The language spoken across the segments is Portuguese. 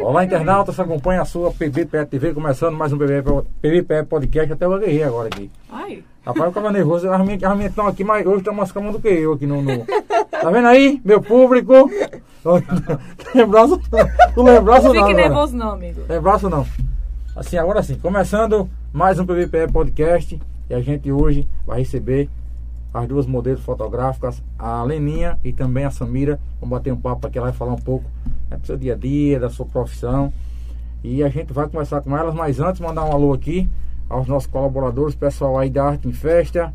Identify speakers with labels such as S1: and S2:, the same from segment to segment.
S1: Olá, internautas, acompanha a sua PBPE TV, começando mais um PBPE, PBPE Podcast, até eu agarrei agora aqui.
S2: Ai,
S1: Rapaz, eu tava nervoso, as minhas as minhas estão aqui, mas hoje estão mais calmas do que eu aqui no, no- Tá vendo aí, meu público? Lembraço, não lembraço
S2: não
S1: não né?
S2: fique
S1: agora.
S2: nervoso não, amigo.
S1: Lembraço É não. Assim, agora sim, começando mais um PBPE Podcast, e a gente hoje vai receber as duas modelos fotográficas, a Leninha e também a Samira. Vamos bater um papo aqui, ela vai falar um pouco né, do seu dia a dia, da sua profissão. E a gente vai conversar com elas, mas antes mandar um alô aqui aos nossos colaboradores, pessoal aí da Arte em Festa,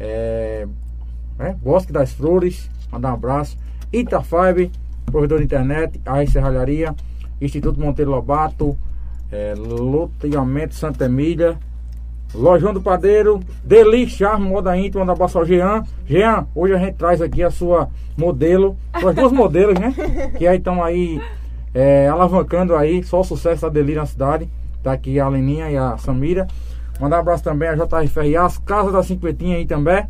S1: é, né, Bosque das Flores, mandar um abraço, Itafibe, provedor de internet, a Serralharia, Instituto Monteiro Lobato, é, Loteamento Santa Emília, Lojão do Padeiro, Deli Charme, Moda Íntima, da Bassal Jean. Jean, hoje a gente traz aqui a sua modelo, suas duas modelos, né? Que aí estão aí é, alavancando aí, só o sucesso da Deli na cidade. Tá aqui a Leninha e a Samira. Mandar um abraço também a JR Ferrias, Casa da Cinquetinha aí também.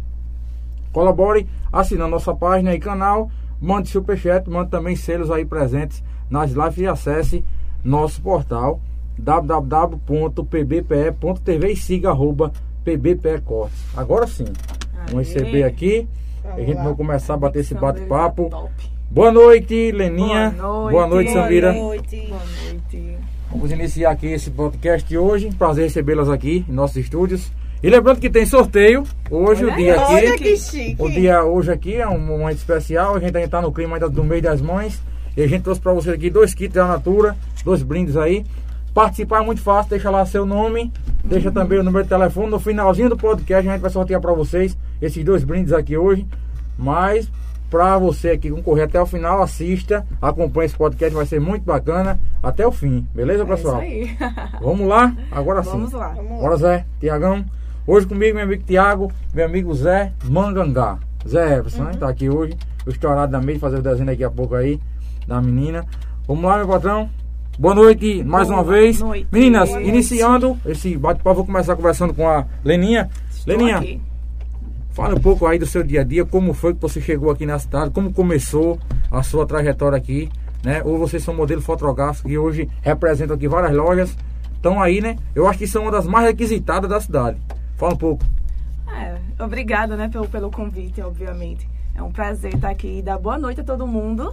S1: Colabore assinando nossa página e canal. Mande superchat, mande também selos aí presentes nas lives e acesse nosso portal www.pbpe.tv e siga arroba PBPE Cortes. Agora sim, vamos
S2: Aê.
S1: receber aqui. a gente
S3: lá.
S1: vai começar a bater esse
S2: Sandra, ele tá
S1: bate-papo.
S2: top.
S1: Boa noite, Leninha.
S2: Boa noite.
S1: Boa noite, Samira.
S3: Boa noite.
S2: Boa noite.
S1: Vamos iniciar aqui esse podcast de hoje. Prazer recebê-las aqui em nossos estúdios. E lembrando que tem sorteio hoje,
S2: Olha
S1: o dia aqui.
S3: Olha que chique.
S1: O dia hoje aqui é um momento especial, a gente ainda está no clima ainda do mês das mães. E a gente trouxe para vocês aqui dois kits da Natura, dois brindes aí. Participar é muito fácil, deixa lá seu nome, deixa também o número de telefone. No finalzinho do podcast a gente vai sortear para vocês esses dois brindes aqui hoje. Mas para você aqui concorrer até o final, assista, acompanhe esse podcast, vai ser muito bacana até o fim, beleza, pessoal?
S2: É isso aí.
S1: Vamos lá? Agora Tá sim.
S2: Vamos lá.
S3: Vamos lá.
S1: Bora, Zé, Tiagão. Hoje comigo, meu amigo Tiago, meu amigo Zé Mangangá. Zé Everson,
S2: Uhum.
S1: né? Tá aqui hoje. O estourado da mesa, fazer o desenho daqui a pouco aí, da menina. Vamos lá, meu patrão. Boa noite mais
S2: Boa
S1: uma vez.
S2: noite.
S1: Meninas,
S2: Boa noite.
S1: iniciando esse bate-papo, vou começar conversando com a Leninha.
S2: Estou
S1: Leninha,
S2: aqui.
S1: fala um pouco aí do seu dia a dia, como foi que você chegou aqui na cidade, como começou a sua trajetória aqui, né? Ou vocês são modelo fotográfico que hoje representam aqui várias lojas. Estão aí, né? Eu acho que são uma das mais requisitadas da cidade. Fala um pouco.
S2: É, obrigada, né, pelo, pelo convite, obviamente. É um prazer estar aqui e dar boa noite a todo mundo.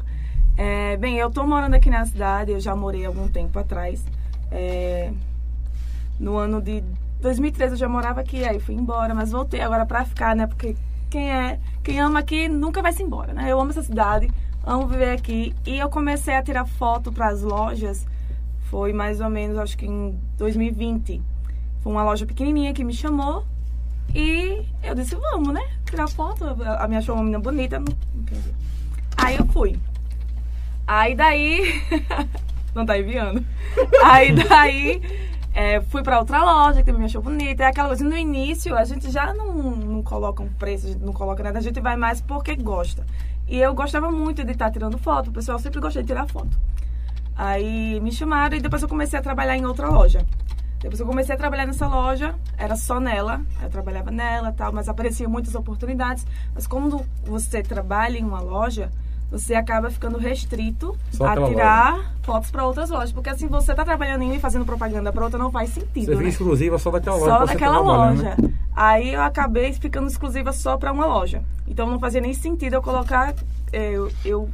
S2: É, bem, eu tô morando aqui na cidade, eu já morei algum tempo atrás. É, no ano de 2013 eu já morava aqui, aí fui embora, mas voltei agora pra ficar, né? Porque quem é, quem ama aqui nunca vai se embora, né? Eu amo essa cidade, amo viver aqui e eu comecei a tirar foto para as lojas foi mais ou menos, acho que em 2020. Foi uma loja pequenininha que me chamou e eu disse, vamos, né? Tirar foto. A minha achou uma menina bonita. não- não entendi. Aí eu fui. Aí daí. não tá enviando. Aí daí. é, fui pra outra loja que também me achou bonita. É aquela coisa. No início, a gente já não, não coloca um preço, a gente não coloca nada. A gente vai mais porque gosta. E eu gostava muito de estar tirando foto. O pessoal sempre gostei de tirar foto. Aí me chamaram e depois eu comecei a trabalhar em outra loja. Depois eu comecei a trabalhar nessa loja, era só nela, eu trabalhava nela e tal, mas apareciam muitas oportunidades. Mas quando você trabalha em uma loja, você acaba ficando restrito
S1: Só
S2: a
S1: aquela
S2: tirar fotos para outras lojas. Porque assim, você tá trabalhando em uma e fazendo propaganda para outra, não faz sentido.
S1: Você
S2: né?
S1: viu exclusiva só daquela loja.
S2: só
S1: que você tá
S2: daquela
S1: trabalhando,
S2: loja.
S1: né?
S2: Aí eu acabei ficando exclusiva só para uma loja. Então não fazia nem sentido eu colocar, eh, eu, eu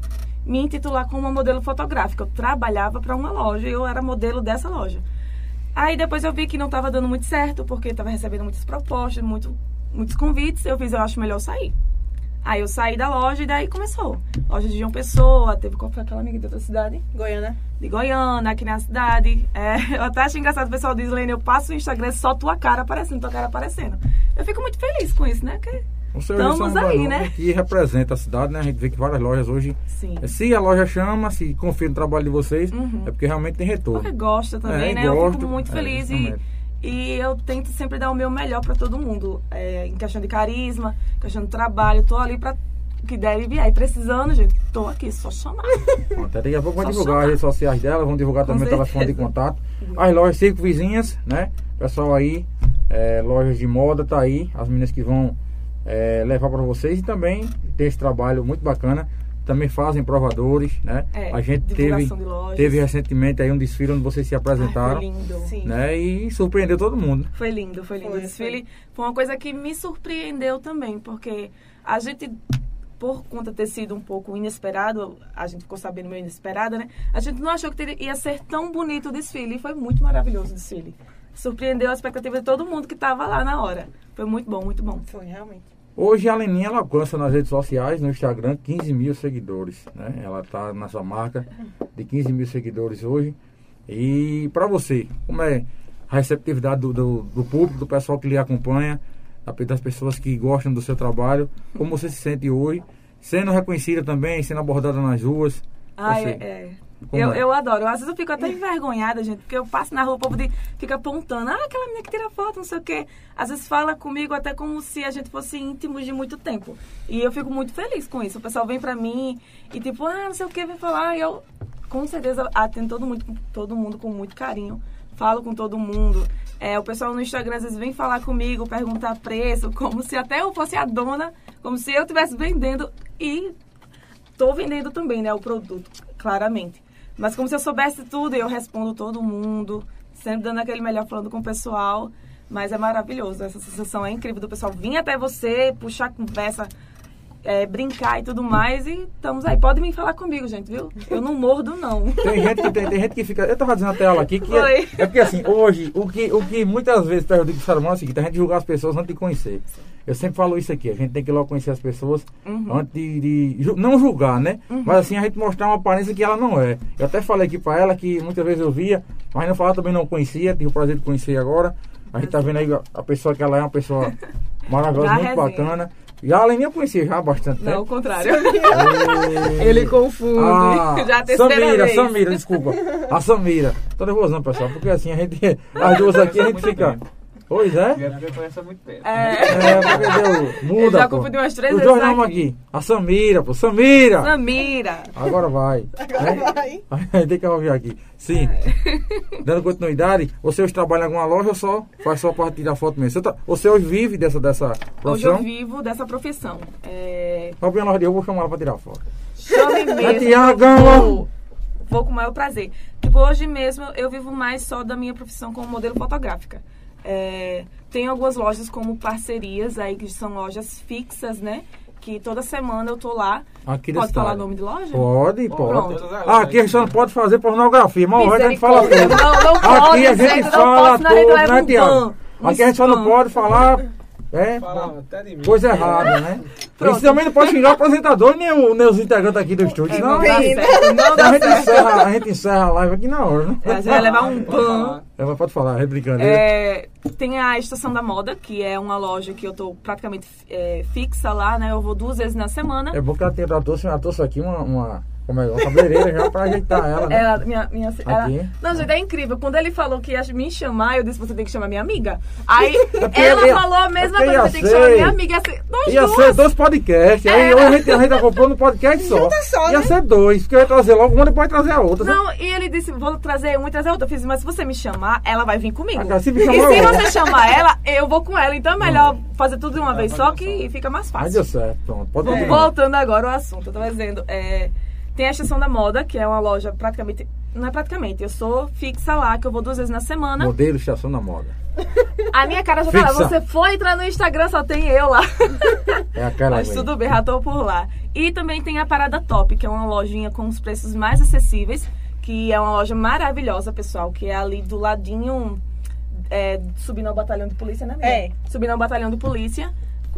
S2: me intitular como uma modelo fotográfica. Eu trabalhava para uma loja e eu era modelo dessa loja. Aí depois eu vi que não estava dando muito certo, porque estava recebendo muitas propostas, muito, muitos convites. Eu fiz, eu acho melhor eu sair. Aí eu saí da loja e daí começou. Loja de João Pessoa, teve qual foi aquela amiga de outra cidade?
S3: Goiânia.
S2: de Goiânia, aqui na cidade. É, eu até acho engraçado o pessoal diz, Lene, eu passo o Instagram só tua cara aparecendo, tua cara aparecendo. Eu fico muito feliz com isso, né? Porque,
S1: Você hoje é
S2: Estamos
S1: um
S2: aí,
S1: valor
S2: né?
S1: Que representa a cidade, né? A gente vê que várias lojas hoje.
S2: sim.
S1: Se a loja chama, se confia no trabalho de vocês,
S2: Uhum.
S1: é porque realmente tem retorno.
S2: Porque gosta também,
S1: É,
S2: né? eu
S1: gosto.
S2: fico muito
S1: É,
S2: feliz e,
S1: exatamente.
S2: e eu tento sempre dar o meu melhor pra todo mundo. É, em questão de carisma, em questão de trabalho, tô ali pra o que der e vier. E precisando, gente, tô aqui, só chamar.
S1: Pronto, daqui a pouco vão
S2: Só
S1: divulgar
S2: chamar.
S1: as redes sociais dela, vão divulgar
S2: Com
S1: também o
S2: certeza.
S1: telefone de contato. As lojas cinco vizinhas, né? Pessoal aí, é, lojas de moda tá aí, as meninas que vão é, levar para vocês e também tem esse trabalho muito bacana. também fazem provadores, né?
S2: É,
S1: a gente teve,
S2: divulgação de lojas.
S1: teve recentemente aí um desfile onde vocês se apresentaram,
S2: Ai, foi lindo.
S3: Sim.
S1: né? E surpreendeu todo mundo.
S2: Foi lindo, foi lindo.
S3: Foi,
S2: o desfile foi. uma coisa que me surpreendeu também, porque a gente, por conta de ter sido um pouco inesperado, a gente ficou sabendo meio inesperada, né? A gente não achou que teria- ia ser tão bonito o desfile e foi muito maravilhoso o desfile. Surpreendeu a expectativa de todo mundo que estava lá na hora. Foi muito bom, muito bom.
S3: Foi, realmente.
S1: Hoje a Leninha ela alcança nas redes sociais, no Instagram, 15 mil seguidores. Né? Ela está nessa marca de 15 mil seguidores hoje. E para você, como é a receptividade do, do- do público, do pessoal que lhe acompanha, da- das pessoas que gostam do seu trabalho, como você se sente hoje, sendo reconhecida também, sendo abordada nas ruas?
S2: Ah,
S1: Você-
S2: é. é.
S1: como
S2: Eu,
S1: é?
S2: eu adoro. Às vezes eu fico até envergonhada, gente, porque eu passo na rua, o povo de- fica apontando. Ah, aquela menina que tira foto, não sei o quê. Às vezes fala comigo até como se a gente fosse íntimos de muito tempo. E eu fico muito feliz com isso. O pessoal vem pra mim e tipo, ah, não sei o que, vem falar. E eu, com certeza, atendo todo mundo, todo mundo com muito carinho. Falo com todo mundo. É, o pessoal no Instagram às vezes vem falar comigo, perguntar preço, como se até eu fosse a dona, como se eu estivesse vendendo. E Tô vendendo também, né, o produto, claramente. Mas como se eu soubesse tudo, eu respondo todo mundo, sempre dando aquele melhor falando com o pessoal. Mas é maravilhoso, essa sensação é incrível do pessoal vir até você, puxar conversa, é, brincar e tudo mais. E estamos aí. Pode vir falar comigo, gente, viu? Eu não mordo, não.
S1: Tem gente, que, tem, tem gente que fica. Eu tava dizendo na tela aqui que. É,
S2: Oi.
S1: é porque assim, hoje, o que, o que muitas vezes prejudica o ser humano é o seguinte: a gente julgar as pessoas antes de conhecer. Eu sempre falo isso aqui: a gente tem que logo conhecer as pessoas
S2: Uhum.
S1: antes de. de ju- não julgar, né? Mas assim, a gente mostrar uma aparência que ela não é. Eu até falei aqui pra ela que muitas vezes eu via, mas não falava também não conhecia, tive o prazer de conhecer agora. A gente tá vendo aí a, a pessoa que ela é, uma pessoa maravilhosa,
S2: Da
S1: muito
S2: resenha.
S1: bacana. E a Aleninha eu conhecia já há bastante
S2: Não,
S1: tempo.
S2: ao contrário.
S3: Ele confunde.
S1: Ah,
S2: Já a terceira
S1: Samira,
S2: vez.
S1: Samira, desculpa. A Samira. Tô nervosão, pessoal, porque assim a gente. As duas aqui a gente fica. Pois é?
S4: Eu conheço há muito tempo.
S2: É,
S1: É, porque deu.
S2: Eu
S1: Muda.
S2: já
S1: pô.
S2: confundi umas três
S1: Os
S2: vezes
S1: dois nomes
S2: aqui.
S1: aqui. A Samira, pô. Samira!
S2: Samira.
S1: Agora vai.
S3: Agora vai.
S1: vai. Tem que arroviar aqui. Sim.
S2: É.
S1: Dando continuidade, você hoje trabalha em alguma loja ou só? Faz só parte de tirar foto mesmo. Você, tá, você hoje vive dessa, dessa
S2: Hoje eu
S1: profissão?
S2: vivo dessa profissão. É,
S1: Vai pra minha loja, eu vou chamar ela pra tirar foto.
S2: Chame mesmo.
S1: Tiagão!
S2: Vou, vou com o maior prazer. Tipo, hoje mesmo eu vivo mais só da minha profissão como modelo fotográfica. É, tem algumas lojas como parcerias aí, que são lojas fixas, né? Que toda semana eu tô lá.
S1: Aqui
S2: Pode
S1: desse
S2: falar o
S1: lado.
S2: nome de loja?
S1: Pode,
S2: Pronto.
S1: pode. Ah, aqui a gente não pode fazer pornografia, mas o resto a gente fala
S2: Misericórdia.
S1: tudo.
S2: Não, não pode,
S1: Aqui a gente
S2: gente, não
S1: fala
S2: posso, na rede
S1: tudo,
S2: não é
S1: né,
S2: um
S1: Tiago?
S2: ban, um
S1: Aqui a gente só não
S2: spam.
S1: pode falar é,
S4: Falava até de mim.
S1: coisa errada, né?
S2: Pronto. É,
S1: Isso também não pode xingar o apresentador nem, o- nem os integrantes aqui do estúdio, não.
S2: Não dá
S3: Bem, né?
S2: certo, não
S1: Então
S2: dá
S1: a gente,
S2: certo.
S1: encerra, a gente encerra a live aqui na hora, né?
S2: A gente vai levar um ban.
S1: Ela pode falar, replicando.
S2: É, tem a Estação da Moda, que é uma loja que eu tô praticamente é, fixa lá, né? Eu vou duas vezes na semana.
S1: É bom que ela tem ela trouxe, ela trouxe aqui uma, uma, como é, uma cabeleireira já pra ajeitar ela. Né?
S2: Ela, minha, minha, ela,
S1: Aqui.
S2: não, gente, é incrível. Quando ele falou que ia me chamar, eu disse, você tem que chamar minha amiga. Aí
S1: É porque
S2: ela
S1: ia- é
S2: falou a mesma
S1: porque
S2: coisa,
S1: ia
S2: você tem que chamar
S1: ser-
S2: minha amiga. Assim, nós
S1: Ia ser
S2: duas. É.
S1: dois né? podcasts. Aí hoje a gente, a gente acompanhou no podcast só.
S3: Junta só,
S1: Ia
S3: né?
S1: ser dois, porque eu ia trazer logo uma, depois trazer a outra.
S2: Não, e ele disse, vou trazer uma e trazer outra. Eu fiz, mas se você me chamar, ela vai vir comigo.
S1: Agora, se me
S2: e
S1: chamar,
S2: se
S1: eu vou.
S2: você chamar ela, eu vou com ela. Então é melhor fazer tudo de
S1: É,
S2: uma vez só, que fica mais
S1: Mas
S2: fácil.
S1: deu certo, pronto. Pode
S2: Bom,
S1: continuar.
S2: Voltando agora ao assunto, eu tava dizendo, é, tem a Estação da Moda, que é uma loja praticamente... Não é praticamente, eu sou fixa lá, que eu vou duas vezes na semana.
S1: Modelo Estação da Moda.
S2: A minha cara já tá lá.
S1: Fixa.
S2: Você foi entrar no Instagram, só tem eu lá.
S1: É aquela
S2: Mas
S1: aí.
S2: tudo bem, já tô por lá. E também tem a Parada Top, que é uma lojinha com os preços mais acessíveis, que é uma loja maravilhosa, pessoal, que é ali do ladinho. É, subindo ao batalhão de polícia, né? amiga?
S3: É.
S2: Subindo ao batalhão de polícia.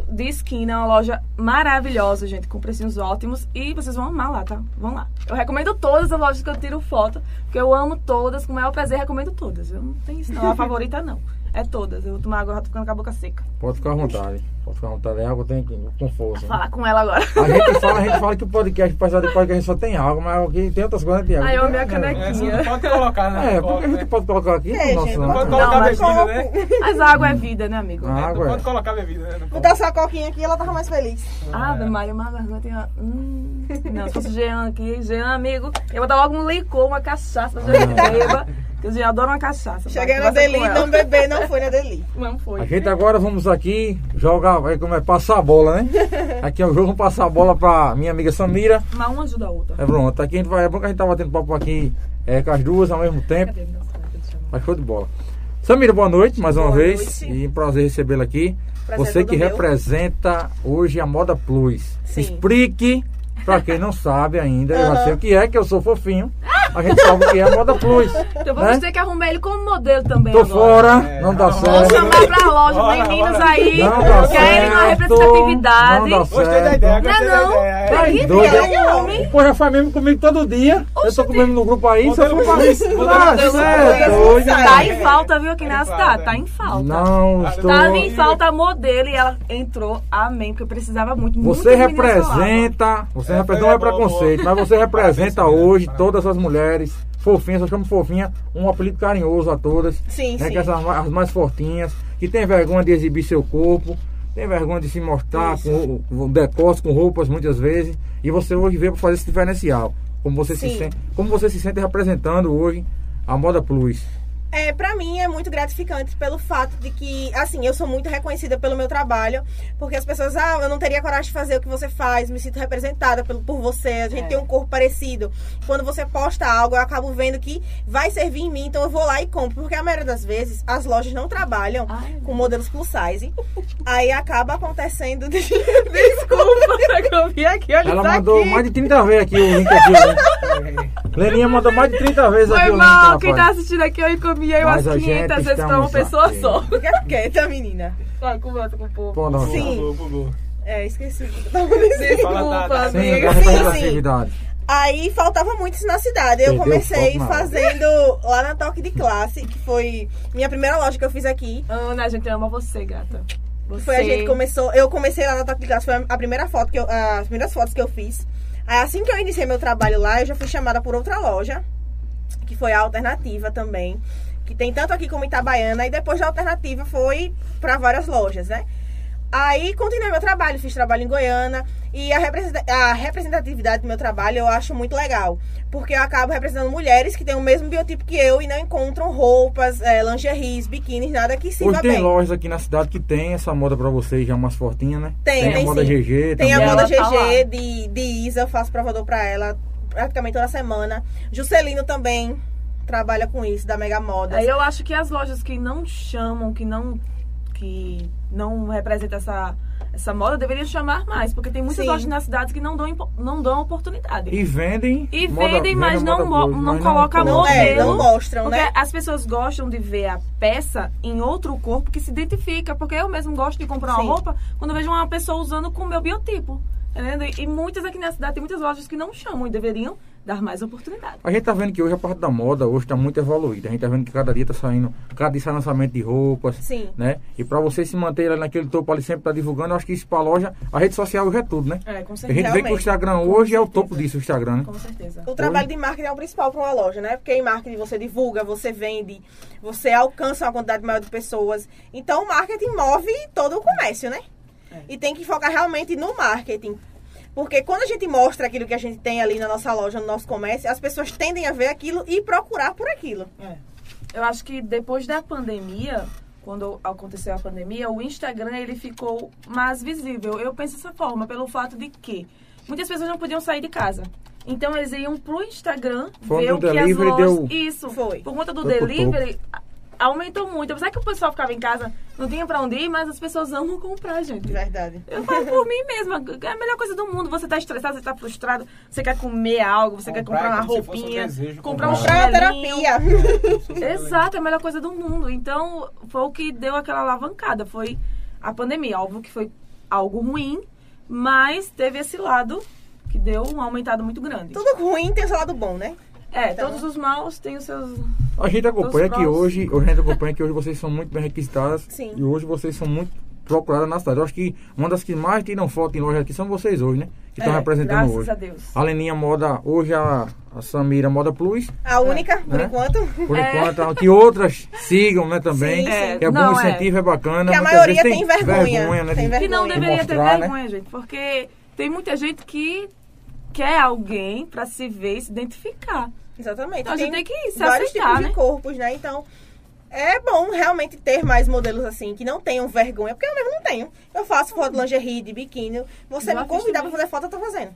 S2: De esquina, é uma loja maravilhosa, gente, com precinhos ótimos. E vocês vão amar lá, tá? Vão lá. Eu recomendo todas as lojas que eu tiro foto, porque eu amo todas, com o maior prazer, recomendo todas. Eu não tenho isso, não. A favorita, não. É todas. Eu vou tomar água, já tô ficando com a boca seca.
S1: Pode ficar à vontade. Pode ficar à vontade. É água tem que com força. né?
S2: Falar com ela agora.
S1: A gente fala, a gente fala que o podcast, apesar do podcast, só tem água, mas aqui tem outras coisas, Tiago.
S2: Aí Ah, eu minha
S4: É, você não
S2: canequinha.
S4: pode colocar, né?
S1: É, porque a gente pode colocar aqui
S3: É,
S1: no nosso
S3: gente,
S4: Não pode
S3: Não,
S1: lado.
S4: colocar
S2: mas-
S4: bebida, né?
S2: Mas água é vida, né, amigo?
S1: Ah.
S4: Não
S1: Água, é.
S4: pode colocar bebida, né? Não pode.
S3: Botar sua coquinha aqui, ela tava mais feliz.
S2: Ave Maria, uma garganta. e uma- Hum.
S1: Ah,
S2: Não, se fosse Jean aqui, Jean, amigo, eu vou dar logo um licor, uma cachaça pra gente beba. Porque eu já adoro uma cachaça.
S3: Cheguei
S2: Vai
S3: na
S2: conversar
S3: Deli,
S2: com ela.
S3: não bebê, não foi na Deli.
S2: Não foi.
S1: A gente agora vamos aqui jogar, vai como é, passar a bola, né? Aqui é o jogo, vamos passar a bola pra minha amiga Samira.
S2: Mas uma ajuda a outra.
S1: É pronto, aqui a gente vai, é bom que a gente tá batendo papo aqui é, com as duas ao mesmo tempo,
S2: Cadê? Nossa, cara, deixa eu chamar.
S1: mas show de bola. Samira, boa noite mais uma
S3: Boa
S1: vez
S3: noite.
S1: e um prazer recebê-la aqui.
S3: Prazer é
S1: Você
S3: todo
S1: que
S3: meu.
S1: representa hoje a Moda Plus.
S3: Sim.
S1: Explique pra quem não sabe ainda, eu já
S3: Aham.
S1: sei o que é, que eu sou fofinho, a gente sabe o que é a Moda Plus.
S2: Então vamos
S1: né?
S2: ter que arrumar ele como modelo também
S1: Tô
S2: agora.
S1: fora,
S4: É.
S1: não dá
S4: Vamos
S2: Vamos
S1: certo.
S2: chamar pra loja,
S4: Bora,
S2: meninos
S4: bora.
S2: aí.
S1: Não dá
S2: que aí ele não é
S1: certo.
S2: representatividade.
S1: Não dá
S2: Não
S4: Gostei da
S1: certo.
S4: ideia,
S2: é
S4: gostei da
S2: não.
S4: ideia.
S1: Tá
S2: Aqui
S1: doido,
S2: tem
S1: é?
S2: homem.
S1: Pô, já faz mesmo comigo todo dia. eu tô comendo no grupo aí, se eu for falar isso.
S4: Modelo
S1: Ah,
S4: Plus.
S1: cê é
S3: Modelo
S1: doido.
S3: Plus.
S2: Tá em falta, viu, aqui
S4: Tá
S2: na
S4: em
S2: cidade.
S4: falta.
S2: Tá em falta.
S1: Não, estou.
S2: Tava em falta a modelo e ela entrou, amém, porque eu precisava muito.
S1: Você
S2: muitas meninas falavam.
S1: representa, você
S4: É,
S1: representa,
S4: foi
S1: não é
S4: boa, é
S1: preconceito,
S4: boa.
S1: mas você representa
S4: Parabéns,
S1: hoje
S4: parabéns.
S1: todas as mulheres fofinhas, eu chamo fofinha, um apelido carinhoso a todas.
S3: Sim,
S1: né,
S3: sim.
S1: Que essas ma- as mais fortinhas, que tem vergonha de exibir seu corpo, tem vergonha de se mostrar com, o- com decote, com roupas muitas vezes. E você hoje veio para fazer esse diferencial. Como você, se
S3: Sim.
S1: sente, como você se sente representando hoje a Moda Plus.
S3: É, para mim é muito gratificante pelo fato de que, assim, eu sou muito reconhecida pelo meu trabalho, porque as pessoas, ah, eu não teria coragem de fazer o que você faz, me sinto representada pelo, por você, a gente
S2: É.
S3: tem um corpo parecido. Quando você posta algo, eu acabo vendo que vai servir em mim, então eu vou lá e compro, porque a maioria das vezes as lojas não trabalham
S2: Ai,
S3: com modelos plus size, aí acaba acontecendo de...
S2: Desculpa, que eu vi aqui, olha
S1: Ela
S2: isso
S1: mandou
S2: aqui.
S1: mais de 30 vezes aqui o link aqui. Né? Leninha mandou mais de 30 vezes aqui
S2: Foi
S1: o link.
S2: mal, quem tá
S1: rapaz.
S2: assistindo aqui, eu encaminhei umas
S1: Mas a gente
S2: 500 vezes pra uma
S1: estamos
S2: pessoa
S1: aqui.
S2: só.
S3: Fica quieta, é menina.
S2: Só conversa com o povo.
S1: Pô, não,
S3: Sim.
S4: Bugou, bugou.
S3: É, esqueci. o que eu tava dizendo.
S4: Fala,
S2: Desculpa,
S4: Tata.
S1: Sem
S2: amiga.
S3: Sim, sim.
S1: representatividade.
S3: Aí faltava muito isso na cidade. Eu
S1: Perdeu o
S3: comecei
S1: foco na hora.
S3: fazendo lá na Toque de Classe, que foi minha primeira loja que eu fiz aqui.
S2: Ana, a gente ama você, gata. Você.
S3: Foi a gente começou, eu comecei lá na Toque de Classe, foi a primeira foto que eu, as primeiras fotos que eu fiz. Aí assim que eu iniciei meu trabalho lá, eu já fui chamada por outra loja, que foi a Alternativa também, que tem tanto aqui como Itabaiana, e depois da Alternativa foi para várias lojas, né? Aí continuei meu trabalho, fiz trabalho em Goiânia e a representa- a representatividade do meu trabalho eu acho muito legal, porque eu acabo representando mulheres que têm o mesmo biotipo que eu e não encontram roupas, eh, lingeries, biquínis, nada que sirva
S1: Hoje tem
S3: tá bem.
S1: lojas aqui na cidade que tem essa moda pra vocês já mais fortinha, né?
S3: Tem,
S1: a
S3: tem
S1: moda
S3: sim.
S1: GG.
S3: Tem a
S1: também.
S3: moda
S2: Ela tá lá.
S3: GG de, de Isa, eu faço provador pra ela praticamente toda semana. Juscelino também trabalha com isso, da Mega Moda.
S2: Aí eu acho que as lojas que não chamam, que não. que não representam essa. Essa moda deveriam chamar mais, porque tem muitas
S3: Sim.
S2: lojas na cidade que não dão, impo- não dão oportunidade.
S1: E vendem.
S2: E
S1: moda-
S2: vendem, mas
S1: vendem
S2: não
S1: moda
S2: mo-
S1: boa,
S2: não
S1: mas
S2: coloca
S3: não é, não
S2: modelo.
S3: mostram,
S2: Porque
S3: né?
S2: as pessoas gostam de ver a peça em outro corpo que se identifica. Porque eu mesmo gosto de comprar
S3: Sim.
S2: uma roupa quando eu vejo uma pessoa usando com o meu biotipo. Entendendo? E- E muitas aqui na cidade, tem muitas lojas que não chamam e deveriam dar mais oportunidade.
S1: A gente tá vendo que hoje a parte da moda hoje tá muito evoluída. A gente tá vendo que cada dia tá saindo, cada dia sai lançamento de roupas,
S3: Sim.
S1: né? E pra você se manter ali naquele topo ali sempre tá divulgando, eu acho que isso pra loja, a rede social hoje é tudo, né?
S2: É, com
S1: A gente vê que o
S3: Realmente.
S1: Instagram hoje é o topo disso, o Instagram, né?
S2: Com certeza.
S3: O trabalho de marketing é o principal para uma loja, né? Porque em marketing você divulga, você vende, você alcança uma quantidade maior de pessoas. Então o marketing move todo o comércio, né?
S2: É.
S3: E tem que focar realmente no marketing. Porque quando a gente mostra aquilo que a gente tem ali na nossa loja, no nosso comércio, as pessoas tendem a ver aquilo e procurar por aquilo.
S2: É, Eu acho que depois da pandemia, quando aconteceu a pandemia, o Instagram ele ficou mais visível. Eu penso dessa forma, pelo fato de que muitas pessoas não podiam sair de casa. Então eles iam pro Instagram
S1: Foi
S2: ver
S1: no
S2: o que as
S1: delivery,
S2: lojas...
S1: deu-
S2: Isso.
S3: Foi.
S2: Por conta do
S1: Foi pro
S2: delivery, a- aumentou muito. Apesar que o pessoal ficava em casa, não tinha pra onde ir, mas as pessoas amam comprar, gente.
S4: É.
S3: Verdade.
S2: Eu falo por mim mesma, é a melhor coisa do mundo. Você tá estressado, você tá frustrado, você quer comer algo, você quer
S4: Comprar é
S2: comprar uma
S4: como se fosse um
S2: roupinha,
S4: desejo
S2: comprar um
S4: comprar.
S3: Comprar uma
S2: chinelinho.
S3: terapia.
S2: Exato, é a melhor coisa do mundo. Então, foi o que deu aquela alavancada. Foi a pandemia. Óbvio que foi algo ruim, mas teve esse lado que deu um aumentado muito grande.
S3: Tudo ruim tem seu lado bom, né?
S2: É,
S3: Então-
S2: todos os maus têm os seus.
S1: A gente acompanha
S2: Dos
S1: que
S2: prós.
S1: hoje, hoje a gente acompanha que hoje vocês são muito bem requisitadas
S3: Sim.
S1: e hoje vocês são muito procuradas na cidade. Eu acho que uma das que mais tiram foto em loja aqui são vocês hoje, né? Que estão
S2: É,
S1: representando
S2: graças
S1: hoje.
S2: a Deus.
S1: A Leninha Moda, hoje a, a Samira Moda Plus,
S3: A única, por
S1: Né?
S3: enquanto.
S1: por
S2: É.
S1: enquanto, que outras sigam, né, também.
S3: Sim,
S2: sim.
S1: Que é
S2: Não,
S1: bom
S2: é.
S1: incentivo, é, bacana.
S3: Porque a
S1: Muitas
S3: maioria
S1: vezes
S3: tem vergonha.
S1: né?
S3: Tem
S1: de-
S2: Que não
S3: vergonha.
S2: deveria
S1: Mostrar,
S2: ter
S1: né?
S2: vergonha, gente, porque tem muita gente que quer alguém pra se ver e se identificar.
S3: Exatamente.
S2: Então, a gente tem que se
S3: vários
S2: aceitar,
S3: tipos
S2: né?
S3: de corpos, né? Então, é bom realmente ter mais modelos assim, que não tenham vergonha, porque eu mesmo não tenho. Eu faço foto de lingerie, de biquíni. Você
S2: Já fiz
S3: me convidar pra
S2: também.
S3: fazer foto, eu tô fazendo.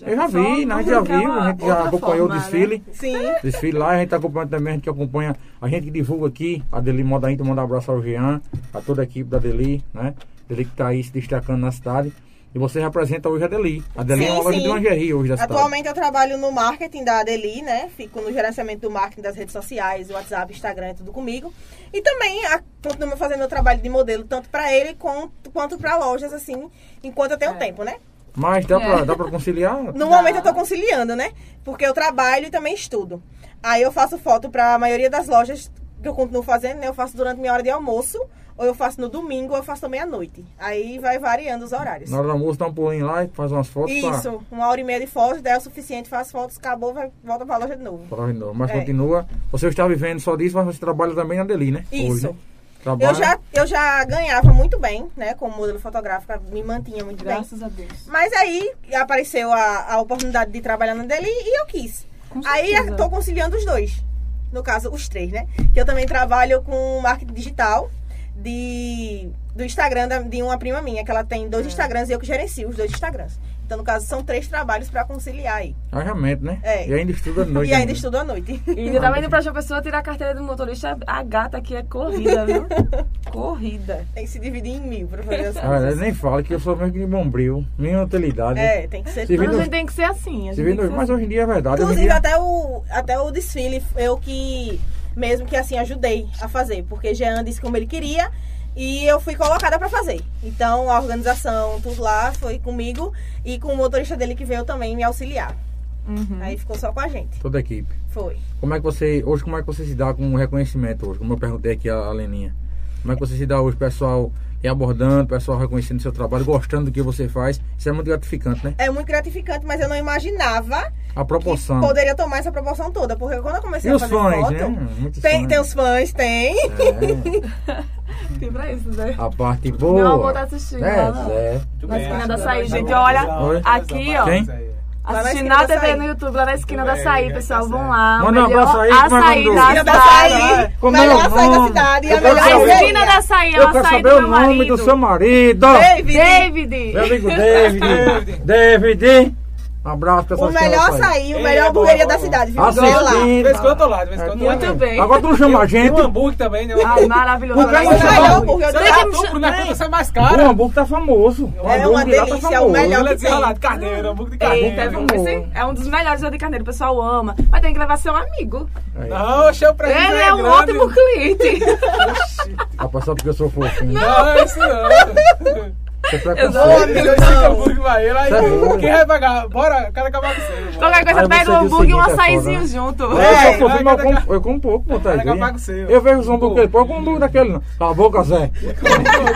S1: Eu já vi, né? a gente já viu, a gente já acompanhou
S2: né?
S1: o desfile.
S3: Sim.
S2: É.
S1: Desfile lá, a gente tá acompanhando também, a gente que acompanha, a gente que divulga aqui, a Deli Moda Inter, manda um abraço ao Jean, a toda a equipe da Deli, né? Deli que tá aí se destacando na cidade. E você representa hoje a Deli. A Deli é uma
S3: Sim,
S1: loja
S3: sim.
S1: de lingerie hoje da cidade.
S3: Atualmente eu trabalho no marketing da Adeli, né? Fico no gerenciamento do marketing das redes sociais, WhatsApp, Instagram, é tudo comigo. E também a- continuo fazendo meu trabalho de modelo, tanto pra ele quanto, quanto para lojas, assim, enquanto eu
S2: É.
S3: tenho tempo, né?
S1: Mas dá,
S2: É.
S1: pra, dá pra conciliar?
S3: No
S2: Dá.
S3: momento eu tô conciliando, né? Porque eu trabalho e também estudo. Aí eu faço foto pra maioria das lojas que eu continuo fazendo, né? Eu faço durante minha hora de almoço, ou eu faço no domingo, ou eu faço também à noite. Aí vai variando os horários.
S1: Na hora do almoço dá um pulinho lá e faz umas fotos pra-
S3: Isso, uma hora e meia de fotos, daí é o suficiente, faço fotos, acabou, vai, volta pra loja de novo.
S1: pra. de novo. Mas
S3: É.
S1: continua. Você está vivendo só disso, mas você trabalha também na Deli, né?
S3: Isso.
S1: Hoje, né? Trabalha.
S3: Eu já, eu já ganhava muito bem, né? Como modelo fotográfica, me mantinha muito bem.
S2: Graças a Deus.
S3: Mas aí apareceu a, a oportunidade de trabalhar na Deli e eu quis.
S2: Com
S3: Aí
S2: certeza.
S3: eu tô conciliando os dois. No caso, os três, né? Que eu também trabalho com marketing digital de, do Instagram da- de uma prima minha, que ela tem
S2: É.
S3: dois Instagrams e eu que gerencio os dois Instagrams. Então, no caso, são três trabalhos pra conciliar aí.
S1: Haja mente, né?
S3: É.
S1: E ainda estuda de noite.
S3: E ainda
S1: ainda.
S3: estudo à noite.
S2: E ainda tava indo pra outra pessoa tirar a carteira do motorista. A gata aqui é corrida, viu? corrida.
S3: tem que se dividir em mil pra fazer as
S1: Na verdade,
S3: coisas.
S1: Ah, nem fala que eu sou meio que de bombril. Minha utilidade.
S3: É, tem que ser
S1: Se vê
S2: Mas
S1: nos-
S2: Então, a gente tem que ser assim. A gente
S1: Se vê
S2: tem que
S1: nos-
S2: ser
S1: mas
S2: assim.
S1: hoje em dia é verdade. Hoje em
S3: Inclusive,
S1: dia-
S3: até o, até o desfile, eu que, mesmo que assim, ajudei a fazer, porque Jean disse como ele queria e eu fui colocada pra fazer. Então, a organização, tudo lá, foi comigo e com o motorista dele que veio também me auxiliar.
S2: Uhum.
S3: Aí ficou só com a gente.
S1: Toda a equipe.
S3: Foi.
S1: Como é que você. Hoje como é que você se dá com o reconhecimento hoje? Como eu perguntei aqui a Leninha. Como é que você se dá hoje, pessoal lhe abordando, pessoal reconhecendo seu trabalho, gostando do que você faz? Isso é muito gratificante, né?
S3: É muito gratificante, mas eu não imaginava
S1: A
S3: que
S1: proporção.
S3: poderia tomar essa proporção toda, porque quando eu comecei
S1: E
S3: a
S1: os
S3: fazer
S1: fãs,
S3: foto,
S1: né? Muitos
S3: tem,
S1: fãs.
S3: tem os fãs, tem.
S1: É,
S2: Tem pra isso, né?
S1: a parte boa.
S2: Meu amor tá assistindo,
S1: É,
S2: lá, lá.
S1: é.
S4: Muito
S2: Na
S4: bem,
S2: esquina
S4: acho
S2: da
S4: que
S2: açaí,
S4: vai
S2: gente,
S4: dar
S2: olha,
S4: uma olhada
S2: aqui,
S4: nessa
S1: ó.
S4: parte aí.
S3: Lá na
S2: Assistindo
S3: esquina
S2: na
S3: da
S2: TV
S3: açaí.
S2: no YouTube, lá na esquina da
S4: Muito bem,
S2: açaí,
S4: é,
S2: pessoal.
S4: tá
S2: Vão
S4: certo.
S2: lá.
S1: Manda um
S2: melhor
S1: abraço aí, como é o nome
S2: Açaí
S1: do-
S2: da
S3: Esquina da
S2: açaí.
S3: açaí,
S1: Como é o
S3: melhor açaí da
S1: nome?
S3: cidade,
S1: Eu
S3: a
S1: quero saber.
S3: melhor
S2: A
S1: Açaí.
S2: esquina da açaí, é o
S1: Eu quero
S2: açaí
S1: saber
S2: do
S1: o
S2: meu
S1: nome
S2: marido.
S1: do seu marido.
S3: David,
S2: David.
S1: Meu amigo David. David. Um abraço, pessoal.
S3: o
S1: que quer
S3: melhor
S1: açaí.
S3: açaí, o
S4: Ei,
S3: melhor
S4: é boa,
S3: hamburgueria
S4: boa,
S3: da
S4: boa.
S3: cidade, viu?
S1: Açaí.
S3: Vê lá.
S4: De vez em quando eu tô lá, de vez em quando eu tô
S2: Muito
S4: lá.
S2: bem.
S1: Agora tu não chama a gente.
S4: Tem um hambúrguer também, né?
S2: Ai, Ah, maravilhoso.
S1: O cara
S2: Agora
S1: tá
S2: eu
S1: bom,
S2: vou-
S3: hambúrguer.
S4: Se eu
S3: Tem
S4: der
S3: que-
S4: tudo na
S2: É.
S4: conta, né? sai mais
S1: O
S4: caro.
S1: hambúrguer tá famoso.
S3: É uma
S1: hambúrguer lá tá
S3: delícia, é o
S1: famoso.
S3: melhor
S4: Olha,
S3: que tem.
S4: desenrolado, carneiro, hambúrguer de
S2: Eita, é,
S4: carneiro.
S2: bom. Esse é um dos melhores do de carneiro, o pessoal ama. Mas tem que levar seu amigo.
S1: Aí.
S4: Não, achei o prejuízo
S2: Ele
S4: aí
S2: é um
S4: né, grande.
S2: ótimo cliente.
S1: Ah, passar porque eu sou fofinho.
S4: Não, é isso não.
S1: Você é
S3: Ô,
S1: preconceito.
S3: amigo,
S4: Eu sei que hambúrguer vai ele, aí
S1: Sério?
S4: quem vai pagar? Bora, cada cabaguceiro. bora.
S2: Qualquer coisa,
S1: Aí
S2: pega
S1: você
S2: um
S1: diz o
S2: hambúrguer e um
S1: seguinte, é foda,
S2: açaizinho
S1: né?
S2: junto.
S1: Eu sou
S4: É,
S1: fofinho, mas
S4: vai,
S1: eu compro- eu como pouco,
S4: Vai,
S1: montadinha.
S4: vai com você.
S1: Eu vejo os hambúrguer, eu como hambúrguer daquele. não. Cala a boca, Zé.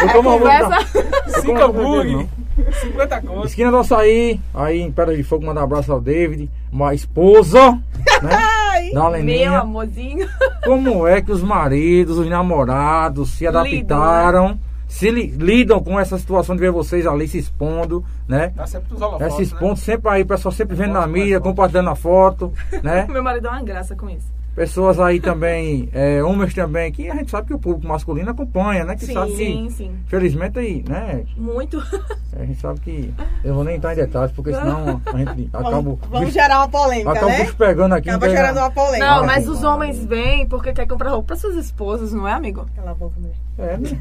S1: Eu como hambúrguer. não.
S2: Conversa.
S1: Eu como
S4: Cinco
S1: hambúrguer.
S4: hambúrguer,
S1: não.
S4: 50 contos.
S1: Esquina do Açaí, aí em Pedra de Fogo, mandar um abraço ao David, uma esposa, né? Da
S2: Meu
S1: Leninha.
S2: amorzinho.
S1: Como é que os maridos, os namorados se adaptaram, se li- lidam com essa situação de ver vocês ali se expondo, né?
S4: Tá sempre os holofotes,
S1: Esses
S4: né? É
S1: pontos sempre aí, o pessoal sempre vendo na
S4: Foto, mais
S1: mídia,
S4: foto.
S1: compartilhando a foto, né?
S2: Meu marido é uma graça com isso.
S1: Pessoas aí também, é, homens também, que a gente sabe que o público masculino acompanha, né? Que
S3: Sim.
S1: sabe
S2: Sim,
S1: que,
S2: sim.
S1: felizmente aí, né?
S2: Muito.
S1: A gente sabe que. Eu vou nem entrar em detalhes, porque senão a gente acaba.
S3: Vamos, vamos gerar uma polêmica,
S1: Acaba
S3: né?
S1: os pegando aqui.
S3: Acaba
S1: não tem-
S3: gerando uma polêmica.
S2: Não,
S1: Ai,
S2: mas os
S1: mano.
S2: homens vêm porque quer comprar roupa para suas esposas, não é, amigo?
S3: Cala a boca, mulher.
S1: É, né?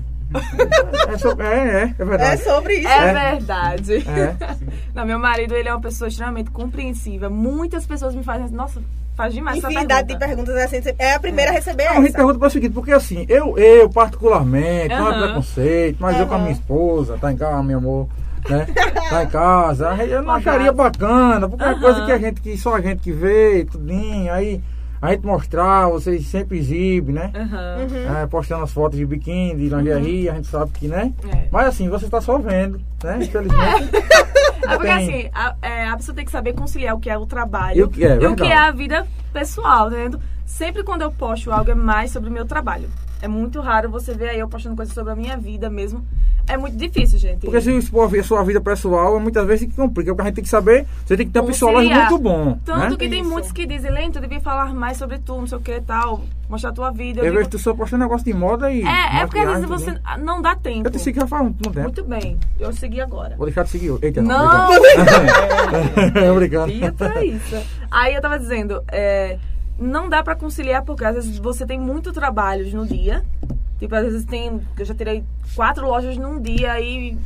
S1: é, sobre- é, é, é
S3: É
S1: verdade.
S3: sobre isso.
S2: É,
S1: É.
S2: verdade.
S1: É.
S2: Não, meu marido, ele é uma pessoa extremamente compreensiva. Muitas pessoas me fazem, nossa, faz demais essa
S3: Infinidade de
S2: pergunta.
S3: perguntas. é assim, É a primeira a receber
S1: Não, a gente
S3: essa.
S1: pergunta para o seguinte, porque assim, eu, eu particularmente, não é
S2: Aham. É.
S1: preconceito, mas eu com a minha
S3: Aham.
S1: esposa, tá em casa, meu amor, né? Tá em casa, a gente- eu não
S2: Abraço.
S1: acharia bacana, porque é uma
S2: Aham.
S1: coisa que a gente, que só a gente que vê, tudinho, aí a gente mostrar, vocês sempre exibem, né?
S2: Aham.
S1: É, postando as fotos de biquíni, de lingerie, a gente sabe que, né?
S2: Uhum. É.
S1: Mas assim, você tá só vendo, né? Infelizmente.
S2: É porque
S1: Tem-
S2: assim, a, é, a pessoa tem que saber conciliar o que é o
S1: E
S2: trabalho
S1: o que é,
S2: e o que
S1: verdade.
S2: é a vida pessoal, tá entendendo? Sempre quando eu posto algo é mais sobre o meu trabalho. É muito raro você ver aí eu postando coisas sobre a minha vida mesmo. É muito difícil, gente.
S1: Porque se expor a sua vida pessoal, muitas vezes tem que complica. Porque a gente tem que saber, você tem que ter um psicológico
S2: Conciliar.
S1: muito bom.
S2: Tanto
S1: né?
S2: que tem
S3: Isso.
S2: muitos que dizem, Lene, tu devia falar mais sobre tu, não sei o que e tal, mostrar a tua vida. Eu
S1: Eu
S2: digo,
S1: vejo tu só postando negócio de moda e.
S2: é, é porque às vezes
S1: É maquiagem,
S2: você
S1: tudo.
S2: ah, não dá tempo.
S1: Eu te segui já faz um um tempo.
S2: Muito bem, eu segui agora.
S1: Vou deixar de seguir. hoje. Eita,
S2: Não,
S1: Obrigado. Obrigado.
S2: Pita isso. Aí eu tava dizendo, é, não dá pra conciliar porque às vezes você tem muito trabalho no dia. Tipo, às vezes tem. Eu já tirei quatro lojas num dia e.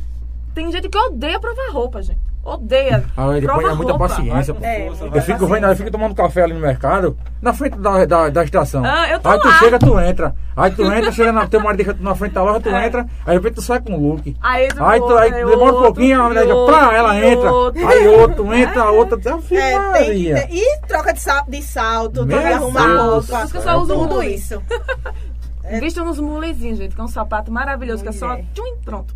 S2: Tem gente que odeia provar roupa, gente. Odeia.
S1: Ah, depois
S2: Prova
S1: é muita
S2: roupa.
S1: paciência. pô.
S3: É, muito
S4: Força, vai.
S1: Eu fico, vendo, eu fico tomando café ali no mercado, na frente da, da, da estação.
S2: Ah, eu tô
S1: aí tu
S2: lá.
S1: chega, tu entra. Aí tu entra, chega na, teu marido deixa tu na frente da loja, tu
S2: É.
S1: entra. Aí de repente tu sai com o look.
S2: Aí, tu
S1: Aí, tu, aí
S2: outro,
S1: demora um pouquinho, a mulher já,
S2: outro,
S1: pá, ela
S2: e
S1: entra.
S2: outro.
S1: Aí outro entra, a outra. Ah,
S3: É,
S1: filha
S3: tem que
S1: Maria.
S3: ter- E troca de salto, de salto
S1: Meu
S3: troca de arrumar
S1: Deus
S3: roupa.
S1: do céu. Por isso
S2: que eu só uso
S3: tudo
S2: mule.
S3: isso.
S2: Vistam É nos mulezinhos, gente, que é um sapato maravilhoso, que é só
S3: Mulher.
S2: tchum, pronto.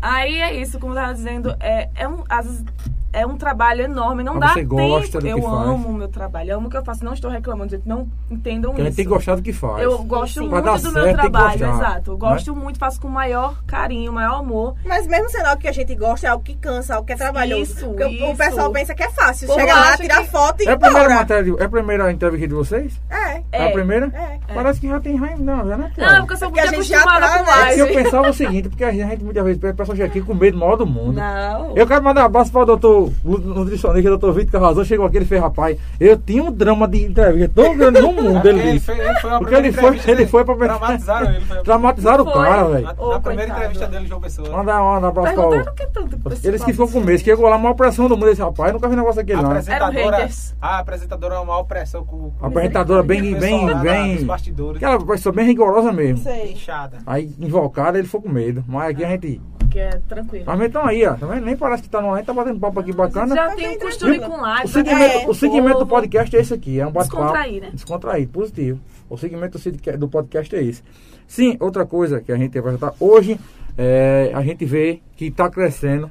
S2: Aí é isso, como eu tava dizendo, é, é um, às vezes é um trabalho enorme, não
S1: Mas
S2: dá
S1: você gosta
S2: tempo.
S1: do que
S2: eu
S1: faz.
S2: amo o meu trabalho, amo o que eu faço, não estou reclamando, gente, não entendam
S1: Porque a gente
S2: isso.
S1: tem que gostar do que faz.
S2: eu gosto
S1: Pra
S2: muito
S1: dar
S2: do
S1: certo, tem
S2: meu
S1: que
S2: trabalho,
S1: gostar,
S2: exato. Eu
S1: né?
S2: gosto muito, faço com o maior carinho, o maior amor.
S3: Mas mesmo sendo algo que a gente gosta, é algo que cansa, algo que é trabalhoso.
S2: Isso,
S3: Porque o-
S2: isso.
S3: o pessoal pensa que é fácil.
S2: Povo
S3: Chega lá,
S2: acha
S3: tira a
S2: que-
S3: foto e
S1: É a
S2: né?
S1: primeira
S3: bora.
S1: matéria, de- é a primeira entrevista de vocês?
S3: É.
S1: É, a primeira?
S3: É.
S1: Parece que já tem raiva, não, já não é
S2: Não, é
S1: claro.
S2: porque eu sou
S3: Porque
S2: muito
S3: a gente já
S2: acostumada
S3: tá,
S2: com
S3: né?
S1: É que eu
S2: mais.
S1: pensava o seguinte, porque a gente muitas vezes pega a pessoa chega aqui com medo do maior do mundo.
S2: Não.
S1: Eu quero mandar um abraço para o doutor Lu- nutricionista, doutor Vitor Carrazão. Chegou aqui, ele fez, rapaz, eu tinha um drama de entrevista tão grande no mundo,
S4: Porque
S1: ele disse.
S4: foi- ele foi uma
S1: um Porque ele
S4: primeira
S1: foi,
S4: entrevista
S1: ele
S4: dele.
S1: foi pra...
S4: Traumatizaram ele. Foi
S1: Traumatizaram o
S2: Foi.
S1: cara,
S4: Na,
S1: velho.
S2: Ô,
S4: na primeira
S2: coitado.
S4: entrevista dele, João Pessoa.
S1: Manda uma, um abraço pra o...
S2: Perguntaram o que é tanto pra esse
S1: Eles que ficam
S2: povo
S1: com
S2: assim.
S1: medo, que é chegou lá, a maior pressão do mundo. Esse rapaz, nunca vi um negócio aqui,
S4: A
S1: não.
S2: Eram
S4: apresentadora,
S2: haters.
S4: a apresentadora é uma maior pressão com,
S1: A apresentadora bem,
S4: Pessoal
S1: bem,
S4: lá na- nos
S1: bem...
S4: bastidores.
S1: Aquela pessoa bem rigorosa mesmo.
S3: Sei.
S4: inchada.
S1: Aí, invocada, ele ficou com medo. Mas aqui a gente...
S2: Que é tranquilo.
S1: Mas então aí, ó. tá vendo? Nem parece que tá no ar, a gente tá batendo papo aqui bacana.
S2: Já
S3: Tá
S2: tem um
S3: bem
S2: costume
S3: tranquilo.
S2: com live.
S1: né? O
S2: tá
S1: segmento,
S2: com
S1: o segmento do
S2: povo.
S1: podcast é esse aqui, é um bate-papo.
S2: Descontrair, né?
S1: Descontrair, positivo. O segmento do sidca- do podcast é esse. Sim, outra coisa que a gente vai tratar hoje, é, a gente vê que está crescendo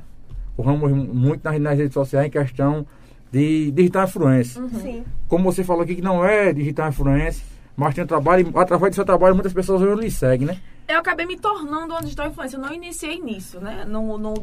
S1: o ramo muito nas, nas redes sociais em questão de digital influência.
S2: Hum. Uhum.
S3: Sim.
S1: Como você falou aqui que não é digital influência, mas tem um trabalho, e através do seu trabalho muitas pessoas hoje lhe seguem, né?
S2: eu acabei me tornando uma digital influencer. Eu não iniciei nisso, né? Não, não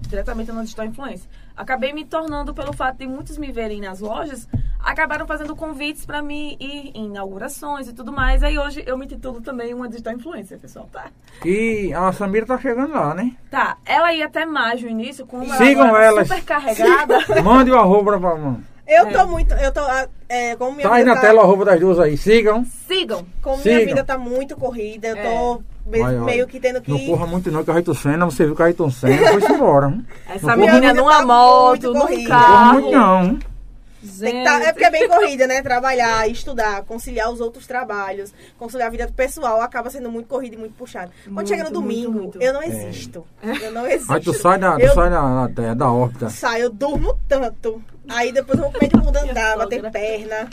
S2: diretamente uma digital influencer. Acabei me tornando pelo fato de muitos me verem nas lojas, acabaram fazendo convites pra mim ir em inaugurações e tudo mais. Aí hoje eu me titulo também uma digital influencer, pessoal, tá?
S1: E a Samira tá chegando lá, né?
S2: Tá, ela ia até mais no início, como ela
S1: Sigam
S2: agora
S1: elas.
S2: super carregada.
S1: Mande o arroba pra mano.
S3: Eu tô muito. Eu tô. ah, É, como minha
S1: Tá aí
S3: vida
S1: na tela o arroba das duas aí, sigam.
S2: Sigam.
S3: Como minha
S1: Sigam.
S3: vida tá muito corrida, eu
S2: É.
S3: tô me-
S1: Vai, olha.
S3: meio que tendo que.
S1: Não corra muito não, que o Ayrton Senna, você viu que o Ayrton Senna foi embora. hein?
S2: Essa
S1: Não corra
S2: menina
S3: muito,
S2: numa
S3: tá
S2: moto,
S3: muito
S2: num
S3: corrida.
S1: Não corra
S2: carro.
S1: muito não. hein?
S3: Tem que tá- é porque é bem corrida, né? Trabalhar, estudar, conciliar os outros trabalhos, conciliar a vida do pessoal, acaba sendo muito corrida e muito puxado. Quando
S2: Muito,
S3: chega
S2: muito,
S3: no domingo,
S2: muito.
S3: eu não existo. Eu não existo.
S1: Aí É. tu sai da, tu
S3: eu
S1: sai da, da, terra, da órbita.
S3: saio, eu durmo tanto. Aí depois eu vou comer de mundo andar, bater
S2: sogra.
S3: perna.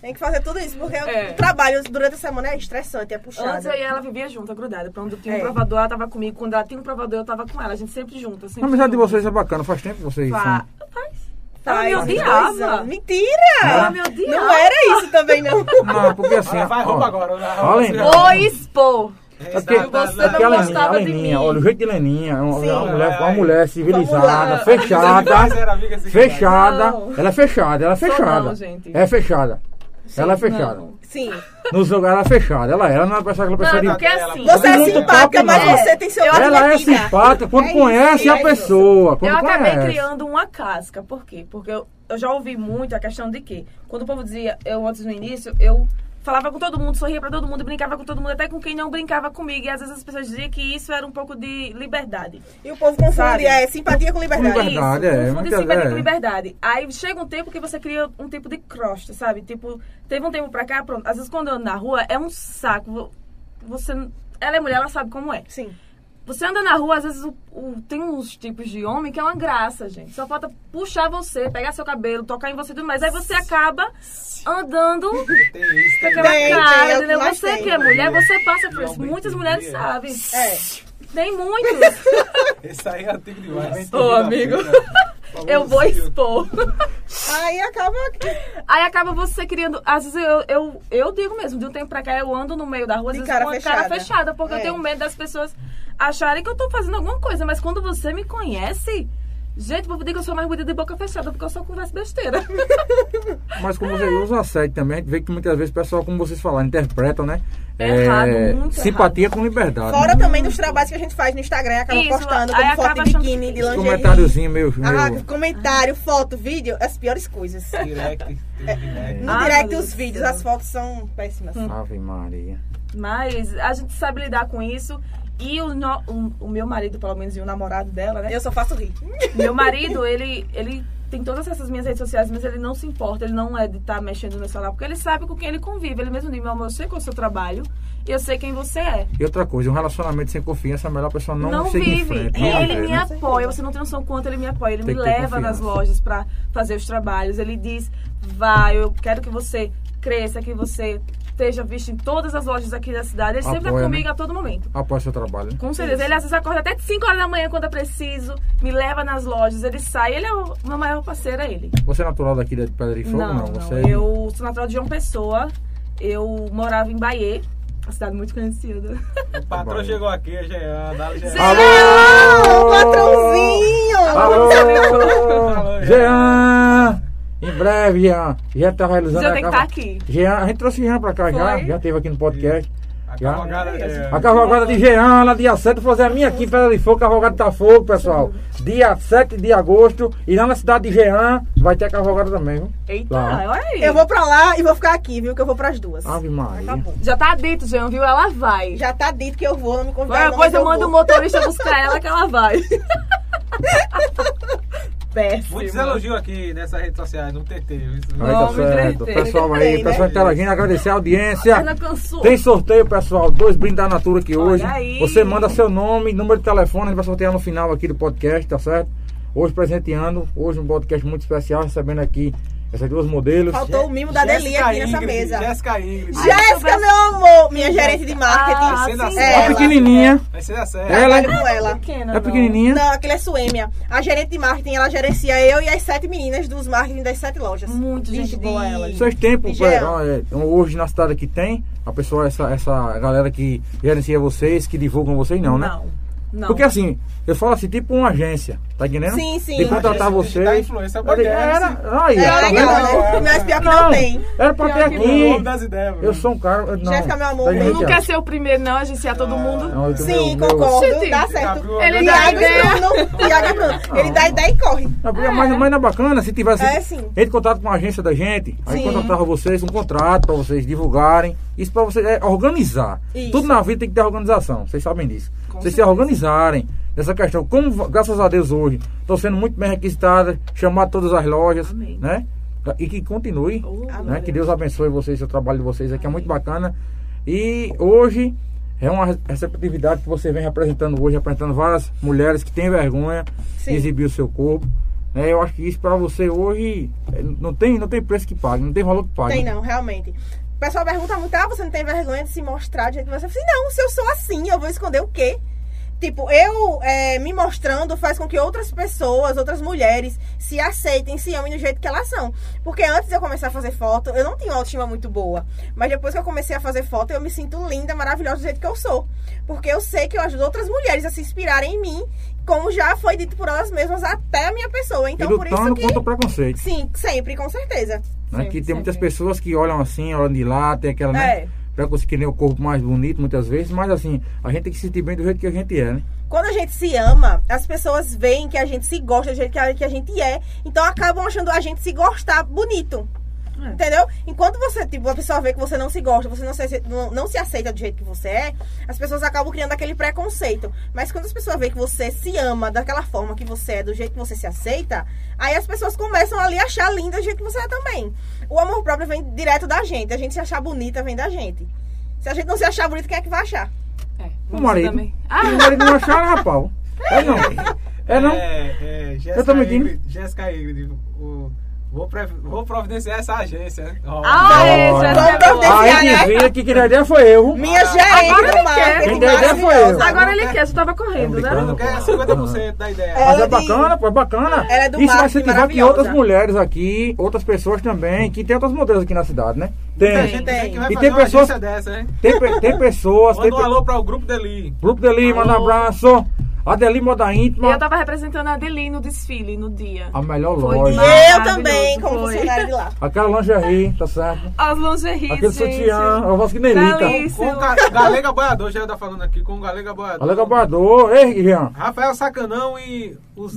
S3: Tem que fazer tudo isso, porque
S2: É.
S3: o trabalho durante a semana é estressante, é puxado.
S2: Antes eu e ela vivia junto, grudada. Pra onde tinha um
S3: É.
S2: provador, ela tava comigo. Quando ela tinha um provador, eu tava com ela. A gente sempre junto.
S1: A
S2: Sempre
S1: amizade de
S2: junto.
S1: vocês é bacana, faz tempo que vocês
S2: Fa-
S1: são.
S2: Faz. Ela
S3: Faz
S2: me
S3: uns dois
S2: odiava.
S3: anos. Mentira!
S2: Ela me odiava.
S3: Não era isso também, não.
S1: Não, porque assim.
S4: Vai, vai,
S1: ó,
S4: roupa agora, vai, roupa
S1: Olha,
S4: agora.
S1: Leninha,
S2: Vou expor.
S1: é porque-
S4: Tá, tá,
S2: você
S1: é porque
S2: não
S1: a Leninha,
S2: gostava
S1: a
S2: de
S1: Leninha,
S2: mim.
S1: olha, o jeito de Leninha é uma,
S3: Sim.
S1: é uma mulher,
S4: Vai,
S1: uma
S4: vai.
S1: mulher
S3: Vamos
S1: civilizada,
S3: lá.
S1: fechada.
S4: Era amiga assim,
S1: Fechada. Ela é fechada, ela é
S2: Sou
S1: fechada.
S2: não, gente.
S1: É fechada. ela é fechada.
S2: Não,
S3: Sim.
S1: Nos lugares ela é fechada. Ela, ela não é pessoa aquela pessoa
S2: não
S1: de.
S2: porque assim.
S3: Você é
S1: Muito
S3: simpática,
S1: papo,
S3: mas
S1: não.
S3: você tem seu
S1: Ela é
S3: vida.
S1: simpática quando
S3: É isso,
S1: conhece
S3: é
S1: a
S3: isso.
S1: pessoa. Quando
S2: Eu acabei
S1: conhece.
S2: criando uma casca. Por quê? Porque eu, eu já ouvi muito a questão de que, quando o povo dizia, eu antes no início, eu falava com todo mundo, sorria pra todo mundo, brincava com todo mundo, até com quem não brincava comigo. E às vezes as pessoas diziam que isso era um pouco de liberdade.
S3: E o povo confunde
S2: Sabe?
S3: é simpatia com liberdade.
S1: Liberdade. é,
S2: isso, confunde
S1: muitas-
S2: simpatia
S1: é.
S2: com liberdade. Aí chega um tempo que você cria um tipo de crosta, sabe? Tipo, teve um tempo pra cá, pronto. Às vezes quando eu ando na rua, é um saco. Vo- Você. Ela é mulher, ela sabe como é.
S3: Sim.
S2: Você anda na rua, às vezes o- o- tem uns tipos de homem que é uma graça, gente. Só falta puxar você, pegar seu cabelo, tocar em você e tudo mais. Aí você acaba andando com
S4: Tem isso, tem
S2: aquela
S3: Tem,
S4: isso.
S3: tem,
S2: cara,
S3: é o que
S2: entendeu?
S3: mais
S2: Você
S3: tem.
S2: que é mulher, você passa por isso.
S4: Realmente,
S2: Muitas mulheres
S4: é.
S2: sabem.
S3: É.
S2: Tem muitos.
S4: Esse aí é antigo demais.
S2: Ô, amigo. eu vou expor.
S3: Aí acaba. que-
S2: Aí acaba você criando. Às vezes eu, eu, eu digo mesmo, de um tempo pra cá eu ando no meio da rua, às
S3: De
S2: vezes
S3: cara
S2: com a cara
S3: fechada.
S2: fechada, porque eu
S3: É.
S2: tenho medo das pessoas acharem que eu tô fazendo alguma coisa. Mas quando você me conhece, gente, o povo diz que eu sou mais bonita de boca fechada, porque eu só converso besteira.
S1: Mas como você usa a série também, a gente vê que muitas vezes o pessoal, como vocês falaram, interpretam, né?
S2: Errado, muito
S1: simpatia com liberdade. né?
S3: Fora também dos trabalhos que a gente faz no Instagram, acaba
S2: Isso,
S3: postando
S2: aí
S3: como
S2: acaba
S3: foto de
S2: achando
S3: biquíni,
S2: que-
S3: de lingerie.
S1: Comentáriozinho né, meio. meio...
S3: Ah, comentário, foto, vídeo, as piores coisas.
S4: Direct, direct.
S3: No
S2: Ah, meu
S3: direct
S2: Deus Hum.
S3: os
S2: do
S3: vídeos,
S2: céu.
S3: as fotos são péssimas.
S1: é. Ave Maria.
S2: Mas a gente sabe lidar com isso. E o, no- o- o meu marido, pelo menos, e o namorado dela, né?
S3: Eu só faço rir.
S2: Meu marido, ele, ele tem todas essas minhas redes sociais, mas ele não se importa, ele não é de estar mexendo no meu celular, porque ele sabe com quem ele convive. Ele mesmo diz, meu amor, eu sei qual é o seu trabalho e eu sei quem você é.
S1: E outra coisa, um relacionamento sem confiança, a melhor pessoa não, seguir em
S2: vive.
S1: frente.
S2: E
S1: não
S2: ele é
S1: viver,
S2: me
S1: né?
S2: apoia. Você não tem noção quanto ele me apoia. Ele
S1: Tem
S2: me
S1: que ter
S2: leva nas
S1: confiança.
S2: lojas pra fazer os trabalhos. Ele diz: vai, eu quero que você cresça, que você esteja visto em todas as lojas aqui da cidade. Ele sempre tá
S1: Apoia, né?
S2: comigo a todo momento.
S1: Apoia seu trabalho. né?
S2: Com certeza. Ele às vezes acorda até 5 horas da manhã quando eu preciso, me leva nas lojas, ele sai. Ele é o meu maior parceiro, é ele.
S1: Você é natural daqui de Pedra de Fogo? Não, você é-
S2: Eu sou natural de João Pessoa. Eu morava em Bahia, uma cidade muito conhecida.
S4: O patrão chegou aqui, a Jean, dá Jean.
S1: Alô!
S3: Ah, O patrãozinho!
S1: Alô! Jean! Em breve, Jean. Jean tá realizando
S2: Jean
S1: a
S2: tem que
S1: cava-
S2: tá aqui.
S1: Jean, a gente trouxe Jean pra cá já.
S2: Foi.
S1: Já teve aqui no podcast.
S4: A
S1: Já?
S4: cavalgada, Jean.
S1: A cavalgada de Jean, lá dia 7, vou fazer a minha aqui, Pedra de Fogo, Cavalgada tá fogo, pessoal. Dia 7 de agosto, e lá na cidade de Jean, vai ter a cavalgada também, viu?
S2: Eita,
S1: Lá.
S2: olha aí.
S3: Eu vou pra lá e vou ficar aqui, viu? Que eu vou pras duas.
S1: Ave Maria.
S3: Acabou.
S2: Já tá dito, Jean, viu? Ela vai.
S3: Já tá dito que eu vou, não me
S2: Qualquer
S3: convidaram. não, mas
S2: coisa eu mando o
S3: vou.
S2: motorista buscar ela que ela vai.
S3: Péssimo.
S4: Muitos elogios aqui nessas redes sociais, não TT. isso.
S1: Aí tá
S2: Vamos,
S1: certo.
S2: Gretchen.
S1: Pessoal aí,
S3: Gretchen, né?
S1: pessoal interagindo, agradecer a audiência.
S2: Ela cansou.
S1: Tem sorteio, pessoal. Dois brindes da Natura aqui
S2: Olha
S1: hoje.
S2: aí.
S1: Você manda seu nome, número de telefone, a gente vai sortear no final aqui do podcast, tá certo? Hoje presenteando, hoje um podcast muito especial, recebendo aqui essas duas modelos. É
S3: Faltou o mimo da
S4: Jéssica
S3: Delia aqui nessa
S4: Ingrid,
S3: mesa.
S4: Jéssica Ingrid.
S3: Jéssica, meu amor! Minha gerente de marketing.
S2: Ah,
S4: Sendo
S2: sim.
S4: assim,
S1: É
S3: ela.
S1: pequenininha. É,
S4: Vai ser da série.
S1: Ela
S3: Trabalho com ela.
S2: Pequena,
S1: é
S2: não.
S1: pequenininha.
S3: Não, aquele é Suêmia. A gerente de marketing, ela gerencia eu e as sete meninas dos marketing das sete lojas.
S2: Muito
S3: Gente
S2: gente
S3: boa
S2: de-
S3: ela.
S1: Vocês têm, pô,
S3: Miguel.
S1: é, ó, é, hoje na cidade que tem, a pessoa, essa, essa galera que gerencia vocês, que divulgam vocês, não, né?
S2: Não. Não.
S1: Porque assim, eu falo assim, tipo uma agência, tá entendendo?
S3: Sim, sim.
S1: De contratar
S4: Agência
S1: vocês.
S4: digital influencer,
S1: Era- Era, aí,
S3: Era
S1: ó, tá
S3: é legal,
S1: vendo?
S3: né? Mas pior que não, tem.
S1: Era pra ter
S4: O nome
S1: aqui.
S4: das ideias,
S1: Eu sou um cara. eu- Não,
S3: Jéssica, meu amor,
S1: Tá
S3: eu
S1: gente,
S2: Ele não
S1: ó.
S2: quer ser o primeiro, não, agenciar
S1: Ah.
S2: todo mundo.
S1: Não, eu tô-
S3: Sim,
S1: meu-
S3: concordo.
S2: Gente,
S3: Dá
S4: Tá,
S3: certo.
S4: viu?
S2: Ele
S4: Agora
S2: dá
S4: tá
S3: Tiago
S2: ideia.
S4: vendo?
S3: e Bruno. Tiago e Bruno. Ele dá ideia e corre.
S1: Meu... Mas, mas é na bacana, se tivesse.
S3: É, sim.
S1: Entre em contato com a agência da gente, aí
S3: Sim.
S1: contratava vocês, um contrato pra vocês divulgarem. Isso pra vocês é organizar.
S3: Isso.
S1: Tudo na vida tem que ter organização, vocês sabem disso. vocês se
S2: certeza.
S1: organizarem nessa questão. Como, va- graças a Deus, hoje estão sendo muito bem requisitadas, chamar todas as lojas,
S2: Amém.
S1: né? E que continue.
S2: Oh,
S1: né?
S2: meu
S1: Que Deus abençoe vocês, seu trabalho de vocês aqui é muito bacana. E hoje é uma re- receptividade que você vem representando hoje, representando várias mulheres que têm vergonha
S3: Sim.
S1: de exibir o seu corpo. né? eu acho que isso para você hoje é, não tem, não tem preço que pague, não tem valor que pague.
S3: Tem não, realmente. O pessoal pergunta muito, ah, você não tem vergonha de se mostrar do jeito que você... Eu falei, não, se eu sou assim, eu vou esconder o quê? Tipo, eu eh, me mostrando faz com que outras pessoas, outras mulheres, se aceitem, se amem do jeito que elas são. Porque antes de eu começar a fazer foto, eu não tinha uma autoestima muito boa. Mas depois que eu comecei a fazer foto, eu me sinto linda, maravilhosa do jeito que eu sou. Porque eu sei que eu ajudo outras mulheres a se inspirarem em mim, como já foi dito por elas mesmas, até a minha pessoa. Então,
S1: e
S3: por isso
S1: lutando
S3: que...
S1: contra o preconceito.
S3: Sim, sempre, com certeza.
S1: né?
S2: Sim,
S1: que
S2: sim,
S1: tem muitas
S2: sim.
S1: pessoas que olham assim, olham de lá, tem aquela, né?
S3: É.
S1: Pra conseguir o corpo mais bonito muitas vezes, mas assim, a gente tem que se sentir bem do jeito que a gente é, né?
S3: Quando a gente se ama, as pessoas veem que a gente se gosta do jeito que a, que a gente é, então acabam achando a gente se gostar bonito.
S2: É.
S3: Entendeu? Enquanto você, tipo, a pessoa vê que você não se gosta, você não se, ace- não, não se aceita do jeito que você é, as pessoas acabam criando aquele preconceito. Mas quando as pessoas veem que você se ama daquela forma que você é, do jeito que você se aceita, aí as pessoas começam ali a achar linda do jeito que você é também. O amor próprio vem direto da gente. A gente se achar bonita vem da gente. Se a gente não se achar bonita, quem é que vai achar?
S2: É,
S1: O
S2: você
S1: marido.
S2: também.
S1: E o
S2: Ah,
S1: marido não achar, rapaz. É não. É não.
S4: É, é, Jéssica
S1: Eu tô mentindo.
S4: Ingrid, Jéssica Ingrid, tipo, o, o Vou, pre- vou providenciar essa agência. né? Ó,
S2: Ai,
S1: Olha.
S2: já
S3: Vamos
S2: tá bom.
S3: providenciar.
S1: A
S3: Esse
S1: gente
S3: cara-
S1: vinha que quem deu ideia foi eu.
S3: Minha
S2: Agora
S3: gerente
S2: ele
S3: do
S2: quer.
S3: marketing.
S1: Quem deu ideia foi eu.
S3: maravilhosa.
S2: Agora ele quer, você tava correndo, né?
S1: brincando.
S4: Não quer 50% da ideia.
S1: Mas é
S3: Ela de-
S1: bacana, pô, é bacana.
S3: Ela é do
S1: Isso vai
S3: marketing
S1: incentivar que
S3: maravilhosa.
S1: outras mulheres aqui, outras pessoas também, que tem outras modelos aqui na cidade, né?
S4: Tem
S1: Tem.
S4: gente aí que vai
S1: E
S4: fazer
S1: tem
S4: uma
S1: pessoas-
S4: agência dessa, hein?
S1: Tem, pe- tem pessoas, tem
S4: Manda
S1: pe-
S4: um alô para o grupo Deli.
S1: Grupo Deli, manda um abraço. A Deli Moda
S2: E eu
S1: Íntima,
S2: tava representando a Adeline no desfile, no dia.
S1: a melhor
S2: Foi
S1: loja.
S2: demais.
S3: E eu
S2: Maravilhoso,
S3: também, como
S2: foi.
S3: funcionário de lá.
S1: Aquela lingerie, tá certo?
S2: As lingeries,
S1: Aquele
S2: gente.
S1: sutiã, eu gosto que nem Um Lita.
S2: Delícia.
S4: Com o Ga- Galega Boiador, já tá falando aqui, com o Galega Boiador.
S1: Alega Bardô, ei, Jean.
S4: Rafael Sacanão e os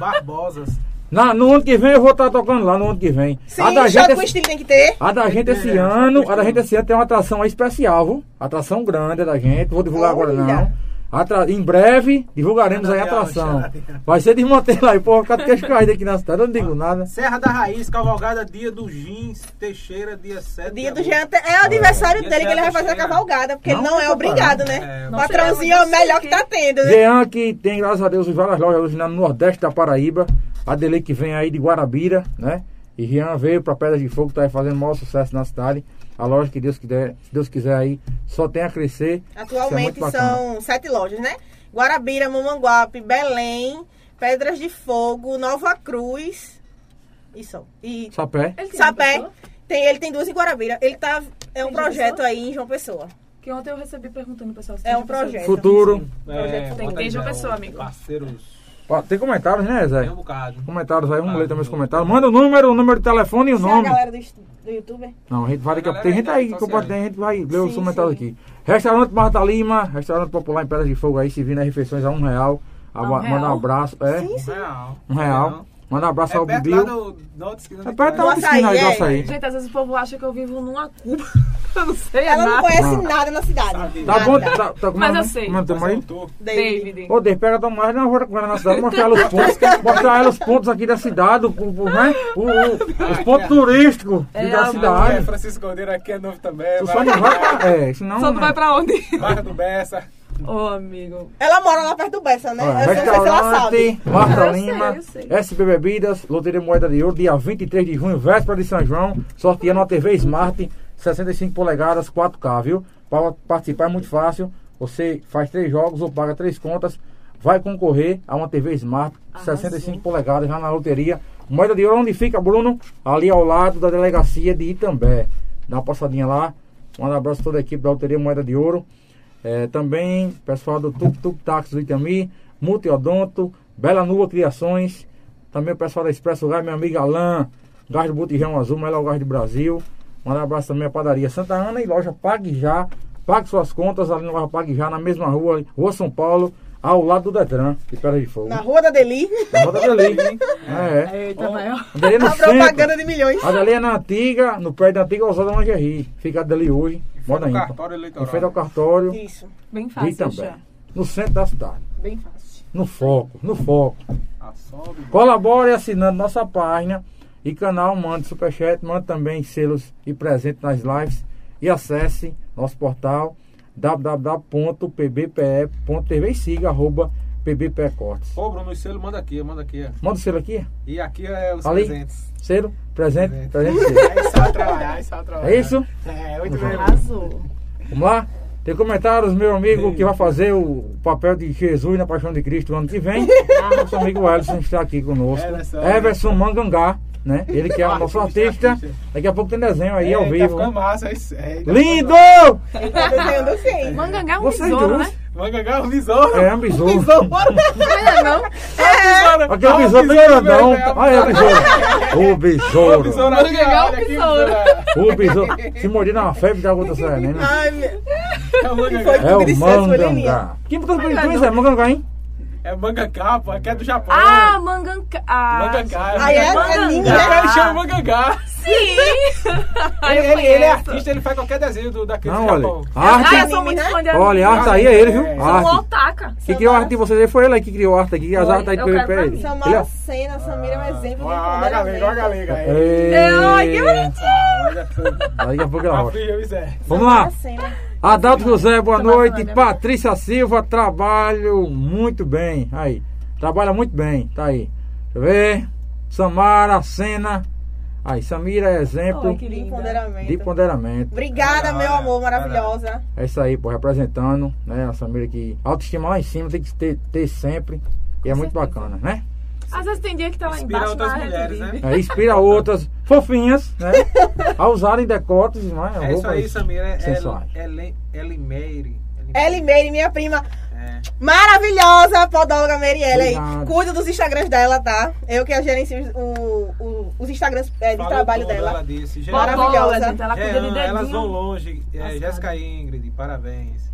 S4: Barbosas.
S1: Na, no ano que vem eu vou estar tocando lá, no ano que vem.
S3: Sim,
S1: a da gente, é assim.
S3: shot com
S1: esse-
S3: estilo tem que ter.
S1: a da gente esse
S4: É,
S1: ano, a da
S4: gostei.
S1: gente esse ano tem uma atração aí especial, viu? Atração grande da gente, vou divulgar agora
S3: Olha. Tá
S1: não. Atra- Em breve divulgaremos
S4: Não,
S1: aí a
S4: não,
S1: atração.
S4: já, já.
S1: Vai ser desmantelado aí, porra, ficar de queixo caído aqui na cidade, eu não digo nada.
S4: Serra da Raiz, Cavalgada, dia do Gins, Teixeira, dia 7.
S3: Dia do
S4: de agosto.
S3: Jean Te- é o aniversário
S4: Dia
S3: dele que ele vai
S4: certo,
S3: fazer a
S4: Jean.
S3: cavalgada, porque
S1: Não,
S3: ele não é
S1: tá
S3: obrigado, né?
S4: É,
S3: O
S2: Não sei,
S3: Patrãozinho
S2: eu
S3: é
S2: não
S3: o
S2: sei
S3: melhor
S2: quem.
S3: que tá tendo, né?
S1: Jean, que tem, graças a Deus, várias lojas hoje no Nordeste da Paraíba. A Dele que vem aí de Guarabira, né? E Jean veio pra Pedra de Fogo, tá aí fazendo o maior sucesso na cidade. A loja que Deus quiser, se Deus quiser aí, só tem a crescer. Isso é muito
S3: Atualmente
S1: bacana.
S3: são sete lojas, né? Guarabira, Mamanguape, Belém, Pedras de Fogo, Nova Cruz e só. E
S1: Sapé.
S2: Ele tinha
S3: Sapé.
S2: uma pessoa
S3: Tem, ele tem duas em Guarabira. Ele tá. É um
S2: Tem
S3: projeto
S2: divisão?
S3: aí em João Pessoa.
S2: Que ontem eu recebi perguntando, pessoal. se
S3: É
S2: tinha
S3: um
S2: pessoa.
S3: projeto.
S1: Futuro.
S4: É,
S2: Tem
S4: bota aí,
S2: beijo
S4: né,
S2: pessoa,
S4: o-
S2: amigo.
S4: Parceiros.
S1: Ó, tem comentários, né,
S4: Tem
S1: Zé?
S4: um bocado.
S1: Comentários aí, vamos
S4: Ah,
S1: ler também os
S4: meu.
S1: comentários. Manda o número, o número de telefone e o
S3: Você é a
S1: nome.
S3: galera do, estu- do youtuber?
S1: Não, a gente vai daqui a
S4: A
S1: pouco. Tem gente
S4: galera
S1: aí
S4: é
S1: que
S4: das redes
S1: compartilha, a gente vai ler os
S3: Sim,
S1: comentários
S3: sim.
S1: aqui. Restaurante Marta Lima, restaurante popular em Pedra de Fogo aí, se vindo as refeições a um real.
S2: A um
S1: Aba- Manda um
S2: real?
S1: abraço. É,
S3: Sim,
S4: Um
S3: sim.
S4: real.
S1: um real. Manda um abraço
S4: É
S1: ao
S4: perto
S1: Bibiu.
S4: lá do, na outra esquina.
S1: É perto da
S3: Do
S1: outra esquina aí do
S3: açaí,
S1: açaí.
S2: Gente, às vezes o povo acha que eu vivo numa Cuba. eu não sei, é
S3: Ela não
S2: nada.
S3: conhece
S1: Ah.
S3: nada na cidade.
S4: Sabe.
S1: Tá
S3: Nada.
S1: bom, tá, tá
S2: Mas eu
S1: como-
S2: sei.
S1: Como é o teu marido?
S4: Voltou.
S3: David.
S2: David.
S1: Ô, Deus, pega a mais na hora com ela na cidade, mostrar ela os pontos, mostrar ela os pontos aqui da cidade, o, o- né? O- o- os pontos turísticos
S2: É,
S1: da
S2: a-
S4: É,
S1: cidade.
S4: Francisco Caldeira aqui é novo também.
S1: Tu só não vai pra. É, senão.
S2: Só tu
S1: né?
S2: vai pra onde?
S4: Barra do Bessa.
S2: Ô, amigo.
S3: Ela mora lá perto do Bessa, né?
S1: Olha,
S3: eu não sei se ela sabe.
S1: Ah, Restaurante Marta
S2: Eu sei,
S1: Lima,
S2: eu sei.
S1: SP Bebidas, Loteria Moeda de Ouro, dia 23 de junho, véspera de São João, sorteando uma TV Smart, 65 polegadas, 4K, viu? Para participar é muito fácil, você faz três jogos ou paga três contas, vai concorrer a uma TV Smart,
S2: Arrasou.
S1: 65 polegadas, já na loteria. Moeda de Ouro, onde fica, Bruno? Ali ao lado da delegacia de Itambé. Dá uma passadinha lá, manda um abraço a toda a equipe da Loteria Moeda de Ouro. É, também pessoal do Tuk Tuk Táxi do Itami, Multiodonto, Bela Nua Criações, também o pessoal da Expresso Gás, minha amiga Alain, Gás do Botijão Azul, melhor gás do Brasil. Manda um abraço também à padaria Santa Ana e loja Pague Já. Pague suas contas ali na loja Pague Já, na mesma rua, Rua São Paulo, ao lado do Detran, de Pedra de Fogo.
S3: Na Rua da Deli.
S1: Na roda dele. É.
S2: Eita, tá maior.
S1: Dali é no
S3: A
S1: centro.
S3: propaganda de milhões.
S1: A dali é na antiga, no prédio da antiga Osada Lingerie. Fica dali hoje, moda
S4: No
S1: ainda.
S4: cartório
S1: Em
S4: eleitoral.
S1: frente ao cartório
S3: Isso.
S2: Bem
S1: e
S2: fácil,
S1: também.
S2: já.
S1: No centro da cidade.
S2: Bem fácil.
S1: No foco, no foco.
S4: Ah, Assobe.
S1: Colabore assinando nossa página e canal, mande superchat, mande também selos e presente nas lives e acesse nosso portal www.pbpe.tv e siga arroba pbpecortes.
S4: Ô, Bruno, o selo manda aqui, manda aqui.
S1: Manda o selo aqui,
S4: E aqui é os
S1: Ali?
S4: presentes.
S1: selo, presente,
S4: Presente.
S1: presente, selo.
S4: Aí só trabalhar, aí só trabalhar.
S1: Né? É isso?
S4: É, muito bem.
S2: Arrasou.
S1: Vamos lá? Tem comentários, meu amigo, que vai fazer o papel de Jesus na Paixão de Cristo no ano que vem. Nosso amigo Ellison está aqui conosco.
S4: Ellison.
S1: Everson Mangangá, né? Ele que é o nosso
S4: Artista,
S1: artista.
S4: artista.
S1: Daqui a pouco tem desenho aí
S4: É,
S1: ao
S4: Tá
S1: vivo. né?
S4: ficando massa, é isso. É, tá ficando
S1: Lindo!
S4: massa.
S3: Tá desenhando sim.
S2: Mangangá é um
S1: Vocês
S2: besouro, né?
S1: dois.
S4: Manga ganhar o besouro.
S1: É, é um besouro.
S2: Não é não?
S1: Aqui
S4: Tá
S1: é um besouro bem grandão. Ah, é o besouro. O
S4: né? O
S1: besouro.
S4: besouro
S2: Manga
S4: aqui,
S2: ganhar o
S4: olha aqui,
S2: besouro.
S4: besouro.
S1: O besouro. Se morder na febre, dá gota serena.
S4: Ah,
S3: Ai, meu.
S4: É o manga
S3: Foi.
S4: ganhar.
S1: É o
S3: Gris, essa foi
S1: Mangangá.
S3: linha.
S1: Quem botou os brinquedos é Mangangá, hein?
S4: É manga capa, que é do Japão.
S2: Ah, manganca. Ah,
S4: Mangangá.
S3: Aí é, é
S2: Mangangá.
S3: linda.
S4: Já ele chama mangangá.
S2: Sim! Aí eu
S4: Ele, ele- ele é
S2: conheço.
S4: artista, ele faz qualquer desenho do, daquele
S1: Não, olha.
S4: Japão.
S1: A
S2: Ah, eu
S1: arte.
S2: sou muito fã de
S1: Olha, a arte aí é ele, viu? A
S2: Um
S1: arte.
S2: otaka.
S1: Quem criou a arte de vocês aí foi ele aí que criou a arte aqui. As
S2: Foi,
S1: artes aí do
S2: eu quero pra
S1: PVP.
S2: mim.
S1: Ele é
S3: Samara Sena, Samira é um exemplo de
S4: Ó, a galega, ó a
S3: empoderamento.
S4: galega. aí.
S1: Ei.
S2: É, que bonitinho.
S1: É. Daqui a pouco ela
S4: A
S1: volta.
S4: filha, isso é.
S1: Vamos lá.
S3: Sena.
S1: Adalto José, boa
S2: Tomar
S1: noite.
S2: banana.
S1: Patrícia Silva, trabalho muito bem. Aí, trabalha muito bem. Tá aí. Deixa eu ver. Samara, Sena, Aí, Samira é exemplo
S2: Ai, que
S3: De
S2: linda.
S3: ponderamento.
S1: de ponderamento.
S3: Obrigada,
S4: Caralho,
S3: meu amor,
S4: caralho.
S3: maravilhosa.
S1: É isso aí, pô, representando, né? A Samira que autoestima lá em cima tem que ter, ter sempre. E é muito bacana, né?
S2: Às vezes tem dia que tá lá
S4: Inspira
S2: embaixo
S4: outras
S2: na
S4: mulheres, né?
S1: É, inspira outras fofinhas, né? A usarem decotes, né?
S4: É isso aí,
S1: roupas
S4: Samira. É
S1: sensuais.
S4: Ele- Ele Meire.
S3: Ellie Meire, minha prima
S4: É.
S3: maravilhosa, podóloga Marielle aí.
S1: Obrigado.
S3: Cuida dos Instagrams dela, tá? Eu que gerencio os, o- o- os Instagrams é, de
S4: Falou
S3: trabalho
S4: tudo,
S3: dela.
S4: Ela disse. Jean-
S2: Maravilhosa.
S3: Maravilhosa.
S2: Gente, ela cuida de
S4: Jean, elas vão
S2: dedinho.
S4: longe. É,
S2: Lascada.
S4: Jéssica Ingrid, parabéns.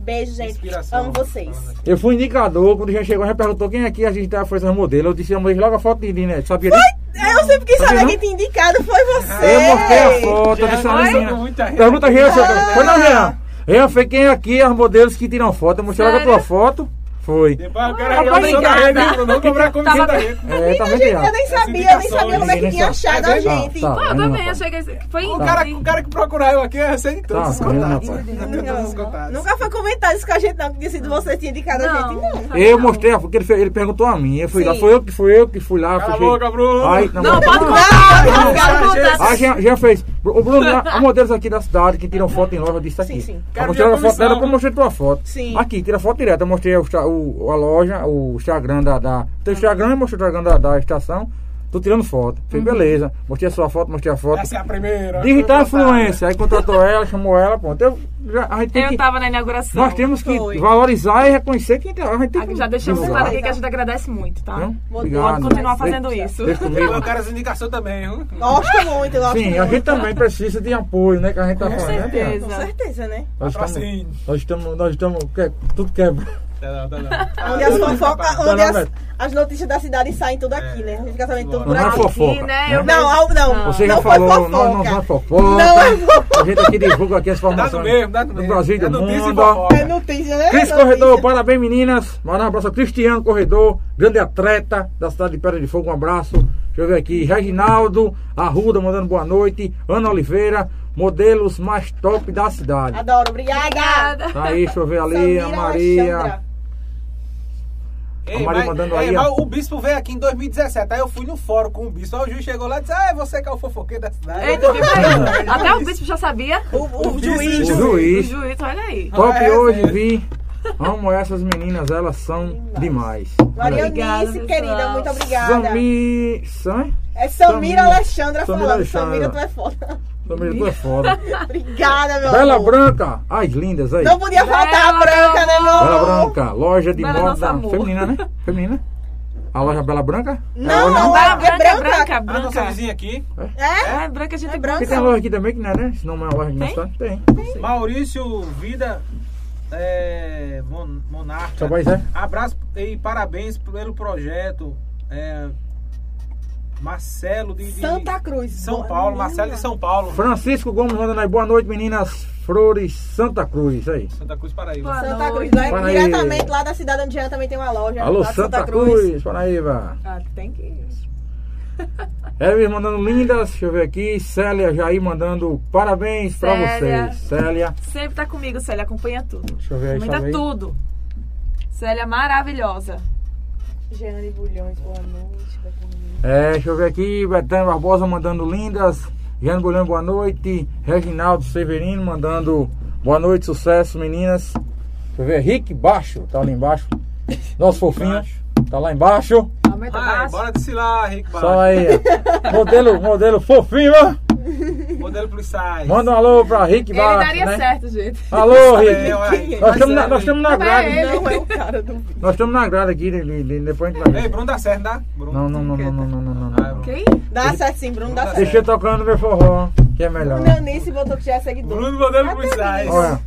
S3: Beijo, gente.
S4: Inspiração.
S3: Amo vocês.
S4: Falando assim. aqui.
S1: Eu fui indicador, quando já chegou, já perguntou quem aqui a gente tá fazendo modelo. Eu disse, eu mandei logo a foto de Lina. Sabia disso?
S3: Eu sempre quis
S1: Tá
S3: saber
S1: vendo?
S3: quem tinha indicado, foi você.
S1: Eu mostrei a foto, eu
S4: Jean,
S1: disse,
S4: nós
S1: Lina.
S4: damos tá muita renda.
S1: Pergunta Jean, seu-
S3: Ah!
S1: foi na Jean. Jean, foi quem é aqui, as modelos que tiram foto. Eu mostrei logo a
S2: Sério?
S1: tua foto. Foi.
S4: Depois eu
S2: Ai,
S4: quero a comissão da
S2: obrigada.
S4: rede, hein, Bruno? Vamos cobrar a comissão
S2: Tava-
S4: da rede.
S1: É, tá
S3: A
S1: vendo,
S3: gente, eu
S1: Jean?
S3: nem
S4: Essas
S3: sabia, eu nem sabia
S4: indicações,
S3: como é que
S1: ninguém
S3: tinha
S1: sabe.
S3: achado a gente.
S1: Tá, tá
S2: Foi, eu
S1: vendo,
S2: também, eu
S1: rapaz?
S2: cheguei. Foi assim.
S4: O
S2: incrível.
S4: cara, o cara que procurar eu aqui, é eu sei de todos
S1: Tá
S4: os
S1: vendo,
S4: contatos.
S1: rapaz?
S4: Eu tenho todos os contatos.
S3: Nunca foi comentado isso com a gente, não, que tinha sido você que tinha indicado a gente, não.
S2: foi
S1: Eu
S2: não.
S1: mostrei, a foto, porque ele, fe- ele perguntou a mim. Eu fui
S3: Sim.
S1: lá, foi eu que fui eu que fui lá.
S4: Cala a
S1: fechei.
S4: boca, Bruno.
S1: Ai, não,
S2: Não,
S1: mas-
S2: pode contar, pode contar, pode
S4: Jean,
S2: contar.
S1: Aí Ah, já, já fez. O Bruno, há modelos aqui da cidade que tiram foto em loja disso aqui.
S3: Sim, sim.
S1: Eu
S4: Quero
S1: mostrei
S4: ver
S1: a
S4: a
S1: foto dela,
S4: comissão.
S1: eu mostrei tua foto.
S3: Sim.
S1: Aqui, tira foto direto. Eu mostrei o, Insta- o- a loja, o Instagram da. da teu Instagram, eu mostrei o Instagram da, da estação. Tô tirando foto.
S2: Uhum.
S1: Falei, beleza. Mostrei a sua foto, mostrei a
S2: Tá
S1: foto.
S4: Essa é a primeira.
S1: Digital
S4: Foi contada.
S1: influência. Aí contratou ela, chamou ela, pronto. Eu, já, a gente tem
S2: Eu
S1: que,
S2: tava na inauguração.
S1: nós temos que
S3: Foi.
S1: valorizar e reconhecer quem tem. A gente tem
S2: Aqui,
S1: que
S2: Já deixamos
S1: divulgar.
S2: claro aqui Ah, que a gente agradece muito, tá?
S1: Viu?
S2: Pode
S1: Obrigado.
S2: continuar fazendo isso.
S1: Deixa comigo.
S4: Eu quero essa indicação também, viu?
S3: Gosto muito, gosto
S1: Sim,
S3: muito.
S1: a gente também precisa de apoio, né? Que a gente tá
S4: Com
S1: falando. né, Bianca?
S2: certeza.
S3: Com certeza, né?
S1: Nós
S4: Patrocínio.
S1: estamos, nós estamos, nós estamos, que- tudo quebra.
S4: Tá não, tá não.
S3: Onde as fofocas, onde
S1: Dona
S3: as,
S1: Beth.
S3: as notícias da cidade saem tudo aqui, né? A gente fica sabendo tudo
S1: Não
S3: por
S1: é
S3: aqui.
S1: fofoca.
S2: né?
S1: né?
S2: Eu-
S3: Não, al- não.
S1: Você já
S3: não
S1: falou,
S3: foi fofoca.
S1: não, não, não é fofoca.
S3: Não é fofoca.
S1: A gente aqui divulga aqui as
S4: Dá no
S1: informações
S4: mesmo, dá no
S1: do
S4: mesmo.
S1: Brasil e
S4: É
S1: do
S4: notícia e
S1: mundo.
S4: fofoca.
S3: É notícia, né?
S1: Cris
S3: Notícia.
S1: Corredor, parabéns meninas. Mandar um abraço ao Cristiano Corredor, grande atleta da cidade de Pedra de Fogo. Um abraço. Deixa eu ver aqui. Reginaldo Arruda mandando boa noite. Ana Oliveira, modelos mais top da cidade.
S3: Adoro, obrigada.
S2: Obrigada.
S1: Tá aí, deixa eu ver ali.
S3: Samira
S1: A Maria.
S3: Alexandra.
S4: Ei,
S1: A Maria mandando
S4: ei,
S1: aí,
S4: mas
S1: ó.
S4: o bispo veio aqui em 2017. Aí eu fui no fórum com o bispo. Aí o juiz chegou lá e disse: Ah, é você que é o fofoqueiro da cidade.
S2: Eita, que
S4: Ele
S2: pariu. Até o
S4: disse.
S2: bispo já sabia.
S3: O, o
S4: O
S1: O
S3: juiz.
S4: vice-
S2: O
S1: juiz.
S2: juiz, olha aí.
S1: Top
S4: Ah, é,
S1: hoje,
S4: velho.
S1: vi. Amo essas meninas, elas são demais.
S3: Maria
S2: Obrigada,
S3: Eunice,
S2: pessoal.
S3: querida, muito obrigada.
S1: Sami. Sam?
S3: É Samira
S1: Samira. Samira
S3: Alexandra falando.
S1: Alexandra.
S3: Samira, tu é foda.
S1: Samira, tu é foda.
S3: Obrigada, meu
S1: Bela
S3: amor.
S1: Branca. As lindas aí.
S3: Tá Não podia
S2: Bela,
S3: faltar a branca, né, meu amor?
S1: Bela Branca, loja de
S2: Bela nosso
S1: moda
S2: amor.
S1: feminina, né? Feminina. A loja Bela Branca?
S3: Não,
S1: É a
S3: não
S1: loja-
S3: é,
S2: Branca,
S3: é branca.
S1: Ah,
S2: branca,
S4: A
S2: branca.
S4: nossa vizinha aqui,
S3: É?
S2: É, branca, a gente
S3: É
S2: tem
S3: branca.
S1: Porque tem loja aqui também que não é, né? Se não é uma loja de
S2: Tem?
S1: nossa, tem.
S4: Maurício Vida é, Mon- Monarca.
S1: Só pois é.
S4: Abraço e parabéns pelo projeto. é,
S3: É.
S4: Marcelo de, de
S3: Santa Cruz.
S4: São
S3: Boa
S4: Paulo,
S3: menina.
S4: Marcelo de São Paulo.
S1: Francisco Gomes mandando aí, boa noite, meninas. Flores Santa Cruz, aí.
S4: Santa Cruz Paraíba.
S2: Boa
S3: Santa Cruz,
S2: noite.
S3: né?
S1: Fala aí.
S3: diretamente lá da cidade onde Jean também tem uma loja.
S1: Alô,
S3: lá de
S1: Santa, Cruz, Paraíba.
S2: Ah, tem que ir.
S1: Elvis mandando lindas, deixa eu ver aqui. Célia Jair mandando parabéns pra
S2: Célia.
S1: vocês. Célia.
S2: Sempre tá comigo, Célia, acompanha tudo.
S1: Deixa eu ver aí,
S2: Comenta
S1: deixa eu ver aí.
S2: tudo. Célia é maravilhosa.
S3: Jeane Bulhões, boa noite. vai com menino.
S1: É, deixa eu ver aqui, Betânia Barbosa mandando lindas. Jean Bolhão, boa noite. Reginaldo Severino mandando boa noite, sucesso, meninas. Deixa eu ver, Rick Baixo, tá ali embaixo. Nosso fofinho,
S4: Baixo.
S1: tá lá embaixo.
S2: Aumenta
S1: Ah,
S4: Vai,
S2: baixo.
S4: bora desfilar, Henrique
S1: Só
S4: Barra.
S1: aí, ó. modelo, modelo fofinho, ó.
S4: Modelo plus size.
S1: Manda um alô pra Rick
S2: Ele
S1: Baixo.
S2: daria
S1: né?
S2: certo, gente.
S1: Alô,
S4: É,
S1: Rick.
S4: ué, Henrique,
S1: Nós
S4: mas
S1: estamos na,
S4: é,
S1: nós estamos na
S2: Não é
S1: grade.
S2: ele.
S3: Não é o cara do vídeo.
S1: Nós estamos na grade aqui, de- de- de- depois a gente vai
S4: Ei,
S1: ver.
S4: Bruno dá certo, dá? Bruno.
S1: Não, não, não, não, não, não, não, não,
S4: Ah,
S1: não.
S2: Quem?
S3: Dá certo sim, Bruno, dá certo.
S1: Deixa eu tocando meu forró, que é melhor.
S3: Bruno Eunice botou que já é seguidor.
S4: Bruno modelo plus size.
S1: Olha.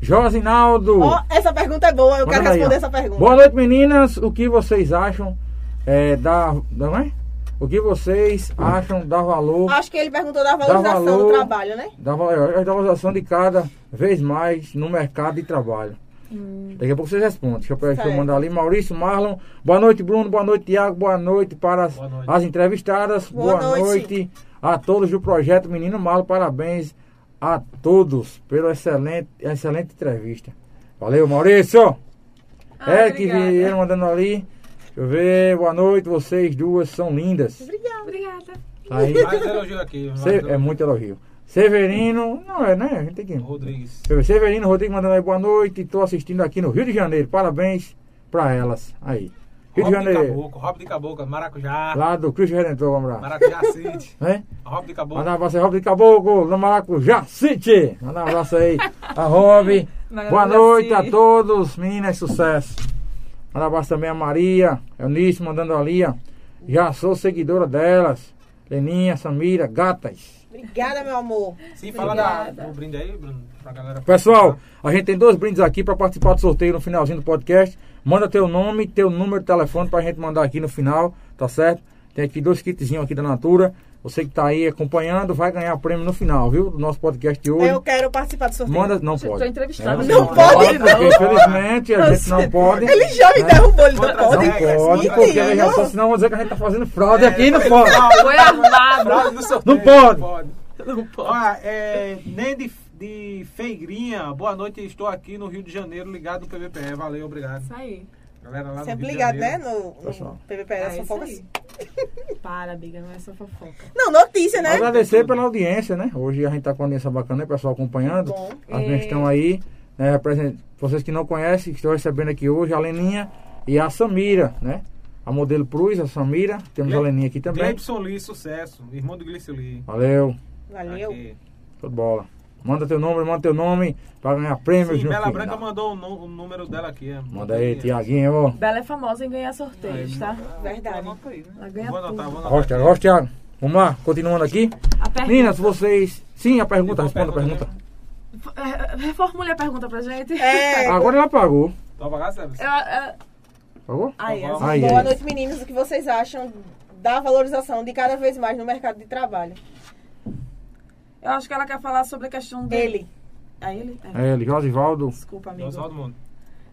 S1: Josinaldo.
S3: Ó, essa pergunta é boa, eu quero
S1: Manda aí,
S3: responder
S1: ó.
S3: essa pergunta.
S1: Boa noite, meninas. O que vocês acham é, da. Não é? O que vocês acham da valor.
S3: Acho que ele perguntou da valorização
S1: valor.
S3: do trabalho, né?
S1: Da, val- da valorização de cada vez mais no mercado de trabalho. Daqui a pouco vocês respondem. Deixa eu, pe- deixa eu
S3: Certo.
S1: mandar ali. Maurício Marlon. Boa noite, Bruno. Boa noite, Tiago. Boa noite para as,
S4: Boa noite.
S1: as entrevistadas.
S3: Boa
S1: Boa,
S3: noite.
S1: noite. a todos do projeto Menino Marlon. Parabéns a todos pela excelente, excelente entrevista. Valeu, Maurício!
S2: Ah,
S1: é que
S2: obrigada.
S1: vieram mandando ali. Deixa eu ver. Boa noite, vocês duas são lindas.
S2: Obrigada.
S1: Tá aí.
S4: Mais elogio aqui. mais
S1: Se-
S4: elogio.
S1: é muito elogio. Severino, não é, né? A gente tem que.
S4: Rodrigues.
S1: Deixa eu ver, Severino Rodrigo mandando aí boa noite. Estou assistindo aqui no Rio de Janeiro. Parabéns pra elas. Aí. Rio de
S4: Rob de
S1: Janeiro.
S4: Caboclo, Rob de Caboclo, Maracujá.
S1: Lá do Cristo Redentor, vamos lá.
S4: Maracujá City.
S1: Né?
S4: Rob de Caboclo.
S1: Mandar um abraço aí, Rob de Caboclo, no Maracujá City. Mandar um abraço aí a Rob.
S2: Maracujá
S1: Boa noite
S2: City.
S1: a todos, meninas, sucesso. Mandar um abraço também a Maria, Eunice, mandando ali, ó. Já sou seguidora delas. Leninha, Samira, gatas.
S3: Obrigada, meu amor.
S4: Sim, fala da, do brinde aí, Bruno, pra galera.
S1: Pessoal, a gente tem dois brindes aqui para participar do sorteio no finalzinho do podcast. Manda teu nome, teu número de telefone pra gente mandar aqui no final, tá certo? Tem aqui dois kitzinhos aqui da Natura. Você que tá aí acompanhando vai ganhar prêmio no final, viu? Do nosso podcast de hoje.
S3: Eu quero participar do sorteio.
S1: Manda, não
S2: Você
S1: pode.
S2: tá entrevistado,
S1: É,
S2: não
S1: você
S3: pode, não.
S1: porque, infelizmente a gente não pode.
S3: Ele já me
S1: né?
S3: derrubou, ele tá não É.
S1: Não
S4: Outra
S3: pode.
S4: regra,
S1: pode,
S4: Mentira.
S1: porque aí já só, senão vão dizer que a gente tá fazendo fraude aqui, não pode.
S2: Foi armado.
S4: Frase do sorteio,
S1: Não pode.
S2: Não pode.
S4: Olha, é, nem de, de Feigrinha, boa noite, estou aqui no Rio de Janeiro, ligado no PVPE, valeu, obrigado.
S2: Isso aí.
S4: Galera lá no
S3: Sempre
S4: Rio de
S3: ligado, né?
S4: Janeiro.
S3: No,
S1: Pessoal.
S3: no PVP das
S2: É isso
S3: fofocas.
S2: aí. Para, biga, não é só fofoca.
S3: Não, notícia, né?
S1: Agradecer pela audiência, né? Hoje a gente tá com a audiência bacana, né? pessoal acompanhando.
S3: Bom.
S1: As meninas estão aí, né? represent- Vocês que não conhecem, que estão recebendo aqui hoje a Leninha e a Samira, né? A modelo Prus, a Samira. Temos a Leninha um aqui também.
S4: Gleibson Lee, sucesso. Irmão do Gleibson Lee.
S1: Valeu,
S3: Valeu.
S4: Aqui.
S1: show de bola. Manda teu nome, manda teu nome pra ganhar prêmios
S4: Sim,
S1: no
S4: Bela
S1: final.
S4: Branca mandou o, nu- o número dela aqui. é.
S1: Manda aí, Tiaguinho.
S2: Bela é famosa em ganhar sorteios, tá?
S3: Verdade.
S4: Anota aí, né?
S2: Ela ganha
S4: Vou anotar,
S2: tudo.
S4: vou anotar.
S1: Rocha, Rocha, Tiago. Vamos lá, continuando aqui.
S2: A pergunta-
S1: Meninas, vocês. Sim, a pergunta,
S4: Tem uma
S1: responda a
S4: pergunta,
S1: pergunta.
S2: É, Reformule a pergunta pra gente.
S3: É.
S1: Agora ela pagou.
S4: Tá pra cá, Sérgio?
S2: Eu- eu-
S1: Pagou?
S2: Aí,
S4: Tá bom.
S2: essa-
S1: Aí, é.
S3: Boa
S1: aí.
S3: noite, meninos. O que vocês acham da valorização de cada vez mais no mercado de trabalho?
S2: é. eu acho que ela quer falar sobre a questão dele.
S3: Ele.
S2: É ele? É.
S1: É, ele, Josivaldo.
S2: Desculpa, amigo.
S4: Deu só do mundo.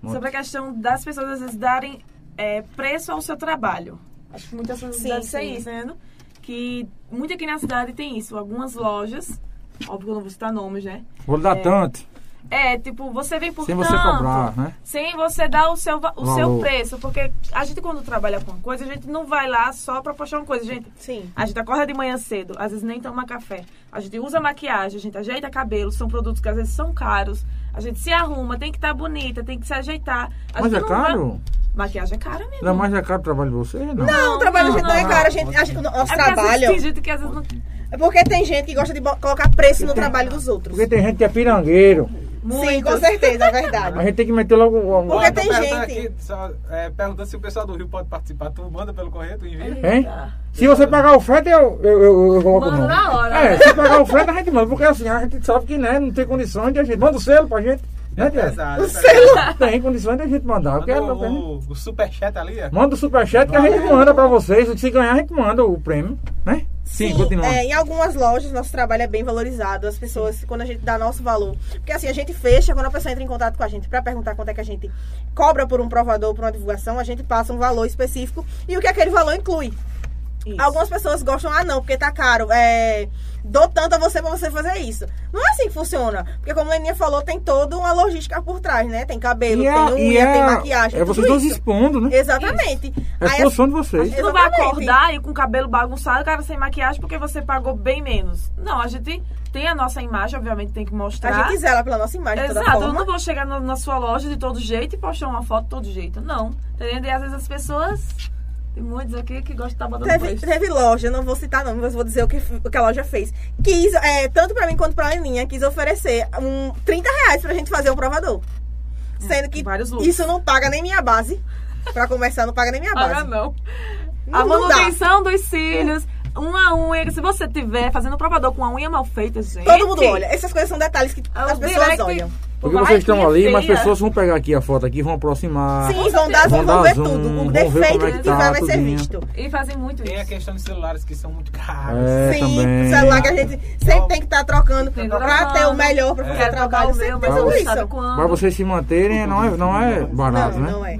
S2: Sobre a questão das pessoas às vezes darem é, preço ao seu trabalho. Acho que muitas pessoas
S3: Sim,
S2: devem ser
S3: sim.
S2: isso, né? Que muito aqui na cidade tem isso. Algumas lojas, óbvio que eu não vou citar nomes, né?
S1: Vou lhe dar
S2: É.
S1: tanto,
S2: É, tipo, você vem por
S1: sem você
S2: tanto,
S1: cobrar, né?
S2: Sem você dar o seu, va- o seu
S1: Valor.
S2: preço. Porque a gente, quando trabalha com uma coisa, a gente não vai lá só pra postar uma coisa. Gente,
S3: Sim.
S2: a gente acorda de manhã cedo, às vezes nem toma café. A gente usa maquiagem, a gente ajeita cabelo, são produtos que às vezes são caros. A gente se arruma, tem que estar bonita, tem que se ajeitar. A
S1: Mas
S2: gente
S1: é
S2: então não
S1: caro?
S2: vai- Maquiagem é cara mesmo.
S1: Ainda mais é caro o trabalho de você? Não.
S3: Não, o trabalho da gente não, é caro. A gente, a gente, o
S2: É
S3: nosso
S2: porque, às vezes,
S3: trabalho.
S2: tem gente que às vezes não...
S3: É porque tem gente que gosta de bo- colocar preço no trabalho dos outros.
S1: Porque tem gente que é pirangueiro.
S3: Sim, com
S2: Muitas.
S3: certeza, é verdade.
S1: A gente tem que meter logo um, o. o-
S3: Porque
S4: Ó, tô
S3: tem
S4: perguntando
S3: gente.
S4: Aqui, só, é, perguntando se o pessoal do Rio pode participar. Tu manda pelo correio, tu envia.
S1: Hein? Se você pagar o frete, eu, eu, eu, eu coloco o
S2: Manda
S1: nome.
S2: na hora.
S1: É, se pagar o frete, a gente manda. Porque assim, a gente sabe que né, não tem condições de a gente. Manda o selo pra gente. Né, Tiago?
S4: Pesado.
S1: Tem condições de a gente mandar. Porque
S4: Manda um-
S1: não tem, né?
S4: o, o, o superchat ali, é.
S1: Manda o superchat que a gente manda pra vocês. Se ganhar, a gente manda o prêmio. Né? Sim, continuando.
S3: é, em algumas lojas nosso trabalho é bem valorizado. As pessoas, quando a gente dá nosso valor. Porque assim, a gente fecha, quando a pessoa entra em contato com a gente pra perguntar quanto é que a gente cobra por um provador, por uma divulgação, a gente passa um valor específico e o que aquele valor inclui.
S2: Isso.
S3: Algumas pessoas gostam, ah não, porque tá caro. É, dou tanto a você pra você fazer isso. Não é assim que funciona. Porque como a Leninha falou, tem toda uma logística por trás, né? Tem cabelo,
S1: E a-
S3: tem
S1: e
S3: unha, tem
S1: a-
S3: maquiagem.
S1: É vocês
S3: tudo
S1: dois
S3: isso.
S1: expondo, né?
S3: Exatamente.
S1: É
S3: Aí,
S1: função de
S2: A
S1: vocês.
S2: gente não vai
S3: Exatamente.
S2: acordar e com o cabelo bagunçado, cara sem maquiagem, porque você pagou bem menos. Não, a gente tem a nossa imagem, obviamente tem que
S3: a
S2: mostrar.
S3: gente zela pela nossa imagem de toda
S2: Exato, eu
S3: forma.
S2: não vou chegar na, na sua loja de todo jeito e postar uma foto de todo jeito, não. Entendeu? E às vezes as pessoas, tem muitos aqui que gostam de estar mandando
S3: Teve,
S2: preço.
S3: teve loja, não vou citar nome, mas vou dizer o que, o que a loja fez. Quis, é, tanto pra mim quanto pra Aninha, quis oferecer um 30 reais pra gente fazer um provador. Sendo que
S2: É, vários looks.
S3: isso não paga nem minha base. Pra começar, não paga nem minha
S2: Agora
S3: base.
S2: Ah, não.
S3: Não-
S2: A
S3: não dá.
S2: manutenção dos cílios, um uma unha. que Se você tiver fazendo um provador com a unha mal feita, gente.
S3: Todo mundo olha. Essas coisas são detalhes que
S2: é o
S3: as pessoas
S2: direct-
S3: olham.
S1: Porque
S2: Vai,
S1: vocês estão
S2: minha
S1: ali, mas
S2: filha.
S1: pessoas vão pegar aqui a foto aqui, vão aproximar.
S3: Sim, vão dar, vão,
S1: Vão dar
S3: ver
S1: zoom,
S3: tudo.
S1: vão
S3: O
S1: ver
S3: defeito
S1: como é
S3: que
S1: que
S3: tiver
S1: tá,
S3: vai ser
S1: tudinho.
S3: visto.
S2: E fazem muito
S4: Tem a
S2: isso.
S4: questão de celulares que são muito caros.
S1: É,
S3: Sim,
S1: também.
S3: celular que a gente sempre tem que estar trocando
S2: Tem que
S3: pra
S2: trocando.
S3: ter o melhor pra
S2: Eu
S3: fazer
S2: Quero trocar
S3: trabalho.
S2: o meu,
S3: Sempre tem
S2: mas
S3: tudo
S2: não sabe
S3: isso.
S2: quando.
S1: Pra vocês se manterem, não é, não é barato,
S3: Não,
S1: né?
S3: não é.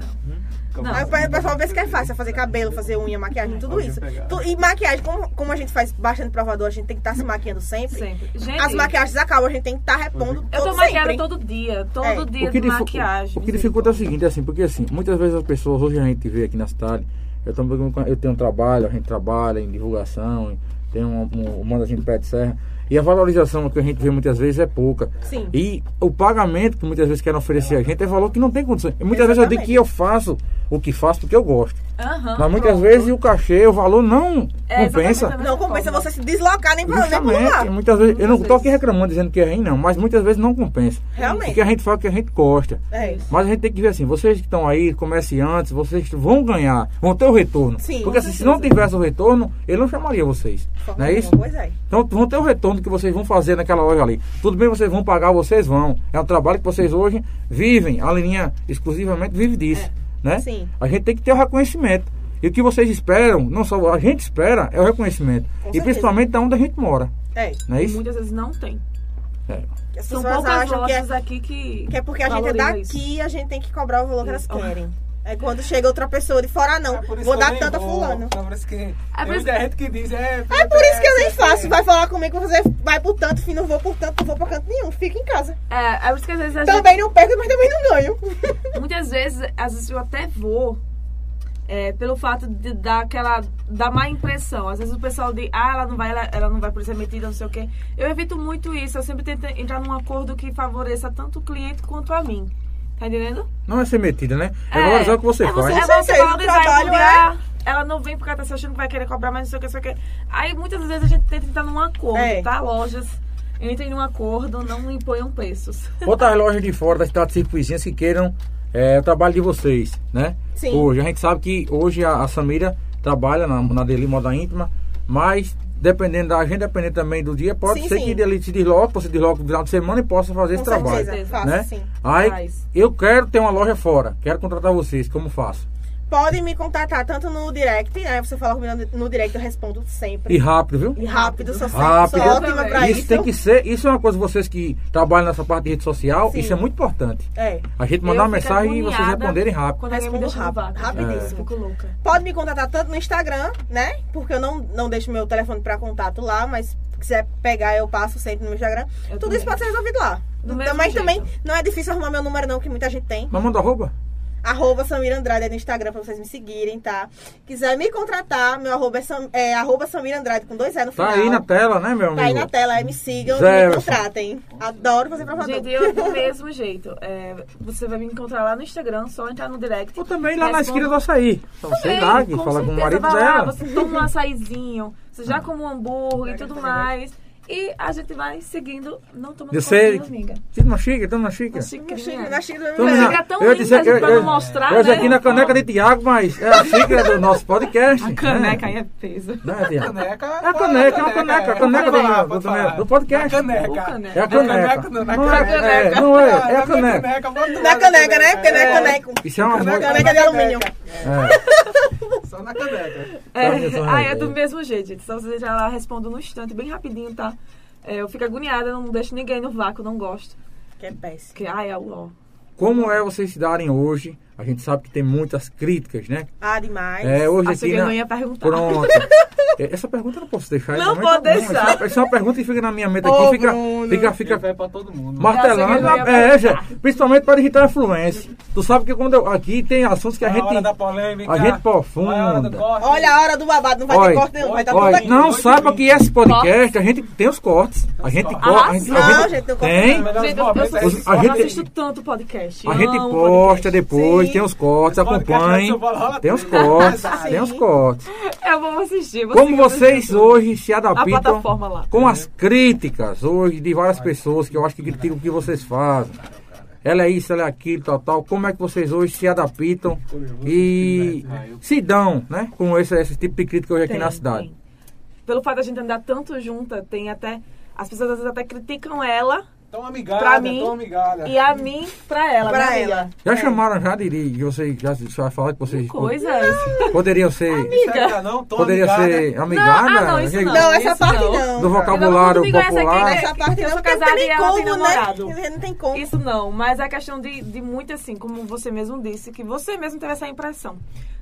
S2: Não. É,
S3: Aí o pessoal pensa que é fácil, é fazer cabelo, fazer unha, maquiagem, tudo
S4: Pode
S3: isso.
S4: pegar.
S3: Tu- e maquiagem, como, como a gente faz bastante provador, a gente tem que estar se maquiando sempre.
S2: Sempre. Gente,
S3: As maquiagens acabam, a gente tem que estar repondo
S2: Eu tô
S3: todo
S2: maquiada
S3: sempre.
S2: todo dia. Todo
S3: É.
S2: dia de
S1: difu-
S2: maquiagem.
S1: o que dificulta é o seguinte, é assim, porque assim, muitas vezes as pessoas, hoje a gente vê aqui na cidade, eu, também, eu tenho um trabalho, a gente trabalha em divulgação, em tem um, um, um mandazinho de pé de serra. E a valorização que a gente vê muitas vezes é pouca.
S3: Sim.
S1: E o pagamento que muitas vezes querem oferecer a gente é valor que não tem condições. E muitas vezes eu digo
S3: Exatamente.
S1: que eu faço o que faço porque eu gosto.
S2: Aham,
S1: Mas muitas
S2: pronto.
S1: vezes o cachê, o valor não
S2: É,
S1: compensa.
S2: exatamente.
S3: Não compensa você se deslocar nem pra nem pro
S1: Justamente,
S3: lugar.
S1: muitas vezes, eu não
S2: Muitas
S1: estou aqui
S2: vezes.
S1: reclamando dizendo que é ruim, não, mas muitas vezes não compensa.
S3: Realmente.
S1: Porque a gente fala que a gente gosta.
S3: É isso.
S1: Mas a gente tem que ver assim, vocês que estão aí, comerciantes, vocês vão ganhar, vão ter o retorno.
S3: Sim,
S1: Porque
S3: com
S1: assim, se não tivesse o retorno, ele não chamaria vocês. Não é isso?
S3: Pois é.
S1: Então vão ter o retorno que vocês vão fazer naquela loja ali. Tudo bem, vocês vão pagar, vocês vão. É um trabalho que vocês hoje vivem. A linha exclusivamente vive disso. Né?
S3: É. Sim.
S1: A gente tem que ter o reconhecimento. E o que vocês esperam, não só a gente espera, é o reconhecimento.
S3: Com
S1: e
S3: certeza.
S1: principalmente da onde a gente mora.
S3: É.
S1: Não é
S2: E
S1: isso?
S2: Muitas vezes não tem.
S1: É.
S3: As
S2: São
S3: pessoas
S2: poucas
S3: acham que é,
S2: lojas aqui que.
S3: que é porque a gente é
S2: valoriza
S3: daqui
S2: isso.
S3: a gente tem que cobrar o valor que elas
S2: Isso.
S3: querem. É quando chega outra pessoa de fora, ah, não.
S4: É por isso
S3: vou
S4: que eu
S3: dar
S4: nem
S3: tanta
S4: vou.
S3: fulano.
S4: É por isso que. tem
S2: por isso-
S4: muita gente que diz, é. assim.
S3: É por isso que eu nem faço. Vai falar comigo, você vai por tanto, fim, não vou por tanto, não vou pra canto nenhum. Fica em casa.
S2: É, é por isso que às vezes a gente
S3: Também não perco, mas também não ganho.
S2: Muitas vezes, às vezes eu até vou é, pelo fato de dar aquela da má impressão. Às vezes o pessoal diz, ah, ela não vai, ela, ela não vai por ser metida, não sei o quê. Eu evito muito isso. Eu sempre tento entrar num acordo que favoreça tanto o cliente quanto a mim. Tá entendendo?
S1: Não é ser metida, né? É, valorizar o que você
S2: é
S1: faz.
S2: Você, é
S3: Com
S2: você
S3: certeza,
S2: valorizar
S3: o trabalho
S2: e poder, ah, Ela não vem porque ela tá se achando que vai querer cobrar, mas não sei o que, não sei o que. Aí muitas vezes a gente tenta entrar num acordo,
S3: É.
S2: tá? Lojas entrem num acordo, não imponham preços.
S1: outras lojas de fora da cidade de Circo Vizinhas que queiram é, o trabalho de vocês, né?
S3: Sim.
S1: Hoje, a gente sabe que hoje a, a Samira trabalha na, na Deli Moda Íntima, mas dependendo da agenda, dependendo também do dia, pode
S3: Sim,
S1: ser
S3: sim.
S1: que ele se desloque, você desloque no final de semana e possa fazer esse
S3: Com
S1: trabalho.
S3: certeza.
S2: trabalho,
S3: Faço,
S1: né?
S3: sim.
S1: Aí,
S2: Faz.
S1: eu quero ter uma loja fora, quero contratar vocês, como faço?
S3: Podem me contatar tanto no direct, né? Você fala comigo no- no direct, eu respondo sempre.
S1: E rápido, viu?
S3: E rápido, sou,
S1: Rápido.
S3: sou ótima pra
S1: isso,
S3: isso.
S1: tem que ser, isso é uma coisa vocês que trabalham nessa parte de rede social,
S3: Sim.
S1: isso é muito importante.
S3: É.
S1: A gente mandar
S2: Eu
S1: uma
S2: fico
S1: mensagem e vocês
S2: agoniada
S1: responderem rápido. É.
S2: Quando alguém me
S3: Respondo
S2: deixa
S3: rápido,
S2: rápido,
S3: rapidíssimo.
S2: Fico louca.
S3: Pode me contatar tanto no Instagram, né? Porque eu não, não deixo meu telefone pra contato lá, mas se quiser pegar, eu passo sempre no meu Instagram.
S2: Eu
S3: Tudo
S2: também.
S3: isso pode ser resolvido lá.
S2: Do
S3: Então, Mas
S2: mesmo
S3: também,
S2: jeito.
S3: também não é difícil arrumar meu número, não, que muita gente tem.
S1: Mas manda arroba?
S3: Arroba Samira Andrade é no Instagram pra vocês me seguirem, tá? Quiser me contratar, meu arroba é, Sam, é arroba Samira Andrade com dois E no
S1: Tá
S3: final.
S1: aí na tela, né, meu amigo?
S3: Tá aí na tela, aí me sigam
S1: Zé,
S3: e me
S1: meu
S3: contratem. Adoro fazer provador.
S2: Gente, eu do mesmo jeito. É, você vai me encontrar lá no Instagram, só entrar no direct.
S1: Ou também lá na
S2: Responde-
S1: esquina do açaí. Então, sei
S2: Também,
S1: lá, que
S2: com
S1: fala com o
S2: certeza,
S1: marido
S2: vai Lá,
S1: dela. Ah.
S2: você toma um açaizinho, você já come um hambúrguer e tudo mais. E a gente vai seguindo, não tomando
S1: Eu
S2: conta da
S1: sei.
S2: minha amiga.
S1: Toma uma xícara, toma uma xícara.
S3: Na
S2: Xicrinha.
S3: xícara- na xícara do
S1: Toma
S3: meu
S2: Mas
S1: na-
S2: xícara é tão
S1: eu ia dizer
S2: linda,
S1: que
S2: gente, pra
S1: eu-
S2: não mostrar,
S1: Eu ia dizer
S2: né?
S1: aqui na caneca de Tiago, mas é a xícara do nosso podcast.
S2: A caneca
S1: né?
S2: aí é peso.
S1: Não é, Tiago?
S4: Caneca,
S1: É a caneca, é uma caneca, a caneca do-
S4: Pode falar,
S1: do-
S4: pode
S1: do-
S4: falar.
S1: do podcast.
S4: Na caneca.
S2: O caneca.
S1: É a
S4: Na
S1: caneca.
S4: não, na
S1: Não
S4: caneca.
S1: é, é, não é, é a
S4: na
S1: caneca.
S4: bota lá
S3: Na caneca, né? Caneca, caneco.
S1: Isso é uma
S4: Caneca,
S1: música.
S3: Caneca de
S4: Na
S3: alumínio.
S1: É.
S4: Só na caneca.
S2: É,
S1: Olha só,
S2: ah, é
S1: é.
S2: do mesmo jeito, gente. Só vocês já lá respondo no instante, bem rapidinho, tá? É, eu fico agoniada, não deixo ninguém no vácuo, não gosto.
S3: Que é péssimo.
S2: Porque, ai, é o ó.
S1: Como é vocês se darem hoje? A gente sabe que tem muitas críticas, né?
S3: Ah, demais.
S1: É, hoje
S2: Achei
S1: aqui
S2: que eu
S1: na... um-
S2: não ia perguntar.
S1: Pronto. É, Essa pergunta eu não posso deixar.
S2: tá. Não
S1: esse
S2: pode
S1: momento,
S2: deixar.
S1: Essa é uma- Essa é uma pergunta que fica na minha mente aqui.
S3: Ô,
S1: fica,
S3: Bruno.
S1: fica, fica,
S4: Vai pra todo mundo.
S2: Essa
S1: Martelando,
S2: que eu ia
S1: é,
S2: perguntar.
S1: já, principalmente para irritar a influência. Tu sabe que quando eu- aqui tem assuntos que a
S4: Na hora da
S1: gente.
S4: polêmica.
S1: a gente
S4: na
S1: profunda.
S4: hora do corte.
S3: Olha a hora do babado, não vai
S1: Olha,
S3: ter corte nenhum, vai estar tudo
S1: Olha,
S3: aqui.
S1: não
S4: Dois
S1: saiba
S4: minutos.
S1: que é esse podcast, a gente tem os cortes. A gente
S4: cortes.
S1: corta. A gente,
S2: Ah,
S1: a
S3: não,
S1: gente-
S3: gente, não corta
S1: tem.
S3: não. é
S4: Melhores
S2: Gente, eu, eu, sou-
S4: momentos.
S1: A
S2: eu
S1: gente-
S2: assisto tanto podcast.
S1: A gente posta
S2: amo um podcast.
S1: depois,
S3: Sim.
S1: tem os cortes,
S4: Esse podcast
S1: acompanhe.
S4: vai ser o Bola Rola
S1: Tem os
S4: Tudo, né?
S1: cortes,
S4: Sim.
S1: tem os cortes.
S2: Eu vou assistir. vou
S1: Como
S2: seguir
S1: vocês
S2: tudo.
S1: hoje se
S2: A
S1: adaptam
S2: plataforma lá.
S1: com as críticas hoje de várias pessoas que eu acho que criticam o que vocês fazem. Ela é isso, ela é aquilo, tal, tal. Como é que vocês hoje se adaptam e se dão, né? Com esse, esse tipo de crítica hoje aqui
S2: Tem,
S1: na cidade.
S2: tem. Pelo fato de a gente andar tanto junta, tem até. As pessoas às vezes até criticam ela
S4: Tão amigada,
S2: pra mim
S4: tão amigada.
S2: e a mim pra ela.
S3: Pra
S2: né, amiga?
S3: ela.
S1: Já chamaram já de, de que vocês já, já falaram que vocês
S2: Coisa é essa.
S1: poderiam ser.
S3: é
S4: Será que não? né? Tão
S1: Poderia
S4: amigada.
S1: ser amigada?
S2: Não, ah, não, isso não.
S3: Não, essa
S2: Isso
S3: parte
S2: não.
S3: não.
S1: Do
S2: Todo mundo
S1: vocabulário
S2: me conhece aqui,
S1: popular.
S2: né?
S3: Essa parte
S2: Eu
S3: não,
S2: sou
S3: porque não
S2: casada
S3: tem
S2: e
S3: nem
S2: ela tem
S3: como,
S2: namorado.
S3: né? Não tem como.
S2: Isso não, mas a questão de, de muito assim, como você mesmo disse, que você mesmo teve essa impressão.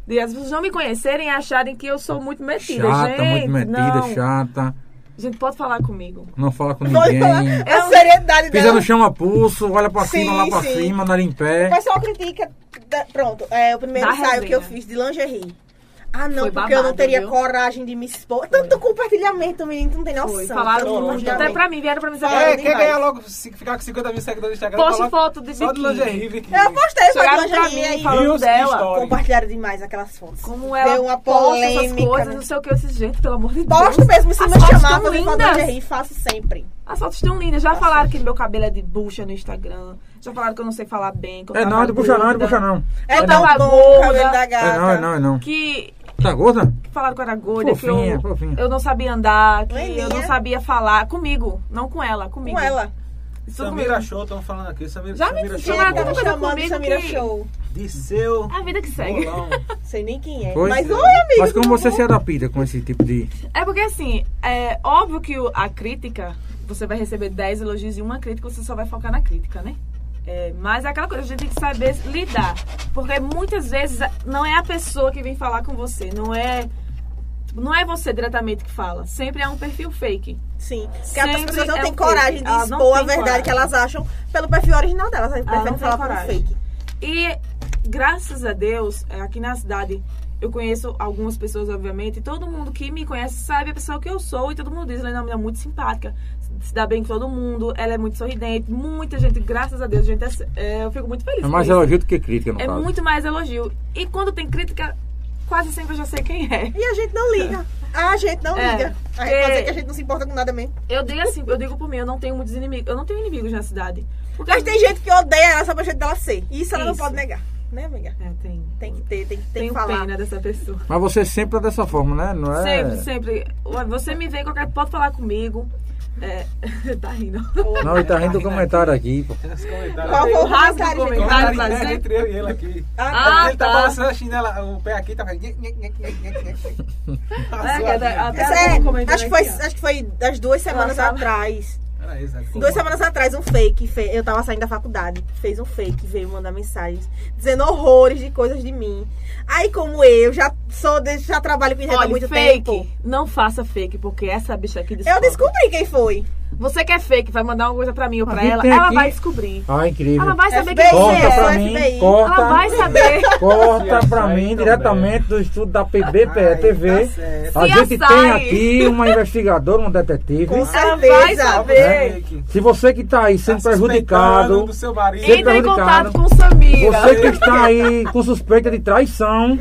S2: De as pessoas não me conhecerem e acharem que eu sou muito metida.
S1: Chata,
S2: gente,
S1: muito metida,
S2: não.
S1: chata.
S2: Gente, pode falar comigo.
S1: Não fala com
S3: Pode
S1: ninguém.
S3: falar
S2: Eu-
S3: a seriedade tá?
S1: Pisa no
S3: dela.
S1: chão a pulso, olha pra cima,
S3: Sim,
S1: lá pra
S3: sim.
S1: cima, nariz em
S3: O
S1: pé.
S3: pessoal critica. da- Pronto, é o primeiro
S2: Da
S3: ensaio que eu
S2: resenha.
S3: fiz de lingerie. Ah, não,
S2: Foi
S3: porque eu
S2: babado,
S3: não teria
S2: viu?
S3: coragem de me expor. Tanto compartilhamento, menino, tu não tem noção.
S2: Foi, falaram
S3: Tanto
S2: muito. Até pra mim, vieram pra mim dizer.
S3: É,
S4: É,
S2: "Olha,
S4: quer
S3: demais.
S4: ganhar logo, se ficar com 50 mil seguidores no Instagram,
S2: Poste
S4: coloca
S2: foto de
S4: Só de
S2: biquíni.
S4: lingerie, biquíni.
S3: Eu postei foi
S2: Chegaram pra
S3: lingerie
S2: mim
S3: aí.
S4: Rios
S2: falando
S4: de
S2: dela.
S4: história.
S3: Compartilharam demais aquelas fotos.
S2: Como ela
S3: Deu uma
S2: posta essas
S3: polêmica,
S2: coisas,
S3: né?
S2: não sei o que, esse jeito, pelo amor de Deus.
S3: Posto mesmo, se
S2: As
S3: me
S2: fotos
S3: chamar
S2: tão
S3: pra fazer é
S2: lindas.
S3: lingerie, faço sempre.
S2: As fotos estão lindas. Já falaram que meu cabelo é de bucha no Instagram. Já falaram que eu não sei falar bem. Que eu
S1: É
S2: tava
S1: não, é de bucha não, é de
S2: gorda.
S1: bucha não.
S2: Eu
S3: não
S2: tava
S3: bom o cabelo
S2: gorda.
S3: da
S1: É
S3: gata.
S1: não, é não, é não.
S2: Que
S1: Tá gorda?
S2: que falaram que eu era gorda, que
S1: Fofinha,
S2: eu,
S1: fofinha.
S2: eu não sabia andar, que
S3: Leninha.
S2: eu não sabia falar comigo, não com ela, comigo.
S3: Com ela.
S2: Isso
S4: Samira
S2: comigo.
S4: Show, estão falando aqui. Samira,
S2: Já me
S4: Samira Show.
S2: chamaram
S4: gosta
S2: tanta coisa
S3: chamando
S2: comigo
S3: Samira
S2: que-
S3: Show.
S4: De seu
S2: É a vida que segue.
S4: bolão.
S3: Sei nem quem é.
S1: Foi?
S3: Mas oi, amigo.
S1: Mas como
S3: tudo
S1: você
S3: bom?
S1: se adapta com esse tipo de.
S2: É porque assim, é óbvio que o- a crítica, você vai receber 10 elogios e uma crítica, você só vai focar na crítica, né? É, mas é aquela coisa, a gente tem que saber lidar. Porque muitas vezes a- não é a pessoa que vem falar com você, não é. tipo, Não é você diretamente que fala. Sempre é um perfil fake.
S3: Sim. Porque as
S2: Sempre
S3: pessoas não
S2: é
S3: têm
S2: um
S3: coragem
S2: fake.
S3: de
S2: Elas não
S3: expor a
S2: têm
S3: verdade
S2: coragem.
S3: que elas acham pelo perfil original delas. Elas
S2: não
S3: preferem
S2: têm
S3: falar pelo
S2: coragem.
S3: fake.
S2: E graças a Deus, é, aqui na cidade, eu conheço algumas pessoas, obviamente, e todo mundo que me conhece sabe a pessoa que eu sou, e todo mundo diz, ela é uma menina muito simpática, se dá bem com todo mundo, ela é muito sorridente, muita gente, graças a Deus, gente, é- é, eu fico muito feliz.
S1: É
S2: com
S1: mais
S2: isso.
S1: elogio do que crítica, no
S2: É
S1: caso.
S2: muito mais elogio. E quando tem crítica, quase sempre eu já sei quem é.
S3: E a gente não liga. A gente não
S2: É.
S3: liga. A gente
S2: É.
S3: pode dizer que a gente não se importa com nada mesmo.
S2: Eu digo assim, eu digo por mim, eu não tenho muitos inimigos, eu não tenho inimigos na cidade. Porque
S3: Mas tem gente que odeia ela só pra gente dela ser. Isso ela não
S2: Isso.
S3: pode negar. Né, amiga?
S2: É, tem.
S3: Tem que ter, tem que, tem que
S2: Tenho
S3: falar.
S2: pena dessa pessoa.
S1: Mas você sempre é dessa forma, né? Não é.
S2: Sempre, sempre. Você me vê, qualquer pode falar comigo. É, tá rindo.
S3: Então,
S1: Não, ele tá rindo do comentário aqui, pô.
S4: Os comentários.
S3: Qual foi o
S2: Rasga
S3: comentário,
S2: o
S3: gente?
S2: comentário. Tá,
S4: Comentário
S2: tá,
S4: interno
S2: tá.
S4: entre eu e ele aqui.
S2: Ah,
S4: ele tá,
S2: tá.
S4: balançando a chinela, o pé aqui, tá fazendo. nhec, nhec, nhec, nhec, nhec, nhec.
S2: É,
S4: Passou
S2: que até-
S4: aqui.
S2: até
S3: Essa
S2: agora
S3: é,
S2: eu comentei
S3: acho, que foi,
S2: aqui, ó.
S3: acho que foi das duas semanas
S2: tava-
S3: atrás.
S4: Era isso aqui.
S3: Duas semanas atrás, um fake. fe- Eu tava saindo da faculdade. Fez um fake, veio mandar mensagens dizendo horrores de coisas de mim. Aí, como eu já sou, de- já trabalho com internet há
S2: Olha,
S3: muito
S2: fake.
S3: tempo.
S2: Não faça fake, porque essa bicha aqui descobre.
S3: Eu descobri quem foi.
S2: Você que é fake, vai mandar uma coisa pra mim ou pra
S1: Aqui
S2: ela,
S1: tem
S2: ela
S1: aqui.
S2: vai descobrir.
S1: Ah, incrível.
S2: Ela vai saber quem
S3: FBI,
S2: é.
S1: Corta
S3: Sim,
S1: pra
S3: é,
S1: mim,
S3: FBI.
S1: corta. tá
S2: Ela vai saber.
S1: Corta pra
S4: Sai
S1: mim
S4: também.
S1: diretamente do estudo da
S4: Ai,
S1: PBPE TV.
S4: tá certo.
S1: A gente tem
S2: CSI.
S1: aqui uma investigadora, um detetive.
S3: Com
S2: Ela vai
S3: certeza.
S2: saber.
S4: Fake.
S1: Se você que tá aí
S4: Tá
S1: sendo
S4: suspeitando
S1: prejudicado,
S4: do seu marido.
S1: Sempre
S2: Entra em
S1: prejudicado.
S2: contato com Samira.
S1: você que está aí com suspeita de traição,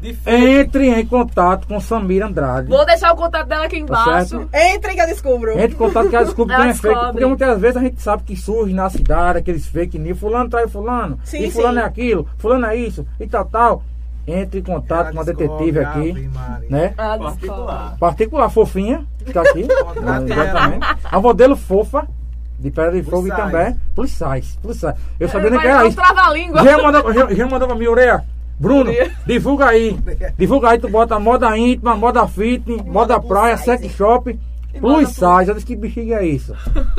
S4: De fake.
S1: entre em contato com Samira Andrade.
S2: Vou deixar o contato dela aqui
S1: Tá certo?
S2: embaixo.
S3: Entrem que eu descubro.
S1: Entre em contato que ela descobre quem
S2: Ela
S1: é fake.
S2: descobre.
S1: Porque muitas vezes a gente sabe que surge na cidade aqueles fake news. Fulano trai fulano.
S3: Sim,
S1: e fulano
S3: sim.
S1: é aquilo. Fulano é isso. E tal, tal. Entre em contato
S4: Ela
S1: com a
S4: descobre,
S1: tá, detetive
S4: Ave
S1: aqui.
S4: Maria.
S1: Né?
S2: Ela Ah, descobre.
S4: Particular.
S1: Particular fofinha. que Tá aqui.
S4: Contrata
S1: Exatamente. A modelo fofa. De Pedra de Fogo e
S4: size.
S1: também. Plus size. Plus size. Eu sabia nem
S2: Vai
S1: que era
S2: dar um
S1: isso.
S2: trava-língua.
S1: Já mandou, já, já mandou pra mim, Ureia. Bruno,
S2: Ureia.
S1: divulga aí. Divulga aí, tu bota moda íntima, moda fitness, moda
S3: plus
S1: praia,
S3: size.
S1: sex shop,
S2: moda
S1: plus size. Eu disse que bexiga é isso.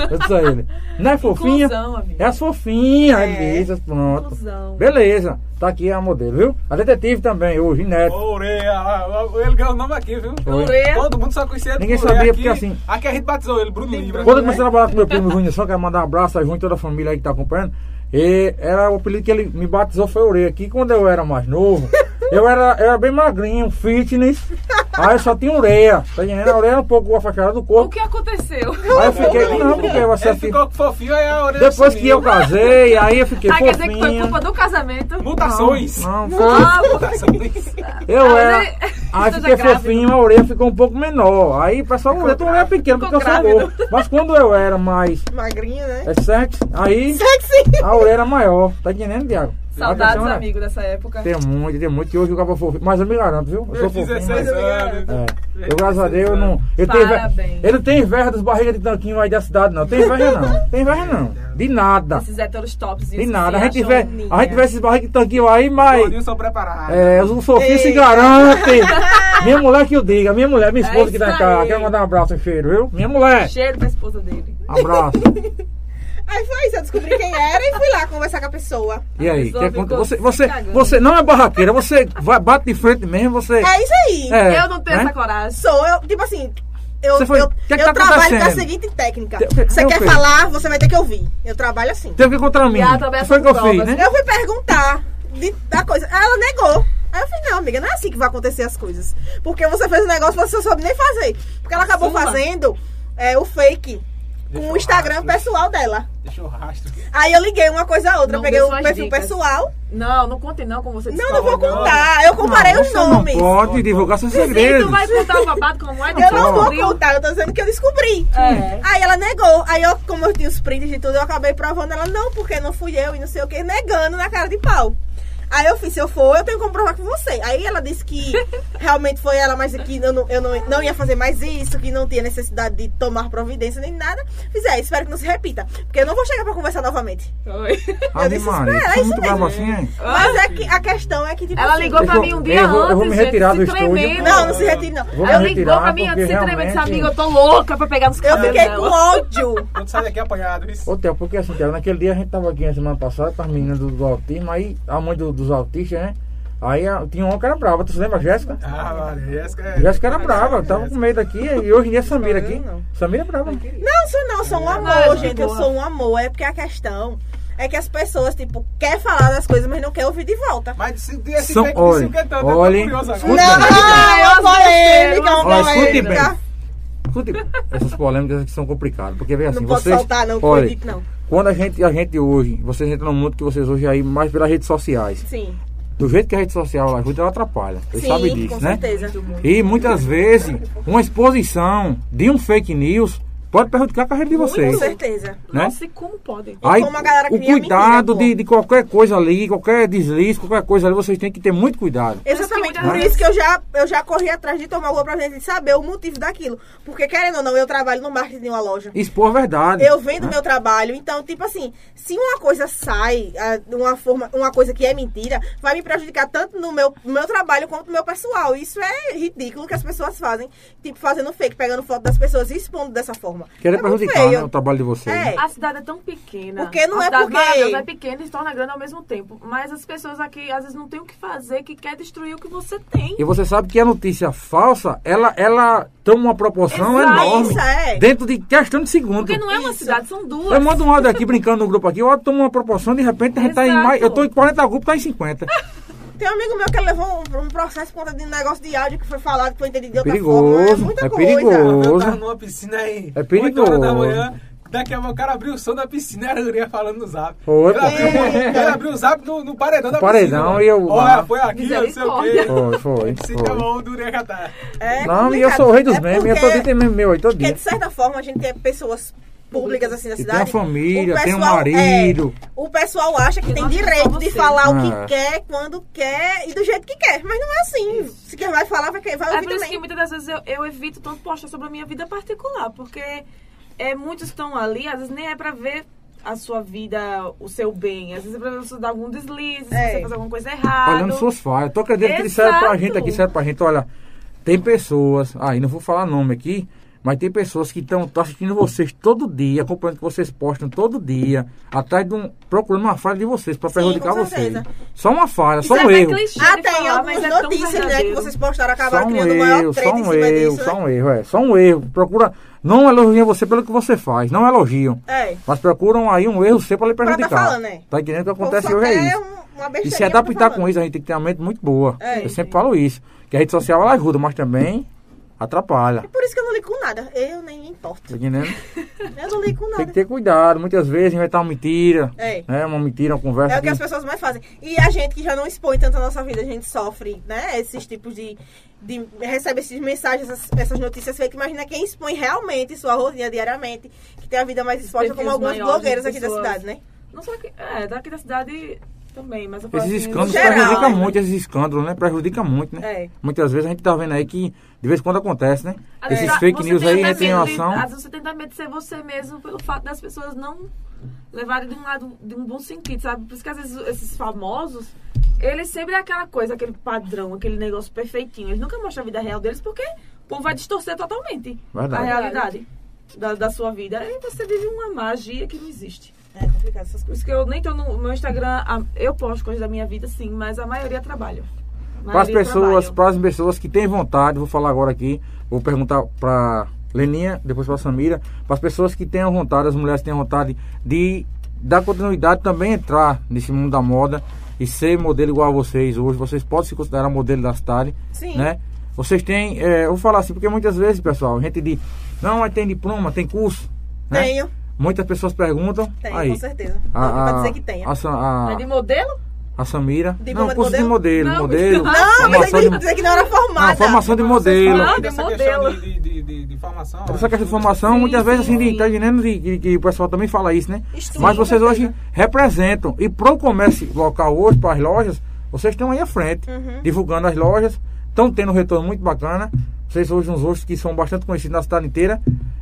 S1: Eu disse a ele. Não é fofinha?
S2: Inclusão, amigo.
S1: É as fofinhas,
S3: É.
S1: beleza, pronto.
S2: Inclusão.
S1: Beleza, tá aqui a modelo, viu? A detetive também, hoje, Neto.
S4: Ureia, ele ganhou o nome aqui, viu?
S2: Ureia.
S4: Todo mundo só conhecia
S1: Ninguém
S4: Ureia
S1: sabia,
S4: é aqui.
S1: porque assim-
S4: Aqui a gente batizou ele, Bruno Livre.
S1: Quando eu comecei a trabalhar com meu primo Júnior, só quero mandar um abraço a Júnior, toda a família aí que tá acompanhando. E era o apelido que ele me batizou foi Ureia. Que quando eu era mais novo, eu era, eu era bem magrinho, um fitness. Aí eu só tinha ureia. Tá entendendo? A ureia era um pouco afastada do
S2: O
S1: corpo.
S2: que aconteceu?
S1: Aí eu fiquei, não, porque você
S4: Ele
S1: fica-
S4: ficou fofinho, aí a orelha
S1: Depois que eu
S4: sumiu.
S1: casei, aí eu fiquei
S2: Ah, quer
S1: fofinha.
S2: dizer que foi culpa do casamento.
S4: Mutações.
S1: tá Não, tá né? foi-
S2: Ah,
S4: Mutações.
S1: eu
S2: Ah,
S1: era.
S2: mas aí-
S1: Aí
S2: Você
S1: fiquei
S2: tá grávida.
S1: fofinho, a orelha ficou um pouco menor. Aí o pessoal, a tua orelha é pequena, porque eu sou
S2: Ficou
S1: gordo. Mas quando eu era mais
S3: Magrinha, né?
S1: é sexy, aí
S3: Sexy.
S1: a orelha era maior. Tá entendendo, Diago?
S2: Saudades,
S1: Olha,
S2: amigo, dessa época.
S1: né? Tem muito, tem muito. E hoje eu acabo fofinho. Mas eu me garanto, viu? Eu sou fofinho.
S4: 16
S1: mas-
S4: anos.
S1: É. Eu, graças a Deus, eu não. Eu tenho inveja,
S2: Parabéns.
S1: eu não tenho inveja dos barrigas de tanquinho aí da cidade, não. Tem inveja, não. Tem inveja, não. De nada.
S2: Esses héteros tops.
S1: De nada. A gente vê, a gente vê esses barrigas de tanquinho aí, mas.
S4: Todos são preparados.
S1: É, o Sofia se
S3: Ei.
S1: garante. Minha mulher que eu diga. Minha mulher, minha
S2: É
S1: esposa que tá em
S2: isso
S1: casa.
S2: aí.
S1: Quero mandar um abraço, um cheiro, viu? Minha mulher.
S2: Cheiro pra esposa dele.
S1: Abraço.
S3: Aí foi isso. Eu descobri quem era e fui lá conversar com a pessoa.
S1: E aí?
S2: pessoa
S1: quer contar?
S2: ficou
S1: Você,
S2: se
S1: você,
S2: cagando.
S1: você não é barraqueira, você vai, bate de frente mesmo, você.
S3: É isso aí.
S1: é,
S2: eu não tenho
S1: né?
S2: essa coragem.
S3: Sou eu, tipo assim. Eu,
S1: Você foi-
S3: eu,
S1: o que é que
S3: eu
S1: tá
S3: trabalho com a
S1: acontecendo?
S3: seguinte técnica.
S1: Tem- tem-
S3: Você
S1: tem o
S3: quer
S1: quê?
S3: falar, você vai ter que ouvir. Eu trabalho assim.
S1: Teve que contra mim.
S2: E ela também
S1: Foi o que eu
S2: essas
S1: fiz,
S2: provas,
S1: né?
S3: Eu fui perguntar de- da coisa. Ela negou. Aí eu falei, não, amiga, não é assim que vai acontecer as coisas. Porque você fez um negócio que você não soube nem fazer. Porque ela acabou
S5: Suma.
S3: fazendo é, o fake
S4: Deixa
S3: com
S4: eu
S3: o Instagram
S4: rastro.
S3: pessoal dela.
S4: Deixa eu rastro.
S3: Aí eu liguei uma coisa a outra,
S2: Não
S3: peguei
S2: dê
S3: o
S2: suas
S3: perfil
S2: dicas.
S3: pessoal.
S2: Não, não conte não como você
S3: Não, não vou
S2: discorda.
S3: contar. Eu comparei
S1: Não,
S3: os
S1: você é não
S3: nomes.
S1: pode divulgar seus
S2: Sim, tu
S1: segredos.
S2: vai contar o babado como é que
S3: Eu não
S1: Descobriu.
S3: vou contar, eu tô dizendo que eu descobri.
S2: É.
S3: Aí ela negou. Aí eu, como eu tinha os prints de tudo, eu acabei provando ela, não, porque não fui eu e não sei o que, negando na cara de pau. Aí eu fiz, se eu for, eu tenho como provar com você. Aí ela disse que realmente foi ela, mas que eu, não, eu não, não ia fazer mais isso, que não tinha necessidade de tomar providência nem nada. Fiz, é, espero que não se repita. Porque eu não vou chegar pra conversar novamente.
S2: Oi.
S3: Eu
S1: Ave
S3: disse,
S1: Maria,
S3: espera,
S1: isso é
S3: isso
S1: muito bravo assim, hein?
S3: Mas é que a questão é que, tipo
S2: Ela
S3: assim,
S2: ligou pra
S1: Eu
S2: mim
S1: vou-
S2: um dia
S1: eu vou- eu
S2: antes,
S1: vou me retirar
S2: gente,
S1: do
S2: se
S1: estúdio.
S2: tremendo.
S3: Não, não se retire, não.
S1: Vou
S2: Aí
S1: me
S2: ela ligou
S1: retirar,
S2: pra mim antes,
S1: porque
S2: se tremendo, disse,
S1: realmente-
S2: amiga, eu tô louca pra pegar nos
S3: Eu
S2: cabelos
S3: fiquei com
S2: dela.
S3: ódio.
S4: Quando sai daqui apanhado, isso.
S1: Ô, Theo, porque assim, Theo, naquele dia a gente tava aqui na semana passada com as meninas do, do autismo, aí a mãe do- dos autistas, né? Aí a- tinha uma que era brava, tu se lembra, a Jéssica?
S4: Ah, Maria, Jéssica é.
S1: Jéssica era brava, então. eu tava com medo aqui, e hoje em dia é Samira aqui.
S3: Não.
S1: Samira é brava.
S3: Não, sou não, sou um amor,
S2: Mas,
S3: gente.
S2: boa.
S3: Eu sou um amor. É porque a questão é que as pessoas, tipo, quer falar das coisas, mas não quer ouvir de volta.
S4: Mas se desse
S1: São-
S4: fake
S1: olha,
S4: de 50 anos,
S1: olha,
S4: eu tô curioso
S1: escuta.
S4: agora.
S1: Não,
S2: é uma polêmica, é uma
S1: Olha, escute bem. Escute, essas polêmicas aqui são complicadas, porque vem assim,
S3: Não pode
S1: vocês...
S3: soltar, não,
S1: olha,
S3: acredito, não.
S1: quando a gente, a gente hoje, vocês entram no mundo que vocês hoje aí mais pelas redes sociais.
S3: Sim.
S1: Do jeito que a rede social ajuda, ela atrapalha. Vocês
S3: Sim,
S1: sabem disso,
S3: com
S1: né?
S3: certeza.
S1: E muitas vezes, uma exposição de um fake news pode prejudicar a carreira de
S3: Com
S1: vocês.
S3: certeza.
S1: né?
S2: Não sei como podem.
S1: Aí,
S3: como a galera que
S1: o
S3: cria
S1: cuidado
S3: mentira,
S1: de, de qualquer coisa ali, qualquer deslize, qualquer coisa ali, vocês têm que ter muito cuidado.
S2: Mas
S3: Exatamente,
S2: tem
S3: por
S2: muita
S3: isso que eu já, eu já corri atrás de tomar alguma pra gente saber o motivo daquilo. Porque, querendo ou não, eu trabalho no marketing de uma loja.
S1: Expor a verdade. né?
S3: Eu vendo meu trabalho, então, tipo assim, se uma coisa sai ah, de uma forma, uma coisa que é mentira, vai me prejudicar tanto no meu, no meu trabalho quanto no meu pessoal. Isso é ridículo que as pessoas fazem, tipo, fazendo fake, pegando foto das pessoas e expondo dessa forma.
S1: Querer
S3: é muito
S1: prejudicar né,
S3: feio.
S1: o trabalho de vocês.
S3: É.
S2: A cidade é tão pequena.
S3: Porque não
S2: a
S3: é
S2: cidade
S3: porque-
S2: maravilhosa é pequena e se torna grande ao mesmo tempo. Mas as pessoas aqui, às vezes, não tem o que fazer, que quer destruir o que você tem.
S1: E você sabe que a notícia falsa, ela, ela toma uma proporção
S2: Exato,
S1: enorme.
S3: isso é.
S1: Dentro de questão de segundo.
S2: Porque não é uma
S3: Isso.
S2: cidade, são duas.
S1: Eu mando um áudio aqui brincando no grupo aqui, o áudio toma uma proporção, de repente a gente tá em
S2: Exato.
S1: mais. Eu tô em 40 grupos, tá em 50.
S3: Tem um amigo meu que levou um, um processo por conta de um negócio de áudio que foi falado, que foi entendido de outra
S1: Perigoso,
S3: forma. É muita
S1: é
S3: coisa.
S1: perigoso.
S4: Eu tava numa piscina aí.
S1: É perigoso.
S4: 8 horas da manhã. Daqui a pouco o cara abriu o som da piscina era a Uria falando no zap.
S1: Foi,
S4: ela,
S1: pô.
S4: abriu, ela abriu o zap no, no paredão da
S1: Paredão,
S4: piscina.
S1: e eu- Ah.
S4: Olha, foi aqui, não sei o quê.
S1: Foi,
S2: Misericórdia.
S1: foi.
S4: Se
S1: foi.
S4: chamou do Uria Catar.
S3: tá É
S1: Não, e eu
S3: complicado.
S1: sou o rei dos
S3: É
S1: memes, eu tô
S3: porque-
S1: dentro de meme meu aí todo
S3: Porque,
S1: dia.
S3: de certa forma, a gente tem pessoas públicas assim na
S1: tem
S3: cidade.
S1: a família,
S3: O
S1: tem o
S3: pessoal, é,
S1: marido.
S3: o pessoal acha que
S2: Eu
S3: tem
S2: acho que
S3: direito
S2: só
S3: de
S2: você.
S3: falar o que
S1: Ah.
S3: quer, quando quer e do jeito que quer. Mas não é assim. Se quem vai falar, vai, vai
S2: É
S3: ouvir
S2: por isso que
S3: também.
S2: muitas das vezes eu, eu evito tanto postar sobre a minha vida particular, porque é, muitos estão ali, às vezes nem é pra ver a sua vida, o seu bem. Às vezes é pra ver se você dá algum deslize, se
S3: É.
S2: você faz alguma coisa errada.
S1: Olhando suas falhas. Tô acreditando que isso serve pra
S2: Exato.
S1: gente aqui, serve pra gente. Olha, tem pessoas, aí não vou falar nome aqui, mas tem pessoas que estão assistindo vocês todo dia, acompanhando o que vocês postam todo dia, atrás de um. procurando uma falha de vocês pra prejudicar
S3: com
S1: vocês.
S3: certeza.
S1: Só uma falha, só
S2: Isso é
S1: um
S2: até
S1: erro.
S2: clichê de
S3: Ah, tem
S2: falar, mas
S3: algumas
S2: é tão
S3: notícias, né, que
S2: verdadeiro.
S3: vocês postaram,
S1: Só
S3: acabaram
S1: um
S3: criando o maior
S1: erro,
S3: treta
S1: só
S3: em
S1: um
S3: cima
S1: erro,
S3: disso,
S1: só
S3: né?
S1: um erro, é. Só um erro. Procura. Não elogiam você pelo que você faz, não elogiam.
S3: É.
S1: Mas procuram aí um erro seu pra lhe
S3: tá
S1: prejudicar.
S3: falando, é.
S1: Tá entendendo o que
S3: O povo
S1: acontece
S3: só
S1: hoje é
S3: quer
S1: isso.
S3: um- uma
S1: E
S3: besteirinha
S1: se
S3: pra
S1: adaptar
S3: falar.
S1: com isso, a gente tem que ter uma mente muito boa.
S3: É,
S1: eu sempre falo isso. Que a rede social ela ajuda, mas também atrapalha.
S3: Por isso que eu não ligo com nada. Eu nem me importo.
S1: Tá entendendo?
S3: Eu não ligo com
S1: Tem que
S3: nada.
S1: ter cuidado. Muitas vezes inventar uma mentira.
S3: É.
S1: Né? Uma mentira, uma conversa.
S3: É o que
S1: que-
S3: as pessoas mais fazem. E a gente que já não expõe tanto a nossa vida, a gente sofre, né? Esses tipos de. de recebe essas mensagens, essas, essas notícias fake. Imagina quem expõe realmente sua rotina diariamente, que tem a vida mais exposta, como
S2: perfis
S3: algumas
S2: maiores,
S3: blogueiras aqui da
S2: pessoas.
S3: cidade, né?
S2: Não só que. É, daqui da cidade também, mas eu falo
S1: Esses
S2: assim,
S1: escândalos
S2: no geral,
S1: prejudicam
S3: né?
S1: muito, esses escândalos, né? Prejudica muito, né?
S3: É.
S1: Muitas vezes a gente tá vendo aí que de vez em quando acontece, né?
S2: Às
S1: Esses
S2: vezes a-
S1: fake
S2: você
S1: news
S2: tem
S1: aí
S2: até
S1: entram em
S2: medo de-
S1: ação.
S2: Às vezes você tem até medo de ser você mesmo pelo fato das pessoas não levarem de um lado, de um bom sentido, sabe? Por isso que às vezes esses famosos, eles sempre é aquela coisa, aquele padrão, aquele negócio perfeitinho. Eles nunca mostram a vida real deles porque o povo vai distorcer totalmente
S1: Verdade.
S2: a realidade da, da sua vida. E você vive uma magia que não existe.
S3: É complicado essas
S2: Por
S3: coisas.
S2: isso que eu nem tô no meu Instagram, a- eu posto coisas da minha vida sim, mas a maioria trabalha. A
S1: Para as
S2: maioria
S1: pessoas,
S2: trabalha.
S1: para as pessoas que têm vontade, vou falar agora aqui, vou perguntar para Leninha, depois para Samira, para as pessoas que tenham vontade, as mulheres que têm vontade de dar continuidade também entrar nesse mundo da moda e ser modelo igual a vocês hoje, vocês podem se considerar modelo da cidade,
S3: Sim.
S1: né? Vocês têm, é, eu vou falar assim, porque muitas vezes, pessoal, a gente diz, não, mas tem diploma, tem curso, né?
S3: Tenho,
S1: Muitas pessoas perguntam,
S3: tenho,
S1: aí, Ah,
S3: com certeza.
S1: a,
S3: Não,
S1: a,
S3: pra dizer que tenha.
S1: Ah, a Sa- a-
S2: É de modelo?
S1: a Samira,
S3: Diploma
S1: não,
S3: de
S1: curso de modelo,
S2: modelo?
S1: modelo,
S2: Não,
S3: Não, mas
S1: formação
S3: aí
S1: de,
S3: tem que dizer que não era
S1: não,
S3: formada.
S1: ah, formação de modelo,
S2: falam-
S4: Essa
S2: modelo.
S4: questão de, de, de, de, de formação.
S1: Essa
S4: né?
S1: questão de formação,
S2: Sim,
S1: muitas vezes,
S2: sim,
S1: assim, de,
S2: sim.
S1: tá entendendo que, que- que o pessoal também fala isso, né?
S3: Estudo,
S1: Mas vocês
S3: com
S1: hoje
S3: certeza.
S1: representam. E pro comércio local hoje, para as lojas, vocês estão aí à frente,
S3: Uhum.
S1: divulgando as lojas, estão tendo um retorno muito bacana. Vocês hoje, uns rostos que são bastante conhecidos na cidade inteira.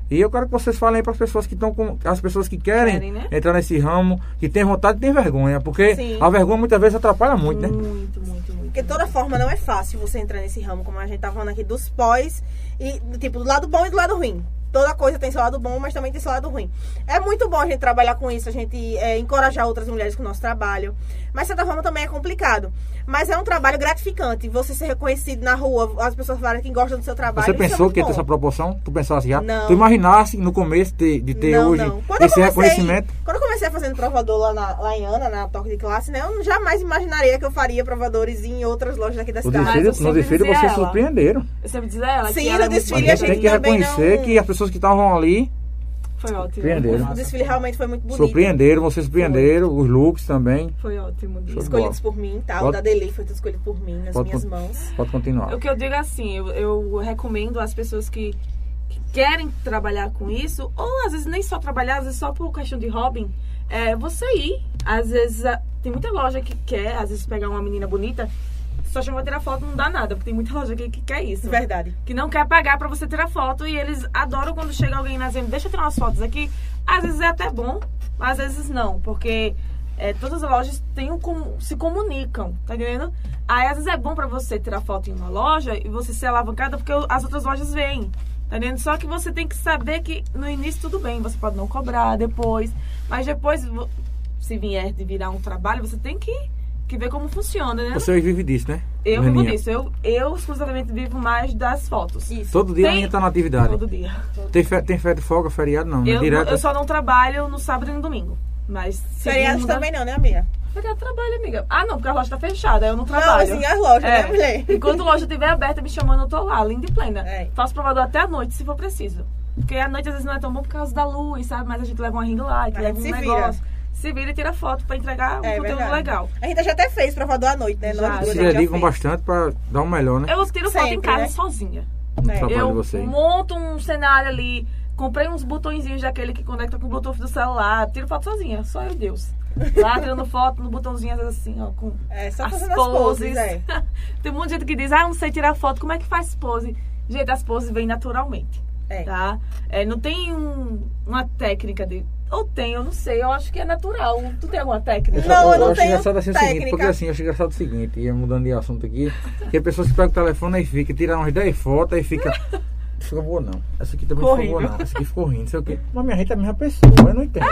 S1: E eu quero que vocês falem para as pessoas que estão com. As pessoas que querem,
S2: Querem, né?
S1: entrar nesse ramo, que tem vontade e tem vergonha. Porque
S3: Sim.
S1: a vergonha muitas vezes atrapalha muito, né?
S2: Muito, muito, muito.
S3: Porque de toda forma não é fácil você entrar nesse ramo, como a gente tá falando aqui, dos pós e do tipo do lado bom e do lado ruim. Toda coisa tem seu lado bom, mas também tem seu lado ruim. É muito bom a gente trabalhar com isso, a gente é, encorajar outras mulheres com o nosso trabalho. Mas, de certa forma, também é complicado. Mas é um trabalho gratificante. Você ser reconhecido na rua, as pessoas falarem que gostam do seu trabalho.
S1: Você
S3: isso é
S1: pensou
S3: muito
S1: que ia ter
S3: bom.
S1: essa proporção? Tu pensasse já?
S3: Não.
S1: Tu imaginasse no começo de, de ter hoje
S3: Quando
S1: esse
S3: eu comecei,
S1: reconhecimento?
S3: Quando eu comecei fazendo provador lá, na, lá em Ana, na toque de classe, né? Eu jamais imaginaria que eu faria provadores em outras lojas aqui da
S1: No
S3: cidade.
S2: Mas
S1: desfile,
S2: eu
S1: no
S2: sempre
S1: desfile
S2: dizia
S1: vocês
S2: ela.
S1: surpreenderam.
S2: Eu sempre dizia ela
S3: Sim,
S2: que
S3: no
S2: ela é muito
S1: A
S3: desfile E
S1: gente,
S2: modelo.
S3: a gente
S1: tem que
S3: também
S1: reconhecer
S3: não-
S1: que as pessoas que estavam ali
S2: Foi ótimo.
S1: Surpreenderam.
S3: O desfile realmente foi muito bonito.
S1: surpreenderam, vocês surpreenderam, os looks também.
S2: Foi ótimo.
S1: Show de
S3: Escolhidos por mim, tá? O
S1: Pode-
S3: da Deli foi tudo escolhido por mim, nas
S1: Pode-
S3: minhas mãos.
S1: Pode continuar.
S2: O que eu digo é assim, eu, eu recomendo às pessoas que, que querem trabalhar com isso, ou às vezes nem só trabalhar, às vezes só por questão de hobby, é você ir. Às vezes a- tem muita loja que quer, às vezes pegar uma menina bonita, só chama pra tirar foto não dá nada, porque tem muita loja que, que quer isso.
S3: Verdade.
S2: Que não quer pagar pra você tirar foto e eles adoram quando chega alguém na dizendo, deixa eu tirar umas fotos aqui. Às vezes é até bom, mas às vezes não, porque é, todas as lojas têm um com- se comunicam, tá entendendo? Aí às vezes é bom pra você tirar foto em uma loja e você ser alavancada porque o- as outras lojas vêm. Tá entendendo? Só que você tem que saber que no início tudo bem, você pode não cobrar depois, mas depois vo- se vier de virar um trabalho, você tem que, que ver como funciona, né?
S1: Vocês vivem disso, né?
S2: eu vivo
S1: Leninha?
S2: disso, eu, eu exclusivamente vivo mais das fotos. Isso.
S1: Todo dia a
S2: Tem-
S1: minha tá na atividade.
S2: Todo dia.
S1: Tem, fe... tem fé de folga, feriado não, né?
S2: Eu,
S1: Direto.
S2: eu só não trabalho no sábado e no domingo. Mas
S3: Feriados
S2: segunda-
S3: também não, né, amiga?
S2: Feriado trabalho, amiga. Ah, não, porque a loja tá fechada, eu não
S3: Não,
S2: trabalho.
S3: assim, as lojas,
S2: É.
S3: né, mulher?
S2: Enquanto a loja estiver aberta me chamando, eu tô lá, linda e plena.
S3: É.
S2: Faço provador até a noite, se for preciso. Porque a noite às vezes não é tão bom por causa da luz, sabe? Mas a gente leva uma ring light,
S3: A
S2: leva um
S3: gente se vira.
S2: negócio. Se vira e tira foto pra entregar um
S3: É,
S2: conteúdo
S3: verdade.
S2: legal.
S3: A gente já até fez provador à noite, né?
S2: Já,
S3: Nós duas
S1: Vocês
S3: a gente já
S1: ligam
S3: fez.
S1: bastante pra dar o melhor, né?
S2: Eu tiro foto em
S3: Sempre,
S2: casa
S3: né?
S2: sozinha.
S1: No
S3: É.
S1: trabalho de
S2: eu
S1: vocês.
S2: monto um cenário ali, comprei uns botõezinhos daquele que conecta com o Bluetooth do celular, tiro foto sozinha, só eu e Deus. Lá tirando foto no botãozinho às vezes assim, ó, com
S3: É, só
S2: as
S3: fazendo as
S2: poses. Tá.
S3: poses, é.
S2: Tem muita gente que diz, ah, não sei tirar foto, como é que faz pose? Gente, as poses vêm naturalmente,
S3: É.
S2: tá? É, não tem um- uma técnica de... Ou tem, eu não sei, eu acho que é natural. Tu tem alguma técnica?
S3: Não, eu não
S1: acho
S3: tenho
S1: engraçado assim o seguinte,
S3: técnica.
S1: porque assim, eu acho engraçado o seguinte, e mudando de assunto aqui, que a pessoa que pega o telefone e fica, tira umas 10 fotos e fica. Isso ficou boa não. Essa aqui também não ficou boa não. Essa aqui ficou rindo, não sei o quê. Ah, Mas minha gente é a mesma pessoa, eu não entendo.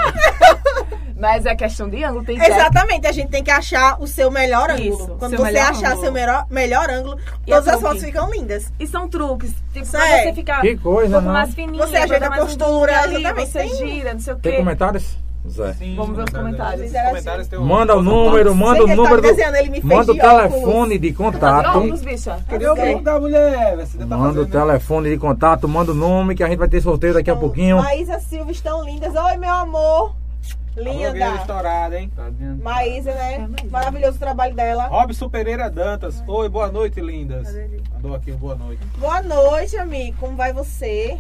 S2: Mas é questão de ângulo, tem técnica.
S3: Exatamente, a gente tem que achar o seu melhor ângulo.
S2: Isso,
S3: Quando
S2: seu
S3: você
S2: melhor
S3: achar
S2: ângulo.
S3: seu melhor, melhor ângulo,
S2: E
S3: todas
S2: a
S3: as fotos
S2: truque.
S3: ficam lindas.
S2: E são truques. Tipo, pra
S3: Sei.
S2: você ficar
S1: Que coisa,
S2: um pouco
S1: não.
S2: mais fininha.
S3: Você ajeita
S2: botar mais
S3: a
S2: um
S3: postura,
S2: pouquinho ali,
S3: exatamente.
S2: Você
S3: Tem-
S2: gira, não sei o
S1: Tem é
S2: quê.
S1: comentários? Zé.
S4: Sim,
S2: Vamos ver os comentários.
S4: Os comentários tem um-
S1: Manda o número, manda o
S3: Sei que ele tá
S1: número.
S3: me desenhando, ele me
S1: do,
S3: fez
S1: manda o
S3: de óculos.
S1: telefone de
S2: Tá,
S1: contato.
S2: óculos, bicha.
S4: Cadê o grupo da mulher? Você tá
S1: Manda o
S4: fazendo, né?
S1: telefone de contato, manda o nome que a gente vai ter sorteio daqui
S3: Então,
S1: a pouquinho.
S3: Maísa Silva estão lindas. Oi, meu amor.
S4: A blogueira
S3: Linda.
S4: estourada, hein?
S2: Tá
S3: Maísa,
S2: É,
S3: né?
S2: Maísa.
S3: Maravilhoso o trabalho dela.
S4: Robson Pereira Dantas. Oi, boa noite, lindas. Mandou aqui um boa noite.
S3: Boa noite, amigo. Como vai você?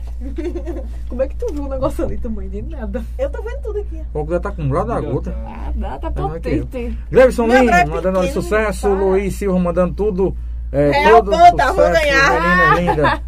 S2: Como é que tu viu o negócio ali também? De nada.
S3: Eu tô vendo tudo aqui.
S1: O já tá com um lado da gota.
S2: Ah, dá, tá
S1: Não, aqui.
S2: potente.
S1: Gleison
S3: Meu
S1: Lima
S3: drive
S1: mandando
S3: pequeno,
S1: sucesso,
S3: para.
S1: Luiz Silva mandando tudo. É,
S3: Real
S1: todo
S3: Ponta,
S1: sucesso,
S3: vou ganhar.
S1: Marina linda.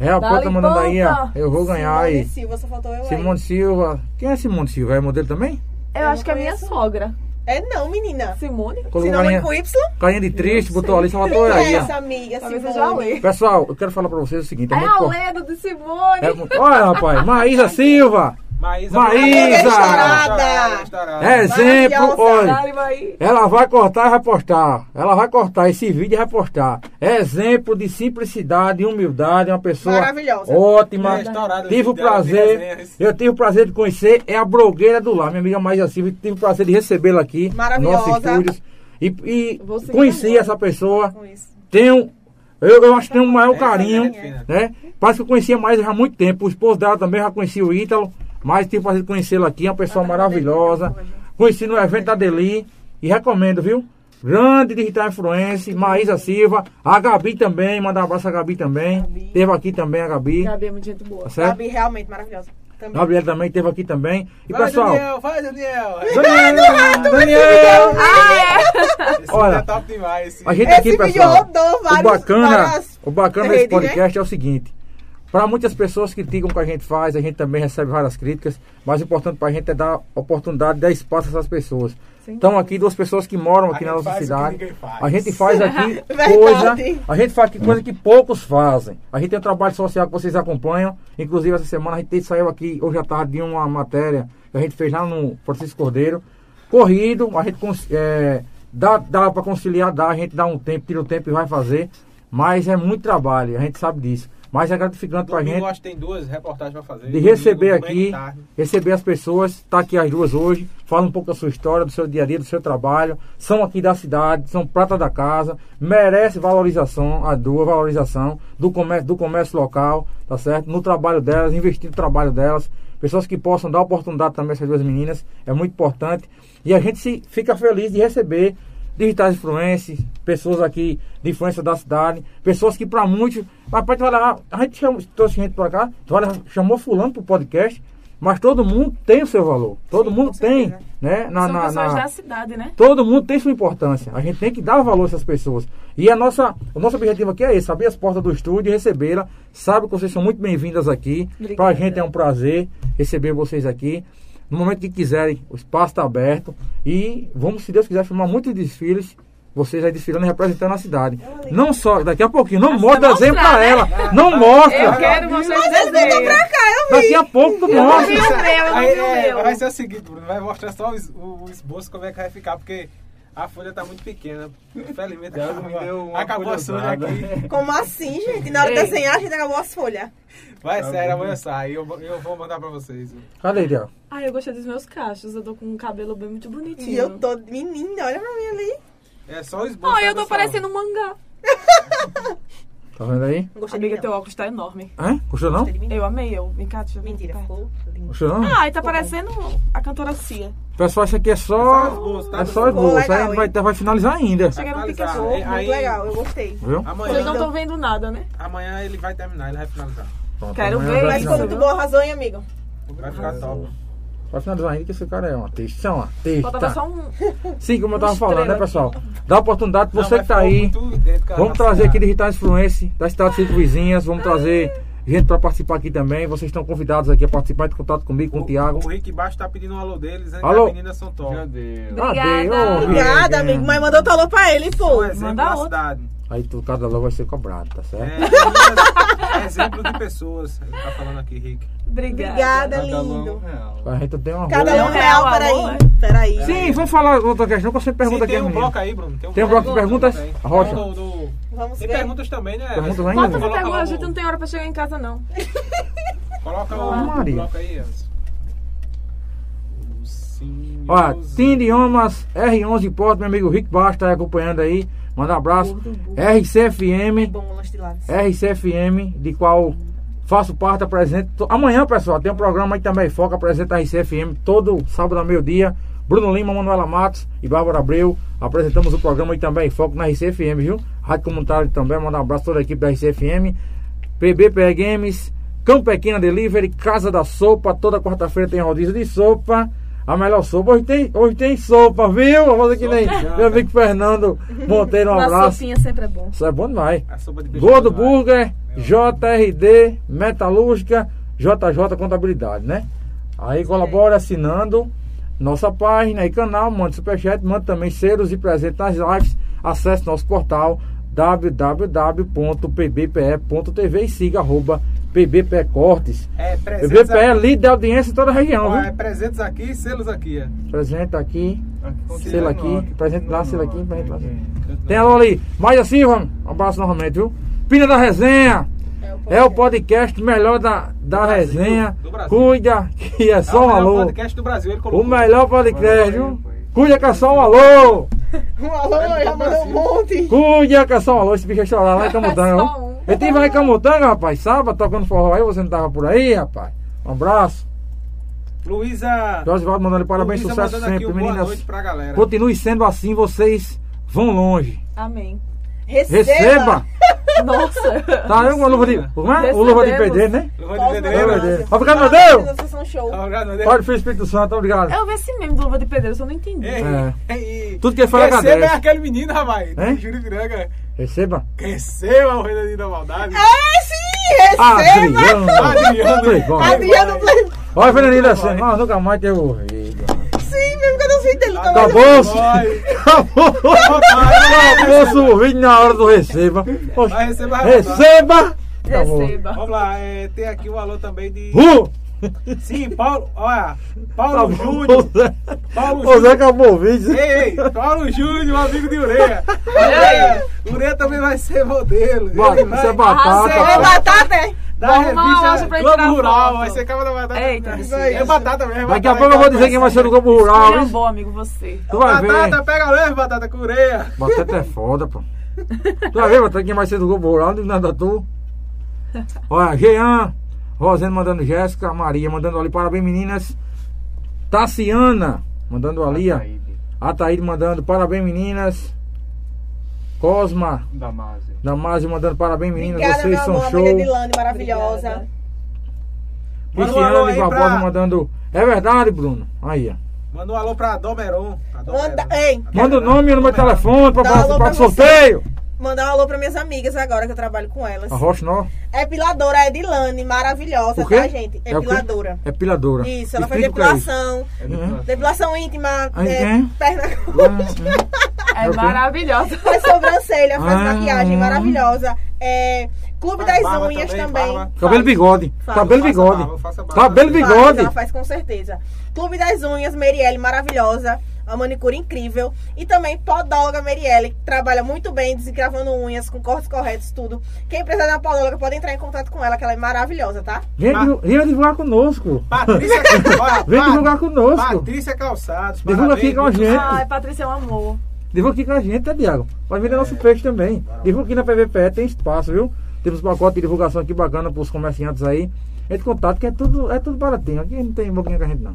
S1: Real
S2: Dale
S1: Ponta mandando aí, ó.
S2: Ponta.
S1: Eu vou ganhar
S3: Simone
S1: aí.
S3: Silva, só faltou eu
S1: Simone Silva. Quem é Simone Silva? É modelo também?
S2: Eu,
S3: Eu
S2: acho
S3: não
S2: que é minha
S3: conheço.
S2: sogra.
S3: aí. É não, menina.
S2: Simone.
S1: Colocou
S3: Se não é
S1: carinha,
S3: com Y,
S1: carinha de triste, botou ali, só botou
S3: quem é
S1: aí,
S3: essa
S1: ó.
S3: amiga?
S2: Talvez
S3: Simone.
S2: seja a lei.
S1: Pessoal, eu quero falar pra vocês o seguinte. É
S2: É
S1: muito
S2: a
S1: importante.
S2: lenda de Simone.
S1: É mu- Olha, rapaz, Maísa Silva.
S4: Maísa.
S1: Maísa!
S4: Estourada, estourada.
S1: É exemplo,
S3: Maravilhosa.
S1: olha.
S2: Dale, vai.
S1: Ela vai cortar e vai postar. Ela vai cortar esse vídeo e vai postar. É exemplo de simplicidade e humildade. é Uma pessoa
S3: Maravilhosa.
S1: ótima.
S4: É, estourada,
S1: tive o
S4: vídeo dela, né, tem
S1: prazer.
S4: resenhas.
S1: Eu tive o prazer de conhecer. É a blogueira do lar. Minha amiga Maísa Silva. Tive o assim, prazer de recebê-la aqui. no
S3: Maravilhosa.
S1: Nossos estúdios. E, e
S6: Vou seguir
S1: conheci
S6: agora.
S1: essa pessoa,
S6: com isso.
S1: tenho. Eu, eu acho que tenho o maior
S4: É,
S1: carinho,
S4: é, é.
S1: né? Parece que eu conhecia mais já há muito tempo. O esposo dela também já conhecia o Ítalo, mas tive prazer de conhecê-lo aqui, é uma pessoa maravilhosa. Conheci no evento da Deli e recomendo, viu? Grande digital influencer, Maísa Silva, a Gabi também, mandar um abraço a Gabi também.
S2: Gabi.
S1: Teve aqui também a Gabi,
S6: Gabi é muito gente boa.
S1: tá certo?
S3: Gabi, realmente maravilhosa. Também.
S1: Gabriela também teve aqui também. E
S4: Vai,
S1: pessoal,
S4: Daniel, vai, Daniel.
S1: Daniel, Daniel,
S2: Ah,
S4: Esse
S1: Olha,
S4: é top demais.
S1: a gente
S3: Esse
S1: aqui,
S3: vídeo
S1: pessoal.
S3: rodou vários,
S1: o bacana,
S3: várias
S1: o bacana desse
S3: redes, né?
S1: podcast é o seguinte. Para muitas pessoas criticam o que a gente faz, a gente também recebe várias críticas, mas o importante para a gente é dar oportunidade, dar espaço a essas pessoas. Estão aqui duas pessoas que moram aqui
S4: A
S1: na
S4: gente
S1: nossa
S4: faz o que
S1: cidade.
S4: ninguém faz.
S1: A gente faz aqui
S3: Verdade.
S1: coisa, a gente faz aqui coisa que poucos fazem. A gente tem um trabalho social que vocês acompanham. Inclusive, essa semana a gente saiu aqui hoje à tarde de uma matéria que a gente fez lá no Francisco Cordeiro. Corrido, a gente cons- é, dá, dá para conciliar, dá, a gente dá um tempo, tira o tempo e vai fazer. Mas é muito trabalho, a gente sabe disso. Mas é gratificante para a
S4: Domingo,
S1: gente
S4: acho que tem duas reportagens pra fazer.
S1: de receber
S4: Domingo, manhã e
S1: aqui,
S4: tarde.
S1: receber as pessoas, tá aqui as duas hoje, fala um pouco da sua história, do seu dia a dia, do seu trabalho, são aqui da cidade, são prata da casa, merece valorização, a duas valorização do comércio, do comércio local, tá certo? No trabalho delas, investir no trabalho delas, pessoas que possam dar oportunidade também a essas duas meninas, é muito importante. E a gente se fica feliz de receber digitais influencers, pessoas aqui de influência da cidade, pessoas que para muitos, rapaz, tu olha lá, a gente chamou, trouxe gente para cá, tu olha, chamou fulano pro podcast, mas todo mundo tem o seu valor, todo
S3: Sim,
S1: mundo
S3: com
S1: tem,
S3: certeza.
S1: né? Na,
S2: São
S1: na-
S2: pessoas
S1: na-
S2: da cidade, né?
S1: Todo mundo tem sua importância. A gente tem que dar valor a essas pessoas. E a nossa, o nosso objetivo aqui é esse: abrir as portas do estúdio e recebê-la. Sabe que vocês são muito bem-vindas aqui.
S2: Obrigada.
S1: Para a gente é um prazer receber vocês aqui. No momento que quiserem, o espaço está aberto. E vamos, se Deus quiser, filmar muitos desfiles. Vocês aí desfilando e representando a cidade.
S2: É
S1: Não só, daqui a pouquinho, não mostra
S2: mostrar,
S1: desenho pra
S2: né?
S1: ela. Não mostra.
S2: Eu quero mostrar os desejos.
S3: pra cá, eu vi.
S1: Daqui a pouco
S6: não
S1: tu
S6: vi
S1: mostra.
S6: o meu, eu não
S4: Aí,
S6: vi o
S4: é,
S6: meu.
S4: Vai ser o seguinte, Bruno, vai mostrar só o, es- o esboço como é que vai ficar, porque a folha tá muito pequena. Infelizmente,
S1: Thiago me deu uma
S4: acabou a folha
S1: folhada.
S4: aqui.
S3: Como assim, gente? Na hora de
S6: Ei.
S3: desenhar, a gente acabou as folhas.
S4: Vai,
S1: Tá
S4: sério,
S1: bom.
S4: amanhã sai. Eu, vou- eu vou mandar pra vocês.
S1: Cadê, Diego?
S2: Ah,
S6: Ai, eu gostei dos meus cachos. Eu tô com um cabelo bem muito bonitinho.
S3: E eu tô... Menina, olha pra mim ali.
S4: É só o esboço.
S6: Ai, eu tô
S4: tá, pessoal?
S6: parecendo um mangá.
S1: Tá vendo aí?
S3: Não gostei
S2: Amiga,
S3: de mim,
S2: teu óculos tá enorme.
S1: Hã? Gostou não?
S3: não. Gostei de mim, não.
S2: Eu amei, eu. Vem cá, deixa eu ver
S3: Mentira,
S2: aqui perto.
S3: ficou lindo.
S1: Gostou
S6: Ah,
S1: não?
S2: Ai, tá parecendo a cantora Cia.
S1: Pessoal, isso aqui é
S4: É só
S1: só.
S4: esboço, tá?
S1: É só
S3: Ficou
S1: esboço. Aí
S3: legal,
S1: a gente vai,
S3: hein?
S1: vai finalizar ainda.
S2: Chega no
S4: Atualizar.
S2: Pikachu.
S4: É,
S3: Muito
S4: aí-
S3: legal, eu gostei.
S1: Viu?
S6: um Vocês
S4: Amanhã,
S3: então.
S6: não estão vendo nada, né?
S4: amanhã ele vai terminar, ele vai finalizar.
S1: Pronto,
S2: Quero
S1: amanhã
S2: ver
S1: vai
S3: Mas
S2: isso.
S3: ficou
S1: finalizar.
S3: muito boa razão, hein, amigo?
S4: Vai ficar top.
S1: Vai finalizar ainda que esse cara é uma texta. Isso é uma
S6: Faltava
S1: texta.
S6: só um.
S1: Sim, como eu tava
S6: uma
S1: falando, né,
S6: estrela
S1: pessoal? Dá oportunidade pra
S4: Não,
S1: você
S4: mas
S1: que tá
S4: ficou
S1: aí.
S4: muito dentro, cara,
S1: Vamos
S4: na
S1: trazer aqui
S4: cidade.
S1: digitais influência da cidade de vizinhas. Vamos trazer gente pra participar aqui também. Vocês estão convidados aqui a participar de contato comigo, com o Thiago.
S4: O Rick Baixo tá pedindo um alô deles, né?
S1: Alô?
S4: Que as meninas são top.
S7: Meu Deus.
S1: Cadê?
S6: Obrigada.
S1: Ô,
S3: Obrigada,
S1: Guilherme.
S3: amigo. Mas mandou um alô pra ele, pô.
S4: Um exemplo
S2: Manda
S4: da
S2: outro.
S4: cidade.
S1: Aí tu, cada logo vai ser cobrado, tá certo?
S4: É, meninas- É, um exemplo de pessoas. Ele tá falando aqui, Rick.
S6: Obrigada.
S3: Obrigada,
S7: Cada
S3: lindo.
S7: um real.
S1: A gente tem uma
S3: Cada
S1: boa-
S3: um real,
S2: Alô,
S3: peraí. Peraí.
S1: Sim, vamos falar outra questão que você pergunta
S4: Sim,
S1: aqui.
S4: tem um
S1: menino.
S4: bloco aí, Bruno. Tem um,
S1: Tem um bloco de perguntas?
S4: também.
S1: A Rocha.
S4: Tem um do- do-
S3: Vamos
S4: Tem
S3: ver.
S4: perguntas também, né?
S1: Perguntas ainda?
S6: Bota
S1: Vamos
S6: essa
S4: Coloca
S6: pergunta, a
S4: logo-
S6: gente não tem hora pra chegar em casa, não.
S4: Coloca
S1: Ah,
S4: o
S1: Maria.
S4: bloco aí, Anderson. Sim.
S1: Olha, Tim Idiomas, R11 Porto, meu amigo Rick Baixo tá aí acompanhando aí. Manda um abraço. RCFM,
S3: Bom, lanche de lápis.
S1: RCFM, de qual faço parte, apresento. to- Amanhã, pessoal, tem um programa aí também, Foca, apresenta a RCFM todo sábado ao meio-dia. Bruno Lima, Manuela Matos e Bárbara Abreu apresentamos o programa aí também, Foco na RCFM, viu? Rádio Comunitário também, manda um abraço a toda a equipe da RCFM. PBPE Games, Campequina Delivery, Casa da Sopa. Toda quarta-feira tem rodízio de sopa. A melhor sopa. Hoje tem, hoje tem sopa, viu? Vamos aqui nem
S4: Sopa.
S1: meu amigo Fernando Monteiro. Um
S6: Uma
S1: abraço.
S6: sopinha sempre é bom.
S1: Isso é bom demais.
S4: A sopa de peixe
S1: Gordo
S4: do
S1: Burger, JRD, Metalúrgica, JJ Contabilidade, né? Aí colabora assinando nossa página e canal, manda superchat, manda também selos e presentes nas lives, acesse nosso portal www.pbpe.tv e siga arroba PBPE Cortes.
S4: É, presentes
S1: PBPE é
S4: aqui.
S1: líder de audiência em toda a região,
S4: Ó, é
S1: viu?
S4: presentes aqui, selos aqui. é. ó.
S1: Presente aqui,
S7: Continua
S1: selo
S7: no
S1: aqui,
S7: nome.
S1: presente lá,
S7: No
S1: selo aqui,
S7: nome.
S1: presente lá. selo aqui. Tem alô ali. Mais assim, Silva, um abraço novamente, viu? Pina da Resenha. É o podcast melhor da, da
S4: Brasil,
S1: resenha.
S4: do Brasil.
S1: Cuida, que é
S4: É o
S1: só um
S4: melhor
S1: alô.
S4: podcast do Brasil, ele
S1: O
S4: colocou.
S1: melhor podcast,
S7: Valeu,
S1: viu?
S7: foi.
S1: Cuida, que é só um alô.
S3: Um alô, já mandou um monte.
S1: Cuia, que é só um alô, esse bicho estourar lá em Camutanga.
S6: Só
S1: viu?
S6: um.
S1: Eu tive lá em Camutanga, rapaz, sábado, tocando forró aí, você não tava por aí, rapaz. Um abraço.
S4: Luísa.
S1: Jorge Valdo mandando parabéns,
S4: Luísa
S1: sucesso
S4: mandando aqui
S1: sempre,
S4: um boa
S1: meninas.
S4: noite pra galera.
S1: Continue sendo assim, vocês vão longe.
S2: Amém.
S1: Receba!
S2: Nossa.
S1: Tá eu com a luva de. Como é? O luva de
S2: Recebemos.
S1: perder, né?
S4: Eu vou
S3: Cosma
S4: dizer dele,
S1: Cosma.
S4: né? Tá
S3: Venâncio.
S1: Obrigado, meu
S3: Cosma
S1: Deus.
S3: Venâncio Show.
S4: Obrigado, meu Deus.
S1: Olha, filho Espírito Santo, obrigado.
S6: Eu vi esse meme do Luva de Pedreiro, eu só não entendi.
S4: Ei,
S1: É.
S4: ei, ei.
S1: Tudo que ele fala,
S4: Receba
S1: agradece.
S4: é aquele menino, rapaz.
S1: Hein?
S4: do Juripiranga.
S1: Receba.
S4: Receba o Renaninho da Maldade.
S3: É sim, receba.
S1: Adriano.
S4: Adriano.
S1: Playboy.
S3: Adriano Play.
S1: Olha, Fernandinho da Silva. Não, nunca mais teve ouvido.
S3: Sim, mesmo que eu não sei dele.
S4: Tá
S3: nunca mais ouvi.
S1: Acabou-se.
S4: Vai.
S1: Acabou. Acabou-se o vídeo na hora do receba. Oxe,
S4: Vai, receba, vai
S1: Receba. Acabou.
S6: Receba.
S4: Vamos lá, é, tem aqui o alô também de.
S1: Uh!
S4: Sim, Paulo. Olha, Paulo
S1: Acabou.
S4: Júnior.
S1: O Zé-
S4: Paulo
S1: O Tá Zé
S4: Júnior.
S1: acabou o vídeo.
S4: Ei, ei, Paulo Júnior, amigo de Ureia. Ureia, Ureia também vai ser modelo.
S1: Vai,
S4: Ele
S1: isso é batata,
S4: ser
S1: pô.
S3: É batata, é?
S4: Da
S6: Vamos arrumar uma loja
S4: revista
S6: pra ele
S4: Globo
S6: tirar
S4: Rural,
S6: foto.
S4: vai ser capa da batata.
S6: Eita,
S4: Isso aí, é
S6: isso.
S4: batata mesmo.
S1: Daqui a
S4: batata,
S1: pouco eu vou
S4: batata.
S1: dizer quem vai ser do Globo Rural.
S6: Ele é
S1: hein?
S6: bom, amigo, você.
S1: Tu vai ver.
S4: Batata, pega leve, batata com Ureia.
S1: Batata é foda, pô. Tu vai ver, Batata, quem vai ser do Globo Rural, não nada né, tu. Olha, Jean, Rosendo mandando Jéssica, Maria mandando ali, parabéns meninas. Tassiana mandando ali, ó. Ataíde mandando parabéns meninas. Cosma
S7: Da Mase.
S1: Damásio mandando parabéns meninas,
S3: Obrigada, meu
S1: vocês são
S3: amor.
S1: show.
S3: Amiga Edilane, maravilhosa.
S4: Manda um alô
S1: Cristiane
S4: aí
S1: Barbosa
S4: pra-
S1: mandando. É verdade, Bruno? Aí, ó.
S4: Manda um alô pra Domeron. pra Domeron.
S3: Manda, ei,
S1: Manda o nome e o número
S4: um
S1: de telefone pra
S3: Dá
S1: pra-
S3: alô
S1: pra
S3: pra
S1: sorteio.
S3: mandar um alô para minhas amigas agora que eu trabalho com elas.
S1: A Rochnó.
S3: Epiladora Edilane, maravilhosa,
S1: O quê?
S3: tá, gente?
S1: É o quê?
S3: Epiladora.
S1: É piladora.
S3: Isso, ela faz
S1: Explica o que é isso.
S3: depilação.
S1: Uhum.
S3: Depilação íntima,
S1: Aí,
S3: é,
S1: é?
S3: perna
S6: É
S1: Ok.
S6: maravilhosa.
S3: faz sobrancelha, faz
S1: Ah.
S3: maquiagem maravilhosa. É, Clube
S4: Faz
S3: das
S4: barba
S3: Unhas
S4: também,
S3: também.
S4: barba.
S1: Cabelo e bigode.
S3: Fala,
S1: Cabelo e
S4: faça
S1: bigode.
S4: barba, faça barba.
S1: Cabelo e
S3: Faz,
S1: bigode.
S3: Ela faz com certeza. Clube das Unhas, Merielle, maravilhosa. Uma manicure incrível. E também podóloga Merielle, que trabalha muito bem, desencravando unhas, com cortes corretos, tudo. Quem precisar da podóloga pode entrar em contato com ela, que ela é maravilhosa, tá?
S1: Vem, divul- vem divulgar conosco.
S4: Patrícia, olha,
S1: Vem
S4: Pat-
S1: divulgar conosco.
S4: Patrícia Calçados.
S1: Divulga aqui com a
S4: parabéns.
S6: Ai,
S1: gente.
S6: Patrícia é um amor.
S1: Divulga aqui com a gente, tá, Diago? Pode vender nosso peixe também. Divulga aqui na PVPE, tem espaço, viu? Temos pacote de divulgação aqui bacana pros comerciantes aí. Entre em contato, que é tudo, é tudo baratinho. Aqui não tem boquinha com a gente, não.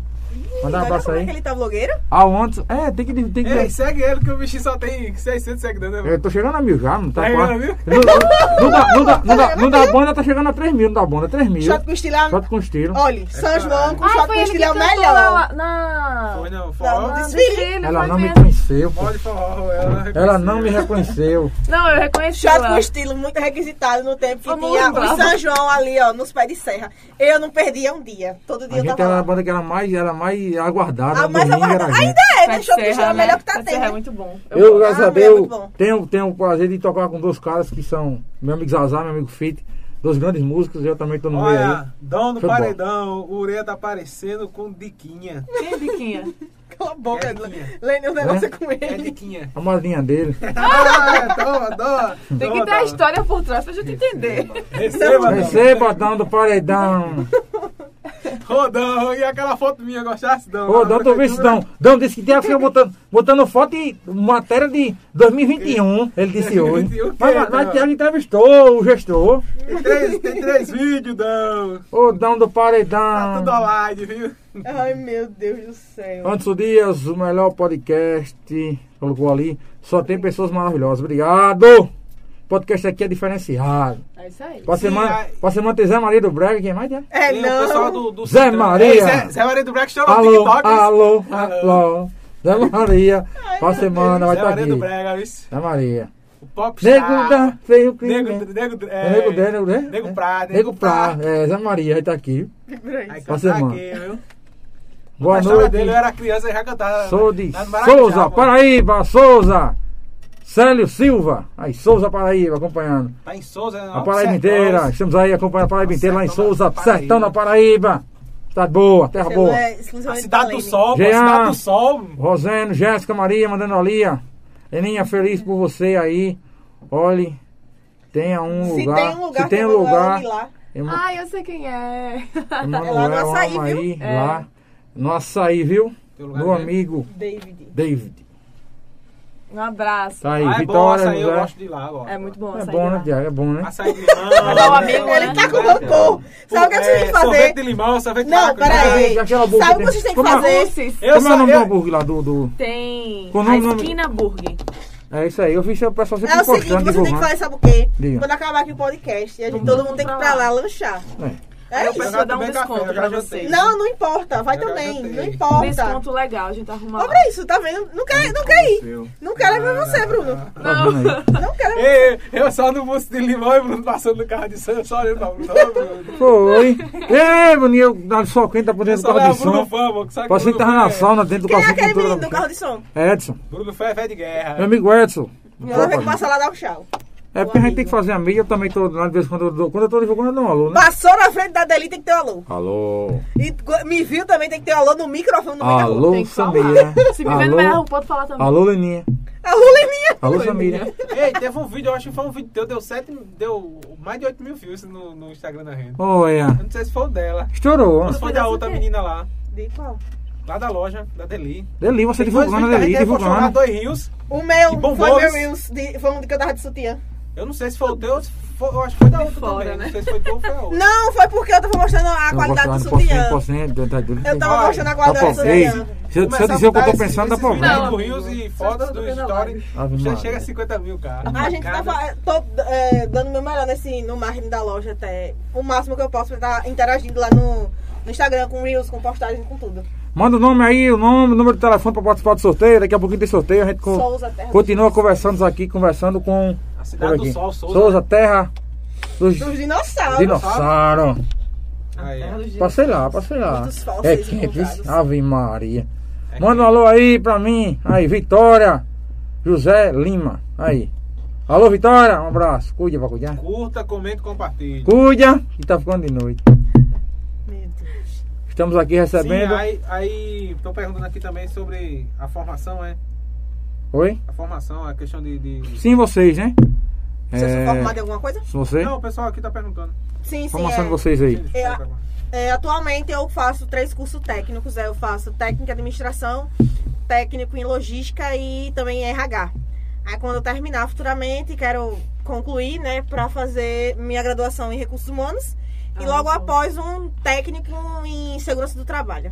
S1: Mandar um
S3: Olha
S1: abraço
S3: como é
S1: aí.
S3: que ele tá blogueiro.
S1: Aonde? É, tem que. Tem que
S4: Ei, segue ele que o bichinho só tem 600 seguidores. né,
S1: Eu tô chegando a mil já, não tá
S4: Tá
S1: quase.
S4: chegando a mil?
S1: Não- não- não dá- não dá- não dá- Não da banda tá chegando a 3 mil, não da banda, 3 mil.
S3: Shot com estilhar.
S1: Shot com estilo.
S3: Olha, São João com
S2: Ah,
S3: shot com estilha é o
S6: cantou
S3: melhor.
S6: lá
S1: É.
S6: na...
S4: Foi não,
S3: Não,
S4: forró.
S6: na-
S3: desfile.
S6: desfile,
S1: né? Ela
S6: foi
S1: não me
S6: mesmo.
S1: conheceu. pô.
S4: Mole forró, ela
S1: Ela não me
S4: reconheceu.
S1: reconheceu.
S6: Não, eu reconheci
S3: Shot com
S6: ela.
S3: estilo, muito requisitado no tempo que
S6: Vamos
S3: tinha
S6: lá.
S3: o São João ali, ó, nos pés de serra. Eu não perdia um dia. Todo dia
S1: A
S3: eu
S1: gente
S3: tava
S1: era
S3: lá. Ah,
S1: a banda que era mais, era mais aguardada.
S3: A mais
S1: domingo era
S3: aguardada.
S1: a gente.
S3: Ainda é, né?
S6: Pet
S3: Shot com estilha é
S6: Serra,
S3: o melhor que tá
S6: Pet Serra é
S3: tendo.
S6: muito bom.
S1: Eu,
S6: gosto.
S1: graças
S3: Ah,
S1: a
S3: mulher,
S1: Deus,
S3: muito bom.
S1: tenho, tenho o prazer de tocar com dois caras que são meu amigo Zazar, meu amigo Fit, dois grandes músicos, eu também tô no meio aí.
S4: Olha, Dom do
S1: Foi bom.
S4: Paredão, o Ureia tá aparecendo com diquinha.
S6: Quem é Biquinha?
S3: Cala a boca,
S4: Quietinha.
S3: Lene, o negócio é com
S4: É
S3: ele.
S4: diquinha.
S1: A modinha dele.
S4: Ah, toma, toma.
S6: Tem que ter a história por trás pra gente entender.
S4: Receba, Dom.
S1: Receba, Dão do Paredão.
S4: Rodão, e aquela foto minha, gostasse, Dão?
S1: Ô, Dão, tu viu isso, Dão? Dão disse que tem fica botando, botando foto em matéria de 2021, ele disse hoje.
S4: 2021,
S1: Mas, mas, mas Thiago entrevistou o gestor.
S4: Tem três, tem três vídeos, Dão.
S1: Ô, Dão do
S4: Tá
S1: Paredão.
S4: tudo online, viu?
S3: Ai, meu Deus do céu.
S1: Anderson Dias, o melhor podcast, colocou ali. Só tem pessoas maravilhosas. Obrigado! O podcast aqui é diferenciado.
S6: É isso aí.
S1: Pra
S4: Sim,
S1: semana,
S4: ai.
S1: pra semana tem Zé Maria do Brega, quem mais é?
S3: É,
S4: Tem o pessoal
S3: não.
S4: do, do
S1: Zé Maria.
S4: Ei, Zé, Zé Maria do Black chama no
S1: Alô,
S4: TikTok. né? viu?
S1: alô, alô. Zé Maria, pra semana vai
S4: Zé
S1: estar
S4: Maria do
S1: aqui.
S4: Brega, viu?
S1: Zé Maria.
S4: O pop
S1: Nego da feio crime.
S4: Nego, nego,
S1: É Nego Dé, Nego Dé?
S4: Nego
S1: É.
S4: Prado.
S1: Nego Prado, é, Zé Maria vai estar aqui.
S4: Aí
S1: Pra
S4: cantar
S1: semana.
S4: aqui, viu?
S1: Boa
S4: Gostava
S1: noite.
S4: dele, eu era criança e já cantava.
S1: Sou de
S4: lá no Maracajá,
S1: Souza,
S4: mano.
S1: Paraíba, Souza. Célio Silva, aí Souza, Paraíba, acompanhando.
S4: Tá em Souza,
S1: A Paraíba inteira, estamos aí acompanhando a Paraíba
S4: Ao
S1: inteira lá em
S4: sertão da
S1: Souza,
S4: Paraíba.
S1: sertão da Paraíba. Cidade boa, terra boa.
S3: é
S4: A cidade do sol, pô, a
S1: Jean.
S4: cidade do sol.
S1: Roseno, Jéssica, Maria, mandando ali, ó. Leninha, feliz por você aí. Olhe, tenha um
S3: Se
S1: lugar.
S3: tem um lugar,
S1: se tem um
S3: Emanuel
S1: lugar.
S3: Homem lá. Ah, tá.
S1: Emo-
S6: Ai, eu sei quem é.
S1: Emanuel,
S3: lá no Açaí,
S1: ama
S3: viu?
S1: aí,
S6: É.
S1: lá. No açaí, viu?
S4: Teu lugar
S1: Do
S4: dele.
S1: amigo
S3: David.
S1: David.
S2: Um abraço.
S1: Tá aí,
S4: ah, é bom
S1: Vitória.
S4: açaí, eu
S1: José.
S4: gosto de ir lá, eu gosto.
S2: É muito bom.
S1: É
S2: sair
S1: bom,
S2: lá.
S1: né, Tiago? É bom, né?
S4: Açaí de limão.
S2: Não, amigo,
S3: É Ele
S2: né?
S3: tá com rancor. Sabe o que, é que vocês têm que fazer?
S4: Sorvete de limão, sorvete de
S3: Não,
S4: maracujá.
S3: peraí.
S1: Ah, aquela
S3: Sabe
S1: boca
S3: o que
S1: tem-
S3: vocês têm que
S1: Como é-
S3: fazer?
S2: Cursos.
S4: Eu
S1: Como é o
S4: só,
S1: nome do
S4: eu,
S1: hambúrguer lá do. do-
S2: Tem
S1: Qual o
S2: a
S1: nome, nome?
S2: esquina burger.
S1: É isso aí, eu fiz o pessoal sempre
S3: É o seguinte,
S1: importante
S3: você tem que fazer, sabe o quê?
S1: Diga.
S3: Quando acabar aqui o podcast, a gente, todo mundo tem que ir pra lá lanchar. É
S2: Aí o
S3: isso.
S2: pessoal dá um
S4: tomei café,
S2: desconto
S4: eu já
S2: pra
S4: jantei.
S2: vocês.
S3: Não, não importa. Vai
S4: Eu já
S3: também.
S4: jantei.
S3: Não tá.
S2: Um
S3: importa.
S2: desconto legal, a gente arruma lá.
S3: Olha isso, tá vendo? Não quer, não quer ir. Não quero ir pra você, Bruno.
S1: Tá vendo aí?
S3: Não quero.
S4: Ei, eu só no moço de limão e Bruno passando no carro de sangue, só olhando pra Bruno. Ó, Bruno.
S1: Foi. Ei, Bruno, É, eu na sua quinta tá por dentro do
S4: Só
S1: carro
S4: olhava
S1: de
S4: ah, Bruno
S1: som.
S4: Fama, que sabe que
S1: Parece que ele tava
S4: Bruno
S1: na
S4: Fama é-
S1: sauna dentro do
S3: Quem
S1: carro
S3: é
S1: de
S3: aquele menino
S1: som.
S3: do carro de som?
S1: É Edson.
S4: Bruno Fé é fé de guerra.
S1: Meu amigo Edson.
S3: Ela vem que passar lá dar um tchau.
S1: É porque a gente tem que fazer a mídia, eu também tô lá de vez em quando eu dou. Quando eu tô divulgando, eu dou um alô, né?
S3: Passou na frente da Deli, tem que ter um alô.
S1: Alô.
S3: E gu- me viu também, tem que ter um alô no microfone do meio da rua.
S1: Alô,
S2: Tem que falar.
S1: Samira.
S2: Se me vendo, vai lá,
S1: Alô,
S2: eu posso falar também.
S1: alô, Leninha.
S3: Alô, Leninha.
S1: Alô, Samira.
S4: Ei, teve um vídeo, eu acho que foi um vídeo teu, deu, sete, deu mais de 8 mil views no, no Instagram da Renda.
S1: Olha.
S4: Eu não sei se foi o dela.
S1: é. Estourou.
S4: Mas foi da outra menina lá,
S3: De qual?
S4: lá da loja, da Deli.
S1: Deli, você
S4: Tem dois
S1: divulgando,
S4: vídeos da
S1: Deli, né?
S4: Renda, aí foi chorar
S1: divulgando.
S4: dois rios.
S3: O
S4: Que
S3: meu
S4: bom
S3: foi
S4: bônus.
S3: meu Reels, de, foi um que eu tava de sutiã.
S4: Eu não sei se foi o teu, se foi- eu acho que foi da outra
S6: fora,
S4: também.
S6: né?
S4: Não sei se foi teu ou foi a outra.
S3: Não, foi porque eu tava mostrando a qualidade do sutiã. Eu
S1: Eu
S3: tava
S4: Vai.
S3: mostrando a qualidade do sutiã.
S1: Se eu se eu dizer o que eu tô pensando, dá problema.
S6: Não.
S4: Não, rios e fotos do story.
S1: Ave
S4: Já
S1: Maria.
S4: chega a 50 mil, cara.
S3: A gente tá
S4: Cada-
S3: fa- tô, é, dando meu melhor nesse, no marketing da loja até o máximo que eu posso pra estar interagindo lá no, no Instagram com Reels, com postagem, com tudo.
S1: Manda o nome aí, o nome, o número de telefone para participar do sorteio. Daqui a pouquinho tem sorteio. A gente co-
S3: Souza Terra.
S1: É, continua conversando aqui, conversando com. é
S4: A cidade do
S1: aqui.
S4: sol, Souza. né?
S1: Terra dos
S3: Dos dinossauros.
S1: Dinossauros.
S4: Aí, ó. É
S1: Passei lá, passei lá.
S3: Muitos falsos
S1: É
S3: encontrados.
S1: quente, viu? Ave Maria.
S4: É
S1: Manda um alô aí pra mim. Aí, Vitória José Lima. Aí. Alô, Vitória. Um abraço. Cuida pra cuidar.
S4: Curta, comenta e compartilha.
S1: Cuida. E tá ficando de noite.
S3: Meu Deus.
S1: Estamos aqui recebendo.
S4: Sim, aí, aí tô perguntando aqui também sobre a formação, é?
S1: Oi?
S4: A formação, a questão de. de-
S1: Sim, vocês, né?
S3: Você é...
S1: É,
S3: formado em alguma coisa?
S1: Você?
S4: Não, o pessoal aqui tá perguntando.
S3: Sim, sim.
S1: Formação
S3: é.
S1: de vocês aí.
S4: Sim,
S3: É,
S4: desculpa, agora.
S3: É, atualmente eu faço três cursos técnicos. é, Eu faço técnico em administração, técnico em logística e também em RH. Aí quando eu terminar futuramente, quero concluir, né, para fazer minha graduação em recursos humanos e
S6: Ah,
S3: logo
S6: bom.
S3: após um técnico em segurança do trabalho.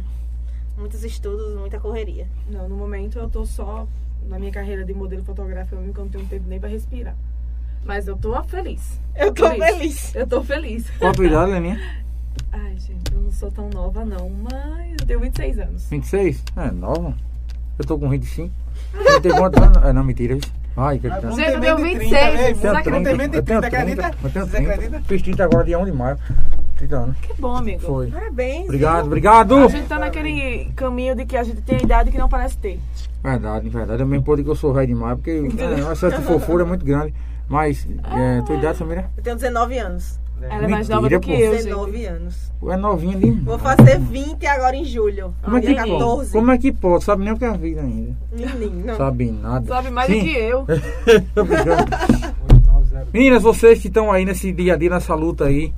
S3: Muitos estudos, muita correria.
S2: Não, no momento eu tô só na minha carreira de modelo fotográfico, eu nunca não tenho tempo nem pra respirar. Mas eu tô feliz.
S3: Eu tô
S2: Feliz.
S3: feliz.
S2: Eu tô feliz.
S1: Qual a tua idade, Leninha?
S2: Ai, gente, eu não sou tão nova não, mas eu tenho 26 anos.
S1: 26? É, nova. Eu tô com um 25. Eu tenho quantos anos? É, não, mentira. viu? Ai, que
S4: Mas
S1: eu
S4: Bruno
S6: Gente,
S4: tem
S6: eu tenho
S4: menos de
S6: 26,
S4: 30, ei,
S6: vocês
S1: tenho
S4: Bruno
S6: Será que não
S1: 30.
S6: tem
S4: menos de
S1: Eu tenho 30.
S4: 30, acredita?
S1: Eu tenho
S4: Você
S1: 30.
S4: acredita?
S1: Fiz 30 agora, dia 1 de maio. 30 anos.
S2: Que bom, amigo.
S1: Foi.
S3: Parabéns.
S1: Obrigado, obrigado.
S2: A gente tá naquele caminho de que a gente tem a idade que não parece ter.
S1: Verdade, verdade. Eu mesmo pode que eu sou velho demais, porque é, essa fofura é muito grande. Mas, é, tua idade, Samira?
S3: Eu tenho 19 anos.
S2: Ela é mais
S1: Mentira,
S2: nova do que
S1: pô.
S2: eu, gente.
S3: 19 anos.
S1: É novinha de.
S3: Vou fazer 20 agora em julho.
S1: Como é que
S3: dia
S1: pode?
S3: 14.
S1: Como é Tá. que pode? Sabe nem o que é a vida ainda.
S3: Menino.
S1: Sabe nada.
S2: Então, Sabe mais
S1: Sim.
S2: do que eu.
S1: Tô brincando. Meninas, vocês que estão aí nesse dia a dia, nessa luta aí,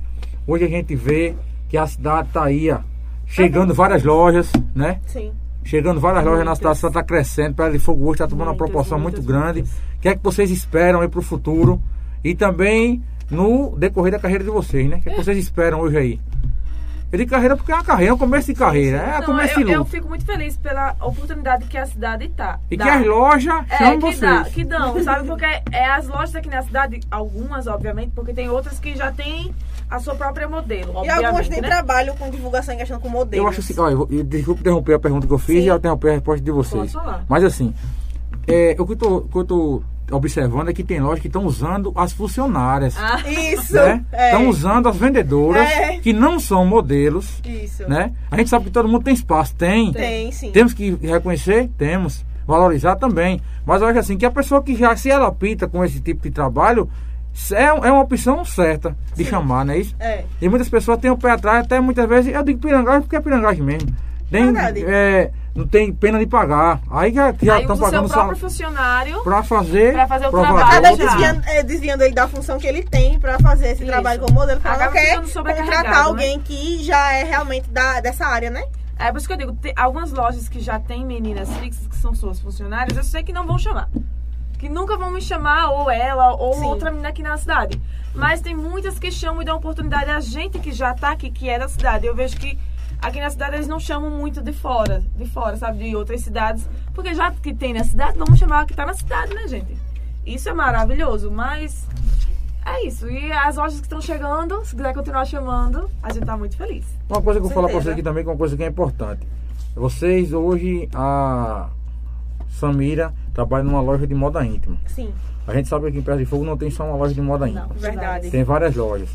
S1: hoje a gente vê que a cidade tá aí, ó, chegando várias lojas, né?
S3: Sim.
S1: Chegando várias lojas na
S2: Muitas.
S1: cidade, a cidade tá crescendo, Pedra de Fogo hoje tá tomando uma
S2: Muitas,
S1: proporção
S2: muitas,
S1: muito grande.
S2: muitas.
S1: O que é que vocês esperam aí pro futuro? E também no decorrer da carreira de vocês, né? O que, é que vocês esperam hoje aí? Eu digo carreira porque é uma carreira, é um começo de carreira, é
S2: Então,
S6: Não,
S1: começo de
S6: eu, eu
S1: luta.
S6: fico muito feliz pela oportunidade que a cidade tá.
S1: E
S6: dá.
S1: que as lojas
S6: É,
S1: chamam
S6: que
S1: vocês.
S6: dá, que dão, sabe? Porque é as lojas aqui na cidade, algumas, obviamente, porque tem outras que já tem a sua própria modelo,
S3: E algumas
S6: obviamente,
S3: têm
S6: né?
S3: trabalho com divulgação e questão com modelos.
S1: Eu acho assim, olha, eu vou- eu- desculpa interromper a pergunta que eu fiz
S3: Sim.
S1: e eu interromper a resposta de vocês.
S6: Pode falar.
S1: Mas assim, é, o que eu tô, o que eu tô observando é que tem lojas que estão usando as funcionárias.
S6: Ah,
S3: Isso.
S1: né?
S3: É.
S1: Estão usando as vendedoras
S3: É.
S1: que não são modelos,
S3: Isso.
S1: né? A gente sabe que todo mundo tem espaço, tem.
S3: Tem, sim.
S1: Temos que reconhecer, temos. Valorizar também. Mas eu acho assim, que a pessoa que já se adapta com esse tipo de trabalho é, é uma opção certa de chamar, não é isso?
S3: É.
S1: E muitas pessoas têm o pé atrás, até muitas vezes, eu digo pirangagem porque é pirangagem mesmo. Tem,
S3: Verdade.
S1: é, não tem pena de pagar. Aí já
S6: aí
S1: estão
S6: usa o seu
S1: pagando
S6: próprio
S1: salário
S6: funcionário.
S1: para fazer,
S6: pra fazer o
S1: provar
S6: trabalho.
S1: outro.
S3: Cada
S6: Cada
S3: desviando, é, desviando ele da função que ele tem pra fazer esse
S6: Isso.
S3: trabalho como modelo, porque ela
S6: Acaba
S3: quer
S6: ficando sobrecarregado,
S3: contratar
S6: né?
S3: alguém que já é realmente da, dessa área, né?
S6: É por isso que eu digo, tem algumas lojas que já tem meninas fixas, que são suas funcionárias, eu sei que não vão chamar.
S2: que nunca vão me chamar, ou ela, ou
S3: Sim.
S2: outra menina aqui na cidade. Mas tem muitas que chamam e dão oportunidade a gente que já tá aqui, que é da cidade. Eu vejo que aqui na cidade eles não chamam muito de fora, de fora, sabe, de outras cidades. Porque já que tem na cidade, vamos chamar a que tá na cidade, né, gente? Isso é maravilhoso, mas é isso. E as lojas que estão chegando, se quiser continuar chamando, a gente tá muito feliz.
S1: Uma coisa que eu vou falar pra
S3: Certeza.
S1: vocês aqui também, que é uma coisa que é importante. Vocês hoje, a Samira trabalha numa loja de moda íntima.
S3: Sim,
S1: A gente sabe que em Pedra de Fogo não tem só uma loja de moda íntima.
S3: verdade.
S1: Tem várias lojas.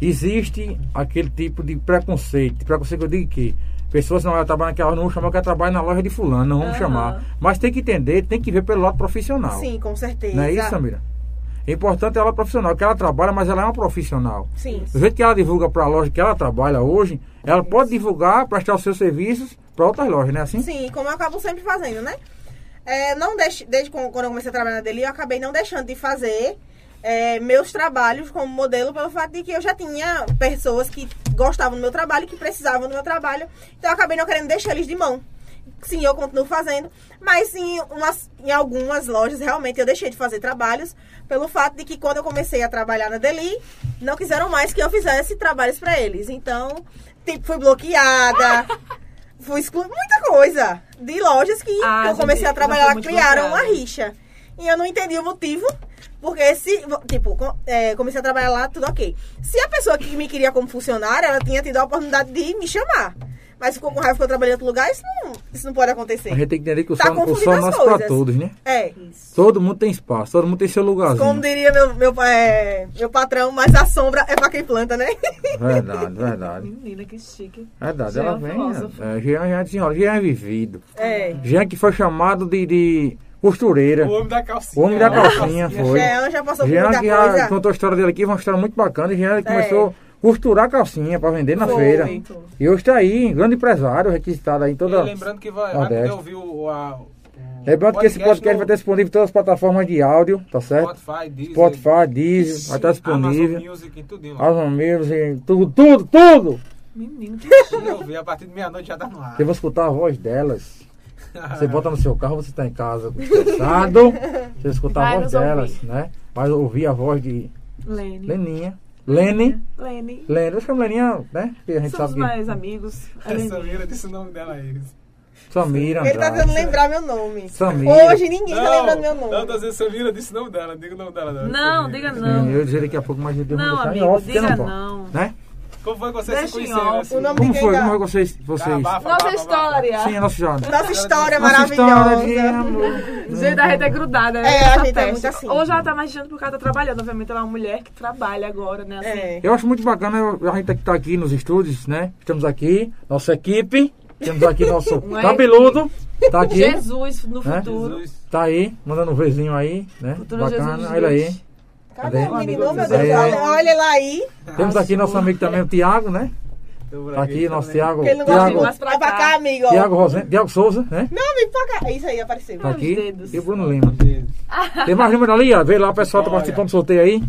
S1: Existe aquele tipo de preconceito. Preconceito que eu digo que pessoas não ela trabalha naquela loja, não vão chamar que ela trabalha na loja de fulano, não vamos
S2: Aham.
S1: chamar. Mas tem que entender, tem que ver pelo lado profissional.
S3: Sim, com certeza.
S1: Não é isso, Samira? É importante ela é profissional, que ela trabalha, mas ela é uma profissional.
S3: Sim.
S1: Do jeito que ela divulga para a loja que ela trabalha hoje, ela pode divulgar, prestar os seus serviços para outras lojas, não é assim?
S3: Sim, como eu acabo sempre fazendo, né? É, não deixe, desde com- quando eu comecei a trabalhar na Deli, eu acabei não deixando de fazer é, meus trabalhos como modelo pelo fato de que eu já tinha pessoas que gostavam do meu trabalho, que precisavam do meu trabalho. Então eu acabei não querendo deixar eles de mão. Sim, eu continuo fazendo, mas sim, umas, em algumas lojas realmente eu deixei de fazer trabalhos pelo fato de que quando eu comecei a trabalhar na Deli, não quiseram mais que eu fizesse trabalhos pra eles. Então, tipo, fui bloqueada. Fui exclu... muita coisa de lojas que
S2: Ah,
S3: eu comecei
S2: gente,
S3: a trabalhar,
S2: eu não fui muito
S3: criaram uma
S2: bloqueada.
S3: rixa. E eu não entendi o motivo, porque se, tipo, co- é, comecei a trabalhar lá, tudo ok. Se a pessoa que me queria como funcionária, ela tinha tido a oportunidade de me chamar. Mas ficou com raiva que eu trabalhei em outro lugar, isso não, isso não pode acontecer.
S1: A gente tem que entender que o
S3: Tá
S1: sol, o
S3: confundindo
S1: sol
S3: as
S1: nasce para
S3: coisas.
S1: todos, né?
S3: É.
S1: Todo mundo tem espaço, todo mundo tem seu lugarzinho.
S3: Como diria meu, meu, é, meu patrão, mas a sombra é pra quem planta, né?
S1: Verdade, verdade.
S2: Menina, que chique.
S1: Verdade,
S2: Jean é
S1: ela
S2: um
S1: vem.
S2: filósofo.
S1: É, Jean, Jean, senhora, Jean é vivido.
S3: É.
S1: Jean que foi chamado de, de costureira.
S4: O homem da calcinha.
S1: É.
S4: É.
S1: O homem da calcinha foi.
S3: Jean É, já passou por
S1: Jean então
S3: muita
S1: que já
S3: coisa.
S1: contou a história dele aqui, foi uma história muito bacana. Jean
S3: É.
S1: começou a costurar calcinha para vender na
S3: Foi.
S1: feira. E hoje está aí, um grande empresário, requisitado aí em
S4: E
S1: toda.
S4: lembrando que vai, vai
S1: Nordeste.
S4: poder ouvir o, a, o
S1: Lembrando É que esse podcast
S4: no
S1: vai estar disponível em todas as plataformas de áudio, tá certo?
S4: Spotify, Deezer,
S1: Spotify, Deezer, vai estar
S4: Amazon
S1: disponível.
S4: Music, tudinho lá.
S1: Amazon Music, tudo, tudo, tudo!
S2: Menino, que
S4: E eu vi, a partir de meia-noite já tá no ar.
S1: Você vai escutar a voz delas. Você bota no seu carro, você está em casa estressado. Você vai escutar
S2: Vai
S1: a voz
S2: nos ouvir.
S1: delas, né? Vai ouvir a voz de
S2: Lene.
S1: Leninha. Lene.
S2: Lene.
S1: Lene. Eu chamo Leninha, né? Porque a gente
S2: Somos
S1: sabe
S2: mais amigos. A Lene.
S4: Essa mira disse o nome dela é aí.
S1: que. Samira.
S3: Ele tá
S1: Andrade.
S3: tentando lembrar meu nome.
S1: Samira.
S3: Hoje ninguém tá lembrando meu
S4: não,
S3: nome.
S4: tô dizendo Samira, disse o nome dela, diga o nome dela.
S2: Não,
S4: Samira.
S2: diga
S1: Sim,
S2: não.
S1: Eu dizer daqui a pouco, mas
S4: é
S1: eu devo
S2: Não,
S1: deixar em
S2: amigo,
S1: off, porque
S2: diga
S1: pode,
S2: não.
S1: Né?
S4: Como foi que vocês
S2: Deixa
S4: se
S2: em
S4: conheceram?
S2: off.
S4: assim?
S3: O nome
S1: Como
S3: de
S1: foi?
S3: quem
S1: Como
S3: dá?
S1: é que vocês. vocês...
S4: Abafa,
S2: Nossa
S4: abafa, abafa.
S2: história.
S1: Sim, é nossa jornada.
S3: Nossa história
S1: Nossa história de
S3: maravilhosa.
S1: amor.
S2: Gente, a
S1: um-
S2: gente é grudada, né?
S3: É, a
S2: Essa
S3: gente é
S2: peste.
S3: muito assim.
S2: Hoje ela tá mais adiante porque ela tá trabalhando. Obviamente, ela é uma mulher que trabalha agora, né? Assim,
S3: É.
S1: Eu acho muito bacana eu- a gente estar aqui nos estúdios, né? Estamos aqui, nossa equipe. Temos aqui nosso
S2: Uma
S1: cabeludo. Tá aqui.
S2: Jesus no
S1: É?
S2: futuro.
S4: Jesus.
S1: Tá aí, mandando um vezinho aí, né?
S2: Futuro
S1: Bacana,
S2: Jesus
S1: olha aí.
S2: Luiz.
S3: Cadê
S1: Cadê?
S3: o menino? Oh, meu
S1: Aí,
S3: Deus,
S1: aí.
S3: olha, olha lá aí.
S1: Temos aqui nosso amigo também, o Tiago, né?
S4: Tô por
S1: Tá aqui, nosso
S4: também.
S1: Tiago.
S3: Porque ele não
S2: Thiago.
S1: Tiago,
S3: gosta de mim. Vai pra cá, amigo.
S1: Tiago Rosen, Tiago Souza, né?
S3: Não, vem pra cá. É isso aí, apareceu.
S1: Tá aqui.
S2: Meus dedos.
S1: E o Bruno Lima. Tem mais número ali, ó. Vê lá, o pessoal tá
S4: Olha.
S1: participando do sorteio aí.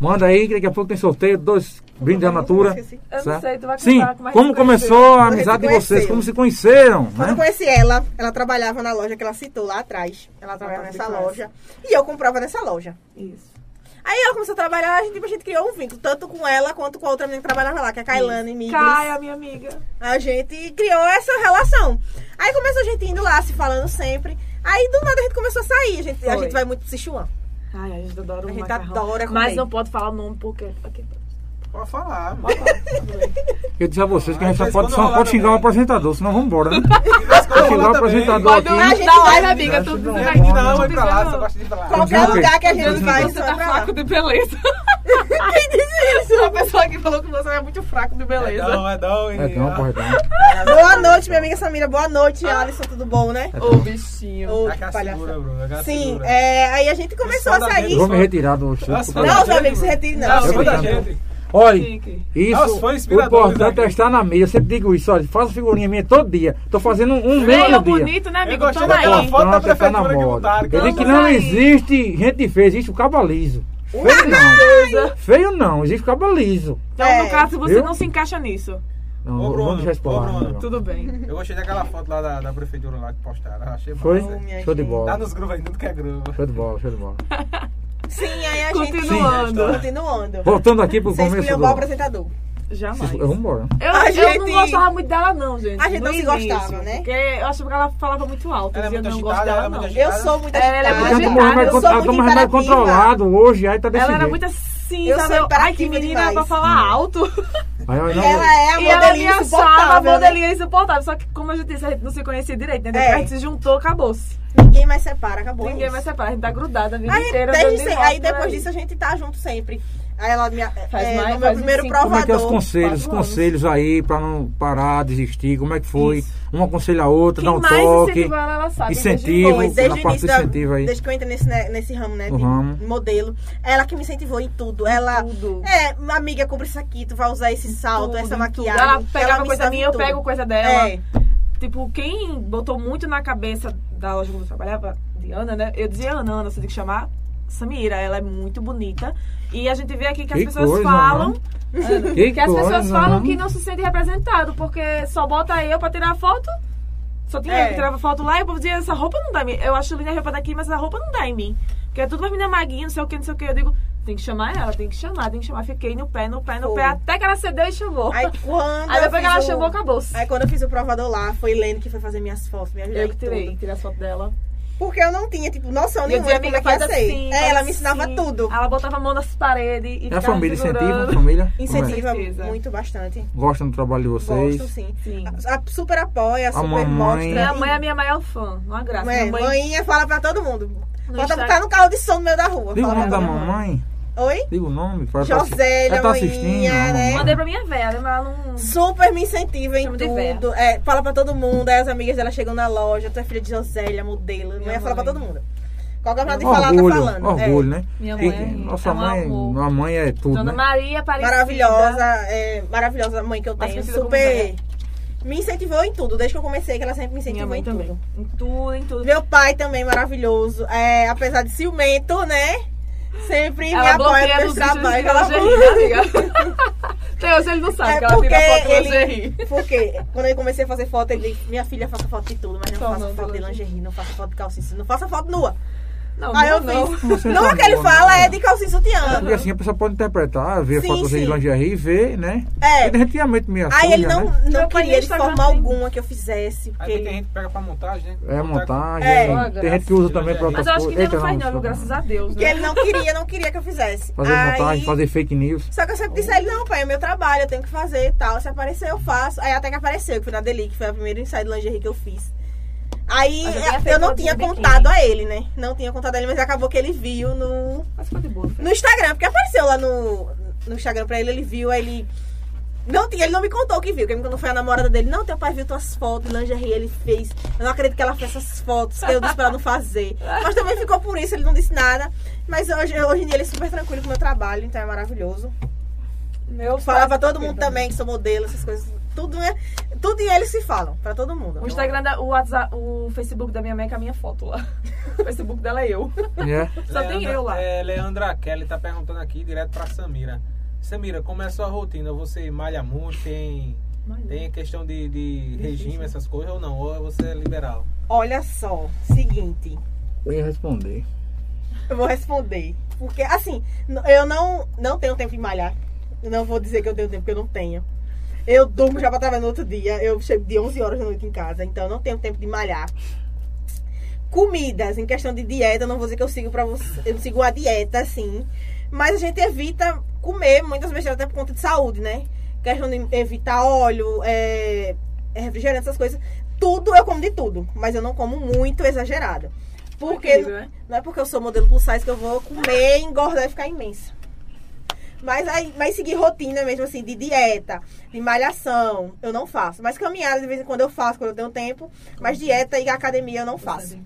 S1: Manda aí, que daqui a pouco tem sorteio, dois brindes da Natura.
S3: Esqueci.
S2: Eu não
S1: certo?
S2: sei, tu vai
S1: Sim,
S2: contar como a gente
S1: como
S2: se
S1: começou a
S3: Como a gente
S1: amizade de
S3: se
S1: vocês,
S3: conheceu.
S1: como se conheceram,
S3: Quando eu
S1: né?
S3: conheci ela, ela trabalhava na loja que ela citou lá atrás. Ela trabalhava
S2: tá de
S3: nessa
S2: classe.
S3: loja. E eu comprava nessa loja.
S2: Isso.
S3: Aí ela começou a trabalhar, a gente, tipo, a gente criou um vínculo, tanto com ela quanto com a outra menina que trabalhava lá, que é a Kailane Miglis.
S2: Caia, minha amiga.
S3: A gente criou essa relação. Aí começou a gente indo lá, se falando sempre. Aí do nada a gente começou a sair. A gente, a
S2: Foi.
S3: gente vai muito pro Sichuan.
S2: Ai, a gente adora um
S3: A gente
S2: macarrão.
S3: adora comer.
S2: Mas não pode falar o nome porque... Ok.
S4: Pode falar, mano.
S1: Eu disse a vocês que a gente
S4: Ah,
S1: só
S4: mas
S1: pode,
S4: quando
S1: só
S4: rolar
S1: pode xingar o
S4: também.
S1: apresentador, senão vamos embora, né?
S4: Pode
S1: xingar o apresentador
S2: Pode
S1: aqui.
S2: a
S3: gente
S2: gente da
S3: vai-
S2: live, amiga. Tu
S1: Não,
S2: fica aqui,
S1: não,
S4: é Não, vai pra lá,
S2: pisando.
S4: você gosta de É ir pra lá.
S1: Qualquer
S3: Qualquer
S1: Diante-
S3: lugar que a gente
S1: diante-
S3: vai,
S2: Você
S3: a gente
S2: tá
S3: vai pra lá.
S2: fraco de beleza.
S3: Quem disse isso?
S2: Uma pessoa que falou que você é muito fraco de
S4: É
S2: beleza.
S4: dom, é dom. hein?
S1: É, não, porra, não.
S3: Boa noite, minha amiga Samira. Boa noite,
S2: Ah.
S3: Alisson. Tudo bom, né?
S2: Ô, bichinho.
S3: Ô,
S4: É que é a segura,
S3: palhaça.
S4: Bruno, é que é a
S3: Sim,
S4: segura.
S2: né?
S3: é, aí a gente começou a
S4: Só da
S1: Eu
S3: sair.
S1: vou me
S4: Isso.
S1: retirar do
S4: Ah,
S1: estúdio.
S4: sim.
S1: porque-
S3: Não, os amigos se retire,
S4: Não,
S3: não.
S1: Eu
S4: segura da
S1: brincando.
S4: gente.
S1: Olha,
S2: Chique.
S1: isso,
S4: Ah, os fãs
S1: o
S4: inspiradores
S1: importante
S4: daqui.
S1: é estar na mídia. Eu sempre digo isso, olha, faço figurinha minha todo dia. Tô fazendo um meio
S2: Veio
S1: no dia.
S2: bonito, né,
S4: Eu
S2: amigo?
S4: gostei
S2: Toma
S4: daquela
S2: aí.
S1: Importante
S4: foto da
S1: é estar na
S4: prefeitura que
S1: moda.
S4: botaram.
S1: Eu digo que
S2: Vamos
S1: não
S2: aí.
S1: existe gente feia, existe o cabalizo. Feio não. Feio não, existe o cabalizo.
S2: Então,
S3: É.
S2: no caso, você
S1: Viu?
S2: não se encaixa nisso.
S1: Não,
S4: Ô, Bruno,
S1: vamos já
S4: ô,
S1: explorar.
S4: Bruno.
S8: Tudo bem.
S4: Eu gostei daquela foto lá da, da prefeitura lá que postaram. Eu Achei
S1: Foi?
S4: massa.
S3: minha
S1: Show de
S3: gente.
S1: bola.
S4: Tá nos grupos aí, tudo que é grupo.
S1: Show de bola, show de bola.
S3: Sim, aí a gente...
S8: Continuando.
S3: Sim, Continuando.
S1: Voltando aqui pro
S3: Você
S1: começo
S3: escolheu
S1: do...
S3: o apresentador.
S8: Jamais.
S1: Vocês- Vamos embora. né?
S2: Eu,
S3: A
S2: eu
S3: gente-
S2: não gostava muito dela, não, gente.
S3: A gente não
S2: no
S3: se
S2: início,
S3: gostava, né?
S2: Porque eu achava que ela falava muito alto.
S4: Ela é
S2: eu dizia,
S4: muito
S2: não gosto
S4: agitada,
S2: dela,
S4: ela é
S2: não.
S4: muito agitada.
S3: Eu sou muito
S2: Ela é
S3: agitada.
S2: muito
S1: Ela
S2: agitada,
S1: tomou remédio,
S2: eu sou
S1: contra- ela toma remédio
S3: imperativa.
S1: controlado hoje, aí tá desse
S2: Ela era
S1: jeito.
S2: muito assim,
S3: Eu
S2: sabe?
S3: sou
S2: Ai, que
S3: imperativa
S2: menina é
S3: demais.
S2: pra falar alto.
S1: Aí, aí,
S3: E
S1: não-
S3: ela é a
S2: e ela me
S3: modelinha
S2: achava a
S3: insuportável. né?
S2: modelinha insuportável. Só que, como eu já disse, a gente não se conhecia direito, né? Depois
S3: É.
S2: a gente se juntou, acabou-se.
S3: Ninguém mais separa, acabou.
S2: Ninguém
S3: isso.
S2: vai separar, a gente tá grudada a vida
S3: Aí,
S2: inteira.
S3: desde
S2: dando
S3: sempre-
S2: volta
S3: aí depois
S2: por
S3: disso a gente tá junto sempre. Aí ela me, é,
S2: mais-
S3: no meu
S2: faz
S3: primeiro
S2: 25.
S1: Como é que é os
S3: provador.
S1: conselhos? Os
S2: Quatro anos.
S1: conselhos aí pra não parar, desistir, como é que foi?
S2: Isso.
S1: Um aconselha a outra,
S2: Quem
S1: dá um
S2: mais
S1: toque.
S2: incentivou ela, ela sabe. né, desde
S1: Incentivo.
S2: hoje.
S3: Pois, desde
S1: na parte
S3: o
S1: do
S3: início da-
S1: incentivo aí.
S3: Desde que eu entrei nesse, né, nesse ramo, né?
S1: No
S3: de
S1: ramo.
S3: modelo. Ela que me incentivou em tudo. Ela.
S2: Tudo.
S3: É, amiga, compra isso aqui, tu vai usar esse salto,
S2: Tudo,
S3: essa
S2: tudo.
S3: maquiagem.
S2: Ela pegava
S3: me
S2: coisa
S3: ensinava
S2: minha,
S3: em
S2: eu
S3: tudo.
S2: pego coisa dela.
S3: É.
S2: Tipo, quem botou muito na cabeça da loja que eu trabalhava, de Ana, né? Eu dizia Ana, Ana, você tem que chamar Samira, ela é muito bonita. E a gente vê aqui que as
S1: Que
S2: pessoas
S1: coisa,
S2: falam.
S1: né?
S2: Ana,
S1: Que
S2: as
S1: coisa,
S2: pessoas falam
S1: né?
S2: que não se sente representado, porque só bota eu pra tirar foto. Só tinha
S3: É.
S2: eu que tirava foto lá e o povo dizia, essa roupa não dá em mim. Eu acho linda a roupa daqui, mas essa roupa não dá em mim. Porque é tudo uma menina maguinha, não sei o que, não sei o que. Eu digo, tem que chamar ela, tem que chamar, tem que chamar. Fiquei no pé, no pé, no
S3: Foi.
S2: pé, até que ela cedeu e chamou.
S3: Aí quando.
S2: Aí
S3: eu
S2: depois que ela
S3: fiz o-
S2: chamou, acabou-se.
S3: Aí quando eu fiz o provador lá, foi Lene que foi fazer minhas fotos, me ajudou
S2: Eu
S3: em
S2: que tirei,
S3: tudo.
S2: tirei as fotos dela.
S3: Porque eu não tinha, tipo, noção
S2: Eu
S3: nenhuma
S2: dizia,
S3: de como
S2: amiga,
S3: é que ia
S2: faz
S3: ser.
S2: assim.
S3: é,
S2: faz
S3: ela me ensinava
S2: assim.
S3: tudo.
S2: Ela botava a mão nas paredes e
S1: E É a
S2: ficava
S1: família incentiva, a
S2: segurando.
S1: família Como é?
S3: Incentiva
S2: certeza.
S3: muito bastante.
S1: gostam do trabalho de vocês.
S3: Gosto, sim.
S2: Sim.
S3: A, a- super apoia, super
S1: mamãe-
S2: Minha
S3: mostra.
S2: mãe é a minha maior fã, uma graça.
S3: É,
S2: minha mãe
S3: Mãinha fala pra todo mundo.
S2: No
S3: Bota
S2: Instagram.
S3: botar no carro de som no meio da rua.
S1: Diga o
S3: Fala
S1: nome
S3: pra
S1: da
S3: todo mundo.
S1: mamãe.
S3: Oi?
S1: Diga o nome. Para
S3: Josélia,
S1: ela tá
S3: Moinha,
S1: assistindo. a
S3: né?
S1: mamãe.
S2: mandei pra minha velha, mas ela não.
S3: Super me incentiva em
S2: Chama de
S3: tudo. É, fala pra todo mundo. Aí as amigas dela chegam na loja. Tu é filha de Josélia, modelo. Minha mãe
S2: Minha
S3: fala pra
S2: mãe.
S3: todo mundo. Qualquer coisa de falar,
S1: Orgulho,
S3: tá falando.
S1: orgulho, né?
S2: Minha
S1: Porque
S2: mãe
S1: nossa
S2: é um
S1: mãe,
S2: amor.
S1: a mãe é tudo,
S2: Dona
S1: né?
S2: Maria
S3: É,
S2: Aparecida.
S3: maravilhosa, é, maravilhosa mãe que eu
S2: Mas
S3: tenho.
S2: conhecida como
S3: Super.
S2: Zé.
S3: Me incentivou em tudo, desde que eu comecei, que ela sempre me
S2: Minha
S3: incentivou
S2: mãe
S3: em tudo.
S2: também. Em tudo, em tudo.
S3: Meu pai também maravilhoso. É, apesar de ciumento, né? Sempre me
S2: Ela
S3: apoia
S2: bloqueia
S3: nos meus
S2: nos vídeos de
S3: trabalhos.
S2: ela
S3: Ela-
S2: né, amiga? Até hoje ele não sabe
S3: É
S2: que ela
S3: porque
S2: tira foto é com lingerie.
S3: ele. Porque quando eu comecei a fazer foto, ele disse: Minha filha, faça foto de tudo, mas não
S2: Só
S3: faça
S2: não,
S3: foto de
S2: lingerie.
S3: lingerie, não faça foto de calcinha, não faça foto nua.
S2: Não,
S3: Aí eu
S2: não.
S3: fiz.
S1: Você
S3: Não,
S1: tá
S3: o que ele
S1: boa,
S3: fala
S1: né?
S3: é de calcinha e sutiã.
S1: Porque assim a pessoa pode interpretar, ver
S3: Sim,
S1: a foto de
S3: sim.
S1: lingerie e ver, né?
S3: É.
S1: Ele retinhamento meio
S3: Aí
S1: suja,
S3: ele não,
S1: né?
S3: não
S2: Meu pai
S3: queria
S2: no
S3: de
S2: Instagram
S3: forma
S2: tem.
S3: alguma que eu fizesse. Porque
S4: Aí tem
S3: ele...
S4: gente que pega pra montagem, né?
S1: É montagem,
S3: É.
S1: é. tem gente que usa também pra outras
S2: Mas eu acho que
S1: coisas.
S2: ainda não
S1: Eita, não,
S2: faz não, graças a Deus,
S3: que
S2: né?
S3: ele não queria, não queria que eu fizesse.
S1: Fazer
S3: Aí-
S1: montagem, fazer fake news.
S3: Só que eu sempre disse a ele, não, pai, é meu trabalho, eu tenho que fazer e tal. Se aparecer, eu faço. Aí até que apareceu, que foi na Deli, que foi o primeiro ensaio de lingerie que eu fiz. Aí é,
S2: Mas eu tinha feito
S3: eu não
S2: uma
S3: tinha
S2: de biquíni.
S3: contado a ele, né? Não tinha contado a ele, mas acabou que ele viu no,
S2: Mas foi de boa, foi.
S3: no Instagram, porque apareceu lá no, no Instagram pra ele, ele viu, aí ele. Não tinha, ele não me contou o que viu, porque quando foi a namorada dele, não, teu pai viu tuas fotos, lingerie, ele fez. Eu não acredito que ela fez essas fotos, que eu disse pra ela não fazer. Mas também ficou por isso, ele não disse nada. Mas hoje, hoje em dia ele é super tranquilo com o meu trabalho, então é maravilhoso.
S2: Meu
S3: Falar pra
S2: pai-
S3: todo mundo também que sou modelo, essas coisas. Tudo, né? Tudo e eles se falam, pra todo mundo.
S2: O Instagram, da, o, WhatsApp, o Facebook da minha mãe é com a minha foto lá. O Facebook dela é eu.
S1: né?
S2: Só tem
S4: Leandra-
S2: eu lá.
S4: É, Leandra Kelly tá perguntando aqui direto pra Samira. Samira, como é a sua rotina? Você malha muito, tem, tem questão de, de regime, essas coisas, ou não? Ou você é liberal?
S3: Olha só, seguinte.
S1: Eu ia responder.
S3: Eu vou responder. Porque, assim, n- eu não, não tenho tempo de malhar. Eu não vou dizer que eu tenho tempo, porque eu não tenho. Eu durmo já pra trabalhar no outro dia. Eu chego de 11 horas da noite em casa, então eu não tenho tempo de malhar. Comidas, em questão de dieta, eu não vou dizer que eu sigo pra você. Eu sigo a dieta, assim. Mas a gente evita comer muitas vezes até por conta de saúde, né? Questão de evitar óleo, é, é refrigerante, essas coisas. Tudo, eu como de tudo. Mas eu não como muito exagerado. Porque...
S2: Incrível, né?
S3: Não é porque eu sou modelo plus size que eu vou comer, engordar e ficar imensa. Mas, aí, mas seguir rotina mesmo, assim, de dieta, de malhação, eu não faço. Mas caminhada, de vez em quando eu faço, quando eu tenho tempo. Mas dieta e academia eu não faço.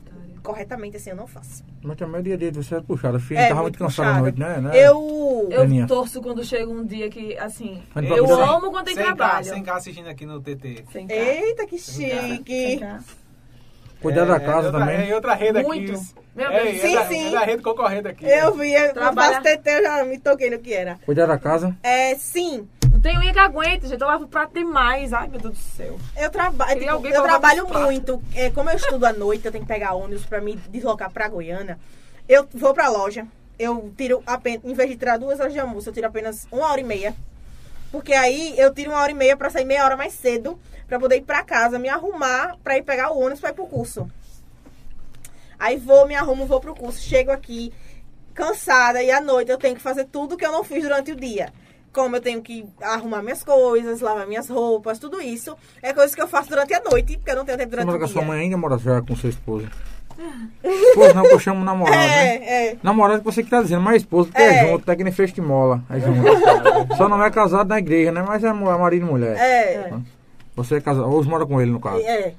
S3: Corretamente, assim, eu não faço.
S1: Mas também a dia dele você é puxada. Filho,
S3: É,
S1: tava
S3: muito
S1: muito cansada à noite, né? né?
S3: Eu...
S2: Eu
S1: Aninha.
S2: torço quando chega um dia que, assim.
S1: Mas
S2: Eu
S1: pra-
S2: amo quando tem
S4: sem
S2: trabalho.
S4: Cá, sem cá assistindo aqui no TT.
S2: Sem cá,
S3: Eita, que
S2: sem
S3: chique!
S2: cá.
S1: Cuidar
S4: É,
S1: da
S4: é
S1: casa
S4: outra-
S1: também.
S4: É outra rede
S2: Muito.
S4: aqui.
S2: Meu
S4: é,
S2: Deus.
S4: é
S3: Sim,
S4: da-
S3: sim.
S4: é da rede concorrente aqui.
S3: Eu vi, eu
S2: Trabalhar.
S3: faço TT, eu já me toquei no que era.
S1: Cuidar da casa.
S3: É, sim.
S2: Não Tem unha que aguenta, gente. Eu lavo o prato demais. Ai, meu Deus do céu.
S3: Eu, traba
S2: Queria
S3: tipo,
S2: alguém
S3: eu
S2: pra lavar
S3: trabalho
S2: meus pratos.
S3: muito. É, como eu estudo à noite, eu tenho que pegar ônibus pra me deslocar pra Goiânia. Eu vou pra loja. Eu tiro apenas. Em vez de tirar duas horas de almoço, eu tiro apenas uma hora e meia. Porque aí eu tiro uma hora e meia pra sair meia hora mais cedo. Pra poder ir pra casa, me arrumar pra ir pegar o ônibus pra ir pro curso. Aí vou, me arrumo, vou pro curso. Chego aqui cansada e à noite eu tenho que fazer tudo que eu não fiz durante o dia. Como eu tenho que arrumar minhas coisas, lavar minhas roupas, tudo isso. É coisa que eu faço durante a noite, porque eu não tenho tempo
S1: Você
S3: durante
S1: mora com a
S3: o
S1: sua
S3: dia.
S1: mãe ainda mora já com seu esposo? Esposo não, que eu chamo namorado, né?
S3: É, é.
S1: Namorado que você que tá dizendo, mas esposo porque é,
S3: É.
S1: junto, tá que nem festimola. É junto. Só não é casado na igreja, né? Mas é mu- marido e mulher.
S3: É,
S1: Você é casado, ou você mora com ele no caso.
S3: é.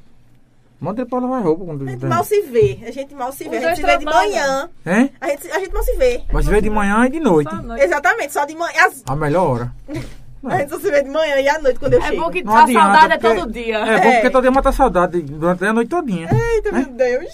S1: Manda ele pra lavar roupa quando
S3: A
S1: ele
S3: gente
S1: tem.
S3: mal se vê. A gente mal se vê. A
S2: Os
S3: gente
S2: dois
S3: se vê de
S2: trabalham.
S3: manhã.
S1: Hein?
S3: A gente, a gente mal se vê.
S1: Mas vê de manhã e de noite.
S2: Só à noite.
S3: Exatamente, só de manhã. As-
S1: A melhor hora.
S3: A gente só se vê de manhã e à noite quando eu
S2: É
S3: chego.
S2: bom que
S1: Não
S2: a
S1: adianta,
S2: saudade é
S1: porque-
S2: todo dia.
S1: É, bom porque
S3: É.
S1: todo dia mata a saudade durante a noite todinha.
S3: Eita,
S1: É?
S3: meu Deus.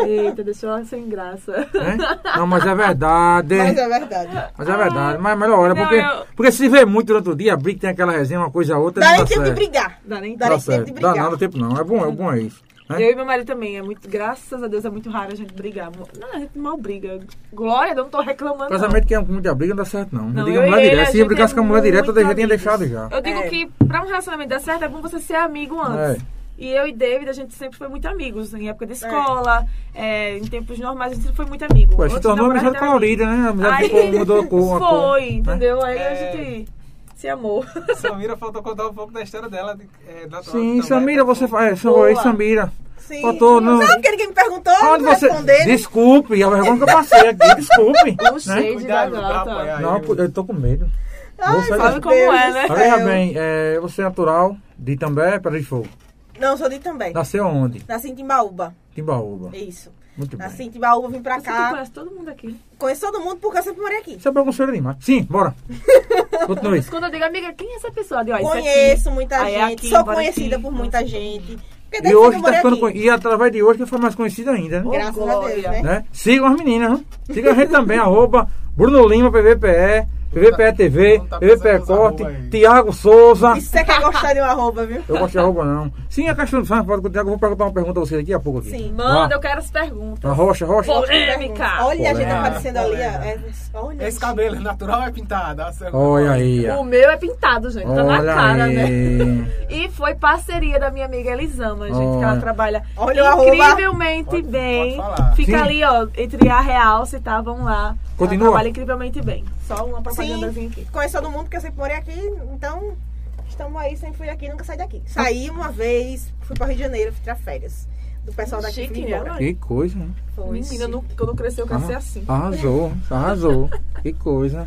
S2: Eita, deixou ela sem graça.
S1: Hein? Não, mas é verdade.
S3: Mas é verdade.
S1: Mas é verdade, mas é melhor hora,
S2: Não,
S1: porque,
S2: eu-
S1: porque se vê muito durante o dia, briga, tem aquela resenha, uma coisa a outra,
S3: Dá
S1: não
S3: nem
S1: dá
S3: tempo de
S1: tá certo.
S3: brigar.
S2: Dá nem
S3: Dá
S2: tempo.
S1: Dá
S3: nem tempo
S1: certo.
S3: de
S1: Dá
S3: brigar.
S1: nada tempo não, é bom, é bom é isso. né?
S2: Eu e meu marido também, é muito, graças a Deus, é muito raro a gente brigar. Não, a gente mal briga. Glória, não tô reclamando. não.
S1: Casamento que é com muita briga não dá certo não.
S2: Não,
S1: eu digo a
S2: eu e
S1: mulher
S2: ele,
S1: direta,
S2: a
S1: se
S2: gente
S1: brigasse
S2: é
S1: com a mulher direta, eu já
S2: muito
S1: tinha deixado
S2: amigos.
S1: já.
S2: Eu digo
S3: É.
S2: que pra um relacionamento dar certo é bom você ser amigo
S1: É,
S2: antes. E eu e David, a gente sempre foi muito amigos. Em época de escola, é, em tempos normais, a gente sempre foi muito amigo.
S1: Pô, se
S2: Antes de
S1: tornou uma
S2: namorar, a
S1: amizade
S2: gente era amigo.
S1: colorida, né? A amizade
S2: Aí-
S1: de cor mudou a cor, uma cor. né?
S2: Foi, entendeu? Aí
S4: É.
S2: a gente se amou.
S3: Tá
S4: Samira faltou contar um pouco da história dela. de- é, da troca
S1: Sim,
S4: também.
S1: Samira, você é- faz.
S2: Boa.
S1: Oi, Samira.
S3: Sim.
S1: Faltou, não.
S3: Sabe que ninguém me perguntou?
S1: Onde
S3: não
S1: você.
S3: respondendo.
S1: Desculpe, é a vergonha que eu passei aqui, desculpe.
S2: O
S1: né?
S2: shade da
S4: Cuidado, dá pra
S2: gata.
S4: apanhar.
S1: Não, eu tô com medo. Vou sair
S2: sabe
S1: daqui.
S2: como é, né?
S1: Olha bem, é, você é natural de Itambé, Pedra de Fogo.
S3: Não, sou de também.
S1: Nasceu onde?
S3: Nasci em Timbaúba.
S1: Timbaúba.
S3: Isso.
S1: Muito bem.
S2: Assim.
S3: Nasci em Timbaúba, vim pra
S2: Você tu
S3: cá.
S2: conhece todo mundo aqui.
S3: Conheço todo mundo porque eu sempre morei aqui.
S1: Você é bagunceiro demais. Sim, bora. Continue.
S2: Mas quando eu digo, amiga, quem é essa pessoa? Eu, ó, isso aqui.
S3: Conheço muita
S2: Aí é
S3: gente.
S2: aqui,
S3: Sou
S2: bora
S3: conhecida
S2: aqui.
S3: por muita gente. Porque desde
S1: E
S3: que
S1: hoje
S3: eu
S1: tá
S3: morei
S1: ficando
S3: aqui.
S1: con- E através de hoje que foi mais conhecida ainda, né?
S3: Graças a Deus,
S2: Glória.
S3: né?
S1: né? Sigam as meninas, né? Sigam a gente também, arroba Bruno Lima, PVPE, PVPE TV,
S4: Não tá
S1: PVPE
S4: pensando nos arroba
S1: Corte,
S4: aí.
S1: Tiago Souza.
S3: E se você quer é gostar de uma arroba, viu?
S1: Eu gosto de arroba não. Sim, a questão do Fernando pode contar. Eu vou perguntar uma pergunta a você daqui a pouco. Aqui.
S3: Sim.
S2: Manda,
S1: Vá.
S2: eu quero as perguntas.
S1: A Rocha, Rocha.
S2: Pô.
S3: Polêmica. Olha a gente
S1: Polêmica.
S3: aparecendo ali. ó. É, olha.
S4: Esse cabelo é natural ou é pintado? Ah, Samira.
S1: Olha aí. ó.
S2: O meu é pintado, gente. Tá na
S1: Olha
S2: cara,
S1: aí.
S2: né? E foi parceria da minha amiga Elisama, gente, que ela
S1: Olha.
S2: trabalha
S3: Olha o
S2: incrivelmente
S4: Pode-
S2: bem.
S4: pode falar.
S2: Fica
S1: Sim.
S2: ali, ó, entre a Real, se tá, vamos lá.
S1: Continua.
S2: Ela trabalha incrivelmente bem. Só uma propagandazinha aqui.
S3: Sim, conheço todo mundo porque eu sempre morei aqui. Então, estamos aí, sempre fui aqui, nunca saí daqui. Saí uma vez, fui para Rio de Janeiro, fui tirar férias. Do pessoal daqui
S2: Chique,
S3: fui
S2: né?
S3: embora.
S1: Que Ah, coisa, hein?
S3: Foi,
S2: Menina,
S3: chique.
S2: eu não- quando eu crescer, eu quero ser assim.
S1: Arrasou, arrasou. Que coisa.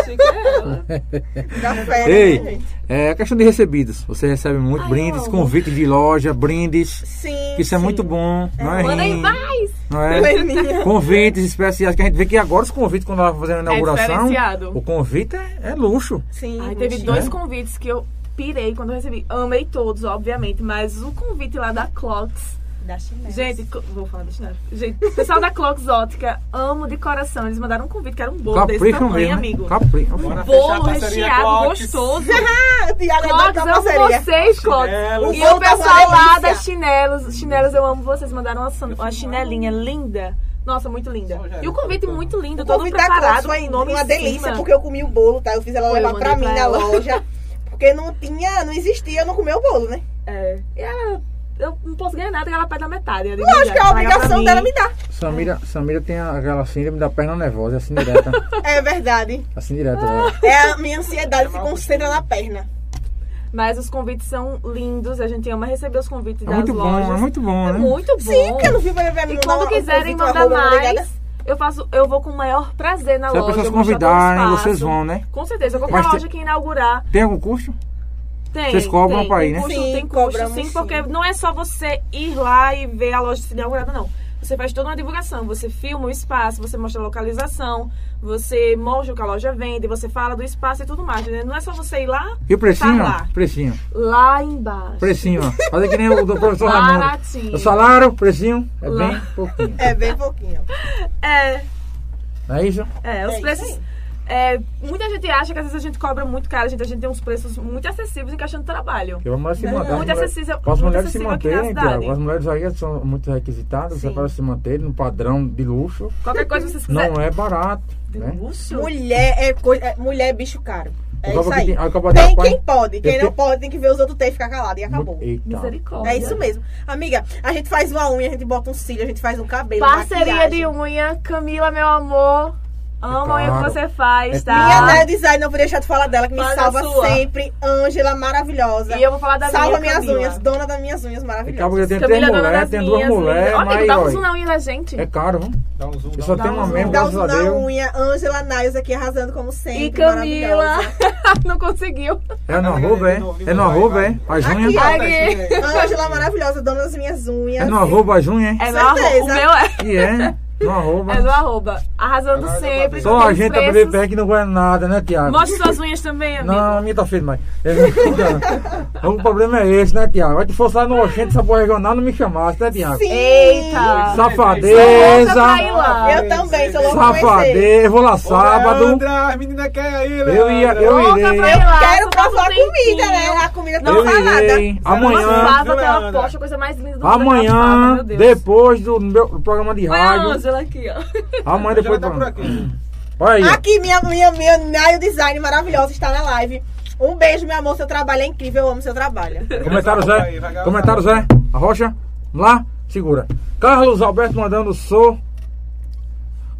S1: ah.
S2: Chique é ela.
S3: Tirar férias,
S1: Ei.
S3: né, gente?
S1: É a questão de recebidos. Você recebe muito brindes, convite de loja, brindes.
S3: Sim.
S1: Isso é
S3: sim.
S1: muito bom. Não é
S2: Manda aí
S1: ruim,
S2: mais!
S1: não é?
S3: Leninha.
S1: Convites especiais, que a gente vê que agora os convites, quando ela vai fazendo a inauguração,
S2: É diferenciado.
S1: o né? convite é, é luxo.
S3: Sim.
S2: Ai, teve
S3: gente.
S2: dois convites que eu pirei quando eu recebi. Amei todos, obviamente, mas o convite lá da Clocks.
S3: Da chinela.
S2: Gente, co- vou falar do chinelo. Gente, o pessoal da Clocks Ótica, amo de coração. Eles mandaram um convite, que era um bolo desse
S1: Capricho
S2: tamanho,
S1: mesmo.
S2: amigo.
S1: né? Capricho.
S4: Bora. fechar a
S2: Bolo
S4: parceria
S2: recheado,
S4: Clocks.
S2: gostoso.
S3: Ah, o Thiago é doido
S2: Clocks,
S3: pra
S2: eu amo
S3: parceria.
S2: vocês, Clocks.
S4: Chinelos.
S2: E o
S3: bolo tá uma
S2: pessoal lá
S3: delícia.
S2: das chinelos. Chinelos, eu amo vocês. Mandaram uma, san- uma chinelinha linda. Nossa, muito linda.
S4: Só já
S2: E o
S4: tá
S2: convite
S4: bom.
S2: muito lindo,
S3: O tá
S2: todo
S3: convite da
S2: preparado.
S3: Clóvis
S2: com
S3: foi
S2: o nome
S3: uma
S2: em cima.
S3: delícia, porque eu comi o bolo, tá? Eu fiz ela
S2: Foi, eu
S3: levar pra
S2: mandei
S3: mim
S2: pra
S3: na
S2: ela.
S3: loja. Porque não tinha, não existia, eu não comeu o bolo, né?
S2: É. E ela, eu não posso ganhar nada, ela pede a metade. Eu digo,
S3: Eu acho
S2: "Já,
S3: que é a
S2: paga pra
S3: obrigação
S2: mim."
S3: dela me dar.
S1: Samira, Samira tem aquela síndrome da perna nervosa, assim direta.
S3: É verdade.
S1: Assim direta.
S2: Ah,
S1: velho.
S3: É a minha ansiedade se concentra na perna.
S2: Mas os convites são lindos, a gente ama receber os convites
S1: É
S2: das
S1: muito
S2: lojas.
S1: bom, é muito bom,
S2: É
S1: né?
S2: muito bom.
S3: Sim, porque eu não vi pra pra mim
S2: E
S3: não
S2: quando
S3: dar um
S2: quiserem
S3: convite,
S2: mandar
S3: arroba, obrigada.
S2: mais, eu faço, eu vou com o maior prazer na
S1: Se as
S2: loja.
S1: pessoas
S2: eu mostro todo o
S1: convidarem,
S2: espaço.
S1: vocês vão, né?
S2: Com certeza, qualquer
S1: Mas tem-
S2: loja que inaugurar
S1: Tem algum custo?
S2: tem.
S1: Vocês cobram
S2: tem,
S1: pra
S2: tem
S1: ir, né?
S2: custo,
S3: Sim,
S2: tem custo,
S3: cobramos,
S2: sim,
S3: sim.
S2: porque não é só você ir lá e ver a loja ser inaugurada, não. Você faz toda uma divulgação, você filma o espaço, você mostra a localização, você mostra o que a loja vende, você fala do espaço e tudo mais. entendeu? Não é só você ir lá
S1: E o precinho?
S2: Tá lá.
S1: Precinho.
S2: lá embaixo.
S1: Precinho, ó. Fazer que nem o do professor Raimundo.
S2: Baratinho.
S1: O salário, precinho, é
S2: Lá.
S1: bem pouquinho.
S3: É bem pouquinho.
S2: É,
S1: Não é isso?
S2: é, os
S3: É isso
S2: preços.
S3: aí.
S2: é, muita gente acha que às vezes a gente cobra muito caro, a gente, a gente tem uns preços muito acessíveis em questão de trabalho.
S1: Porque as mulheres se
S3: Não,
S1: manterem.
S2: muito acessível-
S1: Para as
S2: muito
S1: mulheres se
S2: acessível aqui na
S1: manterem,
S2: cidade.
S1: Tiago, as mulheres aí são muito requisitadas,
S2: Sim.
S1: é para se manterem no padrão de luxo.
S2: Qualquer coisa que vocês quiserem.
S1: Não é barato,
S3: um
S1: né?
S2: Luxo?
S3: Mulher é, coisa, é- mulher é bicho caro. É
S1: Acaba
S3: isso
S1: que
S3: aí.
S1: Então tem- acaba
S3: Tem
S1: rapaz-
S3: quem pode, quem
S1: Eu
S3: não
S1: te-
S3: pode tem que ver os outros ter e ficar calado. E acabou.
S1: Eita.
S2: Misericórdia.
S3: É isso mesmo. Amiga, a gente faz uma unha, a gente bota um cílio, a gente faz um cabelo.
S2: Parceria de
S3: um.
S2: unha, Camila, meu amor. Amo a unha
S1: claro.
S2: que você faz,
S1: É
S3: Minha
S2: tá?
S3: né, design, não vou deixar de falar dela, que me
S2: Fala da
S3: salva
S2: sua.
S3: sempre. Ângela maravilhosa.
S2: E eu vou falar da
S3: salva
S2: minha
S3: minhas
S2: Camila.
S3: unhas, dona das minhas unhas
S1: Acaba que
S3: maravilhosas.
S1: tem três
S2: Camila, é dona
S1: mulheres,
S2: das
S1: tem duas
S2: minhas
S1: mulheres,
S2: unhas. Ó, amigo,
S1: mas
S2: dá um zoom
S1: olha,
S2: na unha da gente.
S1: é caro, viu?
S4: Dá um zoom.
S1: Eu só
S4: dá um
S1: tenho
S4: zoom.
S1: uma mesmo,
S3: Dá um
S1: graças
S3: zoom
S1: a
S3: na
S1: Deus.
S3: unha, Ângela Naios aqui arrasando como sempre.
S2: E Camila,
S3: maravilhosa.
S2: não conseguiu.
S1: É no
S4: Vai,
S1: arroba,
S4: vai,
S1: é?
S4: de novo,
S1: É no
S4: vai,
S1: arroba,
S4: vai.
S1: é? A
S3: Aqui,
S1: junha?
S3: ó.
S4: Tá
S2: Aqui.
S4: escrito aí.
S3: Ângela é maravilhosa, dona das minhas unhas.
S1: né? É no arroba, a junha, é?
S2: É no arroba.
S3: Certeza.
S2: O meu é,
S1: E é, no arroba.
S2: é no arroba. Arrasando
S4: Agora eu vou
S2: sempre.
S4: abrir.
S2: com
S1: Só a
S2: aqueles
S1: gente da
S2: preços.
S1: BBP que não ganha nada, né, Tiago?
S2: Mostra suas unhas também, amigo.
S1: Não, a minha tá feia demais. É, então, o problema é esse, né, Tiago? Vai te forçar no Oxente, essa porra regional, não me chamasse, né, Tiago?
S3: Sim.
S2: Eita.
S1: Safadeza.
S2: Volta pra ir lá.
S3: Eu também, sou louca pra conhecer.
S1: Safadeza, eu vou lá
S4: Ô,
S1: sábado.
S4: Leandra, as meninas querem aí,
S1: Eu ia-
S4: Leandra.
S1: eu
S2: Volta
S1: irei.
S2: pra ir
S1: Eu
S2: lá.
S3: Quero
S2: só passa um
S3: provar a comida,
S2: tempinho.
S3: né? A comida não
S1: Eu
S3: tá salada.
S1: irei.
S2: Nossa,
S1: Amanhã,
S2: vaza
S4: Leandra.
S2: aquela poxa, a coisa mais linda do mundo.
S1: amanhã,
S2: aquela fada, meu Deus.
S1: depois do meu do programa de
S2: Olha a
S1: rádio.
S2: Ângela aqui, ó.
S1: Amanhã
S4: Ela
S1: depois do
S4: tá por
S1: programa.
S4: aqui.
S1: Olha aí. ó.
S3: Aqui, minha, minha, minha Nail Design maravilhosa está na live. Um beijo, meu amor. Seu trabalho é incrível. Eu amo seu trabalho.
S1: Comentário
S4: Vai, vai,
S1: Zé.
S4: vai, vai.
S1: Comentário Zé. A Rocha. Vamos lá. Segura. Carlos Alberto mandando sou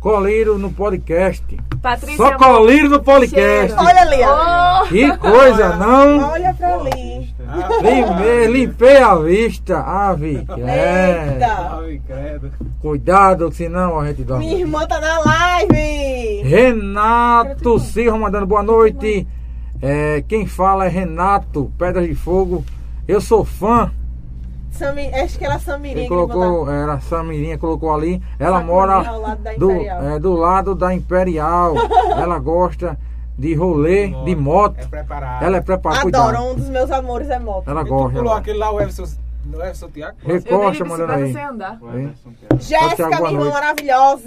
S1: coleiro no podcast.
S2: Patrícia.
S1: Só coleiro no podcast.
S2: Cheiro.
S3: Olha ali, ó.
S2: amor.
S1: Que coisa, não?
S3: Olha É pra ali.
S4: Ah,
S1: Limpei, limpei a vista. Ave. É.
S3: Eita.
S4: Ai, credo.
S1: Cuidado, que senão a gente
S3: Minha
S1: dorme.
S3: irmã tá na live.
S1: Renato Cirro mandando boa noite. É, quem fala é Renato, Pedra de Fogo. Eu sou fã.
S3: Sami, acho que ela é Samirinha.
S1: Ele
S3: que botaram
S1: colocou, é, era Samirinha, colocou ali. Ela
S3: Samirinha
S1: mora
S3: ao lado da
S1: do,
S3: Imperial.
S1: é, do lado da Imperial. Ela gosta de rolê, de
S4: É
S1: moto.
S4: preparado.
S1: Ela é preparada.
S3: Adoro.
S1: Cuidado.
S3: Um dos meus amores é moto.
S1: Ela
S4: E tu
S1: gosta.
S4: pulou
S1: ela-
S4: aquele lá, o Everson, o Everson Thiago?
S1: Recosta
S2: eu dei de
S1: mandando
S2: bicicleta
S1: aí.
S2: sem andar.
S1: Hein?
S3: Jéssica,
S1: Tchau,
S3: minha
S1: tchau, boa
S3: irmã
S1: noite.
S3: maravilhosa.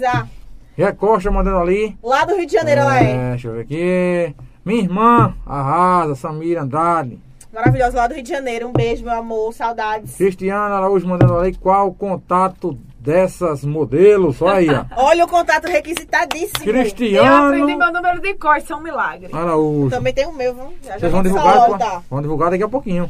S3: é-
S1: Recosta mandando ali.
S3: Lá do Rio de Janeiro, ela é.
S1: É, deixa eu ver aqui. Minha irmã, arrasa, Samira Andrade.
S3: Maravilhosa lá do Rio de Janeiro. Um beijo, meu amor. Saudades.
S1: Cristiana Araújo mandando ali qual o contato dessas modelos. Olha aí, ó.
S3: Olha o contato requisitadíssimo.
S2: Eu aprendi
S1: Cristiano
S2: meu número de cor, isso é um milagre.
S1: Ah. Araújo.
S3: Também tem tá? o meu, viu? Já
S1: Vocês
S3: já
S1: vão divulgar,
S3: solta.
S1: vão divulgar daqui a pouquinho.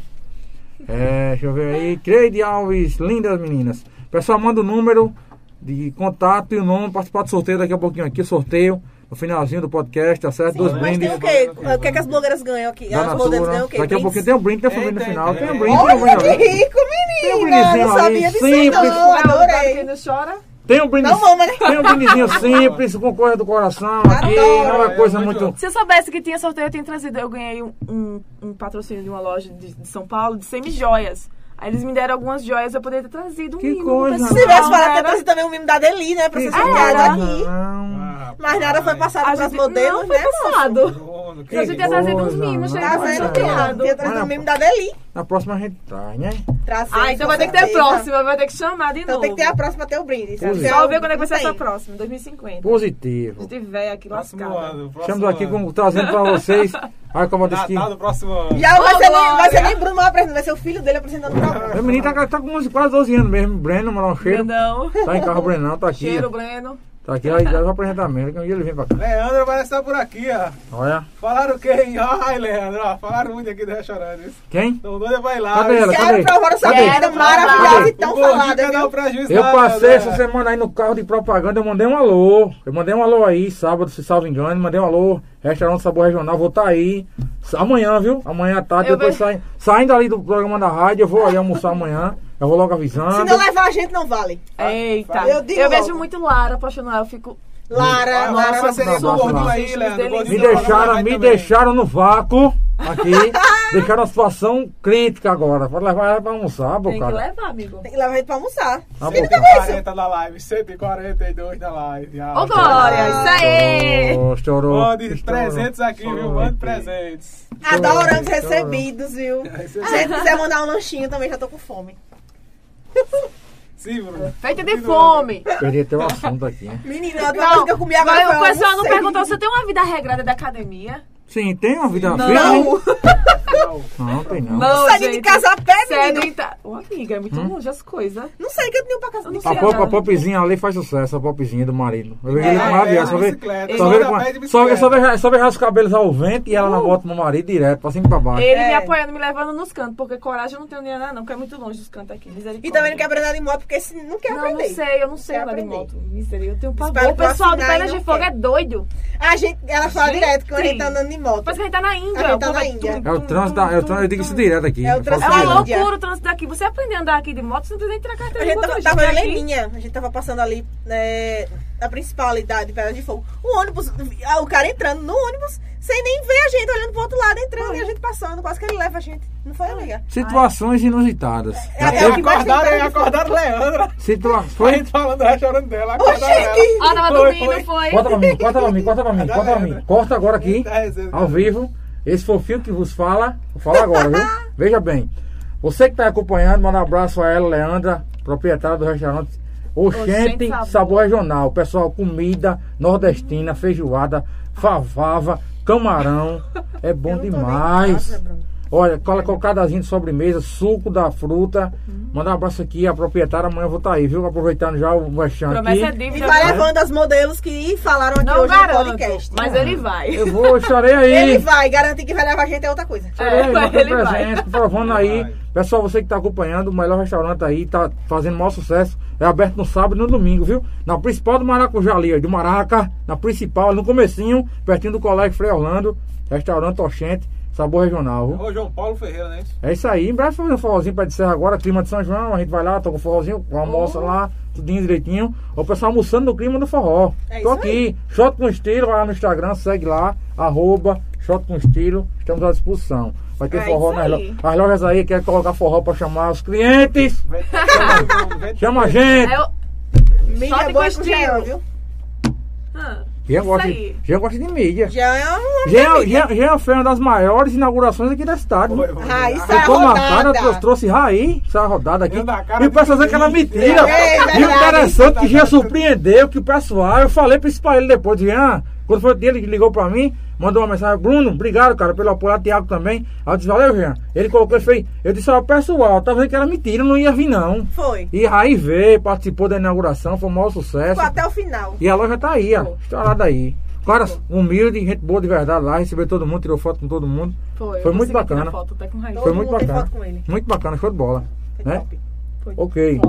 S1: É, deixa eu ver aí. Creide Alves, lindas meninas. Pessoal, manda o número de contato e o nome, participar do sorteio daqui a pouquinho aqui. Sorteio no finalzinho do podcast, tá certo? Dois
S3: Mas
S1: brindes.
S3: tem o quê? O que, é que as blogueiras ganham aqui?
S1: da
S3: As blogueiras ganham o
S1: Natura.
S3: quê?
S1: Daqui a pouquinho
S3: Brindes?
S1: tem um brinde da família no
S4: É, Tem,
S1: final.
S4: tem,
S1: Tem um
S4: tem.
S1: brinde, tem um brinde.
S3: Olha que
S1: agora.
S3: rico,
S1: Tem um
S3: menina!
S1: brindezinho
S3: Não sabia
S1: ali,
S3: disso,
S1: simples.
S3: não.
S2: Quem
S3: Adorei.
S2: não chora,
S1: Tem um brinde,
S3: Não vamos, né?
S1: tem um brindezinho simples, com coisa do coração aqui, não é
S4: É,
S1: coisa
S4: muito
S1: muito.
S2: Se eu soubesse que tinha sorteio, eu tinha trazido. Eu ganhei um, um- um patrocínio de uma loja de, de São Paulo de semi-joias. Aí eles me deram algumas joias, eu poderia ter trazido um
S1: Que
S2: mimo pro
S1: coisa.
S2: pessoal,
S3: Se tivesse falado que
S2: era-
S3: eu trouxe também o mimo da Deli, né? Pra vocês
S1: Não,
S3: ficarem
S2: era.
S3: aqui.
S1: não.
S4: Ah,
S3: Mas nada foi
S4: passado.
S2: A
S3: passado pras
S2: gente
S3: modelos,
S2: não foi
S3: né? moço?
S2: passado.
S4: Bruno,
S2: Se a
S1: Que
S2: gente ia trazer uns
S1: coisa,
S2: mimos,
S1: não.
S2: gente,
S3: Tá
S1: Mas
S2: foi
S1: é
S3: vendo,
S2: sorteado.
S3: Tiago? Tinha trazido o mimo da Deli.
S1: Na próxima a gente traz, né?
S3: Trazer,
S2: Ah, então
S3: com
S2: vai ter que ter a
S3: certeza.
S2: próxima, vai ter que chamar de
S3: Então
S2: novo.
S3: tem que ter a próxima até o brinde.
S1: Pois é.
S2: Só ver quando é que vai ser essa
S3: Não tem.
S2: próxima, 2050.
S1: Positivo.
S2: Se tiver aqui
S4: Próximo
S2: lascado.
S4: ano. próximo
S1: Estamos aqui
S4: ano.
S1: com, trazendo para vocês a Copa do Esqui.
S4: Natal do próximo ano.
S3: Já vai
S2: Ô,
S3: ser, nem, vai ser
S2: Glória.
S3: nem Bruno apresentando, vai ser o filho dele apresentando o programa.
S1: O menino tá, tá com uns quase 12 anos mesmo. Breno, mandar um cheiro.
S2: Brandão.
S1: Tá em carro, Brenão, tá aqui.
S2: Cheiro, Breno.
S1: Tá aqui, aí já vai apresentar mesmo. que Um dia ele vem pra cá.
S4: Leandro vai estar por aqui, ó.
S1: Olha.
S4: Falaram o quê, hein? Ai, Leandro, ó. Falaram muito aqui do restaurante. Então, isso.
S1: Quem?
S4: Tão doida pra ir lá.
S1: Cadê ela?
S3: Quero
S1: Cadê?
S3: provar essa
S1: Cadê?
S3: comida
S2: Cadê?
S3: maravilhosa e tão
S4: O gordinho
S3: falada,
S4: quer dar o
S3: viu?
S4: prejuízo
S1: Eu
S4: lá,
S1: passei
S4: Leandro,
S1: essa
S4: é.
S1: semana aí no carro de propaganda, eu mandei um alô. Eu mandei um alô aí, sábado, se salvo engano, mandei um alô, restaurante Sabor Regional, vou estar aí. S- Amanhã, viu? Amanhã à tarde,
S2: Eu
S1: depois
S2: ve-
S1: sai- saindo ali do programa da rádio, eu vou aí almoçar amanhã. Eu vou logo
S3: Se
S1: avisando.
S3: não é- levar a gente, não vale.
S2: Eita.
S3: Ah, Eu digo
S2: Eu vejo
S3: logo.
S2: muito Lara postando lá, eu fico...
S3: Lara,
S4: Nossa,
S3: Lara,
S4: parceria
S1: Hum. Nossa,
S4: do gordinho
S1: Lara.
S4: aí, Leandro.
S2: Me
S1: Me
S4: gordinho vai
S1: deixaram, me
S4: também.
S1: deixaram no vácuo aqui. deixaram a situação crítica agora. Pra levar ela pra almoçar,
S2: Tem que
S1: bocada.
S2: levar, amigo.
S3: tem que levar a gente pra almoçar.
S1: Tá
S3: Ele
S1: bom,
S3: tá com isso.
S4: 40 da live, 142 da live. Ah,
S2: Ô, Glória, isso aí!
S1: Oh, estourou.
S4: Mande
S1: estourou,
S4: 300 aqui, viu?
S1: estourou
S4: Mande
S1: aqui.
S4: 300.
S3: Adoramos
S1: Chora, chora.
S3: recebidos, viu?
S4: Aí
S3: Se
S4: você-
S3: a gente quiser mandar um lanchinho também, já tô com fome.
S4: Sim, Bruno.
S6: Feita de fome.
S1: Perdi até o assunto aqui, hein?
S3: Menina, eu
S6: Não,
S3: tô que eu comi agora.
S6: mas o
S3: foi um
S6: pessoal não
S3: almoço.
S6: perguntou se tem uma vida regrada da academia.
S1: Sim, tem uma vida feia?
S3: Não,
S4: Não.
S1: Não, não tem não.
S6: Não,
S3: saí de
S6: gente.
S3: casa Hum? a pé, menino.
S6: Sedenta... Ô, amiga, é muito longe as coisas.
S3: Não sei o que eu tenho pra casa.
S6: Eu não
S1: A,
S6: sei
S1: pop, a
S6: nada.
S1: popzinha ali faz sucesso, a popzinha do marido. Eu vejo
S6: É,
S1: ele com
S4: é,
S1: rabiar,
S4: de
S1: só vejo.
S4: bicicleta,
S1: Só
S4: só
S1: vejo
S4: anda a pé de
S1: com-
S4: bicicleta.
S1: só vejo- só vejo- só vejo os cabelos ao vento e ela na volta do marido direto, pra cima e pra baixo.
S6: Ele me
S3: É.
S6: apoiando, me levando nos cantos, porque coragem eu não tenho nem nada, não, porque é muito longe dos cantos aqui.
S3: E também não quer aprender de moto, porque se- não quer
S6: não,
S3: aprender.
S6: não sei, eu não sei
S3: Quer
S6: andar de
S3: aprender.
S6: moto. Misericórdia, eu tenho
S3: Espero
S6: pavor. O
S3: que eu
S6: pessoal do
S3: assinar e
S6: Pedra de
S3: não
S6: Fogo
S3: quer.
S6: é doido.
S3: A gente, ela fala
S6: Gente.
S3: direto quando a gente tá andando de moto.
S6: Parece que a gente tá na
S3: A
S6: Índia.
S3: gente tá
S6: o povo
S3: na Índia.
S6: tum,
S1: É o
S6: tum,
S1: trânsito,
S6: tum,
S1: da- é o
S6: tum,
S1: trânsito, eu digo
S6: tum.
S1: isso direto aqui.
S3: É o
S1: eu
S3: trânsito
S6: É uma
S1: falo direto.
S3: da Índia.
S6: loucura o trânsito daqui. Você aprender a andar aqui de moto, você não precisa nem tirar a
S3: A
S6: carteira de
S3: gente tava,
S6: motorista
S3: tava em
S6: aqui.
S3: Leninha, a gente tava passando ali, né, na principal ali da, de Pedra de Fogo. O ônibus, ah, o cara entrando no ônibus, sem nem ver a gente, olhando pro outro lado, entrando e a gente passando, quase que ele leva a gente. Não foi, amiga?
S1: Situações inusitadas. Já
S3: É, é o
S1: teve
S3: que mais
S4: Acordaram,
S3: tem-
S4: acordaram Leandra.
S1: situa-
S4: Foi a
S1: Foi?
S4: gente falando, ela chorando dela. Acordaram
S3: Oxente!
S4: ela.
S6: Ah, tava
S4: Foi,
S6: dormindo,
S4: foi.
S6: foi.
S1: Corta pra mim, corta pra mim, corta pra mim,
S4: Dá
S1: corta pra mim.
S4: merda.
S1: Corta agora aqui,
S4: Tá resolvido.
S1: ao vivo. Esse fofinho que vos fala, vou falar agora, viu? Veja bem. Você que tá acompanhando, manda um abraço a ela, Leandra, proprietária do restaurante Oxente
S6: Oxente
S1: Sabor.
S6: Sabor.
S1: Regional. Pessoal, comida nordestina, feijoada, favava, camarão. É bom
S3: Eu não tô nem em
S1: demais.
S3: casa, Bruno. É.
S1: Olha, cola cocadazinho de sobremesa, suco da fruta.
S3: Hum.
S1: Manda um abraço aqui à proprietária. Amanhã eu vou estar aí, viu? Aproveitando já o vexame aqui.
S6: Promessa é
S3: E
S6: dívida.
S3: vai levando as modelos que falaram aqui
S6: Não
S3: hoje no
S6: garanto,
S3: podcast.
S6: mas ele vai. É,
S1: Eu vou, eu chorei aí.
S3: Ele vai, garantir que vai levar a gente é outra coisa.
S1: Chorei,
S6: É,
S1: bateu
S6: ele vai.
S1: um presente, provando
S4: Ele
S1: aí.
S4: vai.
S1: Pessoal, você que tá acompanhando, o melhor restaurante aí, tá fazendo o maior sucesso. É aberto no sábado e no domingo, viu? Na principal do Maracujá ali, ó, do Maraca, na principal, no comecinho, pertinho do Colégio Frei Orlando, restaurante Oxente, sabor regional, viu?
S4: Ô, João Paulo Ferreira, né?
S1: É isso aí, em breve fazer um forrozinho pra Serra agora, clima de São João, a gente vai lá, toca o forrozinho, almoça lá, tudinho direitinho. O pessoal almoçando no clima do forró.
S3: É
S1: Tô
S3: isso
S1: aqui, Shot com Estilo, vai lá no Instagram, segue lá, arroba Shot com Estilo, estamos à disposição. Vai ter
S6: É
S1: forró
S6: isso
S1: nas
S6: aí.
S1: lojas. As lojas aí querem colocar forró pra chamar os clientes.
S4: Vem- Chama- vem-
S1: Chama a gente!
S6: É o-
S3: Mídia
S6: de
S3: é boa com
S6: gostinho.
S3: Jean, viu?
S6: Ah,
S1: Jean gosta,
S6: aí.
S1: Jean gosta de mídia.
S3: Jean é um...
S1: Jean, Jean, Jean foi uma das maiores inaugurações aqui da cidade.
S4: Foi, foi.
S3: Ah, isso é
S1: Ficou marcada,
S3: rodada.
S1: trouxe, trouxe Raí, essa rodada aqui.
S4: Eu na cara
S1: E o
S4: de
S1: pessoal dizendo que era
S4: ninguém.
S1: mentira.
S3: É,
S1: e o
S3: verdade.
S4: tá
S1: interessante que já surpreendeu que o pessoal, eu falei pra esse pai ele depois, de, ah, quando foi o dia, ele ligou pra mim, mandou uma mensagem, Bruno, obrigado, cara, pelo apoio, a Tiago também. Aí eu disse, valeu, Jean. Ele colocou, ele fez, eu disse, ó, pessoal, tá vendo que era mentira, não ia vir não.
S3: Foi.
S1: E Raí veio, participou da inauguração, foi um maior sucesso.
S3: Ficou até o final.
S1: E a loja tá aí, ó, estourada aí. Cara, humilde, gente boa de verdade lá, recebeu todo mundo, tirou foto com todo mundo.
S6: Foi, eu
S1: Foi muito
S6: consegui tirar
S1: bacana.
S6: Foto, tá com raiva.
S1: Foi
S3: Todo
S1: muito
S3: mundo tem
S1: bacana.
S3: foto com ele.
S1: Muito bacana, show de bola.
S3: Foi
S1: Né?
S3: top.
S1: Ok. Tá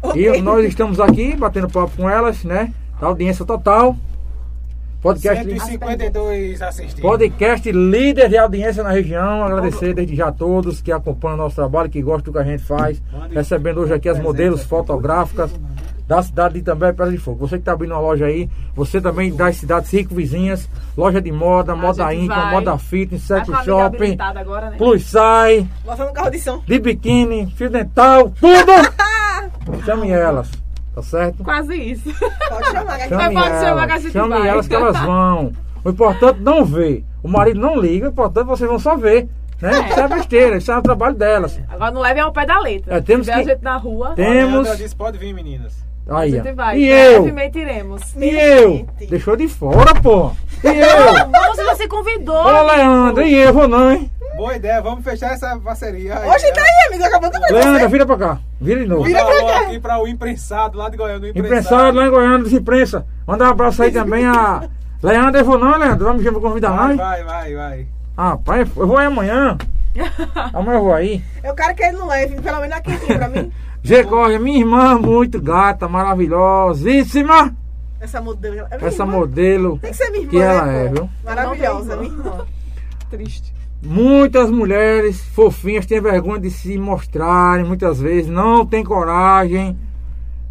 S3: Top.
S1: E nós estamos aqui batendo papo com elas, né? Audiência total. Podcast,
S4: 152 assistidos.
S1: podcast líder de audiência na região. Agradecer desde já a todos que acompanham o nosso trabalho, que gostam do que a gente faz. Recebendo hoje aqui as modelos fotográficas da cidade de também Pedra de Fogo. Você que está abrindo uma loja aí, você também das cidades cinco vizinhas, loja de moda, moda
S6: gente
S1: íntima,
S6: vai.
S1: moda fitness,
S6: Tá
S1: sex
S6: com a amiga
S1: shopping,
S6: habilitada agora, né?
S1: plus size,
S3: Botando um carro de som.
S1: de biquíni, fio dental, tudo! Chame elas, tá certo?
S6: Quase isso.
S3: Pode chamar. que a gente
S1: Chame
S6: pode ser uma
S1: elas,
S6: casa de
S1: chame
S6: baile.
S1: elas que elas vão. O importante é não ver. O marido não liga, o importante é vocês vão só ver. Né? Isso é besteira, isso é o trabalho delas.
S6: Agora não levem ao pé da letra.
S1: É, temos
S6: Se tiver
S1: que-
S6: gente na rua,
S1: Tem-
S4: Olha, Leandro
S1: temos-
S4: disse, pode vir, meninas.
S6: a
S1: Aí, ó.
S6: gente vai.
S1: E
S6: Então,
S1: eu?
S6: Brevemente iremos.
S1: E eu? Deixou de fora, pô. E eu?
S3: um
S6: Não, você já se convidou.
S1: Ô,
S6: amigo.
S1: Leandro, e eu vou não, hein?
S4: Boa ideia, vamos fechar essa parceria. aí,
S3: Hoje
S4: né?
S3: tá aí, amigo. Acabando de
S1: Leandro,
S3: você.
S1: vira pra cá. Vira de novo.
S4: Vira
S3: pra
S4: pra
S3: cá.
S4: aqui pra o imprensado lá de Goiânia. o
S1: Imprensado lá em Goiânia, dos imprensa. Manda um abraço aí também a. Leandro, eu vou não, Leandro. Vamos me convidar lá,
S4: Vai,
S1: hein?
S4: vai, vai, vai.
S1: Ah, pai, eu vou aí amanhã. amanhã eu vou aí.
S3: Eu quero É que ele não leve, pelo menos aqui assim, pra mim.
S1: G Corre, minha irmã, muito gata, maravilhosíssima.
S3: Essa modelo. É minha
S1: Essa
S3: irmã?
S1: modelo
S3: Tem que ser minha irmã.
S1: que
S3: né,
S1: ela
S3: pô?
S1: é, viu?
S3: Maravilhosa,
S6: Não
S3: minha
S6: tem irmã.
S3: irmã.
S6: Triste.
S1: Muitas mulheres fofinhas têm vergonha de se mostrarem, muitas vezes não tem coragem,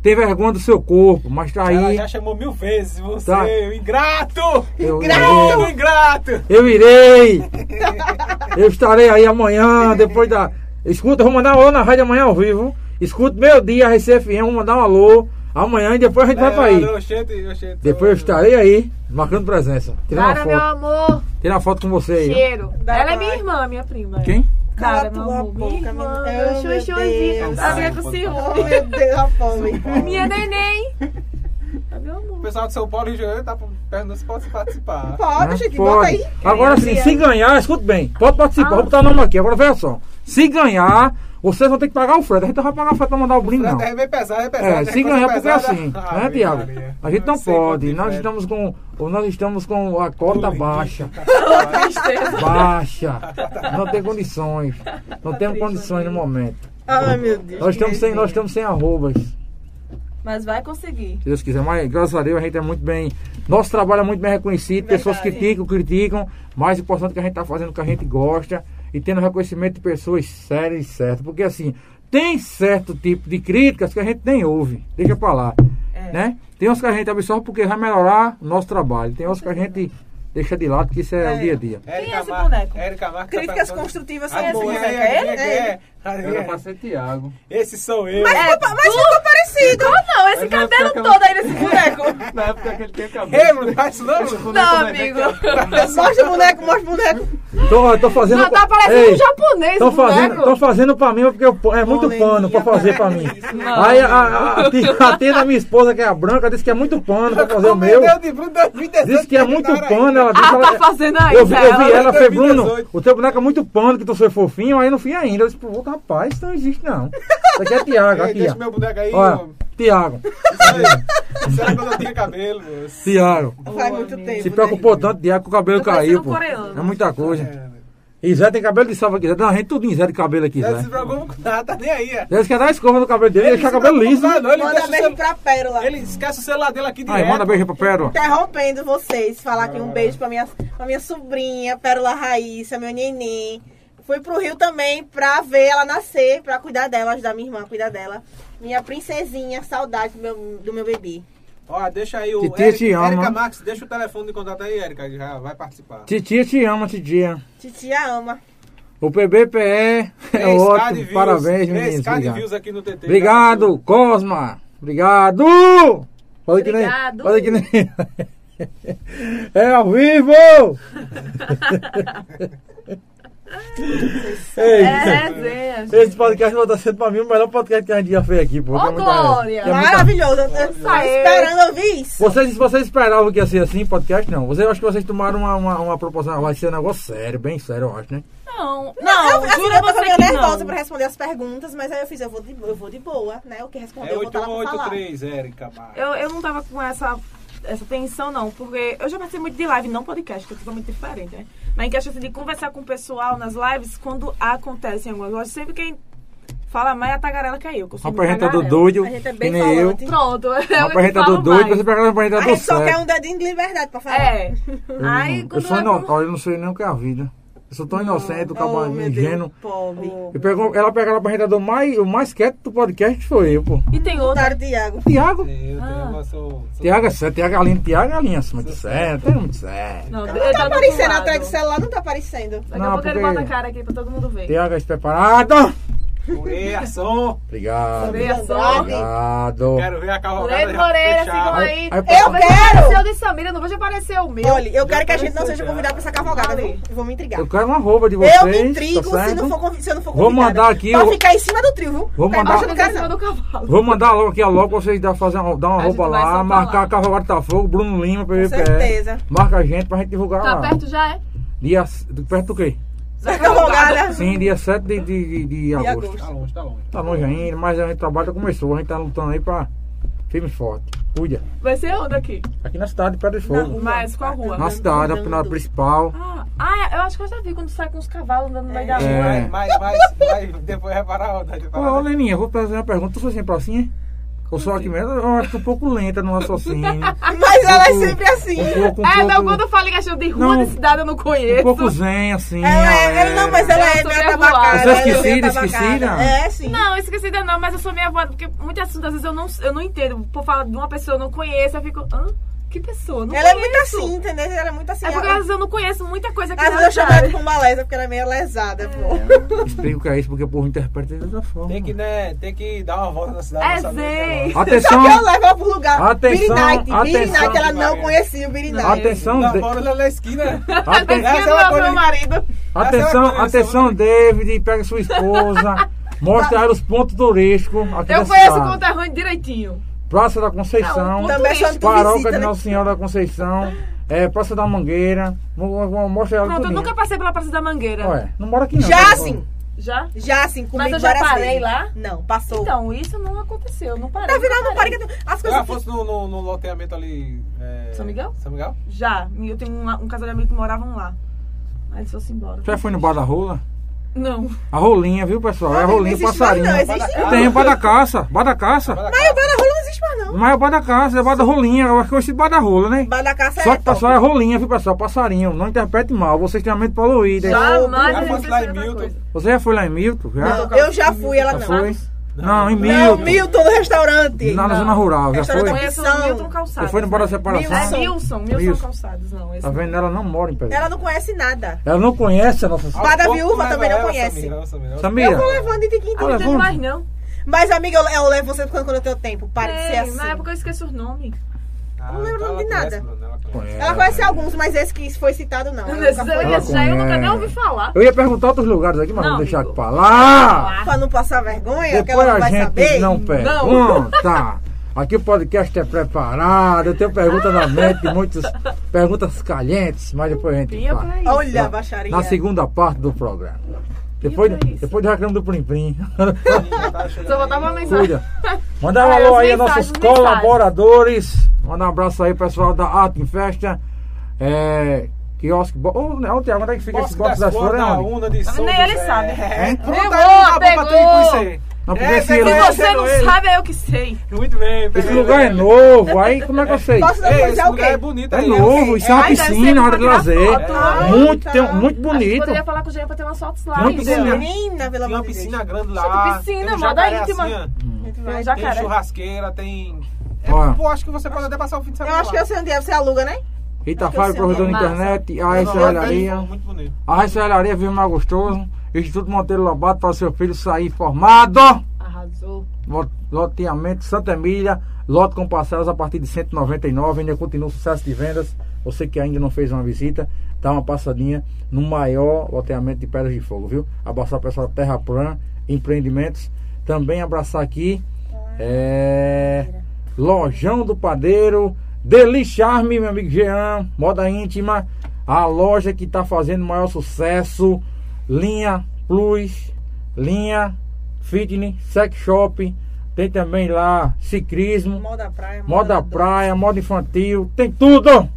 S1: tem vergonha do seu corpo, mas tá
S4: Ela
S1: aí.
S4: já chamou mil vezes você,
S1: Tá.
S4: o ingrato!
S1: Eu,
S4: Todo ingrato!
S1: eu irei! Eu estarei aí amanhã, depois da. Escuta, eu vou mandar um alô na rádio amanhã ao vivo. Escuta meu dia, RCFM, vou mandar um alô amanhã e depois a gente vai pra aí.
S4: Leandro, É, oxente, oxente.
S1: Depois eu estarei aí, marcando presença. Tirar uma
S6: Para, meu
S1: foto.
S6: amor.
S1: Tirar uma foto com você aí.
S6: Cheiro.
S3: Dá
S6: Ela é
S3: pra-
S6: minha irmã, minha prima. é.
S1: Quem?
S3: Cala
S6: Cara, meu
S3: tua
S6: amor.
S3: boca,
S2: Irmã,
S3: menina.
S2: meu
S3: Oh, meu
S2: chuchuzinho.
S3: Deus.
S2: Tá vendo com
S3: Oh,
S2: ciúme?
S3: meu Deus, a fome.
S6: Minha neném!
S2: Tá meu
S4: O
S2: amor.
S4: pessoal de São Paulo e Rio tá perguntando se pode participar.
S3: Pode,
S1: Né?
S3: gente, bota aí.
S1: Agora sim,
S3: Criança.
S1: se ganhar, escute bem, pode participar,
S6: Ah.
S1: vou botar o nome aqui. Agora veja só. Se ganhar, vocês vão ter que pagar o frete. A gente não vai pagar o frete pra mandar o brinde, não.
S4: É bem pesado, é pesado.
S1: É,
S4: né?
S1: se
S4: Coisa
S1: ganhar, porque é
S4: pesada.
S1: assim,
S4: Ah,
S1: né,
S4: Maria.
S1: Tiago? A gente não
S4: Sei
S1: pode,
S4: quanto
S1: nós
S4: é.
S1: estamos com. Nós estamos com a cota baixa. é.
S2: Tristeza.
S1: Baixa. Não tem condições.
S6: Tá
S1: Não temos condições no momento.
S3: Ai, meu Deus.
S1: Nós
S3: que
S1: estamos sem, nós
S3: desenho.
S1: estamos sem arrobas.
S2: Mas vai conseguir.
S1: se Deus quiser. Mas graças a Deus a gente é muito bem. Nosso trabalho é muito bem reconhecido. Pessoas
S3: Verdade.
S1: criticam, criticam. Mas o importante é que a gente está fazendo o que a gente gosta e tendo reconhecimento de pessoas sérias e certas. Porque assim, tem certo tipo de críticas que a gente nem ouve. Deixa pra lá.
S6: É.
S1: Né? Tem uns que a gente absorve porque vai melhorar o nosso trabalho. Tem uns que a gente deixa de lado, porque isso é,
S3: É.
S1: o dia a dia.
S4: Érica
S2: Quem é esse
S4: Mar-
S2: boneco?
S4: Érica Marques.
S3: Críticas construtivas são
S4: Ah,
S3: essas,
S4: boa,
S3: né?
S4: é,
S3: É,
S4: é,
S3: é.
S4: é. Ah, é.
S1: ser Tiago.
S4: Esse sou eu. É,
S3: Mas ficou pa- mas ficou parecido.
S6: É, Como não? Esse
S1: Mas não,
S6: cabelo
S1: fica-
S6: todo aí nesse boneco.
S1: Na época que ele tem
S4: Ei, não faz isso não?
S7: é
S6: Não, amigo.
S3: Mostra o boneco, mostra o boneco.
S1: Tô, tô fazendo.
S6: Não, tá parecendo
S1: Ei,
S6: um japonês
S1: Tô
S6: o
S1: fazendo,
S6: boneco.
S1: tô fazendo pra mim, porque eu- é muito
S3: Moleninha,
S1: pano pra fazer pra mim. Aí a, a, a, tia- a tia da minha esposa, que é a branca, disse que é muito pano pra fazer o meu.
S4: Deus Tá de Bruno 2018.
S1: Disse que é muito pano, ela disse.
S6: Ah, tá
S1: Ela,
S6: fazendo aí,
S1: eu, vi, eu vi
S6: Zé.
S1: ela, fez, Bruno,
S4: 2018.
S1: o teu boneco é muito pano, que tu foi fofinho, aí no fim é ainda. Eu disse, pô, rapaz, isso não existe não. Isso aqui é Tiago,
S4: Ei,
S1: aqui,
S4: deixa
S1: ó.
S4: meu boneco aí,
S1: Olha,
S4: homem.
S1: Tiago,
S4: Isso era quando eu tinha cabelo, moço.
S1: Tiago.
S3: Faz muito tempo.
S1: Se
S3: né?
S1: preocupou tanto, Tiago, que o cabelo
S6: Tô parecendo
S1: caiu, pô.
S6: coreano.
S1: É muita coisa.
S4: É,
S1: E Zé tem cabelo de salva aqui. Zé tem uma gente tudo em Zé de cabelo aqui,
S4: Não se
S1: Zé.
S4: preocupa com nada, tá nem aí. é.
S1: Deus quer dar a escova no cabelo dele e deixar o cabelo
S4: Não,
S1: liso. né?
S4: Não, ele,
S3: né? Manda
S4: deixa o
S3: beijo
S4: celu-
S3: pra Pérola.
S4: ele esquece o celular dele aqui
S1: Aí,
S4: direto.
S1: manda beijo pra Pérola.
S3: Interrompendo vocês, falar aqui um beijo pra minha, pra minha sobrinha, Pérola Raíssa, meu neném. Fui pro Rio também pra ver ela nascer, pra cuidar dela, ajudar minha irmã a cuidar dela. Minha princesinha, saudade do meu, do meu bebê.
S4: Ó, deixa aí o
S1: Titi te ama.
S4: Érica Marques, deixa o telefone de contato aí, Érica, já vai participar.
S1: Titia te ama, titia.
S3: Titia ama.
S1: O PBPE é
S4: Três K de
S1: ótimo.
S4: views,
S1: Parabéns,
S4: três
S1: meninos.
S4: K de
S1: Obrigado.
S4: views aqui no TT.
S1: Obrigado, Cosma. Obrigado. Falei que nem.
S6: Obrigado.
S1: Falei que nem. É ao vivo! Ei,
S6: É, Zé. gente.
S1: esse podcast vai estar sendo pra mim o melhor podcast que a gente já fez aqui, pô.
S6: Ô,
S1: Tem muita-
S6: Glória!
S2: É
S1: tem muita-
S3: Maravilhoso. Eu tô esperando ouvir isso.
S1: Vocês, vocês esperavam que ia ser assim, podcast? Não. Vocês, eu acho que vocês tomaram uma, uma, uma proporção. Vai ser um negócio sério, bem sério, eu acho, né?
S2: Não,
S3: eu,
S2: não,
S3: assim,
S2: jura
S3: eu tava
S2: você
S3: meio
S2: que
S3: nervosa
S2: não.
S3: pra responder as perguntas, mas aí eu fiz, eu vou de, eu vou de boa, né? O que responder,
S4: É
S3: eu vou estar lá pra falar.
S4: 8183, Érica Marques.
S2: Eu, eu não tava com essa, essa tensão, não, porque eu já participei muito de live, não podcast, que é totalmente diferente, né? Mas em questão assim, de conversar com o pessoal nas lives, quando acontecem algumas coisas, sempre quem fala mais é a tagarela que é eu. Que eu
S1: Um
S2: sou muito
S1: apresentador
S2: tagarela.
S1: doido,
S3: A gente é
S1: que
S3: bem
S1: nem eu.
S3: falante.
S6: Pronto. é eu
S1: Um apresentador
S6: falo
S1: doido,
S6: mais.
S1: você pega um
S3: A
S1: apresentador
S3: gente só quer
S1: certo.
S3: um dedinho de liberdade pra falar.
S2: Tá É.
S1: Eu,
S2: Aí,
S1: não, eu
S2: quando
S1: sou
S2: é
S1: inotório, eu não sei nem o que é a vida. Eu sou tão inocente, o
S3: Oh,
S2: um
S1: cabelo
S3: meu
S1: ingênuo.
S3: Deus, pobre.
S1: E pegou, ela pegou o apresentador mais, o mais quieto do podcast, que foi eu, pô.
S2: E tem outra.
S3: Otário Diago.
S1: Tiago.
S4: Eu tenho, eu sou- sou-
S1: Tiago é certo, Tiago é lindo, Tiago é lindo, assim, muito certo, é muito certo.
S2: Não,
S3: Não
S2: eu
S3: tá
S2: tava
S6: um
S3: aparecendo atrás do celular, não tá aparecendo.
S2: Daqui
S1: Não,
S2: a pouco ele
S1: porque-
S2: bota a cara aqui pra todo mundo ver.
S1: Tiago é despreparado.
S4: Ei, ação.
S1: Obrigado.
S6: Veja só.
S3: Andrade.
S1: Obrigado.
S4: Quero ver a cavalgada
S6: Leandro
S4: já
S6: Moreira, sigam
S4: fechar.
S6: aí.
S1: Aí- aí-
S6: Eu vejo
S3: Eu
S6: aparecer
S3: quero!
S6: o de Samira, não vejo aparecer o meu.
S3: Olha, eu quero que a gente não seja
S4: já.
S3: convidada pra essa cavalgada,
S2: Falei.
S3: viu? Eu vou me intrigar.
S1: Eu quero uma roupa de vocês.
S3: Eu me intrigo
S1: tá
S3: se,
S1: certo?
S3: não for, convi- se eu não for
S1: Vou
S3: convidada.
S1: mandar aqui
S3: Pra
S1: o-
S3: ficar em cima do trio, viu?
S1: Vou
S3: Tá
S1: mandar-
S3: embaixo do
S6: Fica em cima
S3: casal.
S6: do cavalo.
S1: Vou mandar logo aqui a logo pra vocês dar, fazer uma- dar uma
S6: A gente
S1: roupa
S6: vai
S1: lá,
S6: soltar
S1: marcar
S6: lá.
S1: a Cavalgada da Fogo, Bruno Lima, PVPE.
S3: certeza.
S1: Marca a gente pra gente divulgar
S6: Tá
S1: lá.
S6: perto já, é?
S1: Dia, do- perto do quê?
S6: Já
S3: Cavalgada.
S1: Sim, dia 7 de, de, de, de agosto.
S3: agosto.
S4: Tá longe, tá longe.
S1: Tá longe ainda, mas a gente trabalha já começou. A gente tá lutando aí pra firme e forte. Cuida.
S6: Vai ser onde aqui?
S1: Aqui na cidade, Pedra de
S3: Na
S1: Fogo.
S3: rua.
S6: Mas qual rua?
S1: Na,
S3: Andando,
S1: cidade,
S3: andando.
S1: na, na principal.
S6: Ah, ah, eu acho que eu já vi quando sai com os cavalos andando no meio da
S1: É.
S6: rua.
S4: Mas, mas, mas, mas depois reparar outra.
S1: Ô, ô, Leninha, eu vou fazer uma pergunta. Tu foi sempre assim, é? Eu sou aqui mesmo, eu acho que um pouco lenta no raciocínio.
S3: Mas ela é
S1: Um pouco-
S3: sempre assim.
S1: Um pouco, um
S6: é, não,
S1: pouco,
S6: quando eu falo em questão de rua
S1: Não.
S6: de cidade, eu não
S1: um
S6: conheço.
S1: pouco zen, assim.
S3: Ela é, ela- não, mas ela
S6: Eu
S3: é
S6: sou
S3: meio
S6: meio
S3: atabacada.
S6: voada.
S1: Você é
S3: ela meio
S1: esquecida,
S3: atabacada.
S1: esquecida?
S3: É, sim.
S6: Não, esquecida não, mas eu sou meio avó, porque muitas assuntos às vezes eu não, eu não entendo. Por falar de uma pessoa que eu não conheço, eu fico. Hã? que pessoa? Não
S3: Ela é muito
S6: conheço.
S3: assim, entendeu? Ela é muito assim.
S6: É porque às
S3: ela...
S6: vezes eu não conheço muita coisa que
S3: Às vezes
S6: ela
S3: eu chamo ela
S6: sabe.
S3: de pombalesa, porque ela é meio lesada, pô.
S1: Explica o que é isso, porque o povo interpreta de outra forma.
S4: Tem que, né, tem que dar uma volta na cidade.
S6: É
S4: pra saber o que é
S6: Zé.
S4: lá.
S1: Atenção,
S3: Só que eu levo ela pro lugar.
S1: Atenção,
S3: Beanie Night. Beanie
S1: atenção,
S3: Night, ela não
S4: Maria.
S3: conhecia o Beanie Night.
S1: atenção,
S4: Lá
S1: de-
S4: fora, lá é na esquina.
S1: aten-
S4: Essa é
S3: Ela
S4: uma
S3: é meu
S4: coisa-
S3: marido.
S1: atenção,
S4: Essa é uma
S1: atenção, David, pega sua esposa, mostra ela os pontos turísticos aqui da
S6: Eu conheço o
S1: cidade.
S6: Conta Ruim direitinho.
S1: Praça da Conceição,
S6: Não,
S3: Também só tu
S1: Paróquia
S3: visita,
S1: de
S3: né?
S1: Nossa Senhora da Conceição, é, Praça da Mangueira, mo- mo- mostra ela
S6: Pronto, eu
S1: tudinho.
S6: nunca passei pela Praça da Mangueira.
S1: Ué, não mora aqui não.
S3: Já assim,
S1: tá?
S3: sim.
S6: Já?
S3: Já sim, comigo
S6: Mas eu já
S3: várias
S6: parei
S3: vezes.
S6: lá?
S3: Não, passou.
S6: Então, isso não aconteceu. Não parei.
S3: Na verdade,
S6: não
S3: não parei. que eu- As
S4: Se ela
S1: Ah,
S3: coisas...
S4: fosse no, no, no loteamento ali. É...
S6: São Miguel?
S4: São Miguel?
S6: Já. E Eu tenho um, um casal de amigos que moravam lá. Aí eles foram embora.
S1: Já foi no Bar da Rola?
S6: Não.
S1: A rolinha, viu, pessoal? É a
S3: Não, não
S1: rolinha,
S3: existe mais
S1: passarinho. né?
S3: não, existe
S1: Tem, um-
S4: não.
S1: Tem, bar da caça, bar da caça.
S4: Vai lá,
S3: Mas o Bada Rola não existe mais, não.
S1: Mas é o bar da caça, é bar da rolinha. Eu acho que eu esse bar da rola, né?
S3: Bada Caça
S1: Só
S3: é
S1: que,
S3: top.
S1: pessoal, é rolinha, viu, pessoal? Passarinho. Não interprete mal, vocês têm a mente poluída. hein?
S6: Jamais
S4: Já
S6: eu
S4: fosse lá em
S6: pensei nessa
S4: Milton.
S6: coisa.
S1: Você já foi lá em Milton? Já?
S3: Não, eu já fui, ela
S1: Já
S3: não.
S1: foi? Não, em um
S3: Não,
S1: Milton.
S3: Milton no restaurante.
S1: Na zona rural, já
S3: Restaurante
S1: foi?
S3: da
S6: Conheço
S3: São-
S6: o Milton Calçados.
S1: Você foi no Bora Separação?
S6: É Milson. Milson,
S1: Milson.
S6: Calçados, não. Esse
S1: Tá vendo? Ela não mora em Pedro.
S3: Ela não conhece nada.
S1: Ela não conhece a nossa cidade.
S3: Bada
S4: Pouco
S3: Viúva
S4: leva
S3: também não
S4: ela,
S3: conhece.
S4: Samira, Samira.
S1: Samira.
S3: Eu vou levando de quinta.
S1: Olha,
S6: não tem
S1: vamos.
S6: mais, não.
S3: Mas, amiga, eu, eu levo você quando, quando eu tenho tempo. Para de ser
S6: Tem, é
S3: assim.
S6: na época eu esqueci os nomes.
S4: Ah,
S3: Não lembro
S4: então
S3: de
S4: ela
S3: nada.
S4: conhece, Bruno, ela conhece.
S1: Conhece.
S3: Ela conhece alguns, mas esse que foi citado, não. Ela
S6: Esse
S3: nunca
S6: eu
S3: foi.
S6: ia
S1: Ela
S6: achar, eu nunca nem
S1: conhece.
S6: ouvi falar.
S1: Eu ia perguntar outros lugares aqui, mas
S6: Não,
S1: vamos deixar
S6: amigo.
S1: de falar.
S3: Pra não passar vergonha, É que
S1: Depois
S3: ela não
S1: a
S3: vai
S1: gente
S3: saber.
S1: não pergunta. Aqui o podcast é preparado, eu tenho pergunta na mente, muitas perguntas calientes, mas depois a gente
S6: Pia pra
S1: fala.
S6: isso.
S3: Olha a baixaria.
S1: Na segunda parte do programa. Depois,
S6: pra isso.
S1: depois do reclamo do Plim Plim.
S4: Ela tá chegando
S6: Só botar uma
S4: aí.
S6: mensagem.
S1: Cuida. Mandar um
S6: É,
S1: alô
S6: as
S1: aí
S6: mensagens,
S1: a nossos
S6: mensagens.
S1: colaboradores. Mandar um abraço aí, pessoal da Arte em Festa. É, quiosque. Bo- Ô, oh, Tiago, onde é que fica esse
S4: Bosque
S1: box
S4: das
S1: das flores?
S4: Flores, na
S1: é
S6: um.
S1: onde?
S4: Una de Souza.
S6: nem ele sabe.
S4: É, pronto,
S6: Pegou,
S4: aí, dá pra
S6: pegou.
S4: tu ir conhecer.
S1: Não, porque
S4: É,
S1: esse-
S4: pegou,
S6: Se você
S4: pegou
S6: não
S4: ele.
S6: sabe, é eu que sei.
S4: Muito bem,
S1: Esse
S4: pegou
S1: lugar é
S4: ele.
S1: novo, aí como é que eu sei?
S3: Posso
S4: Ei,
S3: depois
S4: esse
S3: é o quê?
S4: lugar é bonito
S1: É
S4: aí.
S1: novo, isso é uma
S6: Ai, deve ser
S1: piscina, área de
S6: pra tirar
S1: lazer.
S6: foto.
S3: Ai,
S1: Muito,
S3: tá.
S1: tem um- muito
S6: A gente
S1: bonito.
S6: poderia falar com o Jean pra ter umas fotos lá.
S1: Muito
S6: entendeu?
S1: bonito.
S3: Menina, pelo
S4: Tem uma
S3: amor de Deus.
S4: piscina grande
S3: é
S4: lá.
S6: Gente, piscina,
S4: tem um
S6: moda
S4: jacaré
S6: íntima.
S4: assim, ó.
S3: Muito
S6: Tem um
S3: bem.
S4: Tem
S6: jacaré.
S4: churrasqueira, tem. É,
S1: Ó.
S4: pô, acho que você pode até passar o fim de
S3: Eu
S4: semana.
S3: acho que eu sei onde é. Você aluga, né?
S1: Rita
S3: que
S1: Fábio,
S3: eu sei
S1: provedor
S6: onde
S1: da
S6: é.
S1: internet, a serralharia.
S4: Muito bonito.
S1: A serralharia Vivo Mais Gostoso. Instituto Monteiro Lobato para seu filho sair formado.
S6: Arrasou.
S1: Lo- Loteamento Santa Emília. Lote com parcelas a partir de 199. Ainda continua o sucesso de vendas. Você que ainda não fez uma visita, dá uma passadinha no maior loteamento de Pedras de Fogo, viu? Abraçar o pessoal da Terra Plan, empreendimentos. Também abraçar aqui. É... Lojão do Padeiro, Delicharme, meu amigo Jean, moda íntima, a loja que está fazendo o maior sucesso, linha Plus, linha Fitness, Sex Shop, tem também lá Cicrismo,
S3: Moda praia.
S1: moda praia, moda infantil, tem tudo!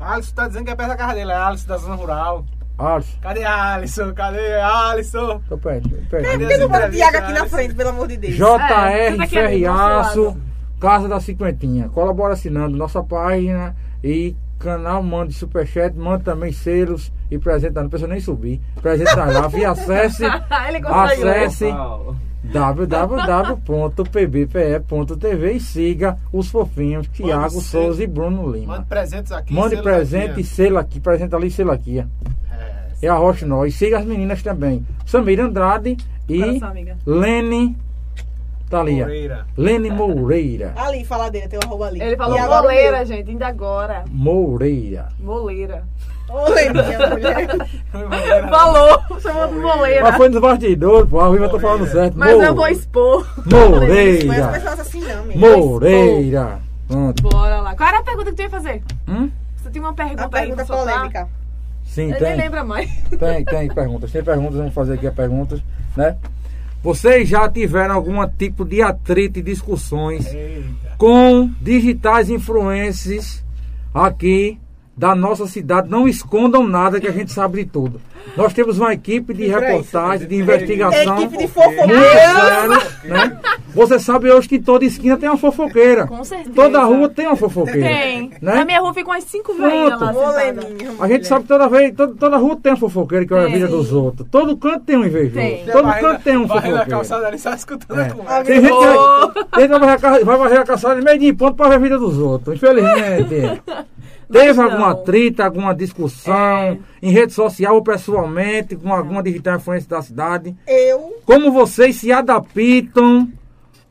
S4: Alisson tá dizendo que é perto da casa dele. É Alisson da zona rural.
S1: Alisson,
S4: Cadê Alisson? Cadê Alisson?
S1: tô perdido, perdido.
S4: Cadê
S3: Por que É não bota o
S4: entrevista,
S3: Iago aqui na
S4: Alisson?
S3: frente, pelo amor de Deus?
S6: É,
S1: JR
S6: tudo aqui é bem
S1: Ferriaço,
S6: controlado.
S1: Casa da Cinquentinha. Colabora assinando nossa página e canal, mande superchat, manda também selos e presente. Não precisa nem subir. Presente tá lá, via acesse,
S6: Ele né? conseguiu.
S1: acesse www.pbpe.tv e siga os fofinhos Tiago
S4: selo.
S1: Souza e Bruno
S4: Mande
S1: Lima.
S4: presentes aqui.
S1: Mande
S4: selos
S1: presente
S6: é.
S1: e
S4: aqui,
S1: selo aqui, presente ali e selo aqui. ó.
S4: ó. É.
S1: É a Rocha Nós. Siga as meninas também. Samira Andrade e
S6: Coração, amiga.
S1: Lene. Tá ali, ó.
S4: Moreira.
S1: Lene Moreira.
S3: Ali, fala dele, tem um arroba ali.
S6: Ele falou
S3: E agora o meu.
S6: moleira, gente, ainda agora.
S1: Moreira.
S6: Moleira.
S3: Moleirinha, mulher.
S4: Moreira.
S6: Falou, chamou de moleira.
S1: Mas foi nos bastidores, pô. Ao vivo eu tô
S4: Moreira.
S1: falando certo.
S6: Mas eu vou
S1: Mo-
S6: expor.
S3: Mas as
S1: Moreira.
S3: pessoas assim não, menina.
S1: Moreira. Pronto.
S6: Bora lá. Qual era a pergunta que tu ia fazer?
S1: Hum?
S6: Você tem uma
S3: Uma
S6: pergunta aí pra
S3: pergunta
S6: soltar?
S3: polêmica.
S1: Sim,
S6: Ele nem
S1: tem.
S6: lembra mais.
S1: Tem, tem perguntas. Tem perguntas, vamos fazer aqui as perguntas, né? Vocês já tiveram algum tipo de atrito e discussões
S4: Eita.
S1: com digitais influencers aqui da nossa cidade? Não escondam nada que a gente sabe de tudo. Nós temos uma equipe de
S4: Diferença,
S1: reportagem, de
S4: diferença.
S1: investigação.
S3: Equipe de
S1: muito
S3: fofoqueiro.
S1: sério, né? Você sabe hoje que toda esquina tem uma fofoqueira.
S9: Com certeza.
S1: Toda rua tem uma fofoqueira.
S9: Tem.
S1: Né?
S9: Na minha rua ficam umas cinco velhinhas lá
S1: Pronto.
S9: sentadas.
S1: A gente sabe que toda vez, toda, toda rua tem um fofoqueiro que olha a
S9: Tem.
S1: vida dos outros. Todo canto tem um
S9: Tem.
S1: invejoso. Todo
S4: Barriga-
S1: canto tem um
S4: barriga na
S1: fofoqueiro.
S4: calçada ali só escutando
S1: É.
S4: a conversa.
S1: Tem gente que vai- tem gente que vai varrer a ca- vai varrer a calçada de meio dia em ponto para ver a vida dos outros, infelizmente. Teve
S9: não. É.
S1: alguma treta, alguma discussão em rede social ou pessoalmente com alguma digital influência da cidade?
S3: Eu.
S1: Como vocês se adaptam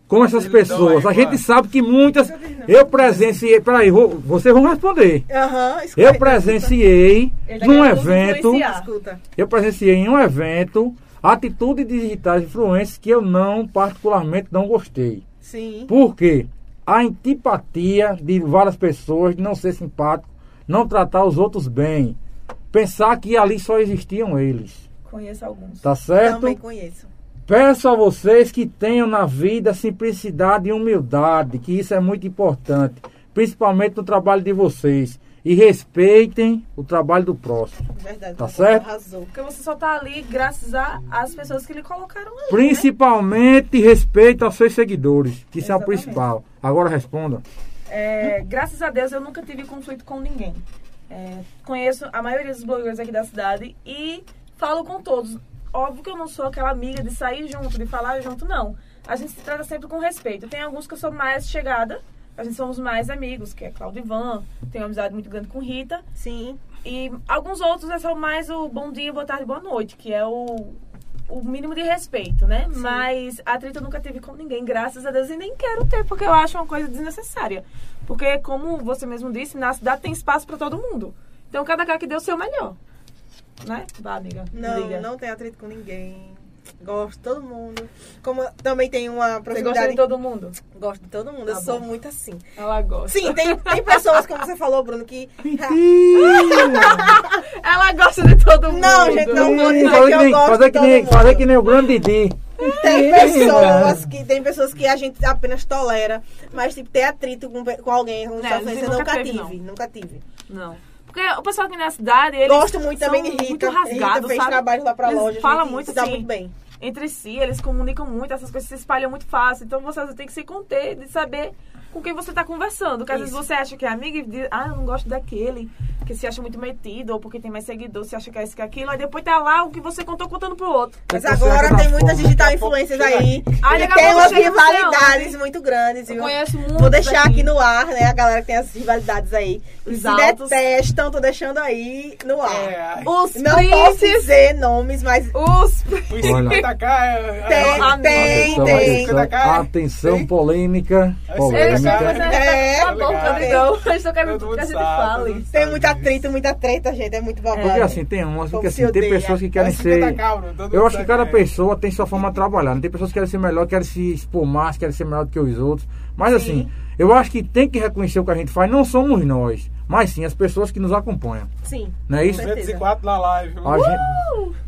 S1: com essas
S4: Eles dão
S1: pessoas?
S4: aí,
S1: A gente
S4: mano.
S1: sabe que muitas. Eu presenciei. Peraí, vou, vocês vão responder.
S3: Aham, escuta.
S1: Eu presenciei né,
S9: Ele
S1: num
S9: acabou de
S1: evento.
S9: influenciar.
S3: Escuta.
S1: Eu presenciei em um evento atitude de digitais influentes que eu não, particularmente, não gostei.
S3: Sim.
S1: Por quê? A antipatia de várias pessoas, de não ser simpático, não tratar os outros bem. Pensar que ali só existiam eles.
S9: Conheço alguns.
S1: Tá certo?
S3: Também conheço.
S1: Peço a vocês que tenham na vida simplicidade e humildade, que isso é muito importante, principalmente no trabalho de vocês. E respeitem o trabalho do próximo.
S3: Verdade.
S1: Tá
S3: você
S1: certo?
S3: Arrasou.
S2: Porque você só tá ali graças a- às pessoas que lhe colocaram ali.
S1: Principalmente respeito aos seus seguidores, que são o
S2: Exatamente.
S1: principal. Agora responda.
S2: É, graças a Deus eu nunca tive conflito com ninguém. É, conheço a maioria dos blogueiros aqui da cidade e falo com todos. Óbvio que eu não sou aquela amiga de sair junto, de falar junto, não. A gente se trata sempre com respeito. Tem alguns que eu sou mais chegada, a gente somos mais amigos, que é Claudio Ivan, tenho uma amizade muito grande com Rita.
S3: Sim.
S2: E alguns outros é só mais o bom dia, boa tarde, boa noite, que é o, o mínimo de respeito, né? Mas a treta eu nunca tive com ninguém, graças a Deus, e nem quero ter, porque eu acho uma coisa desnecessária. Porque, como você mesmo disse, na cidade tem espaço pra todo mundo. Então, cada cara que deu o seu melhor. Né? Vá, amiga.
S3: Não,
S2: liga.
S3: não tenho atrito com ninguém. Gosto de todo mundo. Como eu também tem uma
S2: Você gosta de
S3: proximidade.
S2: todo mundo?
S3: Gosto de todo mundo. eu
S2: Tá
S3: sou
S2: bom.
S3: muito assim.
S2: Ela gosta.
S3: Sim, tem, tem pessoas, como você falou, Bruno, que.
S2: Ela gosta de todo mundo.
S3: Não, gente, não vou dizer
S1: fazer
S3: que
S1: que
S3: eu
S1: nem,
S3: gosto
S1: fazer
S3: de
S1: que
S3: todo
S1: nem,
S3: mundo.
S1: fazer que nem o grande D.
S3: Tem pessoas que tem pessoas que a gente apenas tolera, mas tipo ter atrito com, pe- com alguém, com
S2: Né,
S3: situações
S2: você
S3: eu nunca
S2: nunca teve,
S3: tive, nunca tive.
S2: Não. Porque o pessoal aqui na cidade, eles
S3: Gosto muito
S2: são
S3: também de Rita.
S2: muito
S3: Rita
S2: rasgados,
S3: fez
S2: sabe?
S3: trabalho lá pra
S2: Eles
S3: loja,
S2: falam
S3: gente,
S2: muito
S3: se dá
S2: assim.
S3: muito bem.
S2: entre si, eles comunicam muito, essas coisas se espalham muito fácil. Então você às vezes, tem que se conter de saber com quem você está conversando. Porque às vezes
S3: Isso.
S2: você acha que é amigo e diz, ah, eu não gosto daquele, que se acha muito metido, ou porque tem mais seguidor, se acha que é isso que é aquilo, aí depois tá lá o que você contou contando pro outro.
S3: Mas agora tem muitas digital influencers tá aí.
S2: Ai,
S3: e
S2: daqui a
S3: tem
S2: pouco
S3: umas
S2: chega você
S3: rivalidades
S2: onde?
S3: muito grandes,
S2: Eu
S3: viu?
S2: conheço muito.
S3: Vou deixar aqui no ar, né? A galera que tem essas rivalidades aí. Os
S2: Os
S3: se
S2: altos.
S3: detestam, tô deixando aí no ar.
S4: É, ai,
S2: Os
S3: Não
S2: prints,
S3: posso dizer nomes, mas
S2: os
S4: o
S1: Olha.
S4: 50k é-
S3: tem,
S2: Ah,
S3: tem,
S1: Atenção,
S3: tem.
S1: atenção, atenção, polêmica.
S4: Esse
S2: Eles
S4: Polêmica.
S2: chamam,
S1: Polêmica.
S2: né?
S3: É,
S2: Tá bom,
S4: obrigado.
S2: Rodrigão. Eles só
S4: Todo
S2: querem
S4: mundo
S2: que a gente
S4: sabe, todo
S2: fale.
S3: Tem
S4: mundo sabe
S3: muito
S4: disso.
S3: atrito, muita treta, gente. É muito babado.
S1: Porque assim, tem umas, porque
S3: Como se
S1: assim, tem
S3: odeia.
S1: pessoas que
S4: É
S1: querem ser.
S4: 50K, Bruno,
S3: então
S4: todo
S1: Eu
S4: mundo
S1: acho que
S4: sabe
S3: né?
S1: cada
S4: quem é.
S1: pessoa tem sua forma de trabalhar. Não tem pessoas que querem ser melhor, querem se expor mais, querem ser melhor do que os outros. Mas assim, eu acho que tem que reconhecer o que a gente faz. Não somos nós, mas sim as pessoas que nos acompanham.
S3: Sim.
S1: Não é isso?
S3: Com certeza.
S4: 204 na live.
S1: A gente.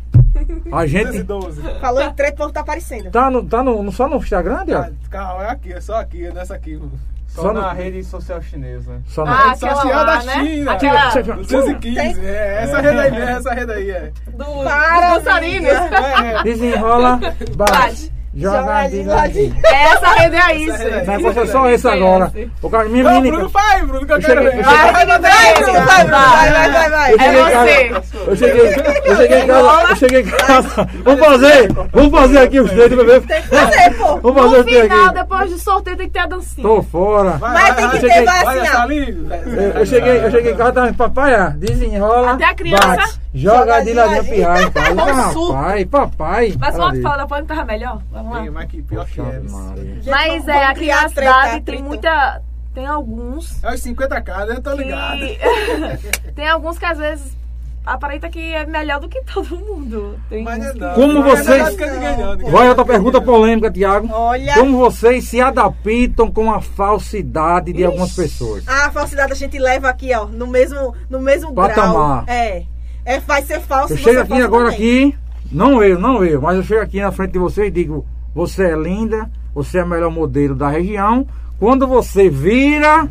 S1: A gente
S4: 212.
S3: Falou em treta, o povo tá aparecendo.
S1: tá, no, tá no, só no Instagram,
S4: Ah,
S1: Diabo?
S4: Carro é aqui, é só aqui, é nessa aqui.
S1: Só
S7: Só,
S1: no-
S7: na rede social chinesa.
S1: Só no.
S2: Ah,
S4: Rede
S2: aquela
S4: social
S2: lá,
S4: da
S2: né?
S4: China.
S2: Aquela
S1: Você-
S4: 215, é, essa rede aí, mesmo, essa rede aí, é.
S2: do,
S3: Para,
S2: dos dançarinos.
S3: amiga.
S4: É, é.
S1: Desenrola, bate,
S2: Bate.
S1: joga
S3: Joga
S1: de
S3: de
S1: ladinho.
S2: Essa rede é isso.
S4: rede é
S1: O negócio é só esse
S2: Conhece.
S1: agora. O cara, minha
S4: Não,
S1: menina.
S4: Bruno, vai, Bruno, que eu quero
S1: cheguei-
S4: ver.
S1: eu
S4: Ah,
S3: Vai, vai,
S2: Bruno,
S3: vai,
S2: vai,
S3: vai, vai, vai, vai.
S1: cheguei em casa-
S2: É você.
S1: Eu cheguei, eu cheguei em casa, eu cheguei em casa. Vamos fazer, vamos fazer aqui os dedos, bebê.
S3: Você, pô.
S1: Vamos fazer
S2: No
S1: o dedo
S2: final,
S1: aqui.
S2: depois do sorteio, tem que ter a dancinha.
S1: Tô fora.
S4: Vai,
S3: Mas
S4: vai,
S3: tem
S4: vai,
S3: que
S1: cheguei-
S3: ter, assim, vai
S4: vai,
S3: assinar.
S4: Salinho.
S1: Eu, eu cheguei, eu cheguei em casa, tava papaiá, desenrola.
S2: Até a criança.
S1: bate, joga de ladinho pirra em
S2: um
S1: casa. Papai, papai.
S2: Mas
S1: Ela
S2: volta
S1: diz,
S2: fala da Pânico tava melhor. Vamos lá.
S4: Ei, Mas que pior que
S1: Poxa,
S4: é.
S1: Maria.
S2: Mas
S3: Vamos
S2: é, aqui
S3: criar
S2: na
S3: treta,
S2: cidade tem
S3: atrito.
S2: muita. Tem alguns
S4: É os 50k, né? Eu tô ligado.
S2: que. tem alguns que às vezes aparenta que é melhor do que todo mundo. Tem
S4: Mas não
S2: uns
S4: é
S2: que-
S4: não.
S1: Como
S4: Mas
S1: vocês-
S4: Não, é nada que ninguém não, ninguém
S1: Vai outra
S4: não.
S1: pergunta polêmica, Tiago.
S3: Olha.
S1: Como vocês se adaptam com a falsidade de algumas pessoas?
S3: A falsidade a gente leva aqui, ó, no mesmo, no mesmo
S1: Patamar.
S3: grau. É. É, vai ser falso.
S1: Eu
S3: você
S1: chego
S3: é
S1: aqui
S3: falso
S1: agora
S3: também.
S1: aqui, não eu, não eu, mas eu chego aqui na frente de você e digo, você é linda, você é a melhor modelo da região. Quando você vira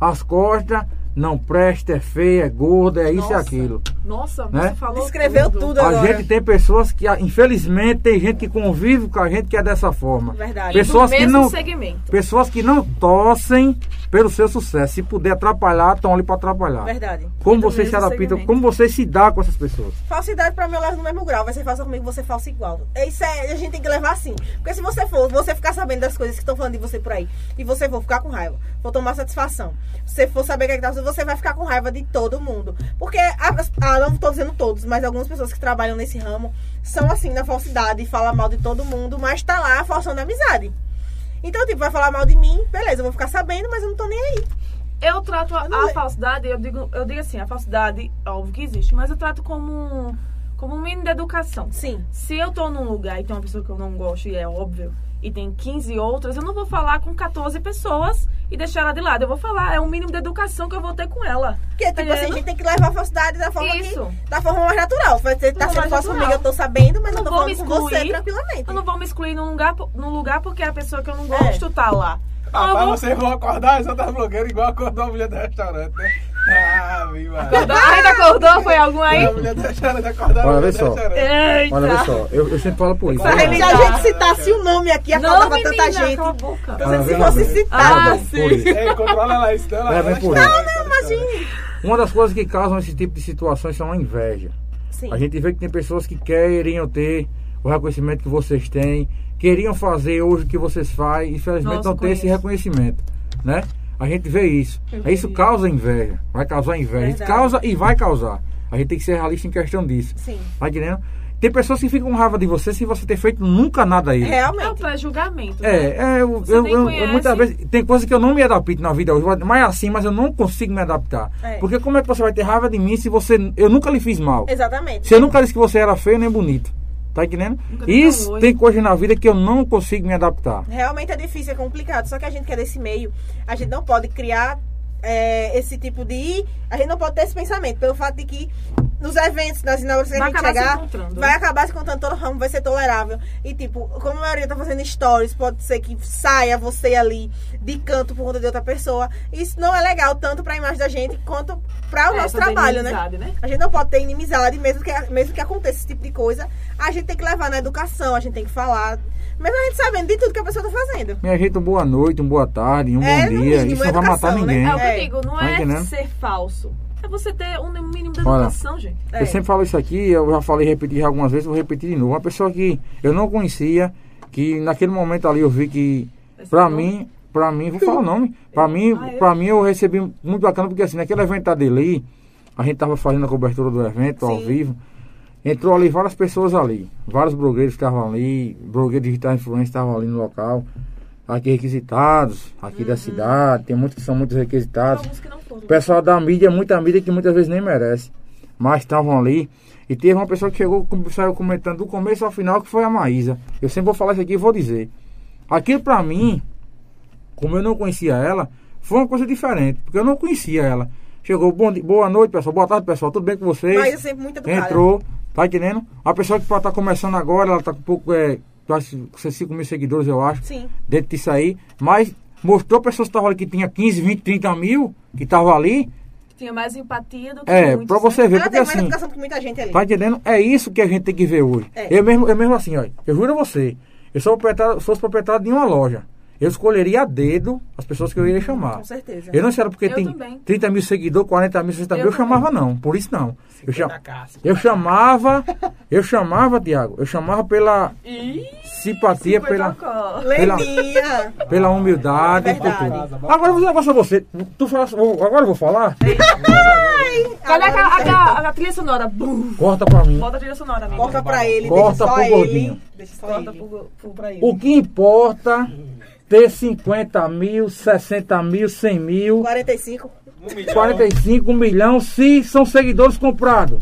S1: as costas, não presta, é feia, é gorda, é isso e
S3: Nossa.
S1: aquilo.
S6: Nossa,
S1: Né?
S6: você falou.
S3: Descreveu tudo
S1: A
S3: agora.
S1: gente tem pessoas que, ah, infelizmente, tem gente que convive com a gente que é dessa forma.
S3: Verdade.
S6: Do
S1: Pessoas que
S6: mesmo
S1: não,
S6: segmento.
S1: pessoas que não torcem pelo seu sucesso. Se puder atrapalhar, estão ali para atrapalhar.
S3: Verdade. Então,
S1: Como
S6: Do
S1: você se
S6: mesmo
S1: adapta,
S6: segmento.
S1: como você se dá com essas pessoas.
S3: Falsidade pra mim eu levo no mesmo grau. Vai ser falsa comigo, você falsa igual. Isso é, a gente tem que levar assim. Porque se você for, você ficar sabendo das coisas que estão falando de você por aí, e você for ficar com raiva, for tomar satisfação, se for saber o que é que tá você vai ficar com raiva de todo mundo. Porque, a, a- não tô dizendo todos, mas algumas pessoas que trabalham nesse ramo são assim, na falsidade, fala mal de todo mundo, mas tá lá forçando a amizade. Então, tipo, vai falar mal de mim, beleza, eu vou ficar sabendo, mas eu não tô nem aí.
S6: Eu trato a,
S3: Eu não
S6: a
S3: le-
S6: falsidade, eu digo, eu digo assim, a falsidade, óbvio que existe, mas eu trato como um, como um mínimo de educação.
S3: Sim.
S6: Se eu tô num lugar e tem uma pessoa que eu não gosto, e é óbvio, e tem 15 outras, eu não vou falar com 14 pessoas e deixar ela de lado. Eu vou falar, é o mínimo de educação que eu vou ter com ela.
S3: Porque, tipo
S6: Tá
S3: assim, a
S6: entendendo?
S3: gente tem que levar a falsidade da forma
S6: Isso.
S3: que, da forma mais natural. Você tá
S6: Não,
S3: sendo
S6: mais
S3: falso
S6: natural.
S3: comigo, eu tô sabendo, mas eu
S6: Não
S3: tô
S6: vou me
S3: falando com você
S6: excluir.
S3: tranquilamente. É.
S6: Eu não vou me excluir num lugar, po- num lugar porque a pessoa que eu não gosto tá lá. Não, eu
S4: Rapaz,
S6: vou
S4: vocês vão acordar as outras blogueiras igual acordou a mulher do restaurante, né? Ah, viva.
S6: acordar. Ainda acordou? Foi algum aí?
S4: A mulher do restaurante acordar a
S1: Olha,
S4: mulher tá
S1: vê
S4: do
S1: só.
S4: restaurante.
S3: É.
S6: Eita!
S1: Olha, olha só, eu, eu sempre falo por isso. né?
S6: Vai,
S1: Olha,
S6: vai.
S3: Se a gente citasse o nome aqui,
S6: Não,
S3: acabava
S6: menina,
S3: tanta gente.
S6: cala a boca.
S1: Ela
S3: Se
S1: vem
S3: fosse
S1: lá dentro.
S3: citar-
S1: Ela
S6: Ah,
S1: vem
S6: sim.
S1: por isso.
S4: Ei, controla ela, isso, ela
S1: Leva
S4: ela
S1: por
S4: está-
S1: aí.
S4: ela está-
S1: Uma das coisas que causam esse tipo de situações são a inveja.
S3: Sim.
S1: A gente vê que tem pessoas que queriam ter o reconhecimento que vocês têm, queriam fazer hoje o que vocês fazem, infelizmente
S6: Nossa,
S1: não tem esse
S6: conheço.
S1: reconhecimento, né? A gente vê isso.
S6: Eu
S1: Isso
S6: vi.
S1: causa inveja, vai causar inveja. Isso
S3: Verdade.
S1: Causa e vai causar. A gente tem que ser realista em questão disso.
S3: Sim.
S1: Tá entendendo? Tem pessoas que ficam com raiva de você sem você ter feito nunca nada a eles.
S6: É o
S3: Realmente.
S6: pré-julgamento. né?
S1: É, é eu,
S6: Você
S1: eu,
S6: nem
S1: eu- eu
S6: conhece.
S1: muitas vezes tem coisa que eu não me adapto na vida hoje, mas assim, mas eu não consigo me adaptar.
S3: É.
S1: Porque como é que você vai ter raiva de mim se você eu nunca lhe fiz mal?
S3: Exatamente.
S1: Se eu nunca disse que você era feio nem bonito, tá entendendo?
S6: Nunca me
S1: Isso
S6: falou,
S1: tem
S6: hein?
S1: coisa na vida que eu não consigo me adaptar.
S3: Realmente é difícil, é complicado. Só que a gente que é desse meio, a gente não pode criar é, esse tipo de. A gente não pode ter esse pensamento, pelo fato de que nos eventos, nas inaugurações que
S6: Vai
S3: a gente
S6: acabar se
S3: chegar,
S6: encontrando, né?
S3: vai acabar se contando todo ramo, vai ser tolerável. E tipo, como a maioria tá fazendo stories, pode ser que saia você ali de canto por conta de outra pessoa. Isso não é legal, tanto pra imagem da gente quanto para o
S6: É,
S3: nosso
S6: essa
S3: trabalho, né?
S6: denizade, né?
S3: A gente não pode ter inimizade, mesmo que, mesmo que aconteça esse tipo de coisa. A gente tem que levar na educação, a gente tem que falar. Mesmo a gente sabendo de tudo que a pessoa tá fazendo.
S1: Minha gente, um boa noite, um boa tarde, um bom
S3: É, no
S1: dia.
S3: mínimo,
S1: Isso não vai
S3: educação,
S1: matar
S3: né?
S1: ninguém.
S6: É o que
S3: É.
S6: eu digo, não
S1: Tá
S6: é
S1: entendendo?
S6: ser falso. É você ter um mínimo de
S1: Olha.
S6: educação, gente.
S3: É.
S1: Eu sempre falo isso aqui, eu já falei repeti já algumas vezes, vou repetir de novo. Uma pessoa que eu não conhecia, que naquele momento ali eu vi que,
S6: Esse
S1: pra
S6: nome.
S1: mim, pra mim, vou falar o nome, pra mim,
S6: Ah, é?
S1: pra mim eu recebi muito bacana, porque assim, naquele evento da Deli, a gente tava fazendo a cobertura do evento ao
S3: Sim.
S1: vivo, entrou ali várias pessoas ali, vários blogueiros estavam ali, blogueiros digital influentes estavam ali no local, aqui requisitados, aqui da cidade, tem muitos que são muito requisitados.
S6: Uhum. Alguns que não foram.
S1: O pessoal da mídia, muita mídia que muitas vezes nem merece. Mas estavam ali. E teve uma pessoa que chegou, com- saiu comentando do começo ao final, que foi a Maísa. Eu sempre vou falar isso aqui e vou dizer. Aquilo pra mim, como eu não conhecia ela, foi uma coisa diferente. Porque eu não conhecia ela. Chegou, bom, di- boa noite, pessoal. Boa tarde, pessoal. Tudo bem com vocês?
S3: Mas eu sempre muito educada.
S1: Entrou, tá entendendo? A pessoa que tá começando agora, ela tá com pouco, é, quase 5 mil seguidores, eu acho
S3: Sim.
S1: dentro disso aí, mas mostrou pessoas que estavam ali que tinha 15, 20, 30 mil, que estavam ali.
S6: Tinha mais empatia do que
S1: É,
S6: muitos,
S1: pra você
S6: né?
S1: ver,
S3: Ela
S1: porque
S3: tem mais
S1: assim,
S3: educação que muita gente ali.
S1: tá entendendo? É isso que a gente tem que ver hoje.
S3: É.
S1: Eu, mesmo, eu mesmo assim, olha, eu juro a você, eu sou proprietário, fosse proprietário de uma loja, eu escolheria a dedo as pessoas que eu iria chamar.
S3: Com certeza.
S1: Eu não sei se era porque
S6: Eu
S1: tem
S6: também.
S1: 30 mil seguidores, 40 mil, 60 mil, eu,
S6: Eu
S1: chamava não, por isso não. Eu, cha-
S4: Da casa.
S1: eu chamava, eu chamava, Tiago, eu chamava pela simpatia,
S6: Foi
S1: pela...
S6: cocó.
S3: Leninha!
S1: Pela humildade e por
S3: Verdade.
S1: tudo. Agora eu vou dizer um negócio a você. Tu fala, agora eu vou falar?
S6: Cadê
S3: Agora
S6: aquela-
S3: você-
S6: aquela a trilha sonora? Bum!
S1: Corta pra mim.
S6: Bota a trilha sonora, amiga.
S3: Corta pra ele,
S1: Corta
S3: deixa só
S1: pro
S3: ele.
S1: gordinho.
S3: Deixa só
S6: Corta
S3: ele.
S6: pro- pro- pra ele.
S1: O que importa ter 50 mil, 60 mil, 100 mil,
S3: 45.
S4: Um milhão.
S1: 45 milhões se são seguidores comprados.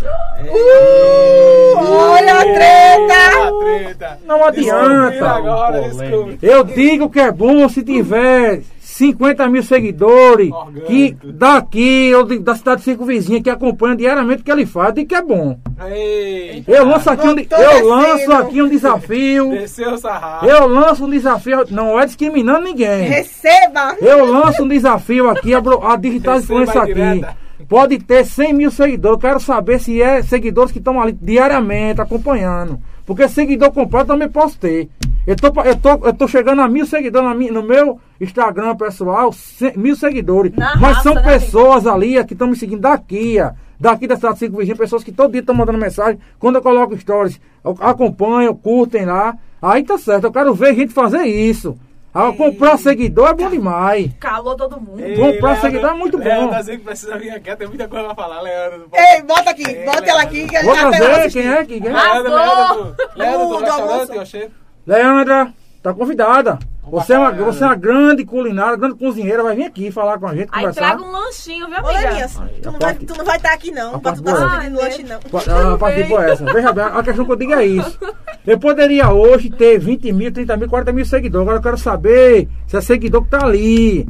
S3: Olha a treta!
S4: Uma treta.
S1: Não
S4: Descobrir
S1: adianta.
S4: agora, descobri.
S1: Eu digo que é bom se tiver 50 mil seguidores que
S4: Orgânico.
S1: daqui ou de- da cidade cinco vizinha que acompanha diariamente o que ele faz e que é bom.
S4: Eita.
S1: Eu lanço aqui um, de-
S3: Não tô
S1: eu lanço
S3: descendo.
S1: aqui um desafio.
S4: Desceu o sarrafo.
S1: Eu lanço um desafio, não é discriminando ninguém.
S3: Receba!
S1: Eu lanço um desafio aqui, a, bro- a digital
S4: Receba
S1: influência
S4: a direta.
S1: aqui. Pode ter 100 mil seguidores. Eu quero saber se é seguidores que estão ali diariamente acompanhando. Porque seguidor completo eu também posso ter. Eu tô, pa- eu tô, eu tô chegando a mil seguidores na mi- no meu Instagram pessoal, se- mil seguidores.
S6: Na
S1: Mas
S6: raça,
S1: são
S6: né,
S1: pessoas ali ó, que estão me seguindo daqui, ó, daqui da cidade de Cinco Virgínia, pessoas que todo dia estão mandando mensagem. Quando eu coloco stories, eu- acompanham, curtem lá. Aí tá certo, eu quero ver gente fazer isso. Ah, comprar seguidor é bom demais.
S6: Calou todo mundo.
S1: Ei. Bom, pra seguidor é muito bom.
S4: Leandro, assim que precisa vir aqui, tem muita coisa pra falar, Leandro.
S3: Ei, bota aqui, bota ela aqui que a
S1: Vou
S3: gente vai pegar
S1: trazer
S3: assistir.
S1: quem é que quem é?
S4: Leandro, Leandro, do- Leandro,
S3: Do-
S4: do
S3: do
S4: restaurante,
S3: Uh, almoço.
S4: eu achei.
S1: Leandra, tá convidada.
S4: Vamos
S1: Você é, uma,
S4: passar,
S1: você é uma grande culinária, grande cozinheira, vai vir aqui falar com a gente,
S6: Aí
S1: conversar.
S6: traga um lanchinho, viu,
S3: Ô,
S6: amiga?
S3: Leninhas,
S1: Ai,
S3: tu
S1: a
S3: não, vai,
S1: parte-
S3: tu não vai estar aqui
S1: a
S3: não, pra
S1: parte
S3: tu tá
S1: boa.
S3: servindo
S6: Ai,
S3: lanche não.
S1: Pa- A parte
S6: bem.
S1: boa é essa. Veja bem, a questão que eu digo é isso. Eu poderia hoje ter 20 mil, 30 mil, 40 mil seguidores. Agora eu quero saber se é seguidor que tá ali.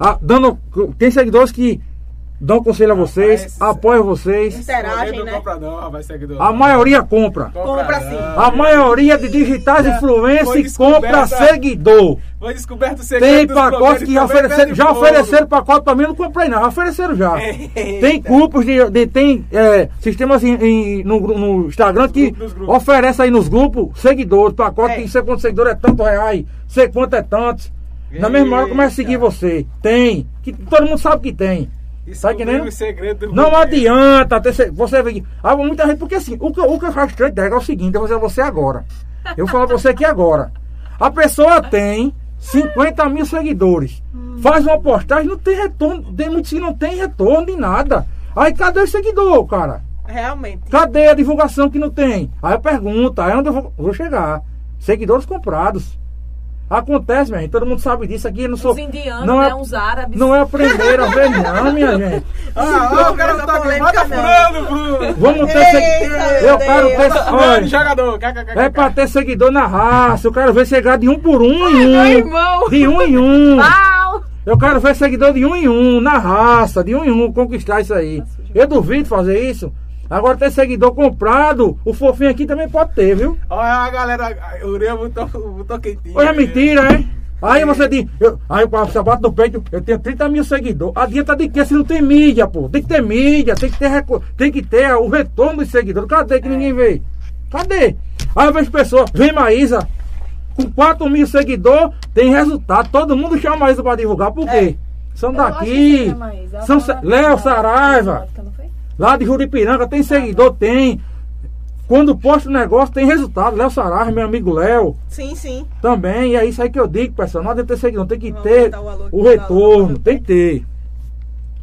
S1: Ah, dando, tem seguidores que dão conselho a vocês,
S4: Rapaz,
S1: apoiam vocês.
S3: Interagem,
S4: Leandro
S3: né?
S4: Não compra não, rapaz, seguidor.
S1: A maioria compra.
S3: Compra sim.
S4: não.
S1: A maioria de digitais
S4: Foi
S1: influencers
S4: descoberta.
S1: compra seguidor.
S4: Foi descoberto o segredo
S1: Tem
S4: dos
S1: pacote
S4: blogueiros
S1: que já
S4: também,
S1: ofereceram,
S4: Pedro
S1: já
S4: Fogo.
S1: ofereceram pacote pra mim, eu não comprei não, já ofereceram já.
S4: É.
S1: Tem grupos de, de- tem é, sistemas em- em- no, gru- no Instagram que
S4: Grupo dos grupos.
S1: oferece aí nos grupos seguidores, pacote
S3: É.
S1: que sei quanto seguidor é tanto reais, sei quanto é tantos. Na mesma hora começa a seguir
S4: Eita.
S1: você. Tem, que todo mundo sabe que tem. Sabe que nem-
S4: Descobriu o um segredo do
S1: Não
S4: blogueiro.
S1: adianta ter, se- você vê que. Ah, muita gente, porque assim, o que, o que eu acho estranho Derek, é o seguinte, eu vou dizer a você agora. Eu vou falar pra você aqui agora. A pessoa tem 50 mil seguidores. Faz uma postagem, não tem retorno. Tem muitos que não tem retorno de nada. Aí cadê o seguidor, cara?
S3: Realmente.
S1: Cadê a divulgação que não tem? Aí eu pergunto, aí é onde eu vou, vou chegar? Seguidores comprados. Acontece, minha gente, todo mundo sabe disso aqui. eu Não sou,
S6: Os indianos,
S1: não
S6: né?
S1: é,
S6: Uns árabes.
S1: não é a primeira vez, não, minha gente.
S4: Ah, ah, o cara não tá aqui, mata furando, Bruno.
S1: Vamos ter seguidor.
S3: Eita,
S1: Eu
S3: meu
S1: quero
S3: Deus.
S1: ter.
S4: Furando,
S1: Olha,
S4: jogador. kkk.
S1: é pra ter seguidor na raça. Eu quero ver chegar de um por um em
S6: Meu
S1: um.
S6: irmão.
S1: De um em um.
S3: Ah.
S6: Pau.
S1: Eu quero ver seguidor de um em um, na raça, de um em um, conquistar isso aí. Eu duvido fazer isso. Agora ter seguidor comprado, o fofinho aqui também pode ter, viu?
S4: Olha a galera, o Uriel botou, botou quentinho.
S1: Ou é mentira, hein? Aí você diz, eu, aí o sapato no peito, eu tenho 30 mil seguidores. Adianta de que se não tem mídia, pô? Tem que ter mídia, tem que ter, reco- tem que ter o retorno dos seguidores. Cadê que ninguém vê? Cadê? Aí eu vejo pessoas, vem Maísa, com 4 mil seguidores, tem resultado. Todo mundo chama a Maísa pra divulgar. Por quê? São daqui. São Sa- Léo Saraiva, lá de Juripiranga, tem seguidor, tem. Quando posta o negócio, tem resultado. Léo Saraiva, meu amigo Léo.
S3: Sim, sim.
S1: Também, e é isso aí que eu digo, pessoal. Não adianta ter seguidor, tem que
S3: Vamos
S1: ter
S3: aumentar o valor
S1: o,
S3: aqui,
S1: retorno, tem que ter.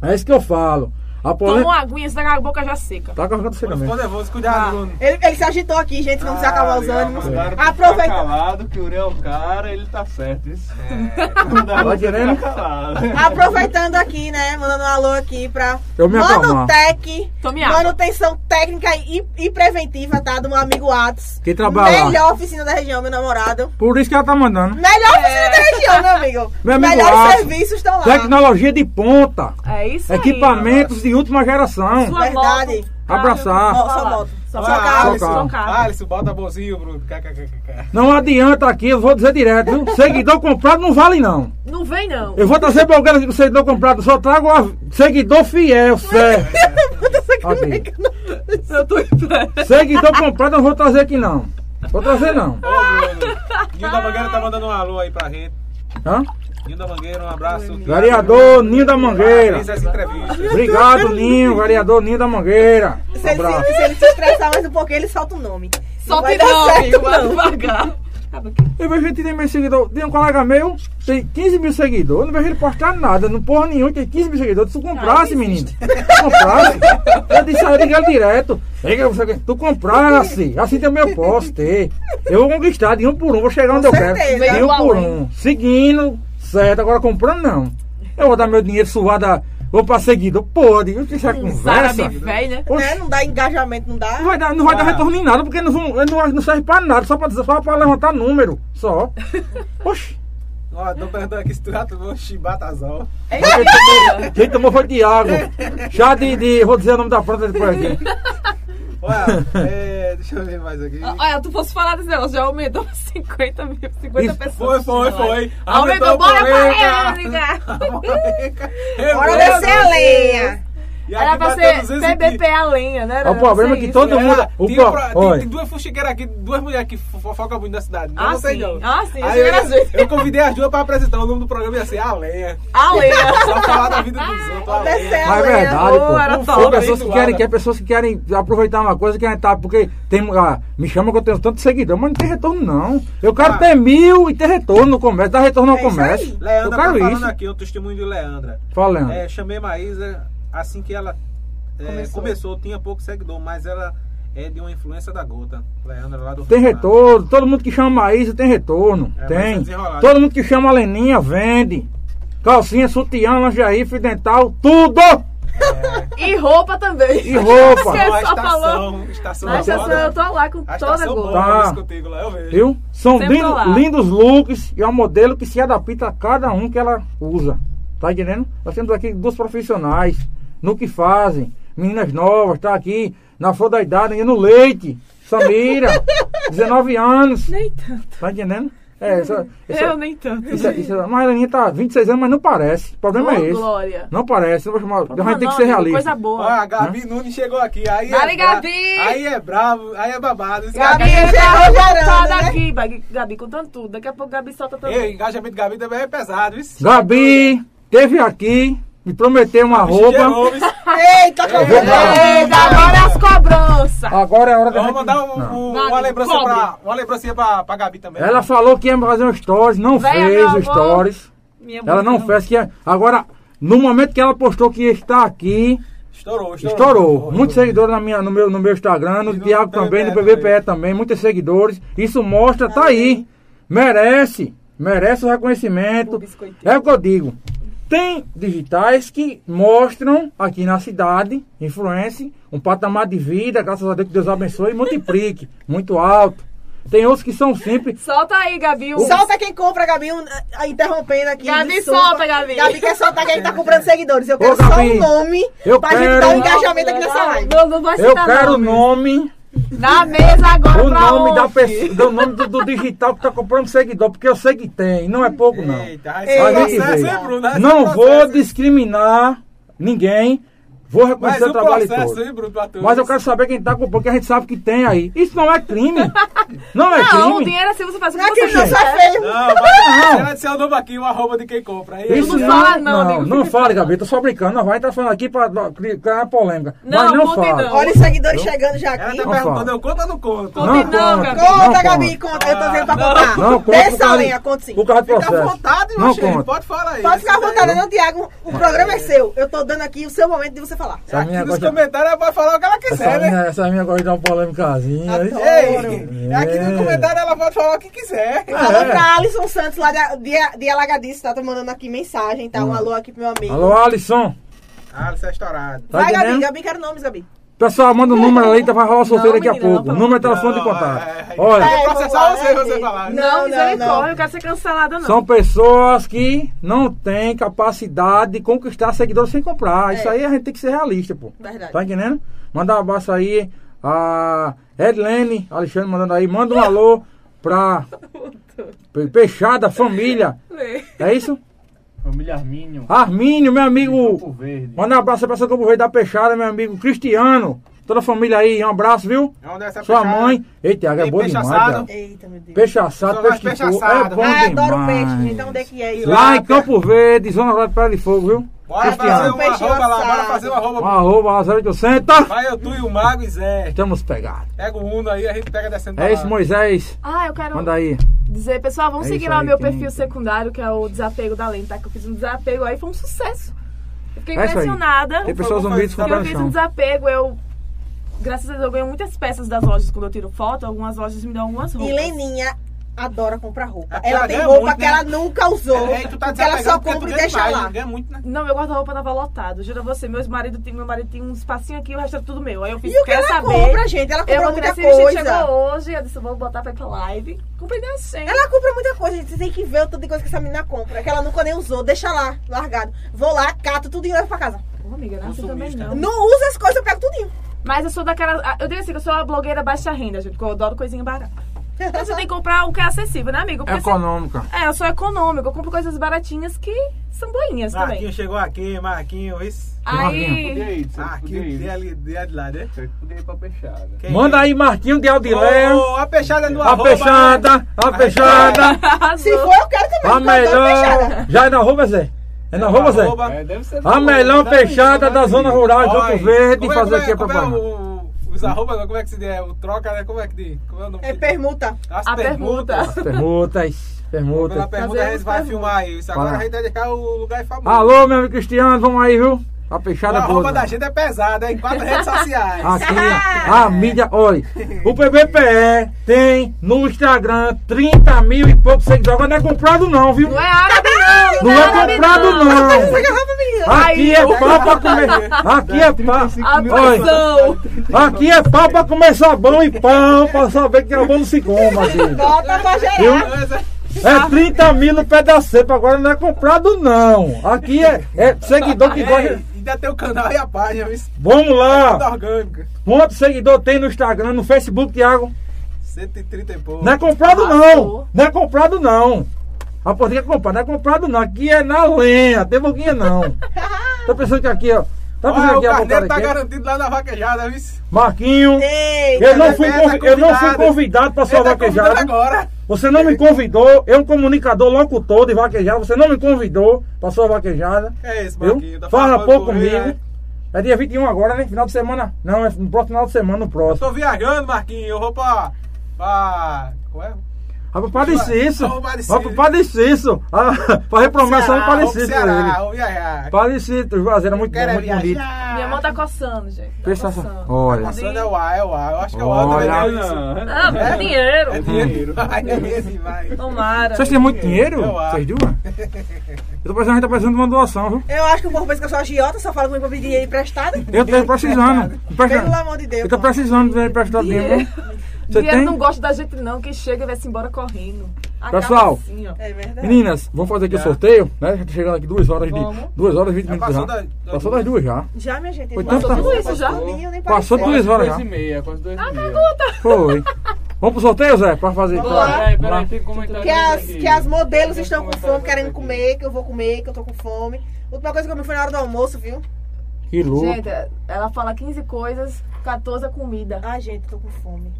S1: É isso que eu falo. A
S6: Toma
S1: polêmica.
S6: uma aguinha, senão a boca já seca.
S1: Tá carregando você
S4: Ficou
S1: também.
S4: nervoso, cuidado, Bruno.
S3: Ele, ele se agitou aqui, gente, vamos acabar os ânimos.
S1: agora
S3: Aproveita,
S7: Tá calado, que o Uriel é um cara, ele tá certo. Isso.
S1: É. Vai querendo?
S7: tá
S3: aproveitando aqui, né? Mandando um alô aqui pra
S1: Eu me acalmar.
S3: Mano Tech.
S6: Tome água.
S3: Manutenção técnica e, e preventiva, tá? Do meu amigo Atos.
S1: Quem trabalha lá?
S3: Melhor oficina da região, meu namorado.
S1: Por isso que ela tá mandando.
S3: Melhor oficina da região, meu amigo.
S1: Meu amigo
S3: Melhores
S1: Atos.
S3: serviços estão lá.
S1: Tecnologia de ponta.
S6: É isso
S1: Equipamentos de última geração.
S6: aí. Sua
S3: Verdade.
S6: moto.
S1: Abraçar.
S6: Carro,
S3: Ó, só moto.
S6: Só
S3: Só
S6: carro.
S3: carro.
S4: Alisson,
S1: Só
S6: carro.
S4: Ah, Alisson, bota bonzinho, Bruno. kkk.
S1: Não adianta aqui, eu vou dizer direto, viu? Seguidor comprado não vale, não.
S6: Não vem, não.
S1: Eu vou trazer blogueira de seguidor comprado, só trago a seguidor fiel, certo? Aqui. Um
S6: Eu tô em pé.
S1: Seguidor comprado eu não vou trazer aqui, não. Vou trazer, não.
S4: Ô, Bruno. Nilda Mangueira tá mandando um alô aí pra gente.
S1: Hã?
S4: Nilda Mangueira, um abraço.
S1: Vereador Ninho da Mangueira.
S4: Parabéns às entrevistas.
S1: Obrigado, Ninho, vereador Ninho da Mangueira.
S3: Se
S1: Um
S3: ele,
S1: abraço.
S3: se, se ele se estressar mais um pouquinho, ele solta o nome.
S6: Só
S3: vai
S6: que
S3: dar
S6: não,
S3: certo,
S6: amigo. Vai
S3: não.
S6: devagar.
S1: Eu vejo gente tem meu seguidor, tem um colega meu, tem 15 mil seguidores, eu não vejo ele postar nada, não porra nenhum, tem 15 mil seguidores. Tu comprasse, menino. Tu comprasse. Eu disse, "Ah, eu liguei direto. Pega você- Tu comprasse. Assim também eu posso ter. Eu vou conquistar de um por um, vou chegar onde
S3: Com
S1: eu quero.
S3: certeza.
S1: De um
S6: Veio
S1: por
S6: além.
S1: um. Seguindo, certo. Agora comprando, não. Eu vou dar meu dinheiro suado, a- vou pra seguidor. Pode, eu disse,
S6: Sarabe
S1: conversa.
S6: velho, né?
S1: Oxi.
S3: Né? Não dá engajamento, não dá.
S1: Não vai dar, não vai dar
S4: Ah.
S1: retorno em nada, porque não, vão, não, não serve pra nada, só pra, dizer- só pra levantar número. Só. Oxi,
S4: Ó, tô perguntando aqui se tu já tomou chibatazol.
S3: É
S1: quem tomou foi Thiago. Chá de, de. Vou dizer o nome da planta depois
S4: É,
S1: aqui.
S4: Olha, é, deixa eu ver mais aqui.
S2: Ah.
S6: Olha, tu fosse falar desse negócio, já aumentou pra 50 mil, 50
S1: Isso,
S6: pessoas.
S4: Foi, foi, foi.
S6: Aumentou,
S4: a
S6: bora pra
S4: polêmica.
S6: ela, amiga.
S4: Polêmica.
S3: Bora
S4: Revolta.
S3: descer a lenha.
S4: E
S2: Era
S4: aqui
S2: pra
S4: bateu
S2: ser
S4: 220.
S2: PBP a lenha, né? Era
S1: O problema é
S2: pra
S1: que
S2: ser
S1: todo
S2: isso.
S1: mundo. O
S4: Tem,
S1: pro-
S4: pra-
S1: olha,
S4: tem, tem duas fuxiqueiras aqui, duas mulheres que fo- fofocam muito na cidade. Não
S2: Ah,
S4: é vocês
S2: sim.
S4: não.
S2: Ah, sim,
S4: Aí
S2: achei
S4: eu,
S2: gracioso.
S4: eu convidei as duas pra apresentar o nome do programa e assim, a lenha.
S2: A lenha.
S4: Só falar da vida dos outros. a lenha.
S3: Descer a
S1: Mas é
S3: lenha.
S1: verdade,
S2: Pô,
S1: pô.
S2: era
S1: Não
S2: top,
S1: foi pessoas que
S4: hein,
S1: querem,
S4: Eduardo?
S1: que é pessoas que querem aproveitar uma coisa que a gente tá. Porque tem. Ah, me chama que eu tenho tanto seguidor, mas não tem retorno, não. Eu quero
S4: Ah.
S1: ter mil e ter retorno no comércio. Dá retorno ao
S3: É isso
S1: comércio.
S3: aí.
S1: Eu
S4: Leandra tá
S1: quero
S4: falando
S1: isso.
S4: aqui, o testemunho de Leandra.
S1: Falando.
S4: É, chamei Maísa assim que ela é, começou. tinha pouco seguidor, mas ela é de uma influência da gota. Leandra lá do
S1: Tem
S4: Rio Grande.
S1: retorno, todo mundo que chama Maísa tem retorno.
S4: É, mas tá
S1: tem.
S4: desenrolado.
S1: Todo mundo que chama a Leninha vende. Calcinha, sutiã, lingerie, fio dental, tudo!
S2: E roupa também.
S1: E roupa.
S2: Você
S4: Ó, a
S2: só
S4: É, estação,
S2: falou.
S4: estação
S2: Mas
S4: da
S2: eu,
S4: moda.
S2: eu tô lá com
S4: A
S2: toda a
S4: estação
S2: gola.
S4: boa,
S1: Tá.
S4: eu vejo contigo lá, eu vejo.
S1: Viu? São
S2: Sempre
S1: lindo-
S2: lá.
S1: lindos looks e é um modelo que se adapta a cada um que ela usa. Tá entendendo? Nós temos aqui duas profissionais no que fazem. Meninas novas, tá aqui na flor da idade, ainda no leite. Samira, 19 anos.
S2: Nem tanto.
S1: Tá entendendo? É, essa, essa-
S2: Eu nem tanto.
S1: isso, é- isso, é- mas a Leninha tá 26 anos, mas não parece. O problema
S2: Ô,
S1: é esse.
S2: Glória.
S1: Não parece. Não vou chamar, a gente tem que
S2: não,
S1: ser
S2: amigo,
S1: realista.
S2: Coisa
S4: Ó,
S2: boa.
S4: a Gabi Nunes chegou aqui. Aí
S2: Dale,
S4: é bra-
S2: Gabi!
S4: Aí é bravo, aí é babado. Esse
S3: Gabi,
S4: Gabi-
S3: você
S2: tá
S3: tá gerando,
S2: revoltada
S3: né?
S2: aqui, Gabi, Gabi, contando tudo. Daqui a pouco Gabi solta também.
S4: Ei, o engajamento de Gabi também é pesado, isso.
S1: Gabi, teve aqui, me prometeu uma roupa.
S3: Eita,
S1: Eu vou dar-
S2: Eita, agora as cobranças.
S1: Agora é hora da
S4: Vamos
S1: gente-
S4: mandar um-
S1: Não.
S4: um-
S2: Vai,
S4: uma lembrança
S2: cobre.
S4: pra, uma lembrancinha pra, pra Gabi também.
S1: Ela falou que ia fazer um stories, não
S2: Véia,
S1: fez
S2: meu
S1: o
S2: amor.
S1: stories.
S2: Minha
S1: Ela não
S2: boca.
S1: fez que ia... Agora, no momento que ela postou que está aqui,
S4: Estourou, estourou.
S1: estourou. Muitos seguidores na minha, no, meu, no meu Instagram, no
S4: E no
S1: Diabo também, no PVPE também, muitos seguidores. Isso mostra, tá aí. Merece. Merece o reconhecimento. É o que eu digo. Tem digitais que mostram aqui na cidade, influência, um patamar de vida, graças a Deus que Deus abençoe e multiplique, muito alto. Tem outros que são simples,
S2: Solta aí, Gabi. o-
S3: Solta quem compra, Gabi, um, ah, interrompendo aqui.
S2: Gabi,
S3: desculpa.
S2: solta, Gabi.
S3: Gabi quer soltar quem tá comprando seguidores. Eu quero
S1: Ô,
S3: só
S1: Gabi,
S3: um nome
S1: eu
S3: pra gente
S1: quero-
S3: dar um engajamento aqui nessa live. Tá
S2: Não, não vai
S1: Eu
S2: citar
S1: quero o
S2: nomes.
S1: nome,
S2: Na mesa agora
S1: o
S2: pra
S1: nome da
S2: onde?
S1: pessoa, do nome do, do digital que tá comprando seguidor, porque eu sei que tem, não é pouco não.
S4: Eita, aí
S3: Ei,
S1: A
S4: sem
S1: gente
S4: processo,
S1: vê.
S4: hein, Bruno? Aí sem
S1: Não vou
S4: processo.
S1: discriminar ninguém, vou
S4: Mas
S1: reconhecer
S4: o
S1: o trabalho
S4: processo, hein,
S1: todo.
S4: Bruno, pra tu?
S1: Mas eu quero saber quem tá comprando, porque a gente sabe que tem aí. Isso não é crime. Não é
S2: Não, o
S1: crime.
S2: dinheiro é seu, você faz o que
S3: Não é que
S2: você
S3: não,
S2: quiser.
S1: gente.
S3: sai feio.
S4: Não, mas
S1: Não.
S4: ela disse o nome aqui, o arroba de quem compra. Aí,
S1: Isso
S2: Não
S1: não,
S2: fala não,
S1: não,
S2: amigo,
S1: não,
S2: fica
S1: fala,
S2: falando.
S1: Gabi. Tu só brincando, não vai estar falando aqui pra pra criar polêmica.
S2: Não,
S1: mas não
S2: contem
S1: fala.
S2: não.
S3: Olha os seguidores chegando já
S4: Ela
S3: aqui.
S4: tá
S1: Não
S4: perguntando,
S1: fala.
S4: eu conto ou não conto?
S2: Não, não,
S1: conta,
S2: Gabi.
S1: não
S3: Conta,
S1: conta.
S3: Gabi, conta. Eu tô dizendo pra contar.
S1: Não conta. por
S3: Dessa
S1: causa-
S3: lenha, conta sim.
S1: Por causa do
S4: Fica
S1: é
S4: à
S1: processo.
S4: vontade, meu
S1: Não
S4: chefe.
S1: conta.
S4: Pode falar aí.
S3: Pode ficar à
S4: Isso
S3: vontade,
S4: daí.
S3: não, Tiago. O programa é seu. Eu tô dando aqui o seu momento de você falar.
S1: Essa
S4: Aqui
S1: minha
S4: nos
S1: gosta,
S4: comentários ela pode falar o que ela
S1: essa
S4: quiser, né?
S1: minha, essa minha gosta de dar um polêmicazinho. É.
S4: Ei, é, aqui no comentário ela pode falar o que quiser.
S1: Ah,
S3: Alô pra Alisson Santos, lá de, de, de Alagadice, tá mandando aqui mensagem, tá? Um
S1: Ah.
S3: alô aqui pro meu amigo.
S1: Alô, Alisson.
S4: Ah, você é estourado.
S1: Tá
S3: Vai, Gabi,
S1: entendendo?
S3: Gabi, quero nomes, Gabi.
S1: Pessoal, manda o número aí, tá? Vai rolar o sorteio
S2: Não,
S1: daqui a
S2: menina,
S1: pouco.
S2: não tá fala.
S1: Número e telefone de
S4: Não,
S1: contato.
S4: é, é.
S1: Olha,
S4: Vai processar você, você falar. né?
S2: Não,
S3: não.
S2: misericórdia, eu quero ser cancelada, não.
S1: são pessoas que não têm capacidade de conquistar seguidores sem comprar. Isso
S3: É.
S1: aí a gente tem que ser realista, pô.
S3: Verdade.
S1: Tá entendendo? Mandar um abraço aí. A Edlene, Alexandre mandando aí. Manda um alô pra Pe- Peixada, família. É isso?
S7: Família Armínio.
S1: Armínio, meu
S7: Campo
S1: amigo.
S7: Verde.
S1: Ah, Manda um abraço pra essa Campo Rei da Peixada, meu amigo Cristiano. Toda a família aí, um abraço, viu?
S4: Onde é essa
S1: Sua
S4: peixada?
S1: mãe. Eita, Tiago, é
S4: Tem
S1: boa
S4: peixe
S1: demais.
S4: assado?
S1: Tiago.
S3: Eita, meu Deus.
S1: Peixe
S4: Eu
S1: assado,
S4: gosto de
S1: peixe de
S4: peixe
S1: fogo. É
S4: assado.
S1: bom
S3: Ah,
S1: demais.
S3: adoro peixe, gente. Então, onde é que é isso?
S1: Lá em
S4: Tilápia.
S1: Campo Verde, Zona Rural de Praia de Fogo, viu?
S4: Bora fazer
S1: Cristiano.
S4: uma
S3: Peixe
S4: arroba lá, bora
S3: assado.
S4: fazer uma
S1: Um
S4: arroba.
S1: arroba, lá 0800.
S4: Vai eu, tu e o Mago e Zé.
S1: Estamos pegados.
S4: Pega o Uno aí, a gente pega descendo pra
S1: É isso,
S4: lá.
S1: Moisés.
S2: Ah, eu quero
S1: Manda aí.
S2: dizer, pessoal,
S1: É
S2: vamos seguir
S1: isso
S2: lá o
S1: aí,
S2: meu
S1: quem-
S2: perfil secundário, que é o Desapego da Lenta, que eu fiz um desapego aí, foi um sucesso. Eu fiquei
S1: É isso aí.
S2: impressionada.
S4: Então,
S1: Tem pessoas
S4: favor,
S1: humildes
S4: faz-
S1: com
S2: Porque eu fiz um
S1: coração.
S2: desapego, eu. Graças a Deus, eu ganho muitas peças das lojas quando eu tiro foto. Algumas lojas me dão algumas
S3: E
S2: roupas.
S3: Leninha adora comprar roupa.
S4: É que
S3: ela
S4: ela
S3: tem
S4: ganha
S3: roupa
S4: muito,
S3: que
S4: né?
S3: ela nunca usou.
S4: É, e tu tá
S3: que ela só
S4: desapegado porque tu
S3: compra e
S4: ganha
S3: deixa
S4: demais,
S3: lá.
S4: Ganha muito, né?
S2: Não, meu guarda-roupa tava lotado. Juro a você, meus marido, tinha- meu marido tinha um espacinho aqui, o resto era tudo meu. Aí eu fiz,
S3: E o que
S2: quero
S3: ela
S2: saber.
S3: compra, gente? Ela
S2: eu
S3: compra
S2: vou tirar
S3: muita
S2: esse vestido,
S3: coisa.
S2: chegou hoje. Eu disse, eu vou botar pra ir pra live. Comprei da 100.
S3: Ela compra muita coisa, gente. Você tem que ver o tanto de coisa que essa menina compra. Que ela nunca nem usou. Deixa lá, largado. Vou lá, cato tudo e levo pra casa.
S2: Ô, amiga, não é assim também
S4: Consumista.
S2: não.
S3: Não usa as coisas, eu pego tudinho.
S2: Mas eu sou daquela. ah, Eu digo assim, que eu sou uma blogueira baixa renda, gente, porque eu adoro coisinha barata. Então você tem que comprar o que é acessível, né, amigo? Porque se-
S1: Econômica.
S2: É,
S4: Ah,
S2: eu sou econômica, eu compro coisas baratinhas que são boinhas também.
S4: Marquinho chegou aqui, Marquinho, isso.
S6: Aí.
S7: Podia ir, você
S4: Ah, aqui
S7: podia ir.
S4: de ali, de ali lá, né?
S7: Você podia ir pra Peixada.
S4: Quem
S1: Manda
S4: é?
S1: aí, Marquinho de Aldilé.
S4: Ô, a peixada é do
S1: A
S4: arroba.
S1: fechada, a fechada,
S3: Se for, eu quero também.
S1: a
S3: porque eu adoro fechada.
S1: melhor. Já é na arroba, Zé? É na arroba, Zé?
S4: Arroba.
S7: É, deve ser
S1: A
S7: boa,
S1: melhor
S7: exatamente,
S1: fechada da
S7: exatamente.
S1: zona rural de
S4: Olha aí.
S1: Campo um Verde.
S4: Como é-
S1: Fazer
S4: como é-
S1: aqui a
S4: como é
S1: propaganda.
S4: o- Os arroba, como é que se diz? O troca, né? Como é que diz? Como é o nome?
S3: É permuta.
S4: As
S6: A
S4: permutas.
S6: permuta.
S1: Permutas, permutas.
S4: Pela permuta a gente vai filmar aí. Isso agora
S1: Fala.
S4: a gente vai deixar o lugar famoso.
S1: Alô, meu amigo Cristiano, vamos aí, viu? A
S4: A
S1: fechada
S4: roupa
S1: toda.
S4: da gente é pesada, em quatro redes sociais.
S1: Aqui, a mídia, olha. O PBPE tem no Instagram 30 mil e poucos seguidores. Mas não é comprado, não, viu?
S6: Não é árabe, não.
S1: Não é
S6: árabe,
S1: comprado,
S3: Essa
S1: não.
S3: garrafa, Tá menina.
S1: Aqui é pau pra comer. Aqui é pau.
S6: Atenção.
S1: Aqui é pau pra comer sabão e pão, pra saber que é bom não se coma, assim.
S3: Bota pra
S1: Viu?
S3: gerar.
S1: É 30 mil no pé da cepa, agora não é comprado não. Aqui é, é seguidor que gosta.
S4: Ei, ainda tem o canal e a página, isso
S1: Vamos
S4: é tudo
S1: lá!
S4: orgânico.
S1: Quanto seguidor tem no Instagram, no Facebook, Thiago?
S4: 130 e pouco.
S1: Não é comprado não! Não é comprado não! A porteira é comprada, não é comprado não. Aqui é na lenha, tem boquinha não. Tá pensando que aqui, ó. Tá pensando
S4: Olha, o
S1: que é a
S4: carneiro tá
S1: vontade aqui?
S4: garantido lá na vaquejada, isso.
S1: Marquinho,
S3: Ei,
S1: eu não,
S4: Ele
S1: fui
S4: é
S1: convi- eu não fui
S4: convidado.
S1: convidado pra sua
S4: Ele tá convidado
S1: vaquejada.
S4: agora.
S1: Você não me convidou, eu um comunicador, locutor de vaquejada, você não me convidou pra sua vaquejada.
S4: É isso, Marquinhos.
S1: Viu?
S4: Tá
S1: Fala
S4: falando né?
S1: pouco
S4: correr,
S1: comigo. É dia 21 agora, né? Final de semana. Não, é no próximo final de semana, no
S4: Eu
S1: próximo.
S4: tô viajando, Marquinhos. Eu vou pra. pra. Qual é?
S1: Rapaz, Padeciso.
S4: Vamos, Padeciso.
S1: Vamos pro Padeciso. Ah, Fazer promessa é
S4: Vou pro
S1: Padeciso
S4: Ceará,
S1: pra ele.
S4: vou viajar.
S1: Padecido, Juazeiro, é muito bom,
S4: Quero é
S1: muito bonito.
S4: viajar.
S6: Minha mão tá coçando, gente. Tá
S1: Pensa
S6: coçando.
S1: Olha.
S4: Passando é o ar, é o ar. Eu acho que é o ar também.
S1: Olha.
S4: né, isso?
S6: Ah,
S7: Não,
S6: é. dinheiro.
S4: É dinheiro. Vai, é esse, vai.
S6: Tomara.
S1: Vocês têm muito dinheiro?
S4: Eu acho.
S1: Vocês duas? Eu tô precisando, a gente tá precisando de uma doação, viu?
S3: eu acho que o povo pensa que eu sou agiota, só fala comigo pra pedir dinheiro emprestado.
S1: Eu tô precisando.
S3: Pelo
S1: Precisando.
S3: amor de
S1: Eu
S3: Deus.
S1: tô
S3: mano.
S1: precisando de emprestar dinheiro.
S6: Dinheiro.
S1: Você
S6: dinheiro
S1: tem?
S6: não gosta da gente, não. Quem chega vai se embora correndo. Acaba
S1: Pessoal.
S6: assim, ó.
S3: É verdade.
S1: Meninas, vamos fazer aqui o sorteio, né? Já tá chegando aqui duas horas de.
S6: Vamos.
S1: Duas horas e vinte
S4: Já
S1: minutos já.
S4: passou das- das
S1: Passou das duas já.
S3: Já, minha gente.
S1: Foi
S3: mas
S1: tanta-
S3: eu sou
S6: Isso já?
S3: fofinha, nem
S1: Passou
S3: parecia.
S1: duas horas já.
S7: Quase duas e meia, quase duas
S3: Ah,
S7: e meia.
S3: tá
S1: Foi. Vamos pro sorteio, Zé? Pra fazer.
S6: Bora.
S1: pra-
S7: Peraí,
S1: Vamos lá.
S7: peraí, tem comentário.
S3: Que as, que as modelos
S7: Tem
S3: estão com
S7: comentário
S3: fome, querendo
S7: aqui.
S3: comer, que eu vou comer, que eu tô com fome. Última coisa que eu comi foi na hora do almoço, viu?
S1: Que louco.
S6: Gente, ela fala 15 coisas, 14 é comida.
S3: Ai, gente, tô com fome.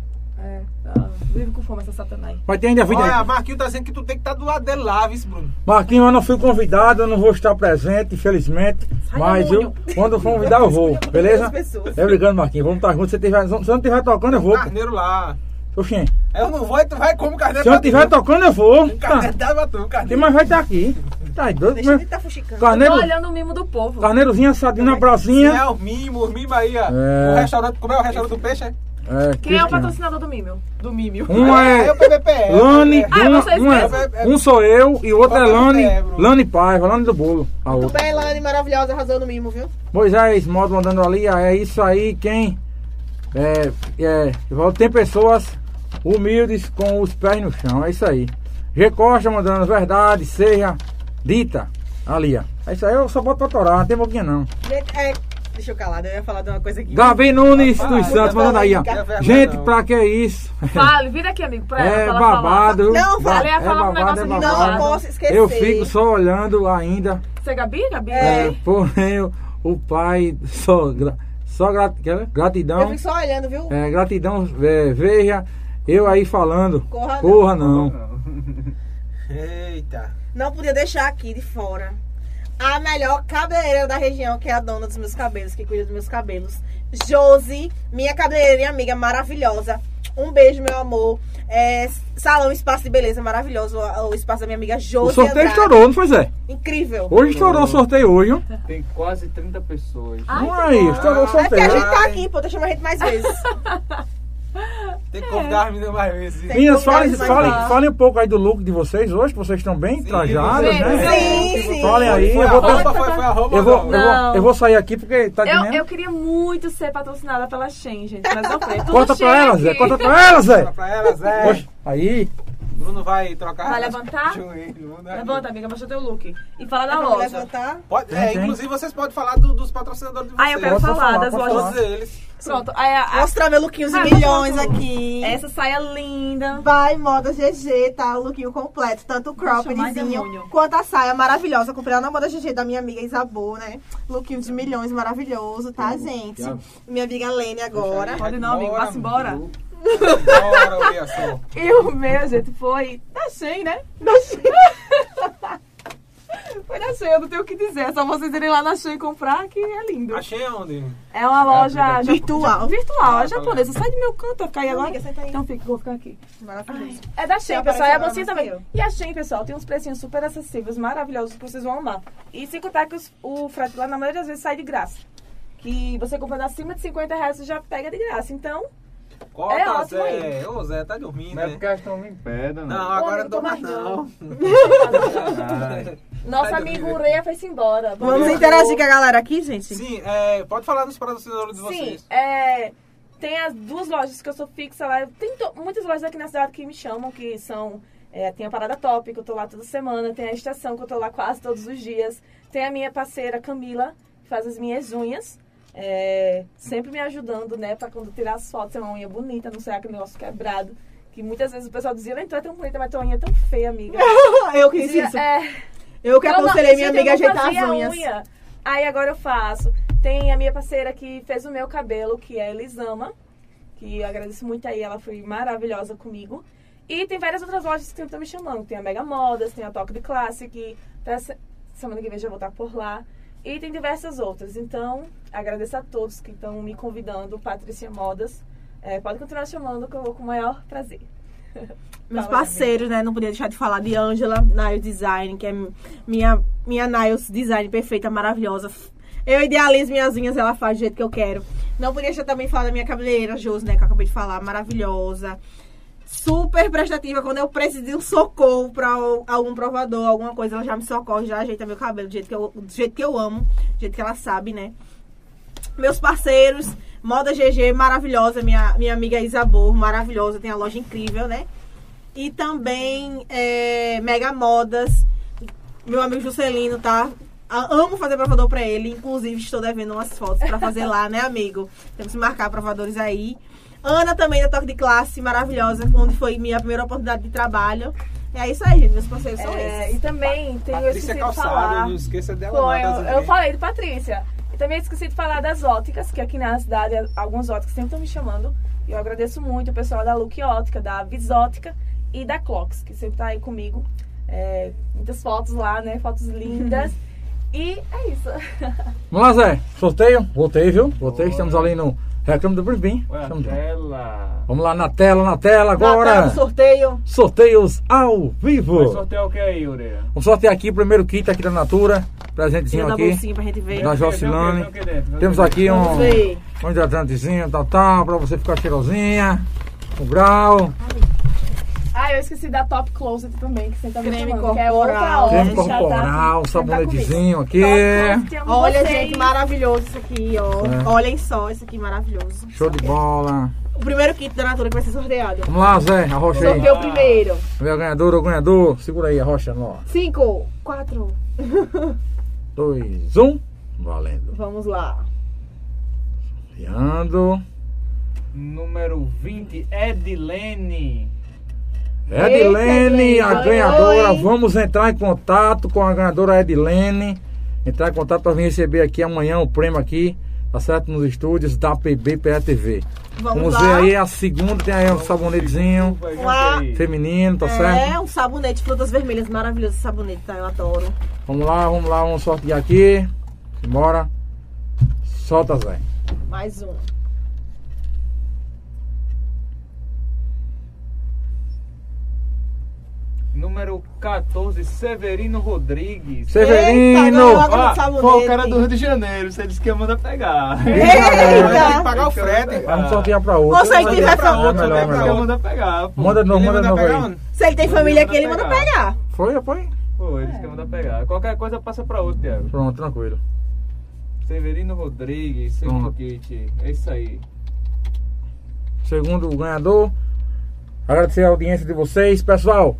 S6: É, tá. vive com fome essa satanás.
S1: Vai ter ainda vídeo.
S4: Olha,
S1: aí.
S4: Marquinhos tá dizendo que tu tem que estar do lado dele lá, viu, Bruno?
S1: Marquinhos, eu não fui convidado, eu não vou estar presente, infelizmente. Mas eu, quando eu for convidar, eu vou. Beleza?
S3: As pessoas.
S1: É obrigado, Marquinhos. Vamos estar juntos. Se você não estiver tocando, eu vou. pô.
S4: Carneiro lá.
S1: Oxê.
S4: Eu não vou e tu vai como carneiro
S1: Se eu não estiver
S4: tu.
S1: tocando, eu vou. Tá.
S4: Carneiro dá pra tu,
S1: Quem
S4: carneiro.
S1: mais vai estar aqui? Tá doido,
S3: Deixa eu
S1: mas...
S3: estar fuxicando.
S6: Tô
S1: Carneiro,
S6: olhando o mimo do povo.
S1: carneirozinho assadinho na brasinha.
S4: É o mimo, os mimos aí, ó.
S1: É.
S4: O restaurante, como é o restaurante do peixe? é?
S1: É,
S6: Quem é o
S1: Cristiano.
S6: patrocinador do mimo? Do mimio.
S1: Um é.
S4: É o PPP.
S1: Lani,
S6: Ah,
S1: um,
S6: vocês
S1: um, é-
S4: mesmos.
S1: um sou eu e o outro é
S4: Qual é o
S1: Lani,
S4: nome, Bruno?
S1: Lani Paiva, Lani do Bolo. Ah, A
S3: Muito
S1: outra.
S3: bem, Lani, maravilhosa, arrasando mimo, viu?
S1: Moisés Modo mandando ali, ah, é isso aí, quem? É, é, Ivaldo, tem pessoas humildes com os pés no chão, é isso aí. G Costa mandando verdade, seja dita. Ali, ó. É isso aí, eu só boto pra torar, não tem boquinha não.
S3: Gente, é, deixa eu calar, eu ia falar de uma coisa aqui.
S1: Gabi Nunes
S4: Rapaz,
S1: dos Santos mandando aí, ó.
S4: não é
S1: Gente,
S4: verdade,
S1: pra que isso?
S6: Fale, vira aqui, amigo, pra ela. pra
S1: É
S6: ela
S1: babado.
S3: Não,
S1: Ba-
S3: falei,
S6: ia falar um negócio de
S1: babado.
S3: Não posso esquecer.
S1: Eu fico só olhando ainda.
S6: falar. Você é Gabi, Gabi?
S3: É.
S1: É, porém, o, o pai só, gra- só gra- quer ver?
S3: Eu
S1: gratidão.
S3: fico só olhando, viu?
S1: é, gratidão, é, veja, eu aí falando.
S3: Corra não.
S1: Porra, não.
S4: Eita.
S3: Não podia deixar aqui de fora. A melhor cabeleireira da região, que é a dona dos meus cabelos, que cuida dos meus cabelos. Josi, minha cabeleireira e amiga maravilhosa. Um beijo, meu amor. É, salão Espaço de Beleza maravilhoso. O o espaço da minha amiga
S1: O
S3: Josi.
S1: sorteio
S3: Andrade.
S1: estourou, não foi, Zé?
S3: Incrível.
S1: Hoje estourou o sorteio, hoje. ó.
S7: Tem quase 30 pessoas.
S3: Ah,
S6: Ai,
S1: Não
S6: tá
S1: aí,
S6: bom.
S1: estourou o
S3: É porque a
S1: sorteio.
S3: gente tá aqui, pô, tá chamando a gente mais vezes.
S4: Tem que
S6: É.
S4: convidar as meninas mais vezes.
S3: Tem-
S1: Meninas,
S3: que olhar
S1: falem
S3: isso aí,
S1: falem-
S6: tá?
S1: falem um pouco aí do look de vocês hoje, que vocês estão bem trajadas,
S6: sim,
S1: né?
S3: Sim, sim.
S1: Falem aí,
S4: Foi
S1: eu
S4: a
S1: vou,
S4: roupa, foi, foi a roupa.
S1: eu, vou, eu, vou,
S6: Não.
S1: eu vou sair aqui porque tá de
S6: Eu,
S1: menos.
S6: eu queria muito ser patrocinada pela Shen, gente, mas não foi. Tudo
S1: Corta pra
S6: chega
S1: ela,
S6: aqui. É.
S1: Zé, corta pra ela,
S4: Pra-
S1: Zé.
S4: Pra ela, Zé.
S1: Poxa, aí.
S4: Bruno vai trocar.
S6: Vai levantar?
S4: Joelho, né?
S6: Levanta, amiga, mostra teu look. E fala
S2: Tá
S6: da
S3: Pra me
S6: loja.
S3: levantar.
S4: Pode, é,
S1: Entendi.
S4: inclusive vocês podem falar do- dos patrocinadores de vocês.
S6: Ah, eu quero
S1: Pode
S6: falar
S1: falar,
S6: das
S1: pode
S6: lojas.
S4: Todos eles.
S2: Pronto, aí a, a-
S3: Mostrar meu lookinhos
S6: Ah,
S3: e milhões
S6: pronto.
S3: aqui.
S2: essa saia linda.
S3: Vai, moda GG, tá? O lookinho completo, tanto o
S2: chamar demônio.
S3: croppedzinho quanto a saia maravilhosa. Comprei lá na moda GG da minha amiga Isabô, né? Lookinho de milhões maravilhoso, tá, gente?
S1: Thiago.
S3: Minha amiga Lene agora.
S2: Pode não, amigo, vá-se embora.
S4: Bora, obrigação.
S2: E o meu, gente, foi da Shein, né? Da Shein. foi da Shein, eu não tenho o que dizer. É só vocês irem lá na Shein comprar, que é lindo.
S4: Achei onde?
S2: É uma loja...
S3: aplicativo. Virtual.
S2: Virtual, é japonesa. Sai do meu canto, vai ficar aí agora.
S3: Amiga, senta aí.
S2: Então fica, vou ficar aqui.
S3: Maravilhoso.
S2: É da
S3: Sim,
S2: Shein, pessoal. É a
S3: apareceu
S2: bolsinha
S3: lá,
S2: também.
S3: mas
S2: E a Shein, pessoal, tem uns precinhos super acessíveis, maravilhosos, que vocês vão amar. E sem contar que os- o frete lá, na maioria das vezes, sai de graça. Que você comprando acima de 50 reais, você já pega de graça. Então,
S4: Corta,
S2: É ótimo
S4: Zé. Ô, Zé, tá dormindo,
S7: Não é porque
S4: né?
S7: elas estão me pedra,
S4: Não,
S7: não.
S4: agora
S2: Ô,
S4: não tô mais
S2: não.
S4: não.
S7: Ai,
S2: nosso
S4: Sai
S2: amigo
S4: dormindo.
S2: Reia foi-se embora. Bom
S3: Vamos
S2: dia.
S3: interagir com a galera aqui, gente?
S4: Sim, é, pode falar dos patrocinadores de
S2: Sim,
S4: vocês.
S2: é, tem as duas lojas que eu sou fixa lá. Tem to- muitas lojas aqui na cidade que me chamam, que são. é, tem a Parada Top, que eu tô lá toda semana. Tem a Estação, que eu tô lá quase todos os dias. Tem a minha parceira Camila, que faz as minhas unhas. é, sempre me ajudando, né? Pra quando tirar as fotos, é uma unha bonita, não ser aquele negócio quebrado. Que muitas vezes o pessoal dizia, "Ela, tu é tão bonita, mas tua unha é tão feia, amiga.
S3: Eu que
S2: Dizia,
S3: disse isso.
S2: É,
S3: Eu que
S2: não, não,
S3: aconselhei minha
S2: gente,
S3: amiga a
S2: eu não
S3: ajeitar
S2: fazia
S3: as unhas.
S2: unha. Aí agora eu faço. Tem a minha parceira que fez o meu cabelo, que é a Elisama, que eu agradeço muito aí, ela foi maravilhosa comigo. E tem várias outras lojas que sempre estão me chamando. Tem a Mega Modas, tem a Toque de Classe, que até se- semana que vem eu já vou estar por lá. E tem diversas outras. Então, agradeço a todos que estão me convidando, Patrícia Modas. É, pode continuar chamando, que eu vou com o maior prazer.
S3: Meus
S2: Fala,
S3: parceiros, né? Não podia deixar de falar de Angela, Nails Design, que é minha, minha Nails Design perfeita, maravilhosa. Eu idealizo minhas unhas, ela faz do jeito que eu quero. Não podia deixar também de falar da minha cabeleireira, Jos, né? Que eu acabei de falar, maravilhosa. Super prestativa. Quando eu preciso de um socorro pra al- algum provador, alguma coisa, ela já me socorre, já ajeita meu cabelo do jeito que eu, do jeito que eu amo, do jeito que ela sabe, né? Meus parceiros, Moda GG, maravilhosa, minha, minha amiga Isabor, maravilhosa, tem a loja incrível, né? E também é, Mega Modas. Meu amigo Juscelino, tá? A- Amo fazer provador pra ele. Inclusive, estou devendo umas fotos pra fazer lá, né, amigo? Temos que marcar provadores aí. Ana também, da Toque de Classe, maravilhosa, onde foi minha primeira oportunidade de trabalho. É isso aí, gente. Meus parceiros são
S2: É,
S3: esses.
S2: e também tem eu esqueci
S4: Patrícia
S2: de
S4: Calçado,
S2: falar.
S4: não esqueça
S1: é
S4: dela
S2: Foi,
S4: não.
S2: eu,
S4: tá,
S2: eu
S4: Zé?
S2: falei de Patrícia. E também esqueci de falar das óticas, que aqui na cidade alguns óticas sempre estão me chamando. E eu agradeço muito o pessoal da Look Ótica, da Visótica e da Clocks, que sempre tá aí comigo. É, muitas fotos lá, né? Fotos lindas. e é isso.
S1: Vamos lá, Zé. Sorteio. Voltei, viu? Voltei. Estamos ali no Reclame do Brisbane.
S7: Olha a
S1: Estamos-
S4: é.
S7: tela.
S1: Vamos lá na tela, na tela
S3: então,
S1: agora.
S3: Natal, tá, sorteio.
S1: Sorteios ao vivo.
S7: Vai sortear o que aí, Ureia?
S1: Vamos sortear aqui o primeiro kit aqui da Natura. Presentezinho
S3: Tira da
S1: aqui.
S3: bolsinha pra gente ver.
S1: Da Jocilane. Temos aqui um,
S3: Vamos ver.
S1: um hidratantezinho, tal, tal, pra você ficar cheirosinha. Um grau.
S2: Ah, eu esqueci da Top Closet também, que sempre tá me
S3: Creme
S2: chamando, que é outra
S3: corporal.
S2: ótica.
S1: Creme
S3: já tá
S1: corporal,
S2: tá
S1: sabonetezinho aqui.
S2: Top Closet, amo
S3: Olha,
S2: vocês.
S3: gente, maravilhoso isso aqui, ó.
S1: É.
S3: Olhem só, isso aqui maravilhoso.
S1: Show de bola.
S3: O primeiro kit da Natura que vai ser sorteado.
S1: Vamos lá, Zé. Arrocha aí.
S3: Sorteio primeiro.
S1: Meu ganhador, o ganhador. Segura aí, arrocha. Nó.
S3: Cinco, quatro.
S1: Dois, um. Valendo.
S3: Vamos lá.
S1: Viando.
S7: Número 20, Edilene.
S1: Edilene,
S3: Edilene,
S1: a
S3: ganhou,
S1: ganhadora.
S3: hein?
S1: Vamos entrar em contato com a ganhadora Edilene. Entrar em contato para vir receber aqui amanhã o prêmio aqui, tá certo? Nos estúdios da PBPE TV.
S3: Vamos, lá.
S1: ver aí é a segunda, tem aí um sabonetezinho
S7: Vai, junta
S3: Olá.
S7: aí.
S1: feminino, tá certo?
S3: É, um sabonete, frutas vermelhas, maravilhoso esse sabonete, tá? Eu adoro.
S1: Vamos lá, vamos lá, vamos sortear aqui. Bora. Solta, Zé.
S3: Mais um.
S7: Número 14, Severino Rodrigues.
S3: Eita,
S1: Severino!
S3: ganhou a-
S7: Ah,
S3: Sabonete.
S7: foi o cara do Rio de Janeiro, você disse que ia mandar pegar.
S4: Mas tem que
S3: Eita!
S4: pagar o frete.
S7: Ah.
S1: Vamos sortear pra outro.
S3: Você que
S1: pra
S3: tiver fa-
S1: outro, melhor,
S7: Você disse que ia
S1: melhor.
S7: mandar pegar. pô.
S1: Manda de novo,
S4: Ele
S1: manda de
S4: manda
S1: novo
S4: pegar
S1: aí.
S4: onde?
S3: Se ele tem família aqui, ele manda pegar.
S1: Foi, foi?
S7: Pô, ele disse que ia mandar pegar. Qualquer coisa passa pra outro, Thiago.
S1: Pronto, tranquilo.
S7: Severino Rodrigues,
S1: Toma.
S7: segundo kit. É isso aí.
S1: segundo o ganhador. Agradecer a audiência de vocês, pessoal.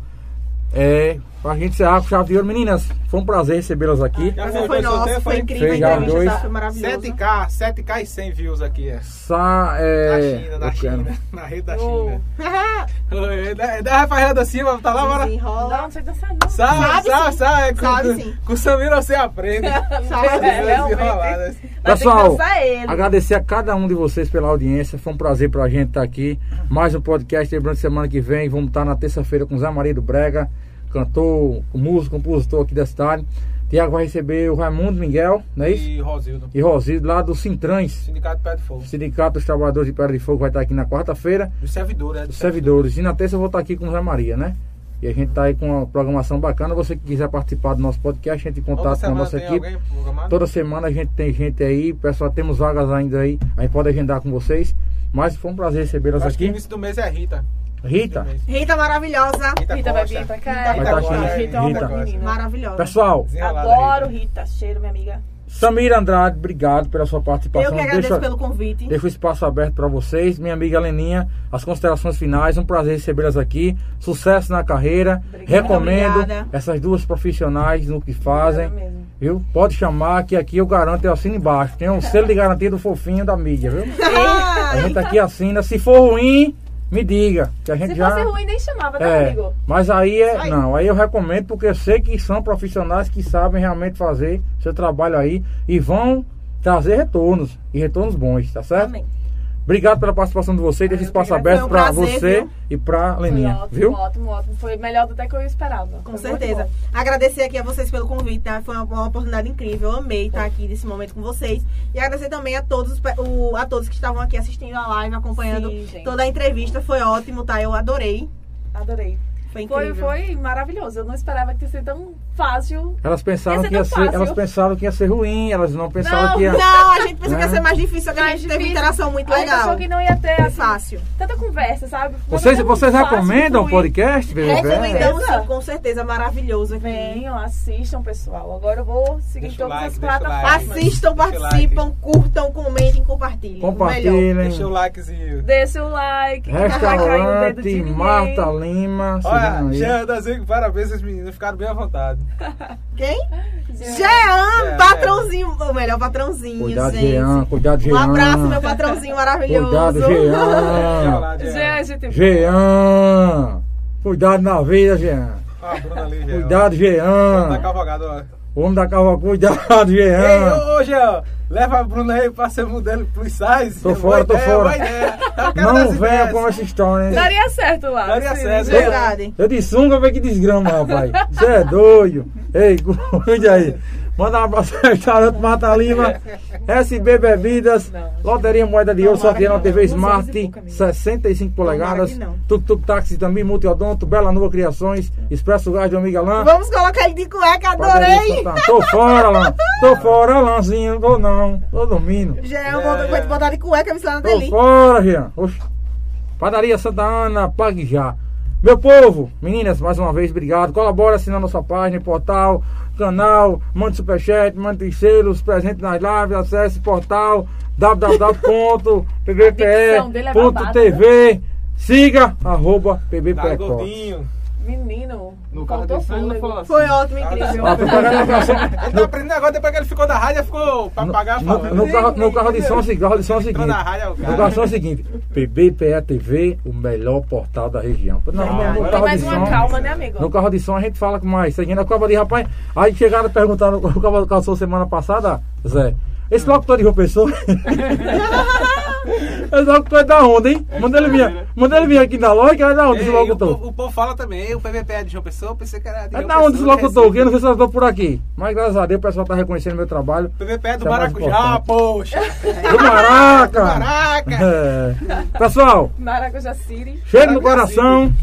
S1: É, pra gente encerrar com chave de ouro. Meninas, foi um prazer recebê-las aqui.
S4: Já
S3: Prazer foi
S4: eu sou até
S3: nosso, foi
S4: fã.
S3: incrível a
S1: Feijão
S3: entrevista,
S1: dois.
S3: tá? foi maravilhoso.
S4: 7K, 7K e 100 views aqui, é.
S1: Sa,
S4: Na
S1: é...
S4: China, na
S1: eu quero.
S4: China. Na rede da
S6: Oh.
S4: China. Oi, da- Da Rafaela da Silva, tá lá, bora?
S3: Desenrola.
S6: sei dançar, não.
S4: Sabe,
S3: Sabe
S4: sabe,
S3: sim.
S4: sabe.
S3: Sabe sim. Tá é,
S4: Com, com o Samir você aprende.
S3: Sabe?
S4: As
S2: realmente.
S4: enroladas.
S2: Vai ter que
S1: Pessoal,
S2: dançar ele.
S1: agradecer a cada um de vocês pela audiência. Foi um prazer pra gente estar aqui. Mais um podcast. Lembrando que semana que vem vamos estar na terça-feira com Zé Maria do Brega, cantor, músico, compositor aqui da cidade. Tiago vai receber o Raimundo Miguel, não é isso?
S4: E Rosildo.
S1: E Rosildo lá do Sintrans.
S4: Sindicato Pé de Fogo.
S1: O Sindicato dos Trabalhadores de Pedra de Fogo vai estar aqui na quarta-feira.
S4: Do servidor, é. Do
S1: Os servidores. E na terça eu vou estar aqui com o Zé Maria, né? E a gente tá aí com uma programação bacana. Você que quiser participar do nosso podcast, entre em
S4: Outra
S1: contato tá com a
S4: semana
S1: nossa
S4: tem
S1: equipe.
S4: alguém programado?
S1: Toda semana a gente tem gente aí, pessoal, temos vagas ainda aí, a gente pode agendar com vocês. Mas foi um prazer recebê-las
S4: Acho que o
S1: aqui.
S4: início do mês é Rita.
S1: Rita,
S3: Rita maravilhosa.
S2: Rita vai vir pra cá.
S1: Vai
S4: Rita
S1: tá
S4: Costa,
S1: aqui,
S4: é,
S2: Rita é uma
S1: Rita.
S2: boa menina.
S3: Maravilhosa.
S1: pessoal,
S4: Desenrolada,
S2: Adoro
S4: Rita.
S2: Rita. Cheiro, minha amiga.
S1: Samira Andrade, obrigado pela sua participação.
S3: Eu que agradeço
S1: Deixa,
S3: pelo convite.
S1: deixa o espaço aberto para vocês. Minha amiga Leninha, as considerações finais, um prazer recebê-las aqui. Sucesso na carreira. Recomendo
S3: obrigada.
S1: essas duas profissionais no que fazem.
S2: Obrigada mesmo.
S1: Viu? Pode chamar que aqui eu garanto, eu assino embaixo. Tem um selo de garantia do fofinho da mídia, viu? A gente aqui assina. Se for ruim, me diga. Que a gente
S6: Se
S1: já.
S6: fosse ruim, nem chamava,
S2: um
S6: tá,
S1: é,
S6: amigo?
S1: mas aí é.
S3: Sai.
S1: Não, aí eu recomendo, porque eu sei que são profissionais que sabem realmente fazer seu trabalho aí e vão trazer retornos. E retornos bons, tá certo?
S3: Amém.
S1: Obrigado pela participação de vocês. Deixa espaço
S3: Foi
S1: aberto
S3: um
S1: pra
S3: prazer,
S1: você
S3: viu?
S1: e pra Leninha,
S6: Foi ótimo,
S1: viu?
S6: ótimo, ótimo. Foi melhor até que eu esperava. Foi
S3: Com
S6: muito Tá
S3: certeza.
S6: bom.
S3: Agradecer aqui a vocês pelo convite, tá? Foi uma, uma oportunidade incrível. Eu amei
S6: Tá.
S3: estar aqui nesse momento com vocês. E agradecer também a todos, os pe- o- a todos que estavam aqui assistindo a live, acompanhando
S6: Sim, gente.
S3: toda a entrevista. Foi ótimo, tá? Eu adorei.
S2: Adorei.
S3: Foi
S6: Foi,
S3: incrível.
S6: foi maravilhoso. Eu não esperava que ia ser tão fácil.
S1: Elas pensaram,
S6: Esse é
S1: que ia
S6: tão
S1: ser,
S6: fácil.
S1: elas pensaram que ia ser ruim, elas não pensaram
S6: Não,
S1: que ia.
S3: Não, a gente pensou que ia
S1: É.
S3: ser mais difícil, só que a
S6: Mais
S3: gente teve
S6: difícil.
S3: interação muito
S6: A gente
S3: legal.
S6: achou que não ia ter
S3: Foi
S6: assim,
S3: fácil.
S6: tanta conversa, sabe? Foi
S1: Vocês,
S2: é
S6: tão
S1: vocês
S6: fácil,
S1: recomendam o
S6: fluido.
S1: podcast, BBB?
S6: Recomendamos.
S3: Recomendamos, sim, é com certeza, maravilhoso aqui.
S6: Venham, assistam, pessoal. Agora eu vou seguir
S4: Deixa o
S6: todas
S4: like,
S6: as
S4: deixa o
S6: plataformas.
S4: like.
S3: Assistam,
S4: Deixa o like.
S3: participam, curtam, comentem, compartilhem. O melhor.
S1: Compartilhem.
S4: Deixa o likezinho.
S6: Deixa o like. não vai cair no dedo de
S1: Restaurante
S6: ninguém.
S1: Marta Lima.
S4: Olha,
S1: seguindo aí.
S4: Jean da Zico, parabéns, esses meninos ficaram bem à vontade.
S3: Quem?
S6: Gente,
S3: Jean,
S4: É.
S3: patrãozinho. O melhor patrãozinho,
S1: Cuidado,
S3: gente.
S1: Jean. Cuidado, Jean.
S3: Um abraço, meu patrãozinho maravilhoso.
S1: Cuidado,
S4: Deixa o
S1: Jean.
S4: like,
S6: Gente, tipo,
S1: Jean. Cuidado na vida, Jean.
S4: Ó, a Bruna ali, Jean.
S1: Cuidado,
S4: Tá
S1: Jean.
S4: cavalgado, ó.
S1: O homem da cava, cuidado,
S4: Ei,
S1: Jean.
S4: ô, ô, Jean, leva a Bruna aí pra ser modelo plus size.
S1: Tô
S4: Boa
S1: fora, tô
S4: ideia,
S1: fora.
S4: boa ideia. É o cara
S1: Não
S4: das
S1: venha
S4: ideias.
S1: com essa história, hein?
S6: daria certo lá.
S4: Daria
S6: sim,
S4: certo.
S6: gente.
S3: Verdade.
S1: Eu de sunga, vê que desgrama, rapaz. Você é doido. Ei, cuide aí. Manda um abraço ao restaurante Mata Lima, SB Bebidas, Loteria Moeda de Ouro, sorteio na TV Smart, 65 polegadas,
S3: que não.
S1: Tuk Tuk Táxi também, Multiodonto, Bela Nua Criações, Expresso Gás de Amiga Lã.
S3: Vamos colocar ele de cueca,
S1: Padaria
S3: adorei!
S1: Santana. Tô fora, Lã. Tô fora, Lãzinho. Tô não. Tô dormindo.
S3: Já eu vou
S4: É,
S3: vou
S4: é.
S3: te botar de cueca, me
S1: Tô
S3: lá dele.
S1: fora, Jean. Oxi. Padaria Santa Ana, pague já. Meu povo, meninas, mais uma vez, obrigado. Colabora assinando nossa página, portal, canal, mande superchat, mande selos, presente nas lives, acesse portal
S6: dicção dele é
S1: www.pbpe.tv. Siga arroba
S4: Tá
S1: pbpe.
S4: gordinho.
S6: Menino.
S7: No carro
S6: faltou
S7: desse ano não
S6: fôlego.
S7: fala assim.
S3: Foi ótimo, incrível.
S1: Ah, tô pagando a praça-
S4: Ele tá aprendendo agora, depois que ele ficou da rádio, ficou papagaio falando.
S1: No, no carro, no carro de som, é o seguinte, carro de som é o
S4: Ficou na
S1: seguinte.
S4: rádio, é o
S1: O
S4: cara.
S1: garçom é o seguinte, PBPE TV, o melhor portal da região. Não,
S4: Verdade.
S1: no
S4: Tem
S6: Tem
S1: carro de
S6: mais uma
S1: som,
S6: calma, né, amigo?
S1: No carro de som a gente fala com mais. Seguindo a Copa de Rapaz. Aí chegaram e perguntaram o Copa do Calção semana passada, Zé. Esse
S4: Hum.
S1: locutor de João Pessoa. Esse locutor é da onda, hein? Manda ele vir. Manda ele vir aqui na loja que era da onda
S4: né? Ei,
S1: esse
S4: o,
S1: locutor.
S4: povo- o povo fala também, "Ei, o PVP é de João Pessoa, eu pensei que era de
S1: É
S4: João
S1: da onda esse
S4: Pessoa,
S1: locutor, que eu
S4: Recife."
S1: não sei se eu tô por aqui. Mas graças a Deus o pessoal tá reconhecendo meu trabalho.
S4: O PVP é do
S1: Isso é mais
S4: Maracujá,
S1: importante.
S4: poxa.
S1: Do Maraca!
S4: Caraca.
S1: É. Pessoal,
S6: Maracujá City.
S1: Chega no
S4: Maravilha,
S1: coração.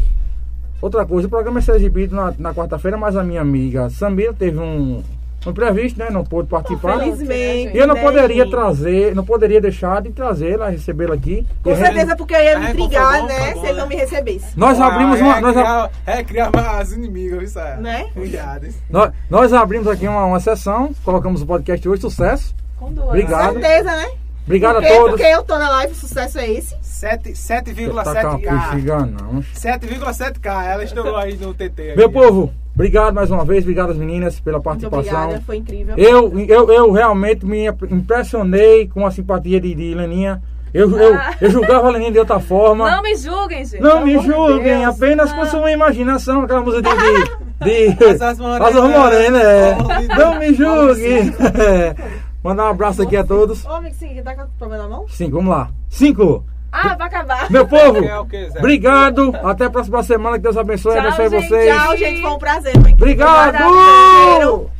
S1: Outra coisa, o programa será exibido na, na quarta-feira, mas a minha amiga Samira teve um, um imprevisto, né? Não pôde participar. E
S3: Felizmente.
S1: eu não
S3: né,
S1: poderia
S3: gente?
S1: trazer, não poderia deixar de trazê-la, recebê-la aqui. E
S3: Com
S1: a gente-
S3: certeza, porque eu ia
S4: Ah,
S3: me
S4: é,
S3: intrigar,
S4: foi bom,
S3: né?
S4: foi bom,
S3: Se ele
S4: né?
S3: não me recebesse.
S1: Nós abrimos
S4: Ah,
S1: uma.
S4: É,
S1: Nós, a-
S4: criar, é criar mais inimigos, isso é.
S3: Né?
S4: Cuidados.
S1: nós, nós abrimos aqui uma, uma sessão, colocamos o podcast hoje, sucesso.
S6: Com duas.
S1: Obrigado.
S3: Com certeza, né?
S1: Obrigado
S3: porque,
S1: a todos.
S3: porque eu tô na live, o sucesso é esse.
S4: sete- Ah,
S1: Você tá com uma
S4: 7,7K.
S1: bexiga, não.
S4: 7,7K. Ela estourou aí no TT.
S1: Meu
S4: aqui, ó.
S1: povo, obrigado mais uma vez, obrigado às meninas pela
S3: Muito
S1: participação.
S3: obrigada, foi incrível.
S1: Eu, eu, eu realmente me impressionei com a simpatia de, de Leninha. Eu, eu, eu julgava a Leninha de outra forma.
S2: Ah. Não me julguem, gente.
S1: Não
S2: pelo
S1: me
S2: amor de
S1: julguem,
S2: Deus. Ah.
S1: apenas com sua imaginação, aquela música de. de, de
S4: As As Morenas.
S1: As As Morenas, é.
S4: Oh,
S1: Não me julguem. É. Mandar um abraço aqui a todos.
S3: Ô, amigo, sim, tá com o problema na mão?
S1: Cinco, vamos lá. Cinco.
S2: Ah, vai acabar.
S1: Meu
S4: né?
S1: povo,
S10: É o que, Zé?
S1: obrigado. Até a próxima semana. Que Deus abençoe.
S2: Tchau,
S1: abençoe
S2: gente.
S1: vocês.
S3: Tchau, gente, foi um prazer. Foi incrível.
S1: Obrigado.
S3: Obrigada.